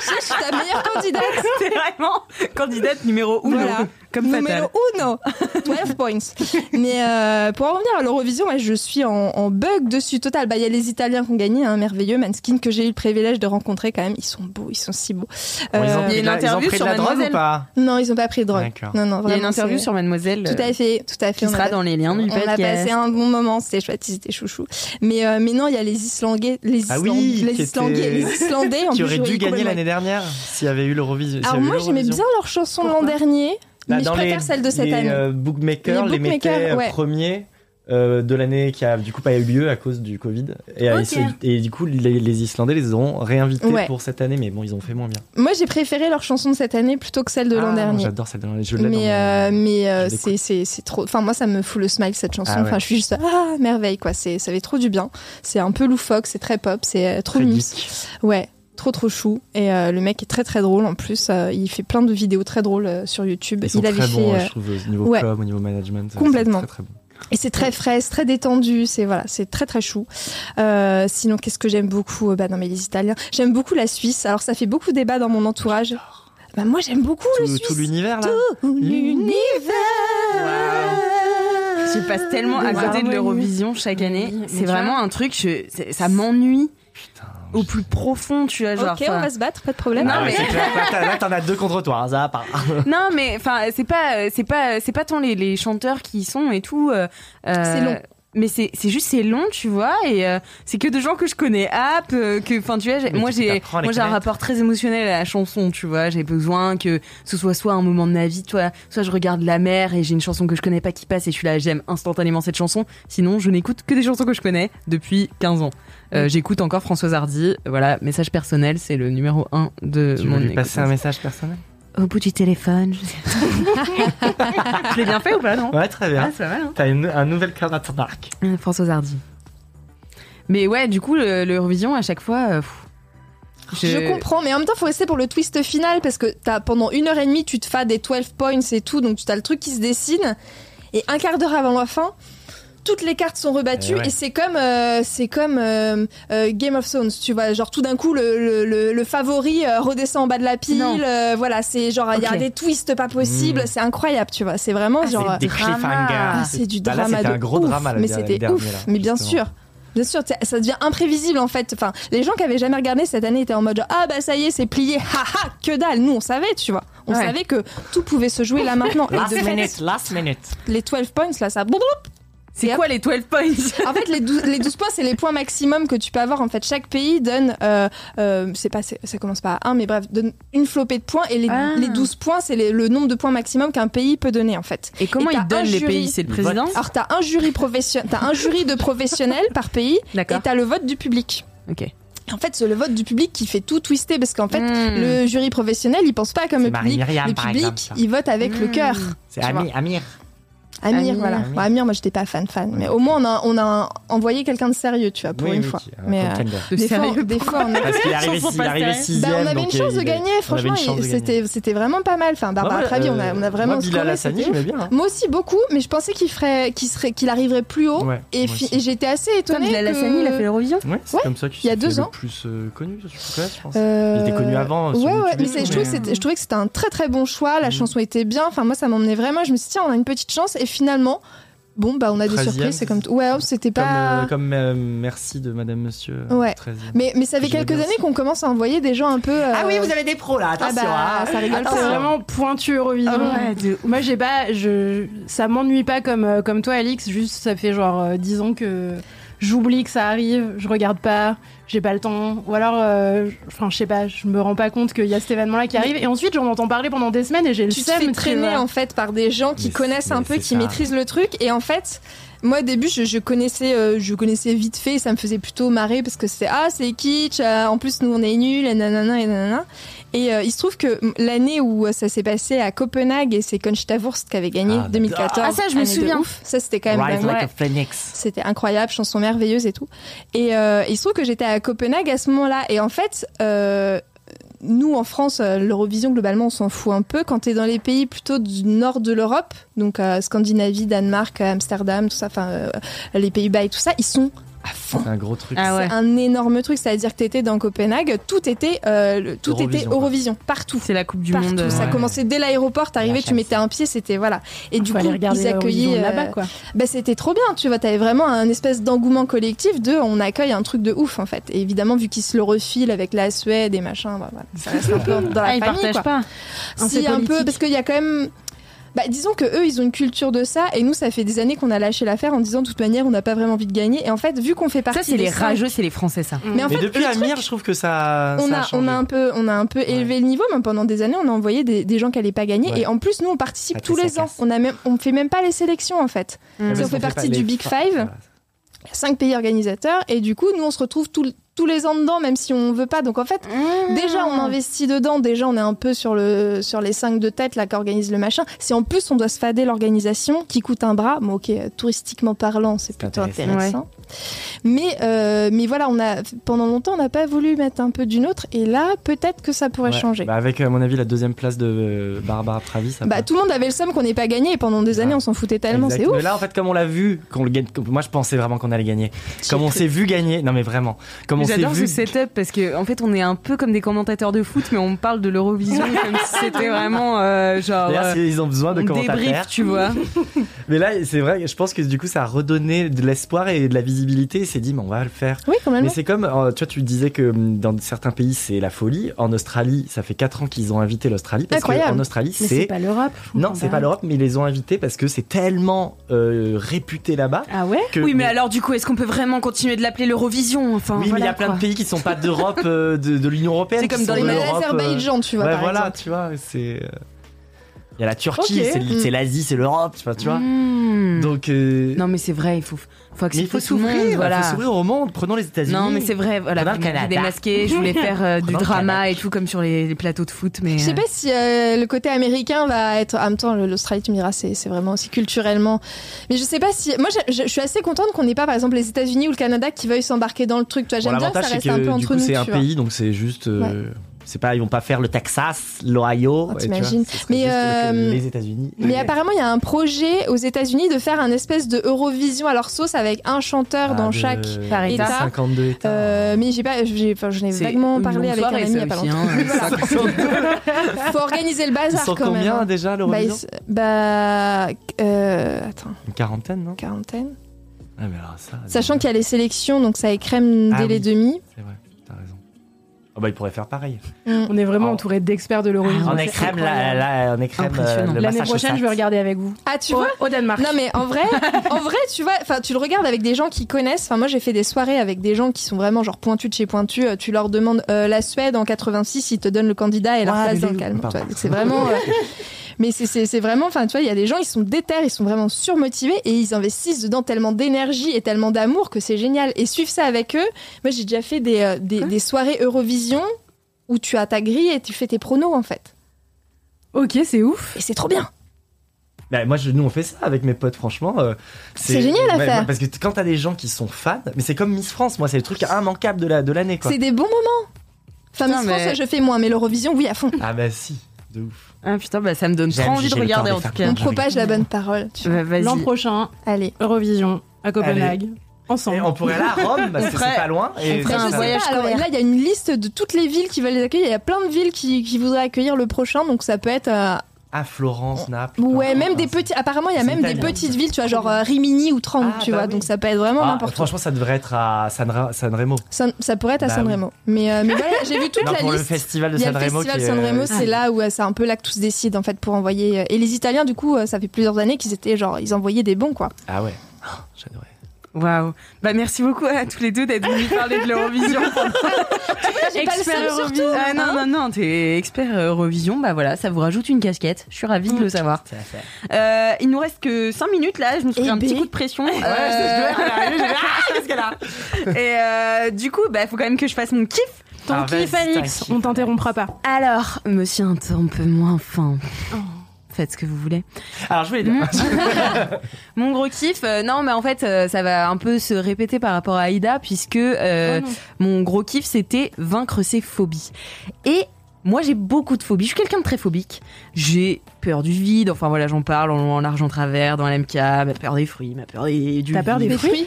Speaker 4: Je suis ta meilleure candidate.
Speaker 1: T'es vraiment candidate numéro 1.
Speaker 4: Voilà.
Speaker 1: Comme
Speaker 4: Numéro
Speaker 1: Fatal.
Speaker 4: uno. 12 points. Mais euh, pour en revenir à l'Eurovision, ouais, je suis en, en bug dessus total. Bah, Il y a les Italiens qui ont gagné, un merveilleux Manskin que j'ai eu le privilège de rencontrer quand même. Ils sont beaux, ils sont si beaux.
Speaker 3: Bon, ils ont
Speaker 4: Euh,
Speaker 3: pris de la- ils ont pris de la drogue ou pas
Speaker 4: Non, ils n'ont pas pris de drogue.
Speaker 3: D'accord.
Speaker 4: Non, non,
Speaker 9: Il y a une
Speaker 4: vraiment,
Speaker 9: interview
Speaker 4: c'est-
Speaker 9: sur Mademoiselle. euh,
Speaker 4: Tout à fait, tout à fait.
Speaker 9: qui sera dans les liens du
Speaker 4: On a
Speaker 9: podcast.
Speaker 4: passé un bon moment, c'était chouette, ils étaient chouchous. Mais, euh, mais non, il y a les Islandais, les,
Speaker 3: Ah
Speaker 4: Islandais-
Speaker 3: oui,
Speaker 4: les
Speaker 3: qui
Speaker 4: Islandais,
Speaker 3: était-
Speaker 4: les Islandais. en
Speaker 3: Qui
Speaker 4: plus,
Speaker 3: aurait
Speaker 4: j'aurais
Speaker 3: dû
Speaker 4: eu
Speaker 3: gagner
Speaker 4: complètement-
Speaker 3: l'année dernière s'il y avait eu l'Eurovision.
Speaker 4: Alors moi, j'aimais bien leur chanson de l'an dernier, mais je préfère celle de cette
Speaker 3: les,
Speaker 4: année.
Speaker 3: euh, bookmakers
Speaker 4: Les
Speaker 3: les, mettaient
Speaker 4: bookmakers,
Speaker 3: euh,
Speaker 4: ouais.
Speaker 3: premiers euh, de l'année qui a du coup pas eu lieu à cause du Covid. Et, euh,
Speaker 4: Ok.
Speaker 3: ils se- et du coup, les, les Islandais les auront réinvités
Speaker 4: Ouais.
Speaker 3: pour cette année, mais bon, ils ont fait moins bien.
Speaker 4: Moi, j'ai préféré leur chanson de cette année plutôt que celle de l'an
Speaker 3: Ah,
Speaker 4: dernier.
Speaker 3: J'adore cette année. Je l'ai dans mon-
Speaker 4: Mais, euh, mais euh,
Speaker 3: l'écoute.
Speaker 4: c'est- c'est c'est trop. Enfin, moi, ça me fout le smile cette chanson.
Speaker 3: Ah ouais.
Speaker 4: Enfin, je suis juste ah merveille quoi. C'est ça fait trop du bien. C'est un peu loufoque, c'est très pop, c'est euh, trop
Speaker 3: Très
Speaker 4: mimes.
Speaker 3: geek.
Speaker 4: Ouais, trop trop chou. Et euh, le mec est très très drôle en plus. Euh, il fait plein de vidéos très drôles euh, sur YouTube.
Speaker 3: Ils sont
Speaker 4: il avait
Speaker 3: très
Speaker 4: fait
Speaker 3: bons,
Speaker 4: euh,
Speaker 3: je trouve, au niveau
Speaker 4: ouais.
Speaker 3: com, au niveau management.
Speaker 4: Complètement.
Speaker 3: c'est Très, très bon.
Speaker 4: Et c'est
Speaker 9: Mm.
Speaker 4: très frais, c'est très détendu, c'est voilà, c'est très très chou. Euh, sinon, qu'est-ce que j'aime beaucoup Euh, Bah non, mais les Italiens. J'aime beaucoup la Suisse. Alors ça fait beaucoup débat dans mon entourage. Bah moi j'aime beaucoup le
Speaker 3: Tout-
Speaker 4: Suisse.
Speaker 3: Tout l'univers, là.
Speaker 4: Tout l'univers.
Speaker 9: Je passe tellement à
Speaker 1: Wow.
Speaker 9: côté de l'Eurovision chaque année.
Speaker 1: tu
Speaker 9: C'est vraiment un truc, je- c'est- ça m'ennuie. Au plus profond, tu as genre.
Speaker 4: Ok, on
Speaker 9: enfin-
Speaker 4: va se battre, pas de problème.
Speaker 9: Non,
Speaker 3: Ah ouais,
Speaker 9: mais-
Speaker 3: c'est clair. Là, t'as- Là, t'en as deux contre toi, hein, ça va pas.
Speaker 9: Non mais enfin c'est pas euh, c'est pas c'est pas tant les, les chanteurs qui y sont et tout. euh, euh,
Speaker 4: C'est long.
Speaker 9: Mais c'est c'est juste c'est long tu vois et euh, c'est que de gens que je connais app euh, que enfin tu vois j'ai-
Speaker 1: Mais
Speaker 9: moi
Speaker 1: tu
Speaker 9: j'ai
Speaker 1: t'apprends à les
Speaker 9: moi j'ai un
Speaker 1: connaître.
Speaker 9: rapport très émotionnel à la chanson tu vois j'ai besoin que ce soit soit un moment de ma vie toi soit je regarde la mer et j'ai une chanson que je connais pas qui passe et je suis là j'aime instantanément cette chanson sinon je n'écoute que des chansons que je connais depuis 15 ans Euh, j'écoute encore Françoise Hardy voilà message personnel c'est le numéro 1 de
Speaker 3: Tu veux
Speaker 9: mon
Speaker 3: lui passer un
Speaker 9: écoute-
Speaker 3: message personnel
Speaker 9: au bout du téléphone. Je, l'ai bien fait ou pas, non
Speaker 3: Ouais, très bien.
Speaker 9: Ah, c'est pas mal, hein.
Speaker 3: T'as une- un nouvel cœur dans ton arc.
Speaker 9: Euh, Françoise Hardy. Mais ouais, du coup, le- l'Eurovision, à chaque fois. euh, pff,
Speaker 3: Ah,
Speaker 4: Je... comprends, mais en même temps, faut rester pour le twist final parce que t'as, pendant une heure et demie, tu te fais des 12 points et tout, donc tu as le truc qui se dessine. Et un quart d'heure avant la fin, toutes les cartes sont rebattues
Speaker 9: Eh ouais.
Speaker 4: et c'est comme, euh, c'est comme euh, euh, Game of Thrones, tu vois. Genre, tout d'un coup, le, le- le- le favori euh, redescend en bas de la pile. euh, voilà, c'est genre, il y a
Speaker 9: Ok.
Speaker 4: des twists pas possibles,
Speaker 9: Mm.
Speaker 4: c'est incroyable, tu vois. C'est vraiment genre.
Speaker 3: c'est des
Speaker 4: euh,
Speaker 3: cliffhangers.
Speaker 4: Ah, c'est du
Speaker 3: Bah là,
Speaker 4: drama.
Speaker 3: c'était
Speaker 4: de
Speaker 3: un gros
Speaker 4: ouf,
Speaker 3: drama, le
Speaker 4: Mais
Speaker 3: der-
Speaker 4: c'était
Speaker 3: le dernier,
Speaker 4: ouf,
Speaker 3: là,
Speaker 4: mais bien
Speaker 3: justement.
Speaker 4: sûr. Bien sûr, t'sais, ça devient imprévisible en fait. Enfin, les gens qui avaient jamais regardé cette année étaient en mode genre, ah bah ça y est, c'est plié, haha, que dalle. Nous, on savait, tu vois. On
Speaker 3: Ouais.
Speaker 4: savait que tout pouvait se jouer là maintenant. Et
Speaker 3: Last
Speaker 4: de fait,
Speaker 3: minute, last minute.
Speaker 4: les 12 points là, ça boum, boum,
Speaker 1: C'est quoi les 12 points
Speaker 4: En fait, les 12, les 12 points, c'est les points maximum que tu peux avoir. En fait, chaque pays donne, euh, euh, c'est pas, c'est- ça commence pas à 1, mais bref, donne une flopée de points. Et les,
Speaker 9: Ah.
Speaker 4: les 12 points, c'est les- le nombre de points maximum qu'un pays peut donner, en fait.
Speaker 1: Et comment
Speaker 4: il
Speaker 1: ils donnent les pays C'est le Ils président Ah, votent.
Speaker 4: Alors, t'as un, jury profession- t'as un jury de professionnels par pays et t'as le vote du public.
Speaker 1: Ok.
Speaker 4: En fait, c'est le vote du public qui fait tout twister parce qu'en fait,
Speaker 9: Hmm.
Speaker 1: Mm.
Speaker 4: le jury professionnel, il pense pas comme le
Speaker 3: Marie
Speaker 4: public.
Speaker 3: Myriam,
Speaker 4: le
Speaker 3: par
Speaker 4: public,
Speaker 3: exemple, ça.
Speaker 4: il vote avec le
Speaker 9: Hmm.
Speaker 3: Mm.
Speaker 4: cœur.
Speaker 3: C'est
Speaker 4: tu vois.
Speaker 3: Ami- Amir.
Speaker 4: Amir,
Speaker 3: Amir.
Speaker 4: voilà. Bon, Amir, moi, j'étais pas fan, fan. Mais au moins, on a, on a envoyé quelqu'un de sérieux, tu vois, pour
Speaker 3: Oui,
Speaker 4: une
Speaker 3: oui,
Speaker 4: fois.
Speaker 3: qui- un
Speaker 4: Mais
Speaker 3: contender.
Speaker 4: des
Speaker 3: De
Speaker 4: fois,
Speaker 3: sérieux,
Speaker 4: des fois, on a-
Speaker 3: Parce qu'il est arrivé,
Speaker 4: Ils sont
Speaker 3: il
Speaker 4: pas
Speaker 3: est arrivé
Speaker 4: sérieux.
Speaker 3: sixième.
Speaker 4: Bah, on avait
Speaker 3: donc
Speaker 4: une chance
Speaker 3: il-
Speaker 4: de gagner,
Speaker 3: on avait
Speaker 4: franchement,
Speaker 3: une chance
Speaker 4: et
Speaker 3: de gagner.
Speaker 4: c'était c'était vraiment pas mal. Enfin, Barbara
Speaker 3: Bah, moi,
Speaker 4: Travi, on,
Speaker 3: euh,
Speaker 4: a, on a vraiment
Speaker 3: moi, Bilal
Speaker 4: scoré,
Speaker 3: Hassani,
Speaker 4: c'était
Speaker 3: j'aimais
Speaker 4: ouf.
Speaker 3: bien, hein.
Speaker 4: Moi aussi, beaucoup, mais je pensais qu'il ferait, qu'il serait, qu'il arriverait plus haut.
Speaker 3: Ouais,
Speaker 4: et
Speaker 3: moi
Speaker 4: fi-
Speaker 3: aussi.
Speaker 4: et j'étais assez étonnée.
Speaker 9: Bilal
Speaker 4: que-
Speaker 9: Hassani, il a fait l'Eurovision
Speaker 3: Ouais, c'est
Speaker 4: Ouais,
Speaker 3: comme ça qu'il
Speaker 4: il y a
Speaker 3: s'est fait
Speaker 4: deux
Speaker 3: le
Speaker 4: ans.
Speaker 3: plus euh, connu, je crois, je pense.
Speaker 4: Euh,
Speaker 3: Il était connu avant. euh, sur
Speaker 4: Ouais, ouais,
Speaker 3: YouTube
Speaker 4: mais
Speaker 3: et
Speaker 4: c'est-
Speaker 3: tout,
Speaker 4: je, trouvais que
Speaker 3: mais- euh, Mm.
Speaker 4: c'était- je trouvais que c'était un très très bon choix. La chanson était bien. Enfin, moi, ça m'emmenait vraiment. Je me suis dit, tiens, on a une petite chance. Et finalement, bon, bah, on a des
Speaker 3: 13e,
Speaker 4: surprises. C'est comme. Ouais, oh, c'était
Speaker 3: Comme,
Speaker 4: pas.
Speaker 3: euh, comme euh, merci de Madame Monsieur. euh,
Speaker 4: Ouais.
Speaker 3: 13e.
Speaker 4: Mais, mais ça fait
Speaker 3: Que j'aimais
Speaker 4: quelques
Speaker 3: bien
Speaker 4: années qu'on commence à envoyer des gens un peu. euh,
Speaker 3: Ah oui, vous avez des pros là,
Speaker 6: Ah,
Speaker 3: attention.
Speaker 4: bah,
Speaker 3: hein.
Speaker 4: ça rigole
Speaker 3: Attention.
Speaker 4: pas.
Speaker 2: C'est vraiment pointu Eurovision.
Speaker 4: Ah ouais,
Speaker 2: Moi, j'ai pas, je, ça m'ennuie pas comme, euh, comme toi, Alix. Juste, ça fait genre euh, 10 ans que j'oublie que ça arrive, je regarde pas, j'ai pas le temps. Ou alors, euh, je- enfin, je sais pas, je me rends pas compte qu'il y a cet événement-là qui arrive. Et ensuite, j'en entends parler pendant des semaines et j'ai le
Speaker 4: tu te fais
Speaker 2: seum.
Speaker 4: traîner en fait par des gens qui
Speaker 2: Mais
Speaker 4: connaissent
Speaker 2: c'est-
Speaker 4: un
Speaker 2: mais
Speaker 4: peu,
Speaker 2: c'est
Speaker 4: qui
Speaker 2: ça.
Speaker 4: maîtrisent le truc. Et en fait, moi au début, je, je connaissais, euh, je connaissais vite fait. Ça me faisait plutôt marrer parce que c'est ah c'est kitsch. euh, en plus, nous on est nuls et nanana et nanana. Et euh, il se trouve que m- l'année où euh, ça s'est passé à Copenhague et c'est Conchita Wurst qui avait gagné
Speaker 3: Ah,
Speaker 4: 2014.
Speaker 9: Ah, ça, je me
Speaker 4: année de
Speaker 9: souviens.
Speaker 4: ouf. Ça c'était quand même
Speaker 3: Rise
Speaker 4: dingue.
Speaker 3: like a
Speaker 4: Ouais.
Speaker 3: phoenix.
Speaker 4: C'était incroyable, chanson merveilleuse et tout. Et euh, il se trouve que j'étais à Copenhague à ce moment-là. Et en fait, euh, nous en France, euh, l'Eurovision globalement, on s'en fout un peu. Quand t'es dans les pays plutôt du nord de l'Europe, donc euh, Scandinavie, Danemark, Amsterdam, tout ça, enfin euh, les Pays-Bas et tout ça, ils sont
Speaker 3: C'est un gros truc.
Speaker 2: Ah
Speaker 1: Ah
Speaker 4: c'est un énorme truc, c'est-à-dire que t'étais dans Copenhague, tout était, euh, le- tout
Speaker 3: Eurovision,
Speaker 4: était
Speaker 3: quoi.
Speaker 4: Eurovision, partout.
Speaker 1: C'est la Coupe
Speaker 4: du
Speaker 1: Monde, euh,
Speaker 4: Ça
Speaker 1: ouais.
Speaker 4: commençait dès l'aéroport, t'arrivais, tu mettais un pied, c'était voilà. Et du coup,
Speaker 2: aller regarder
Speaker 4: ils accueillaient.
Speaker 2: l'Eurovision là-bas, quoi.
Speaker 4: bah, c'était trop bien, tu vois. T'avais vraiment un espèce d'engouement collectif de on accueille un truc de ouf en fait. Et évidemment, vu qu'ils se le refilent avec la Suède et machin, bah, voilà, ça reste un peu dans la
Speaker 9: Ah, ils
Speaker 4: famille,
Speaker 9: partagent
Speaker 4: quoi.
Speaker 9: pas. Un fait
Speaker 4: Si, un peu,
Speaker 9: politique.
Speaker 4: parce qu'il y a quand même. Bah, disons que eux, ils ont une culture de ça, et nous, ça fait des années qu'on a lâché l'affaire en disant de toute manière, on n'a pas vraiment envie de gagner. Et en fait, vu qu'on fait partie
Speaker 1: Ça, c'est
Speaker 4: des
Speaker 1: les
Speaker 4: cinq-
Speaker 1: rageux, c'est les Français, ça.
Speaker 4: Mais en fait,
Speaker 3: depuis
Speaker 4: le
Speaker 3: Amir,
Speaker 4: truc-
Speaker 3: je trouve que ça.
Speaker 4: on
Speaker 3: ça
Speaker 4: a,
Speaker 3: changé. Ah,
Speaker 4: on a un peu, on a un peu élevé le niveau, mais pendant des années, on a envoyé des, des gens qui n'allaient pas gagner.
Speaker 3: Ouais.
Speaker 4: Et en plus, nous, on participe
Speaker 3: Après,
Speaker 4: tous
Speaker 3: ça
Speaker 4: les ans. On a même, on fait même pas les sélections en fait.
Speaker 3: Mm.
Speaker 4: Si
Speaker 3: Parce
Speaker 4: on
Speaker 3: qu'on
Speaker 4: fait
Speaker 3: fait pas
Speaker 4: partie
Speaker 3: les
Speaker 4: du Big
Speaker 3: fa-
Speaker 4: Five,
Speaker 3: voilà.
Speaker 4: cinq pays organisateurs, et du coup, nous, on se retrouve tout- tous les ans dedans, même si on veut pas. Donc en fait, déjà, on investit dedans. Déjà, on est un peu sur le, sur les cinq de tête là qu'organise le machin. Si en plus, on doit se fader l'organisation qui coûte un bras, bon, ok, euh, touristiquement parlant, c'est plutôt
Speaker 9: intéressant.
Speaker 4: intéressant. Mais, euh, mais voilà, on a, pendant longtemps, on n'a pas voulu mettre un peu d'une autre. Et là, peut-être que ça pourrait
Speaker 3: Ouais.
Speaker 4: changer.
Speaker 3: Bah, avec, à mon avis, la deuxième place de euh, Barbara Pravi, ça
Speaker 4: Bah,
Speaker 3: peut-
Speaker 4: tout le monde avait le somme qu'on n'ait pas gagné. Et pendant des années, on s'en foutait tellement.
Speaker 3: Exact.
Speaker 4: C'est ouf.
Speaker 3: Mais là, en fait, comme on l'a vu, qu'on le gagne, comme- moi, je pensais vraiment qu'on allait gagner. Comme on s'est vu gagner, non mais vraiment, comme on s'est
Speaker 1: J'adore ce
Speaker 3: vu.
Speaker 1: setup parce que en fait on est un peu comme des commentateurs de foot mais on parle de l'Eurovision comme si c'était vraiment euh, genre
Speaker 3: D'ailleurs,
Speaker 1: euh,
Speaker 3: si ils ont besoin de
Speaker 1: on
Speaker 3: commentateurs.
Speaker 1: débrief, tu vois.
Speaker 3: mais là, c'est vrai, je pense que du coup, ça a redonné de l'espoir et de la visibilité. Il s'est dit, mais on va le faire.
Speaker 4: Oui, quand même. hein.
Speaker 3: Mais c'est comme, euh, tu vois, tu disais que hum, dans certains pays, c'est la folie. En Australie, ça fait 4 ans qu'ils ont invité l'Australie. Parce
Speaker 2: Incroyable.
Speaker 3: qu'en Australie,
Speaker 2: Mais
Speaker 3: c'est.
Speaker 2: c'est pas l'Europe.
Speaker 3: Non, c'est
Speaker 2: pas.
Speaker 3: pas l'Europe, mais ils les ont invités parce que c'est tellement euh, réputé là-bas.
Speaker 2: Ah ouais
Speaker 3: que...
Speaker 1: Oui mais alors du coup est-ce qu'on peut vraiment continuer de l'appeler l'Eurovision enfin
Speaker 3: Oui, mais il y
Speaker 1: voilà,
Speaker 3: a plein
Speaker 1: quoi.
Speaker 3: de pays qui sont pas d'Europe, euh, de, de l'Union Européenne.
Speaker 1: C'est comme
Speaker 3: qui
Speaker 1: dans
Speaker 3: sont
Speaker 1: les
Speaker 3: de
Speaker 1: pays
Speaker 3: l'Europe, euh,
Speaker 4: d'Azerbaïdjan, tu vois,
Speaker 3: Ouais,
Speaker 4: par
Speaker 3: voilà,
Speaker 4: exemple.
Speaker 3: tu vois, c'est. euh, Il y a la Turquie,
Speaker 1: Ok.
Speaker 3: c'est l-
Speaker 1: Mm.
Speaker 3: c'est l'Asie, c'est l'Europe, tu vois. Tu vois.
Speaker 1: Mmh.
Speaker 3: Donc. euh,
Speaker 1: Non mais c'est vrai il faut faut
Speaker 3: mais
Speaker 1: accepter
Speaker 3: il faut
Speaker 1: tout le monde,
Speaker 3: s'ouvrir, il
Speaker 1: voilà.
Speaker 3: faut s'ouvrir au monde. Prenons les États-Unis.
Speaker 1: Non mais c'est vrai voilà
Speaker 3: Prenons le
Speaker 1: vous m'avez
Speaker 3: Canada.
Speaker 1: démasqué je voulais faire euh, du
Speaker 3: Prenons le
Speaker 1: drama et tout comme sur les, les plateaux de foot mais
Speaker 4: Je sais
Speaker 1: euh,
Speaker 4: pas si euh, le côté américain va être. En même temps, le- l'Australie, tu me diras, c'est c'est vraiment aussi culturellement. Mais je sais pas si. Moi, je- je je suis assez contente qu'on n'ait pas, par exemple, les États-Unis ou le Canada qui veuillent s'embarquer dans le truc. Tu vois,
Speaker 3: Bon,
Speaker 4: j'aime bien que ça
Speaker 3: L'avantage,
Speaker 4: reste
Speaker 3: c'est
Speaker 4: un
Speaker 3: que
Speaker 4: peu
Speaker 3: du
Speaker 4: entre
Speaker 3: coup,
Speaker 4: nous.
Speaker 3: c'est un
Speaker 4: tu vois.
Speaker 3: pays, donc c'est juste. euh, C'est pas, ils vont pas faire le Texas, l'Ohio.
Speaker 4: Oh,
Speaker 3: et tu vois,
Speaker 4: t'imagines.
Speaker 3: ce serait
Speaker 4: Mais,
Speaker 3: juste, euh,
Speaker 4: euh,
Speaker 3: les États-Unis.
Speaker 4: Mais apparemment, il y a un projet aux États-Unis de faire un espèce de Eurovision à leur sauce avec un chanteur
Speaker 3: Ah,
Speaker 4: dans
Speaker 3: de-
Speaker 4: chaque
Speaker 3: par
Speaker 4: État.
Speaker 3: État. 52 États.
Speaker 4: Euh, mais j'ai pas, j'ai, enfin,
Speaker 1: euh,
Speaker 4: j'en ai
Speaker 3: C'est
Speaker 4: vaguement
Speaker 3: une
Speaker 4: parlé
Speaker 3: longue
Speaker 4: avec un
Speaker 3: soirée,
Speaker 4: ami il y
Speaker 3: ça
Speaker 4: a pas
Speaker 3: aussi,
Speaker 4: longtemps.
Speaker 3: hein.
Speaker 4: Oui, voilà. Faut organiser le bazar
Speaker 3: Ils sont
Speaker 4: quand même.
Speaker 3: combien,
Speaker 4: hein.
Speaker 3: déjà, l'Eurovision
Speaker 4: Bah, ils- bah, euh, attends,
Speaker 3: Une quarantaine, non
Speaker 4: quarantaine.
Speaker 3: Ah, mais alors ça.
Speaker 4: Sachant qu'il y a les sélections, donc ça écrème dès
Speaker 3: Ah
Speaker 4: les
Speaker 3: oui.
Speaker 4: demi.
Speaker 3: C'est vrai, t'as raison. Ah bah, il pourrait faire pareil.
Speaker 2: On est vraiment entouré d'experts de l'Eurovision.
Speaker 3: Oh. Ah, on
Speaker 2: c'est
Speaker 3: écrème, la,
Speaker 2: incroyable.
Speaker 3: la- on écrème euh, le
Speaker 2: L'année
Speaker 3: Massachusetts.
Speaker 2: prochaine, je vais regarder avec vous.
Speaker 4: Ah, tu
Speaker 2: Au-
Speaker 4: vois
Speaker 2: Au Danemark.
Speaker 4: Non mais en vrai, en vrai, tu vois, enfin tu le regardes avec des gens qui connaissent. Enfin moi j'ai fait des soirées avec des gens qui sont vraiment genre pointus de chez pointus. Euh, Tu leur demandes euh, la Suède en 86, ils te donnent le candidat et leur
Speaker 3: Ouais,
Speaker 4: place
Speaker 3: mais
Speaker 4: dans le
Speaker 3: les-
Speaker 4: calme. tu vois.
Speaker 3: pardon.
Speaker 4: C'est vraiment. euh, Mais c'est- c'est c'est vraiment, enfin tu vois, il y a des gens, ils sont déter, ils sont vraiment surmotivés et ils investissent dedans tellement d'énergie et tellement d'amour que c'est génial. Et suivre ça avec eux, moi j'ai déjà fait des, euh, des, des soirées Eurovision où tu as ta grille et tu fais tes pronos en fait.
Speaker 2: Ok, c'est ouf.
Speaker 4: Et c'est trop bien.
Speaker 3: Bah, moi, je, nous, on fait ça avec mes potes, franchement. euh,
Speaker 4: C'est génial à
Speaker 3: Ouais,
Speaker 4: faire.
Speaker 3: ouais, Parce que t- quand t'as des gens qui sont fans, mais c'est comme Miss France, moi, c'est le truc immanquable de l'année, la, de l'année, quoi.
Speaker 4: C'est des bons moments. Enfin,
Speaker 1: Putain,
Speaker 4: Miss France,
Speaker 1: mais-
Speaker 4: je fais moins, mais l'Eurovision, oui, à fond.
Speaker 3: Ah bah si, de ouf.
Speaker 1: Ah putain, bah ça me donne
Speaker 3: J'aime,
Speaker 1: trop envie de
Speaker 3: j'ai le
Speaker 1: regarder
Speaker 3: temps de
Speaker 1: en tout
Speaker 3: faire
Speaker 1: cas.
Speaker 4: On propage la bonne parole. tu vois.
Speaker 1: Bah, vas-y.
Speaker 2: L'an prochain,
Speaker 4: Allez.
Speaker 2: Eurovision à Copenhague. Ensemble.
Speaker 3: On pourrait aller à Rome, parce
Speaker 1: On
Speaker 3: que
Speaker 1: ferait-
Speaker 3: c'est pas loin.
Speaker 1: on ferait
Speaker 4: Bah, Je
Speaker 1: un
Speaker 4: sais
Speaker 1: voyage
Speaker 4: pas, alors,
Speaker 1: scolaire.
Speaker 4: là, il y a une liste de toutes les villes qui veulent les accueillir. Il y a plein de villes qui, qui voudraient accueillir le prochain, donc ça peut être. euh,
Speaker 3: À Florence, Naples.
Speaker 4: ouais, même des
Speaker 3: petits
Speaker 4: petits. Apparemment, il y a
Speaker 3: Ah, C'est
Speaker 4: même des
Speaker 3: italien,
Speaker 4: petites
Speaker 3: ça.
Speaker 4: villes, tu vois, genre euh, Rimini ou Trente,
Speaker 3: Ah,
Speaker 4: tu
Speaker 3: bah
Speaker 4: vois,
Speaker 3: oui.
Speaker 4: donc ça peut être vraiment
Speaker 3: Ah,
Speaker 4: n'importe quoi.
Speaker 3: Franchement, ça devrait être à Sanra- Sanremo.
Speaker 4: Ça, ça pourrait être à
Speaker 3: Bah
Speaker 4: Sanremo. Mais, euh, mais voilà, j'ai vu toute
Speaker 3: Non,
Speaker 4: la
Speaker 3: pour le
Speaker 4: liste.
Speaker 3: festival de
Speaker 4: Il y a
Speaker 3: Sanremo
Speaker 4: Le festival
Speaker 3: qui est-
Speaker 4: Sanremo,
Speaker 3: Ah.
Speaker 4: c'est là où euh, c'est un peu là que tout se décide en fait pour envoyer. euh, Et les Italiens, du coup, euh, ça fait plusieurs années qu'ils étaient genre, ils envoyaient des bons quoi.
Speaker 3: Ah ouais, Ah, j'adorais.
Speaker 1: Waouh. Bah merci beaucoup à tous les deux d'être venus parler de l'Eurovision.
Speaker 4: j'ai pas le seum, surtout,
Speaker 1: Ah, non, non,
Speaker 4: hein.
Speaker 1: non, t'es expert Eurovision. Bah voilà, ça vous rajoute une casquette. Je suis ravie de
Speaker 4: Mmh.
Speaker 1: le savoir.
Speaker 3: C'est à faire.
Speaker 1: Euh, il nous reste que 5 minutes là. Je me suis fait un petit coup de pression. Euh, Et euh, du coup, bah faut quand même que je fasse mon kiff.
Speaker 2: Ton
Speaker 3: Ah,
Speaker 2: kiff,
Speaker 3: vas-y,
Speaker 2: Alix,
Speaker 3: t'inquiète.
Speaker 2: on t'interrompra pas.
Speaker 1: Alors, monsieur interrompe-moi enfin. Faites ce que vous voulez.
Speaker 3: Alors, je voulais dire.
Speaker 1: Mon gros kiff, euh, non, mais en fait, euh, ça va un peu se répéter par rapport à Aïda, puisque euh,
Speaker 2: Oh non.
Speaker 1: mon gros kiff, c'était vaincre ses phobies. Et moi, j'ai beaucoup de phobies. Je suis quelqu'un de très phobique. J'ai peur du vide, enfin voilà, j'en parle en long, en large, en travers, dans l'MK, ma peur des fruits, ma peur des, du
Speaker 2: T'as peur des
Speaker 1: vide.
Speaker 2: fruits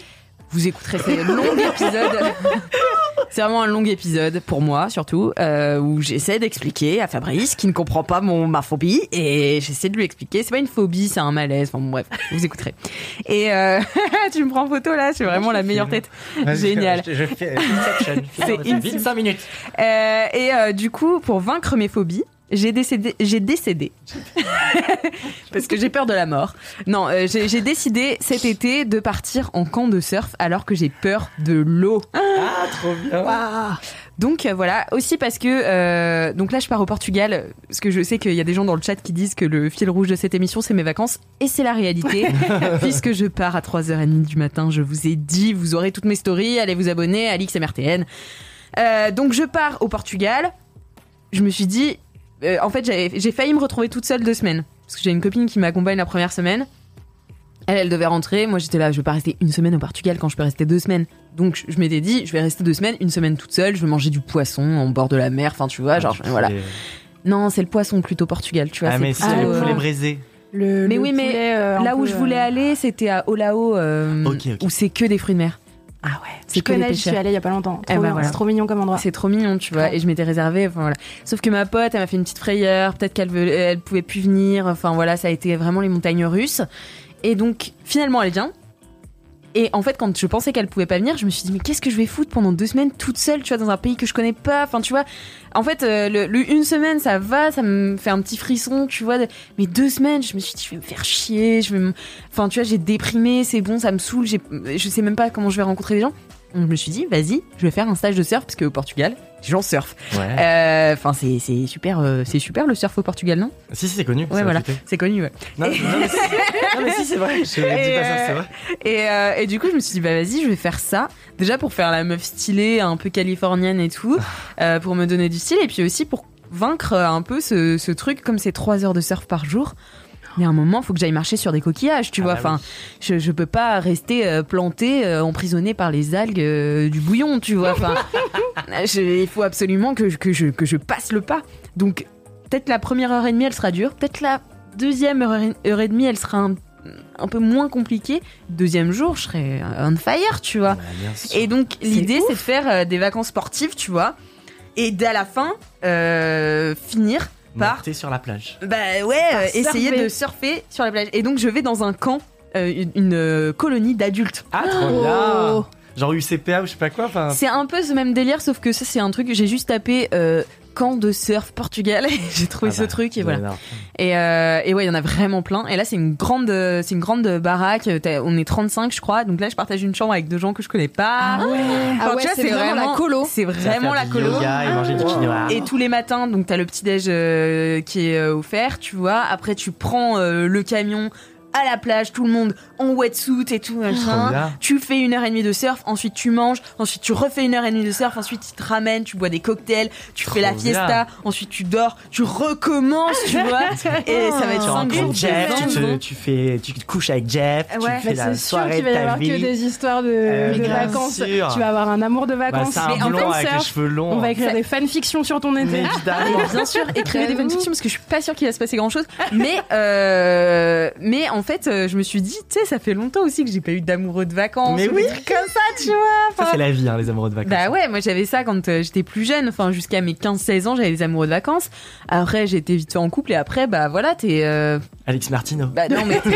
Speaker 1: Vous écouterez ce long épisode. C'est vraiment un long épisode pour moi, surtout, euh, où j'essaie d'expliquer à Fabrice qui ne comprend pas mon, ma phobie et j'essaie de lui expliquer. C'est pas une phobie, c'est un malaise. Enfin, bon, bref, vous écouterez. Et euh, tu me prends en photo là, c'est vraiment la meilleure tête. Génial.
Speaker 3: Je, je fais Inception.
Speaker 1: C'est
Speaker 3: C'est vite 5 minutes.
Speaker 1: Euh, et euh, du coup, pour vaincre mes phobies, j'ai décédé, j'ai décédé, parce que j'ai peur de la mort. Non, euh, j'ai j'ai décidé cet été de partir en camp de surf alors que j'ai peur de l'eau.
Speaker 3: Ah, trop bien.
Speaker 1: Donc euh, voilà, aussi parce que euh, donc là je pars au Portugal, parce que je sais qu'il y a des gens dans le chat qui disent que le fil rouge de cette émission c'est mes vacances, et c'est la réalité, puisque je pars à 3h30 du matin, je vous ai dit, vous aurez toutes mes stories, allez vous abonner, Alix MRTN. Euh, donc je pars au Portugal, je me suis dit, euh, en fait j'avais- j'ai failli me retrouver toute seule deux semaines, parce que j'ai une copine qui m'accompagne la première semaine. Elle, elle devait rentrer. Moi, j'étais là, je vais pas rester une semaine au Portugal quand je peux rester deux semaines. Donc, je- je m'étais dit, je vais rester deux semaines, une semaine toute seule. Je vais manger du poisson en bord de la mer. Enfin, tu vois, genre, voilà. Non, c'est le poisson plutôt Portugal, tu vois.
Speaker 3: Ah,
Speaker 1: c'est
Speaker 3: mais si,
Speaker 1: plutôt,
Speaker 3: le
Speaker 1: euh,
Speaker 3: poulet braisé.
Speaker 2: Le,
Speaker 1: Mais
Speaker 2: le
Speaker 1: oui, mais
Speaker 2: poulet, euh, un
Speaker 1: Là où
Speaker 2: peu,
Speaker 1: je voulais
Speaker 2: euh,
Speaker 1: aller, c'était à Olao, euh,
Speaker 3: Ok, ok.
Speaker 1: où c'est que des fruits de mer. Ah ouais,
Speaker 2: Je
Speaker 1: c'est que des
Speaker 2: connais, je suis
Speaker 1: pêcheurs.
Speaker 2: allée il y a pas longtemps. Trop
Speaker 1: Eh ben
Speaker 2: bien,
Speaker 1: voilà.
Speaker 2: C'est trop mignon comme endroit.
Speaker 1: C'est trop mignon, tu vois. Et je m'étais réservée. Enfin, voilà. Sauf que ma pote, elle m'a fait une petite frayeur. Peut-être qu'elle veut- elle pouvait plus venir. Enfin voilà, ça a été vraiment les montagnes russes. Et donc finalement, elle vient. Et en fait, quand je pensais qu'elle pouvait pas venir, je me suis dit mais qu'est-ce que je vais foutre pendant deux semaines toute seule, tu vois, dans un pays que je connais pas. Enfin, tu vois. En fait, euh, le, le- une semaine, ça va, ça me fait un petit frisson, tu vois. de- Mais deux semaines, je me suis dit je vais me faire chier. Je vais, me- enfin, tu vois, j'ai déprimé. C'est bon, ça me saoule. j'ai- Je sais même pas comment je vais rencontrer les gens. Donc je me suis dit, vas-y, je vais faire un stage de surf parce que au Portugal, les gens surfent.
Speaker 3: Ouais.
Speaker 1: Euh, Enfin, c'est- c'est super, euh, c'est super le surf au Portugal, non
Speaker 3: Si, si, c'est connu.
Speaker 1: Ouais,
Speaker 3: ça,
Speaker 1: voilà,
Speaker 3: écoutez.
Speaker 1: c'est connu. ouais.
Speaker 3: Non, non, mais c'est- non, mais si, c'est vrai. Je dis
Speaker 1: Et,
Speaker 3: pas ça, c'est
Speaker 1: euh,
Speaker 3: vrai.
Speaker 1: Et, euh, et du coup, je me suis dit, bah vas-y, je vais faire ça. Déjà pour faire la meuf stylée, un peu californienne et tout,
Speaker 3: Ah.
Speaker 1: euh, pour me donner du style, et puis aussi pour vaincre euh, un peu ce, ce truc, comme c'est 3 heures de surf par jour. Mais à un moment, faut que j'aille marcher sur des coquillages, tu
Speaker 3: Ah
Speaker 1: vois.
Speaker 3: bah
Speaker 1: Enfin, je, je peux pas rester euh, plantée, euh, emprisonnée par les algues euh, du bouillon, tu vois. Enfin, je- il faut absolument que, je- que, je, que je passe le pas. Donc, peut-être la première heure et demie, elle sera dure. Peut-être la deuxième heure et, heure et demie, elle sera un, un peu moins compliquée. Deuxième jour, je serai on fire, tu vois. euh, Et donc l'idée c'est de faire euh, des vacances sportives, tu vois, et dès à la fin euh, finir par
Speaker 3: Monter sur la plage.
Speaker 1: bah ouais euh,
Speaker 2: surfer.
Speaker 1: essayer de surfer sur la plage. Et donc je vais dans un camp, euh, une, une, euh, colonie d'adultes.
Speaker 3: Ah, trop bien. genre UCPA ou je sais pas quoi. Enfin,
Speaker 1: C'est un peu ce même délire, sauf que ça, c'est un truc. J'ai juste tapé euh, camp de surf Portugal. et J'ai trouvé
Speaker 3: Ah
Speaker 1: ce
Speaker 3: bah,
Speaker 1: truc et
Speaker 3: vous avez
Speaker 1: voilà.
Speaker 3: marre.
Speaker 1: Et, euh, et ouais, il y en a vraiment plein. Et là, c'est une grande, euh, c'est une grande baraque. T'as- On est 35, je crois. Donc là, je partage une chambre avec deux gens que je connais pas.
Speaker 4: Ah
Speaker 1: Enfin,
Speaker 4: ouais. Ah
Speaker 1: tu
Speaker 4: ouais,
Speaker 1: vois,
Speaker 4: c'est vraiment la colo.
Speaker 1: C'est
Speaker 4: Ça va
Speaker 1: vraiment
Speaker 4: faire
Speaker 1: la
Speaker 4: du
Speaker 1: colo. Ah.
Speaker 4: yoga et manger du quinoa.
Speaker 1: Et tous les matins, donc t'as le petit déj qui est euh, offert, tu vois. Après, tu prends euh, le camion à la plage, tout le monde en wetsuit et tout
Speaker 3: Trop
Speaker 1: machin.
Speaker 3: bien.
Speaker 1: Tu fais une heure et demie de surf, ensuite tu manges, ensuite tu refais une heure et demie de surf, ensuite tu te ramènes, tu bois des cocktails, tu fais la
Speaker 3: bien.
Speaker 1: fiesta, ensuite tu dors, tu recommences, tu vois. et ça va être 5
Speaker 3: tu
Speaker 1: jours.
Speaker 3: rencontres
Speaker 1: de
Speaker 3: Jeff, tu
Speaker 1: vendre.
Speaker 3: te, tu fais, tu te couches avec Jeff,
Speaker 1: Ah
Speaker 2: Ouais,
Speaker 3: tu fais la
Speaker 2: c'est sûr
Speaker 3: soirée de
Speaker 2: qu'il va y
Speaker 3: ta
Speaker 2: avoir
Speaker 3: vie.
Speaker 2: que des histoires de,
Speaker 3: Euh,
Speaker 2: de
Speaker 3: bien
Speaker 2: vacances.
Speaker 3: sûr. Bah,
Speaker 2: Tu vas avoir un amour de vacances.
Speaker 3: c'est un
Speaker 2: en
Speaker 3: blond
Speaker 2: plein
Speaker 3: avec les
Speaker 2: surf,
Speaker 3: cheveux longs.
Speaker 2: On va écrire des fanfictions sur ton été.
Speaker 3: Mais évidemment.
Speaker 1: Et bien sûr, écrivez des fanfictions parce que je suis pas sûre qu'il va se passer grand chose. Mais, euh, mais en fait, euh, je me suis dit, tu sais, ça fait longtemps aussi que j'ai pas eu d'amoureux de vacances.
Speaker 3: Mais
Speaker 1: ou
Speaker 3: oui.
Speaker 1: des trucs comme ça, tu vois.
Speaker 3: Ça,
Speaker 1: Enfin,
Speaker 3: c'est la vie, hein, les amoureux de vacances.
Speaker 1: Bah ouais, moi j'avais ça quand euh, j'étais plus jeune, enfin jusqu'à mes 15-16 ans, j'avais des amoureux de vacances. Après, j'étais vite fait en couple et après, bah voilà, t'es. euh,
Speaker 3: Alex Martino.
Speaker 1: Bah non, mais t'es-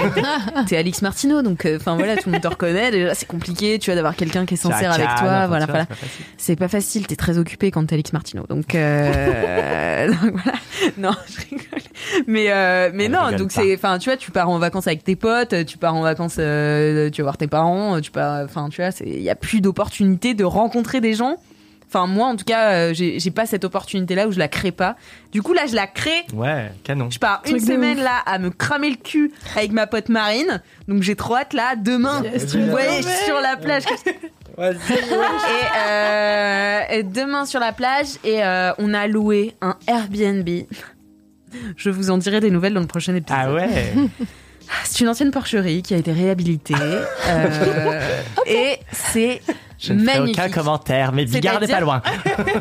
Speaker 1: t'es Alix Martineau, donc euh, enfin voilà, tout le monde te reconnaît. Déjà, c'est compliqué, tu vois, d'avoir quelqu'un qui est
Speaker 3: Ça
Speaker 1: sincère avec
Speaker 3: calme,
Speaker 1: toi.
Speaker 3: enfin,
Speaker 1: Voilà,
Speaker 3: tu vois,
Speaker 1: voilà.
Speaker 3: c'est pas facile.
Speaker 1: C'est pas facile, t'es très occupé quand t'es Alix Martineau. Donc, euh, donc voilà. Non, je rigole. Mais, euh, mais non,
Speaker 15: rigole
Speaker 1: donc
Speaker 15: pas.
Speaker 1: c'est. Enfin, tu vois, tu pars en vacances avec tes potes, tu pars en vacances, euh, tu vas voir tes parents, tu pars. Enfin, tu vois, il y a plus d'opportunité de rencontrer des gens. Enfin, moi, en tout cas, euh, j'ai j'ai pas cette opportunité-là où je la crée pas. Du coup, là, je la crée
Speaker 3: Ouais, canon.
Speaker 1: je pars une
Speaker 3: Truc de
Speaker 1: semaine
Speaker 3: ouf.
Speaker 1: là à me cramer le cul avec ma pote Marine, donc j'ai trop hâte là demain.
Speaker 3: Yes,
Speaker 1: vous
Speaker 3: yes.
Speaker 1: voyez
Speaker 3: Ouais.
Speaker 1: sur la plage. et, euh, et demain sur la plage et euh, on a loué un Airbnb. Je vous en dirai des nouvelles dans le prochain épisode.
Speaker 3: Ah ouais.
Speaker 1: C'est une ancienne porcherie qui a été réhabilitée euh, et c'est
Speaker 3: Je ne ferai
Speaker 1: magnifique.
Speaker 3: aucun commentaire, mais Bigard n'est
Speaker 1: C'est-à-dire-
Speaker 3: pas loin.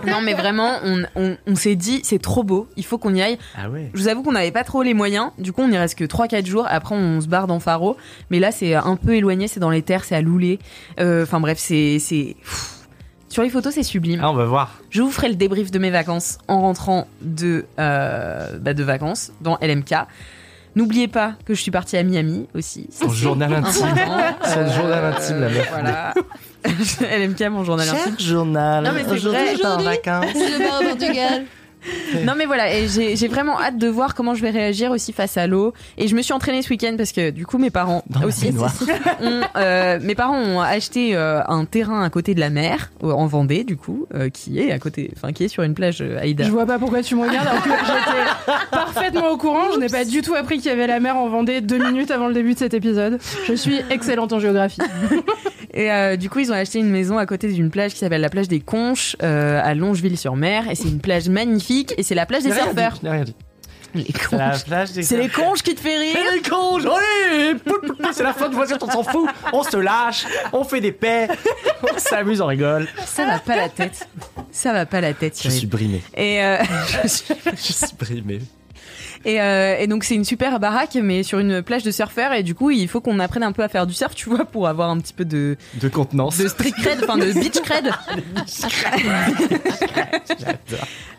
Speaker 1: non mais vraiment, on, on- on s'est dit c'est trop beau, il faut qu'on y aille.
Speaker 3: Ah ouais.
Speaker 1: Je vous avoue qu'on n'avait pas trop les moyens, du coup on y reste que 3-4 jours, après on se barre dans Faro, mais là c'est un peu éloigné, c'est dans les terres, c'est à Loulé. Euh, Enfin bref, c'est... c'est- pff. Sur les photos c'est sublime.
Speaker 3: Ah, on va voir.
Speaker 1: Je vous ferai le débrief de mes vacances en rentrant de, euh, bah, de vacances dans LMK. N'oubliez pas que je suis partie à Miami aussi.
Speaker 3: Son journal intime. Son journal intime, la meuf.
Speaker 1: Ah. Euh, Voilà. LMK, mon journal
Speaker 3: Cher
Speaker 1: intime.
Speaker 3: journal.
Speaker 1: Non, mais c'est
Speaker 3: Aujourd'hui,
Speaker 1: vrai.
Speaker 3: je pars en vacances.
Speaker 4: Je pars au Portugal.
Speaker 1: Euh, Non mais voilà, et j'ai j'ai vraiment hâte de voir comment je vais réagir aussi face à l'eau. Et je me suis entraînée ce week-end parce que du coup mes parents
Speaker 3: la
Speaker 1: aussi,
Speaker 3: baignoire.
Speaker 1: ont, euh, mes parents ont acheté euh, un terrain à côté de la mer euh, en Vendée du coup, euh, qui est à côté, enfin qui est sur une plage euh, Aïda.
Speaker 2: Je vois pas pourquoi tu me regardes alors que j'étais parfaitement au courant. Je n'ai pas du tout appris qu'il y avait la mer en Vendée deux minutes avant le début de cet épisode. Je suis excellente en géographie.
Speaker 1: Et euh, du coup, ils ont acheté une maison à côté d'une plage qui s'appelle la plage des Conches euh, à Longeville-sur-Mer. Et c'est une plage magnifique. Et c'est la plage des
Speaker 3: J'ai rien dit,
Speaker 1: surfeurs.
Speaker 3: Je n'ai rien dit.
Speaker 1: Les conches.
Speaker 3: C'est la plage des
Speaker 1: C'est les
Speaker 3: surfeurs.
Speaker 1: conches qui te fait rire.
Speaker 3: Et les conches, allez pou, pou, pou, C'est la fin du voisin, on s'en fout. On se lâche, on fait des paix, on s'amuse, on rigole.
Speaker 1: Ça va pas la tête. Ça va pas la tête.
Speaker 3: Je suis brimé.
Speaker 1: Et, euh,
Speaker 3: je suis brimé.
Speaker 1: et, euh, et donc c'est une super baraque, mais sur une plage de surfeurs. Et du coup, il faut qu'on apprenne un peu à faire du surf, tu vois, pour avoir un petit peu de
Speaker 3: De contenance.
Speaker 1: de street cred, enfin de beach cred.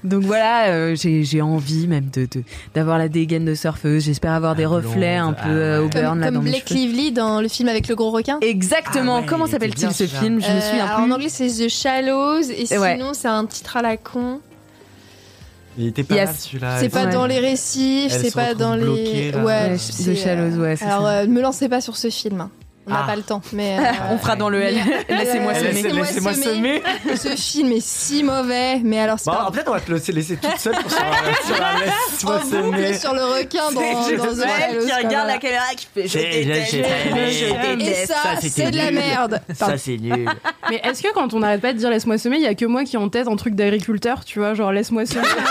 Speaker 1: Donc voilà, euh, j'ai j'ai envie même de de- d'avoir la dégaine de surfeuse. J'espère avoir des reflets un
Speaker 3: Ah
Speaker 1: peu euh, au burn
Speaker 4: Comme,
Speaker 1: là
Speaker 4: comme
Speaker 1: dans mes
Speaker 4: Blake
Speaker 1: cheveux.
Speaker 4: Lively dans le film avec le gros requin.
Speaker 3: Ah
Speaker 1: Exactement. Comment s'appelle-t-il ce film Je me
Speaker 4: Euh,
Speaker 1: souviens
Speaker 4: alors
Speaker 1: plus.
Speaker 4: En anglais, c'est The Shallows, et
Speaker 1: Ouais.
Speaker 4: sinon, c'est un titre à la con.
Speaker 3: Il était pas
Speaker 1: Yes.
Speaker 3: mal celui-là.
Speaker 4: C'est pas dans les récifs,
Speaker 3: Elle
Speaker 4: c'est
Speaker 3: se
Speaker 4: pas
Speaker 3: retrouve
Speaker 4: dans les.
Speaker 3: bloquée, là.
Speaker 4: ouais,
Speaker 1: The
Speaker 4: c'est,
Speaker 1: Shallows, ouais, c'est
Speaker 4: euh, Alors,
Speaker 1: ça.
Speaker 4: euh, ne me lancez pas sur ce film. hein. On n'a
Speaker 1: Ah.
Speaker 4: pas le temps, mais.
Speaker 1: On fera dans le
Speaker 4: euh,
Speaker 1: L. Laissez-moi
Speaker 3: semer. Laissez-moi semer.
Speaker 4: ce film est si mauvais, mais alors c'est
Speaker 3: Bon,
Speaker 4: pas-
Speaker 3: alors, peut-être on va te laisser- laisser toute seule pour sur la- sur la laisse-toi
Speaker 4: En boucle
Speaker 3: semer.
Speaker 4: sur le requin dans,
Speaker 1: C'est
Speaker 4: dans The
Speaker 1: Joseph
Speaker 4: Shallows,
Speaker 1: qui
Speaker 4: quoi,
Speaker 1: regarde
Speaker 4: voilà.
Speaker 1: la caméra qui fait je
Speaker 3: C'est-
Speaker 1: déteste,
Speaker 3: j'ai pas aimé.
Speaker 1: je
Speaker 4: Et
Speaker 1: déteste.
Speaker 4: ça,
Speaker 3: c'était
Speaker 4: c'est de la
Speaker 3: nul.
Speaker 4: merde.
Speaker 3: Ça, c'est nul.
Speaker 2: Mais est-ce que quand on n'arrête pas de dire laisse-moi semer, il y a que moi qui ai en tête un truc d'agriculteur, tu vois, genre laisse-moi semer.
Speaker 4: Ah,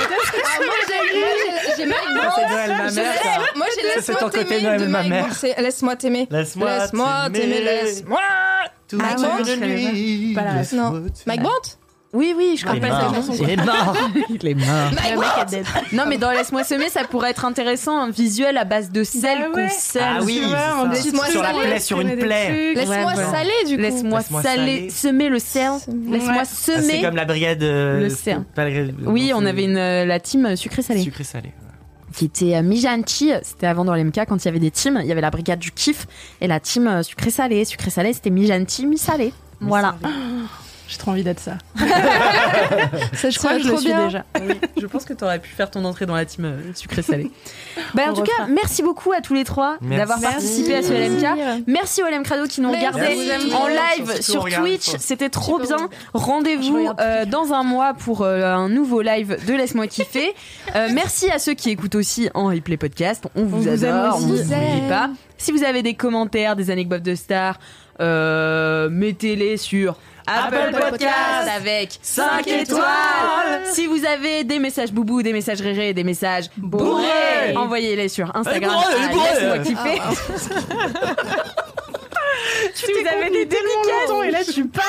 Speaker 4: J'ai Mike Brandt.
Speaker 3: C'est Noël, ma
Speaker 4: Je
Speaker 3: mère,
Speaker 4: sais,
Speaker 3: ça.
Speaker 4: Moi, j'ai
Speaker 3: Ça, c'est ton
Speaker 4: laisse-moi
Speaker 3: côté
Speaker 4: t'aimer
Speaker 3: Noël,
Speaker 4: de
Speaker 3: ma
Speaker 4: Mike
Speaker 3: mère.
Speaker 4: Brandt. C'est Laisse-moi t'aimer.
Speaker 3: Laisse-moi t'aimer.
Speaker 4: t'aimer. Laisse-moi.
Speaker 3: Tout
Speaker 4: Mike
Speaker 3: le monde
Speaker 4: Brandt.
Speaker 3: lui.
Speaker 4: Pas la ref. Non.
Speaker 3: Laisse-moi
Speaker 4: Mike Brandt
Speaker 1: Oui, oui, je
Speaker 3: Il
Speaker 1: crois
Speaker 3: est
Speaker 1: pas
Speaker 3: mort.
Speaker 1: cette chanson.
Speaker 3: Il est mort. Il est mort.
Speaker 4: Mike Brandt
Speaker 1: Non, mais dans Laisse-moi semer, ça pourrait être intéressant, un visuel à base de sel qu'on sème.
Speaker 3: Ah oui, c'est ça.
Speaker 4: Laisse-moi
Speaker 3: sur la
Speaker 4: saler,
Speaker 3: plaie, sur une
Speaker 4: semer des
Speaker 3: plaie.
Speaker 4: trucs. Laisse-moi
Speaker 1: Ouais, voilà.
Speaker 4: saler, du coup.
Speaker 1: Laisse-moi
Speaker 3: Laisse-moi
Speaker 1: saler,
Speaker 3: saler.
Speaker 1: semer le sel. Laisse-moi
Speaker 3: Ah, C'est
Speaker 1: semer.
Speaker 3: comme la brigade. euh,
Speaker 1: Le cerf.
Speaker 3: pas la brigade-
Speaker 1: Oui,
Speaker 3: non,
Speaker 1: on
Speaker 3: c'est
Speaker 1: avait une, euh, la team sucré-salé.
Speaker 3: Sucré-salé.
Speaker 1: qui était euh, Mijanchi, c'était avant dans l'MK quand il y avait des teams, il y avait la brigade du kiff et la team euh, sucré salé. Sucré salé, c'était Mijanchi, mi salé. Voilà.
Speaker 2: J'ai trop envie d'être ça.
Speaker 1: Ça, je
Speaker 2: crois que je le suis déjà.
Speaker 1: je pense que tu aurais pu faire ton entrée dans la team euh, sucré-salé. Bah, en
Speaker 9: On
Speaker 1: tout cas,
Speaker 9: refera.
Speaker 1: merci beaucoup à tous les trois
Speaker 9: Merci.
Speaker 1: d'avoir
Speaker 9: Merci.
Speaker 1: participé à ce LMK. Merci au LM Crado qui nous
Speaker 9: Merci.
Speaker 1: regardait
Speaker 9: Merci.
Speaker 1: en
Speaker 9: Surtout
Speaker 1: live sur
Speaker 9: regarde,
Speaker 1: Twitch.
Speaker 9: toi.
Speaker 1: C'était trop bien. Rendez-vous euh, dans un mois pour euh, un nouveau live de Laisse-moi kiffer. Euh, merci à ceux qui écoutent aussi en replay podcast. On vous
Speaker 9: On vous aime
Speaker 1: adore, on
Speaker 9: aussi.
Speaker 1: vous oublie
Speaker 9: aime.
Speaker 1: pas. Si vous avez des commentaires, des anecdotes de stars, euh, mettez-les sur Apple Podcast avec 5 étoiles. Si vous avez des messages boubou, des messages rérés, des messages bourrés,
Speaker 9: Bourrés.
Speaker 1: envoyez-les sur Instagram.
Speaker 9: bourrée, elle est
Speaker 1: à
Speaker 9: bourrée.
Speaker 1: Laisse-moi kiffer.
Speaker 9: Ah,
Speaker 1: si vous avez des dédicaces, et là je suis pas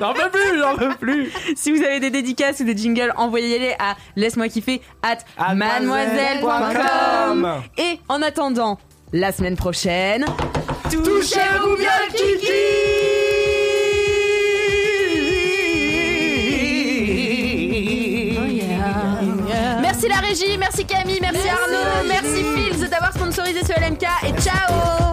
Speaker 1: J'en peux plus, j'en peux plus. Si vous avez des dédicaces ou des jingles, envoyez-les à laisse-moi kiffer at mademoiselle.com. Et en attendant, la semaine prochaine, touchez-vous bien le kiki.
Speaker 3: Oh,
Speaker 9: Merci la régie, merci Camille, merci, Arnaud, merci Fils d'avoir sponsorisé ce LMK et ciao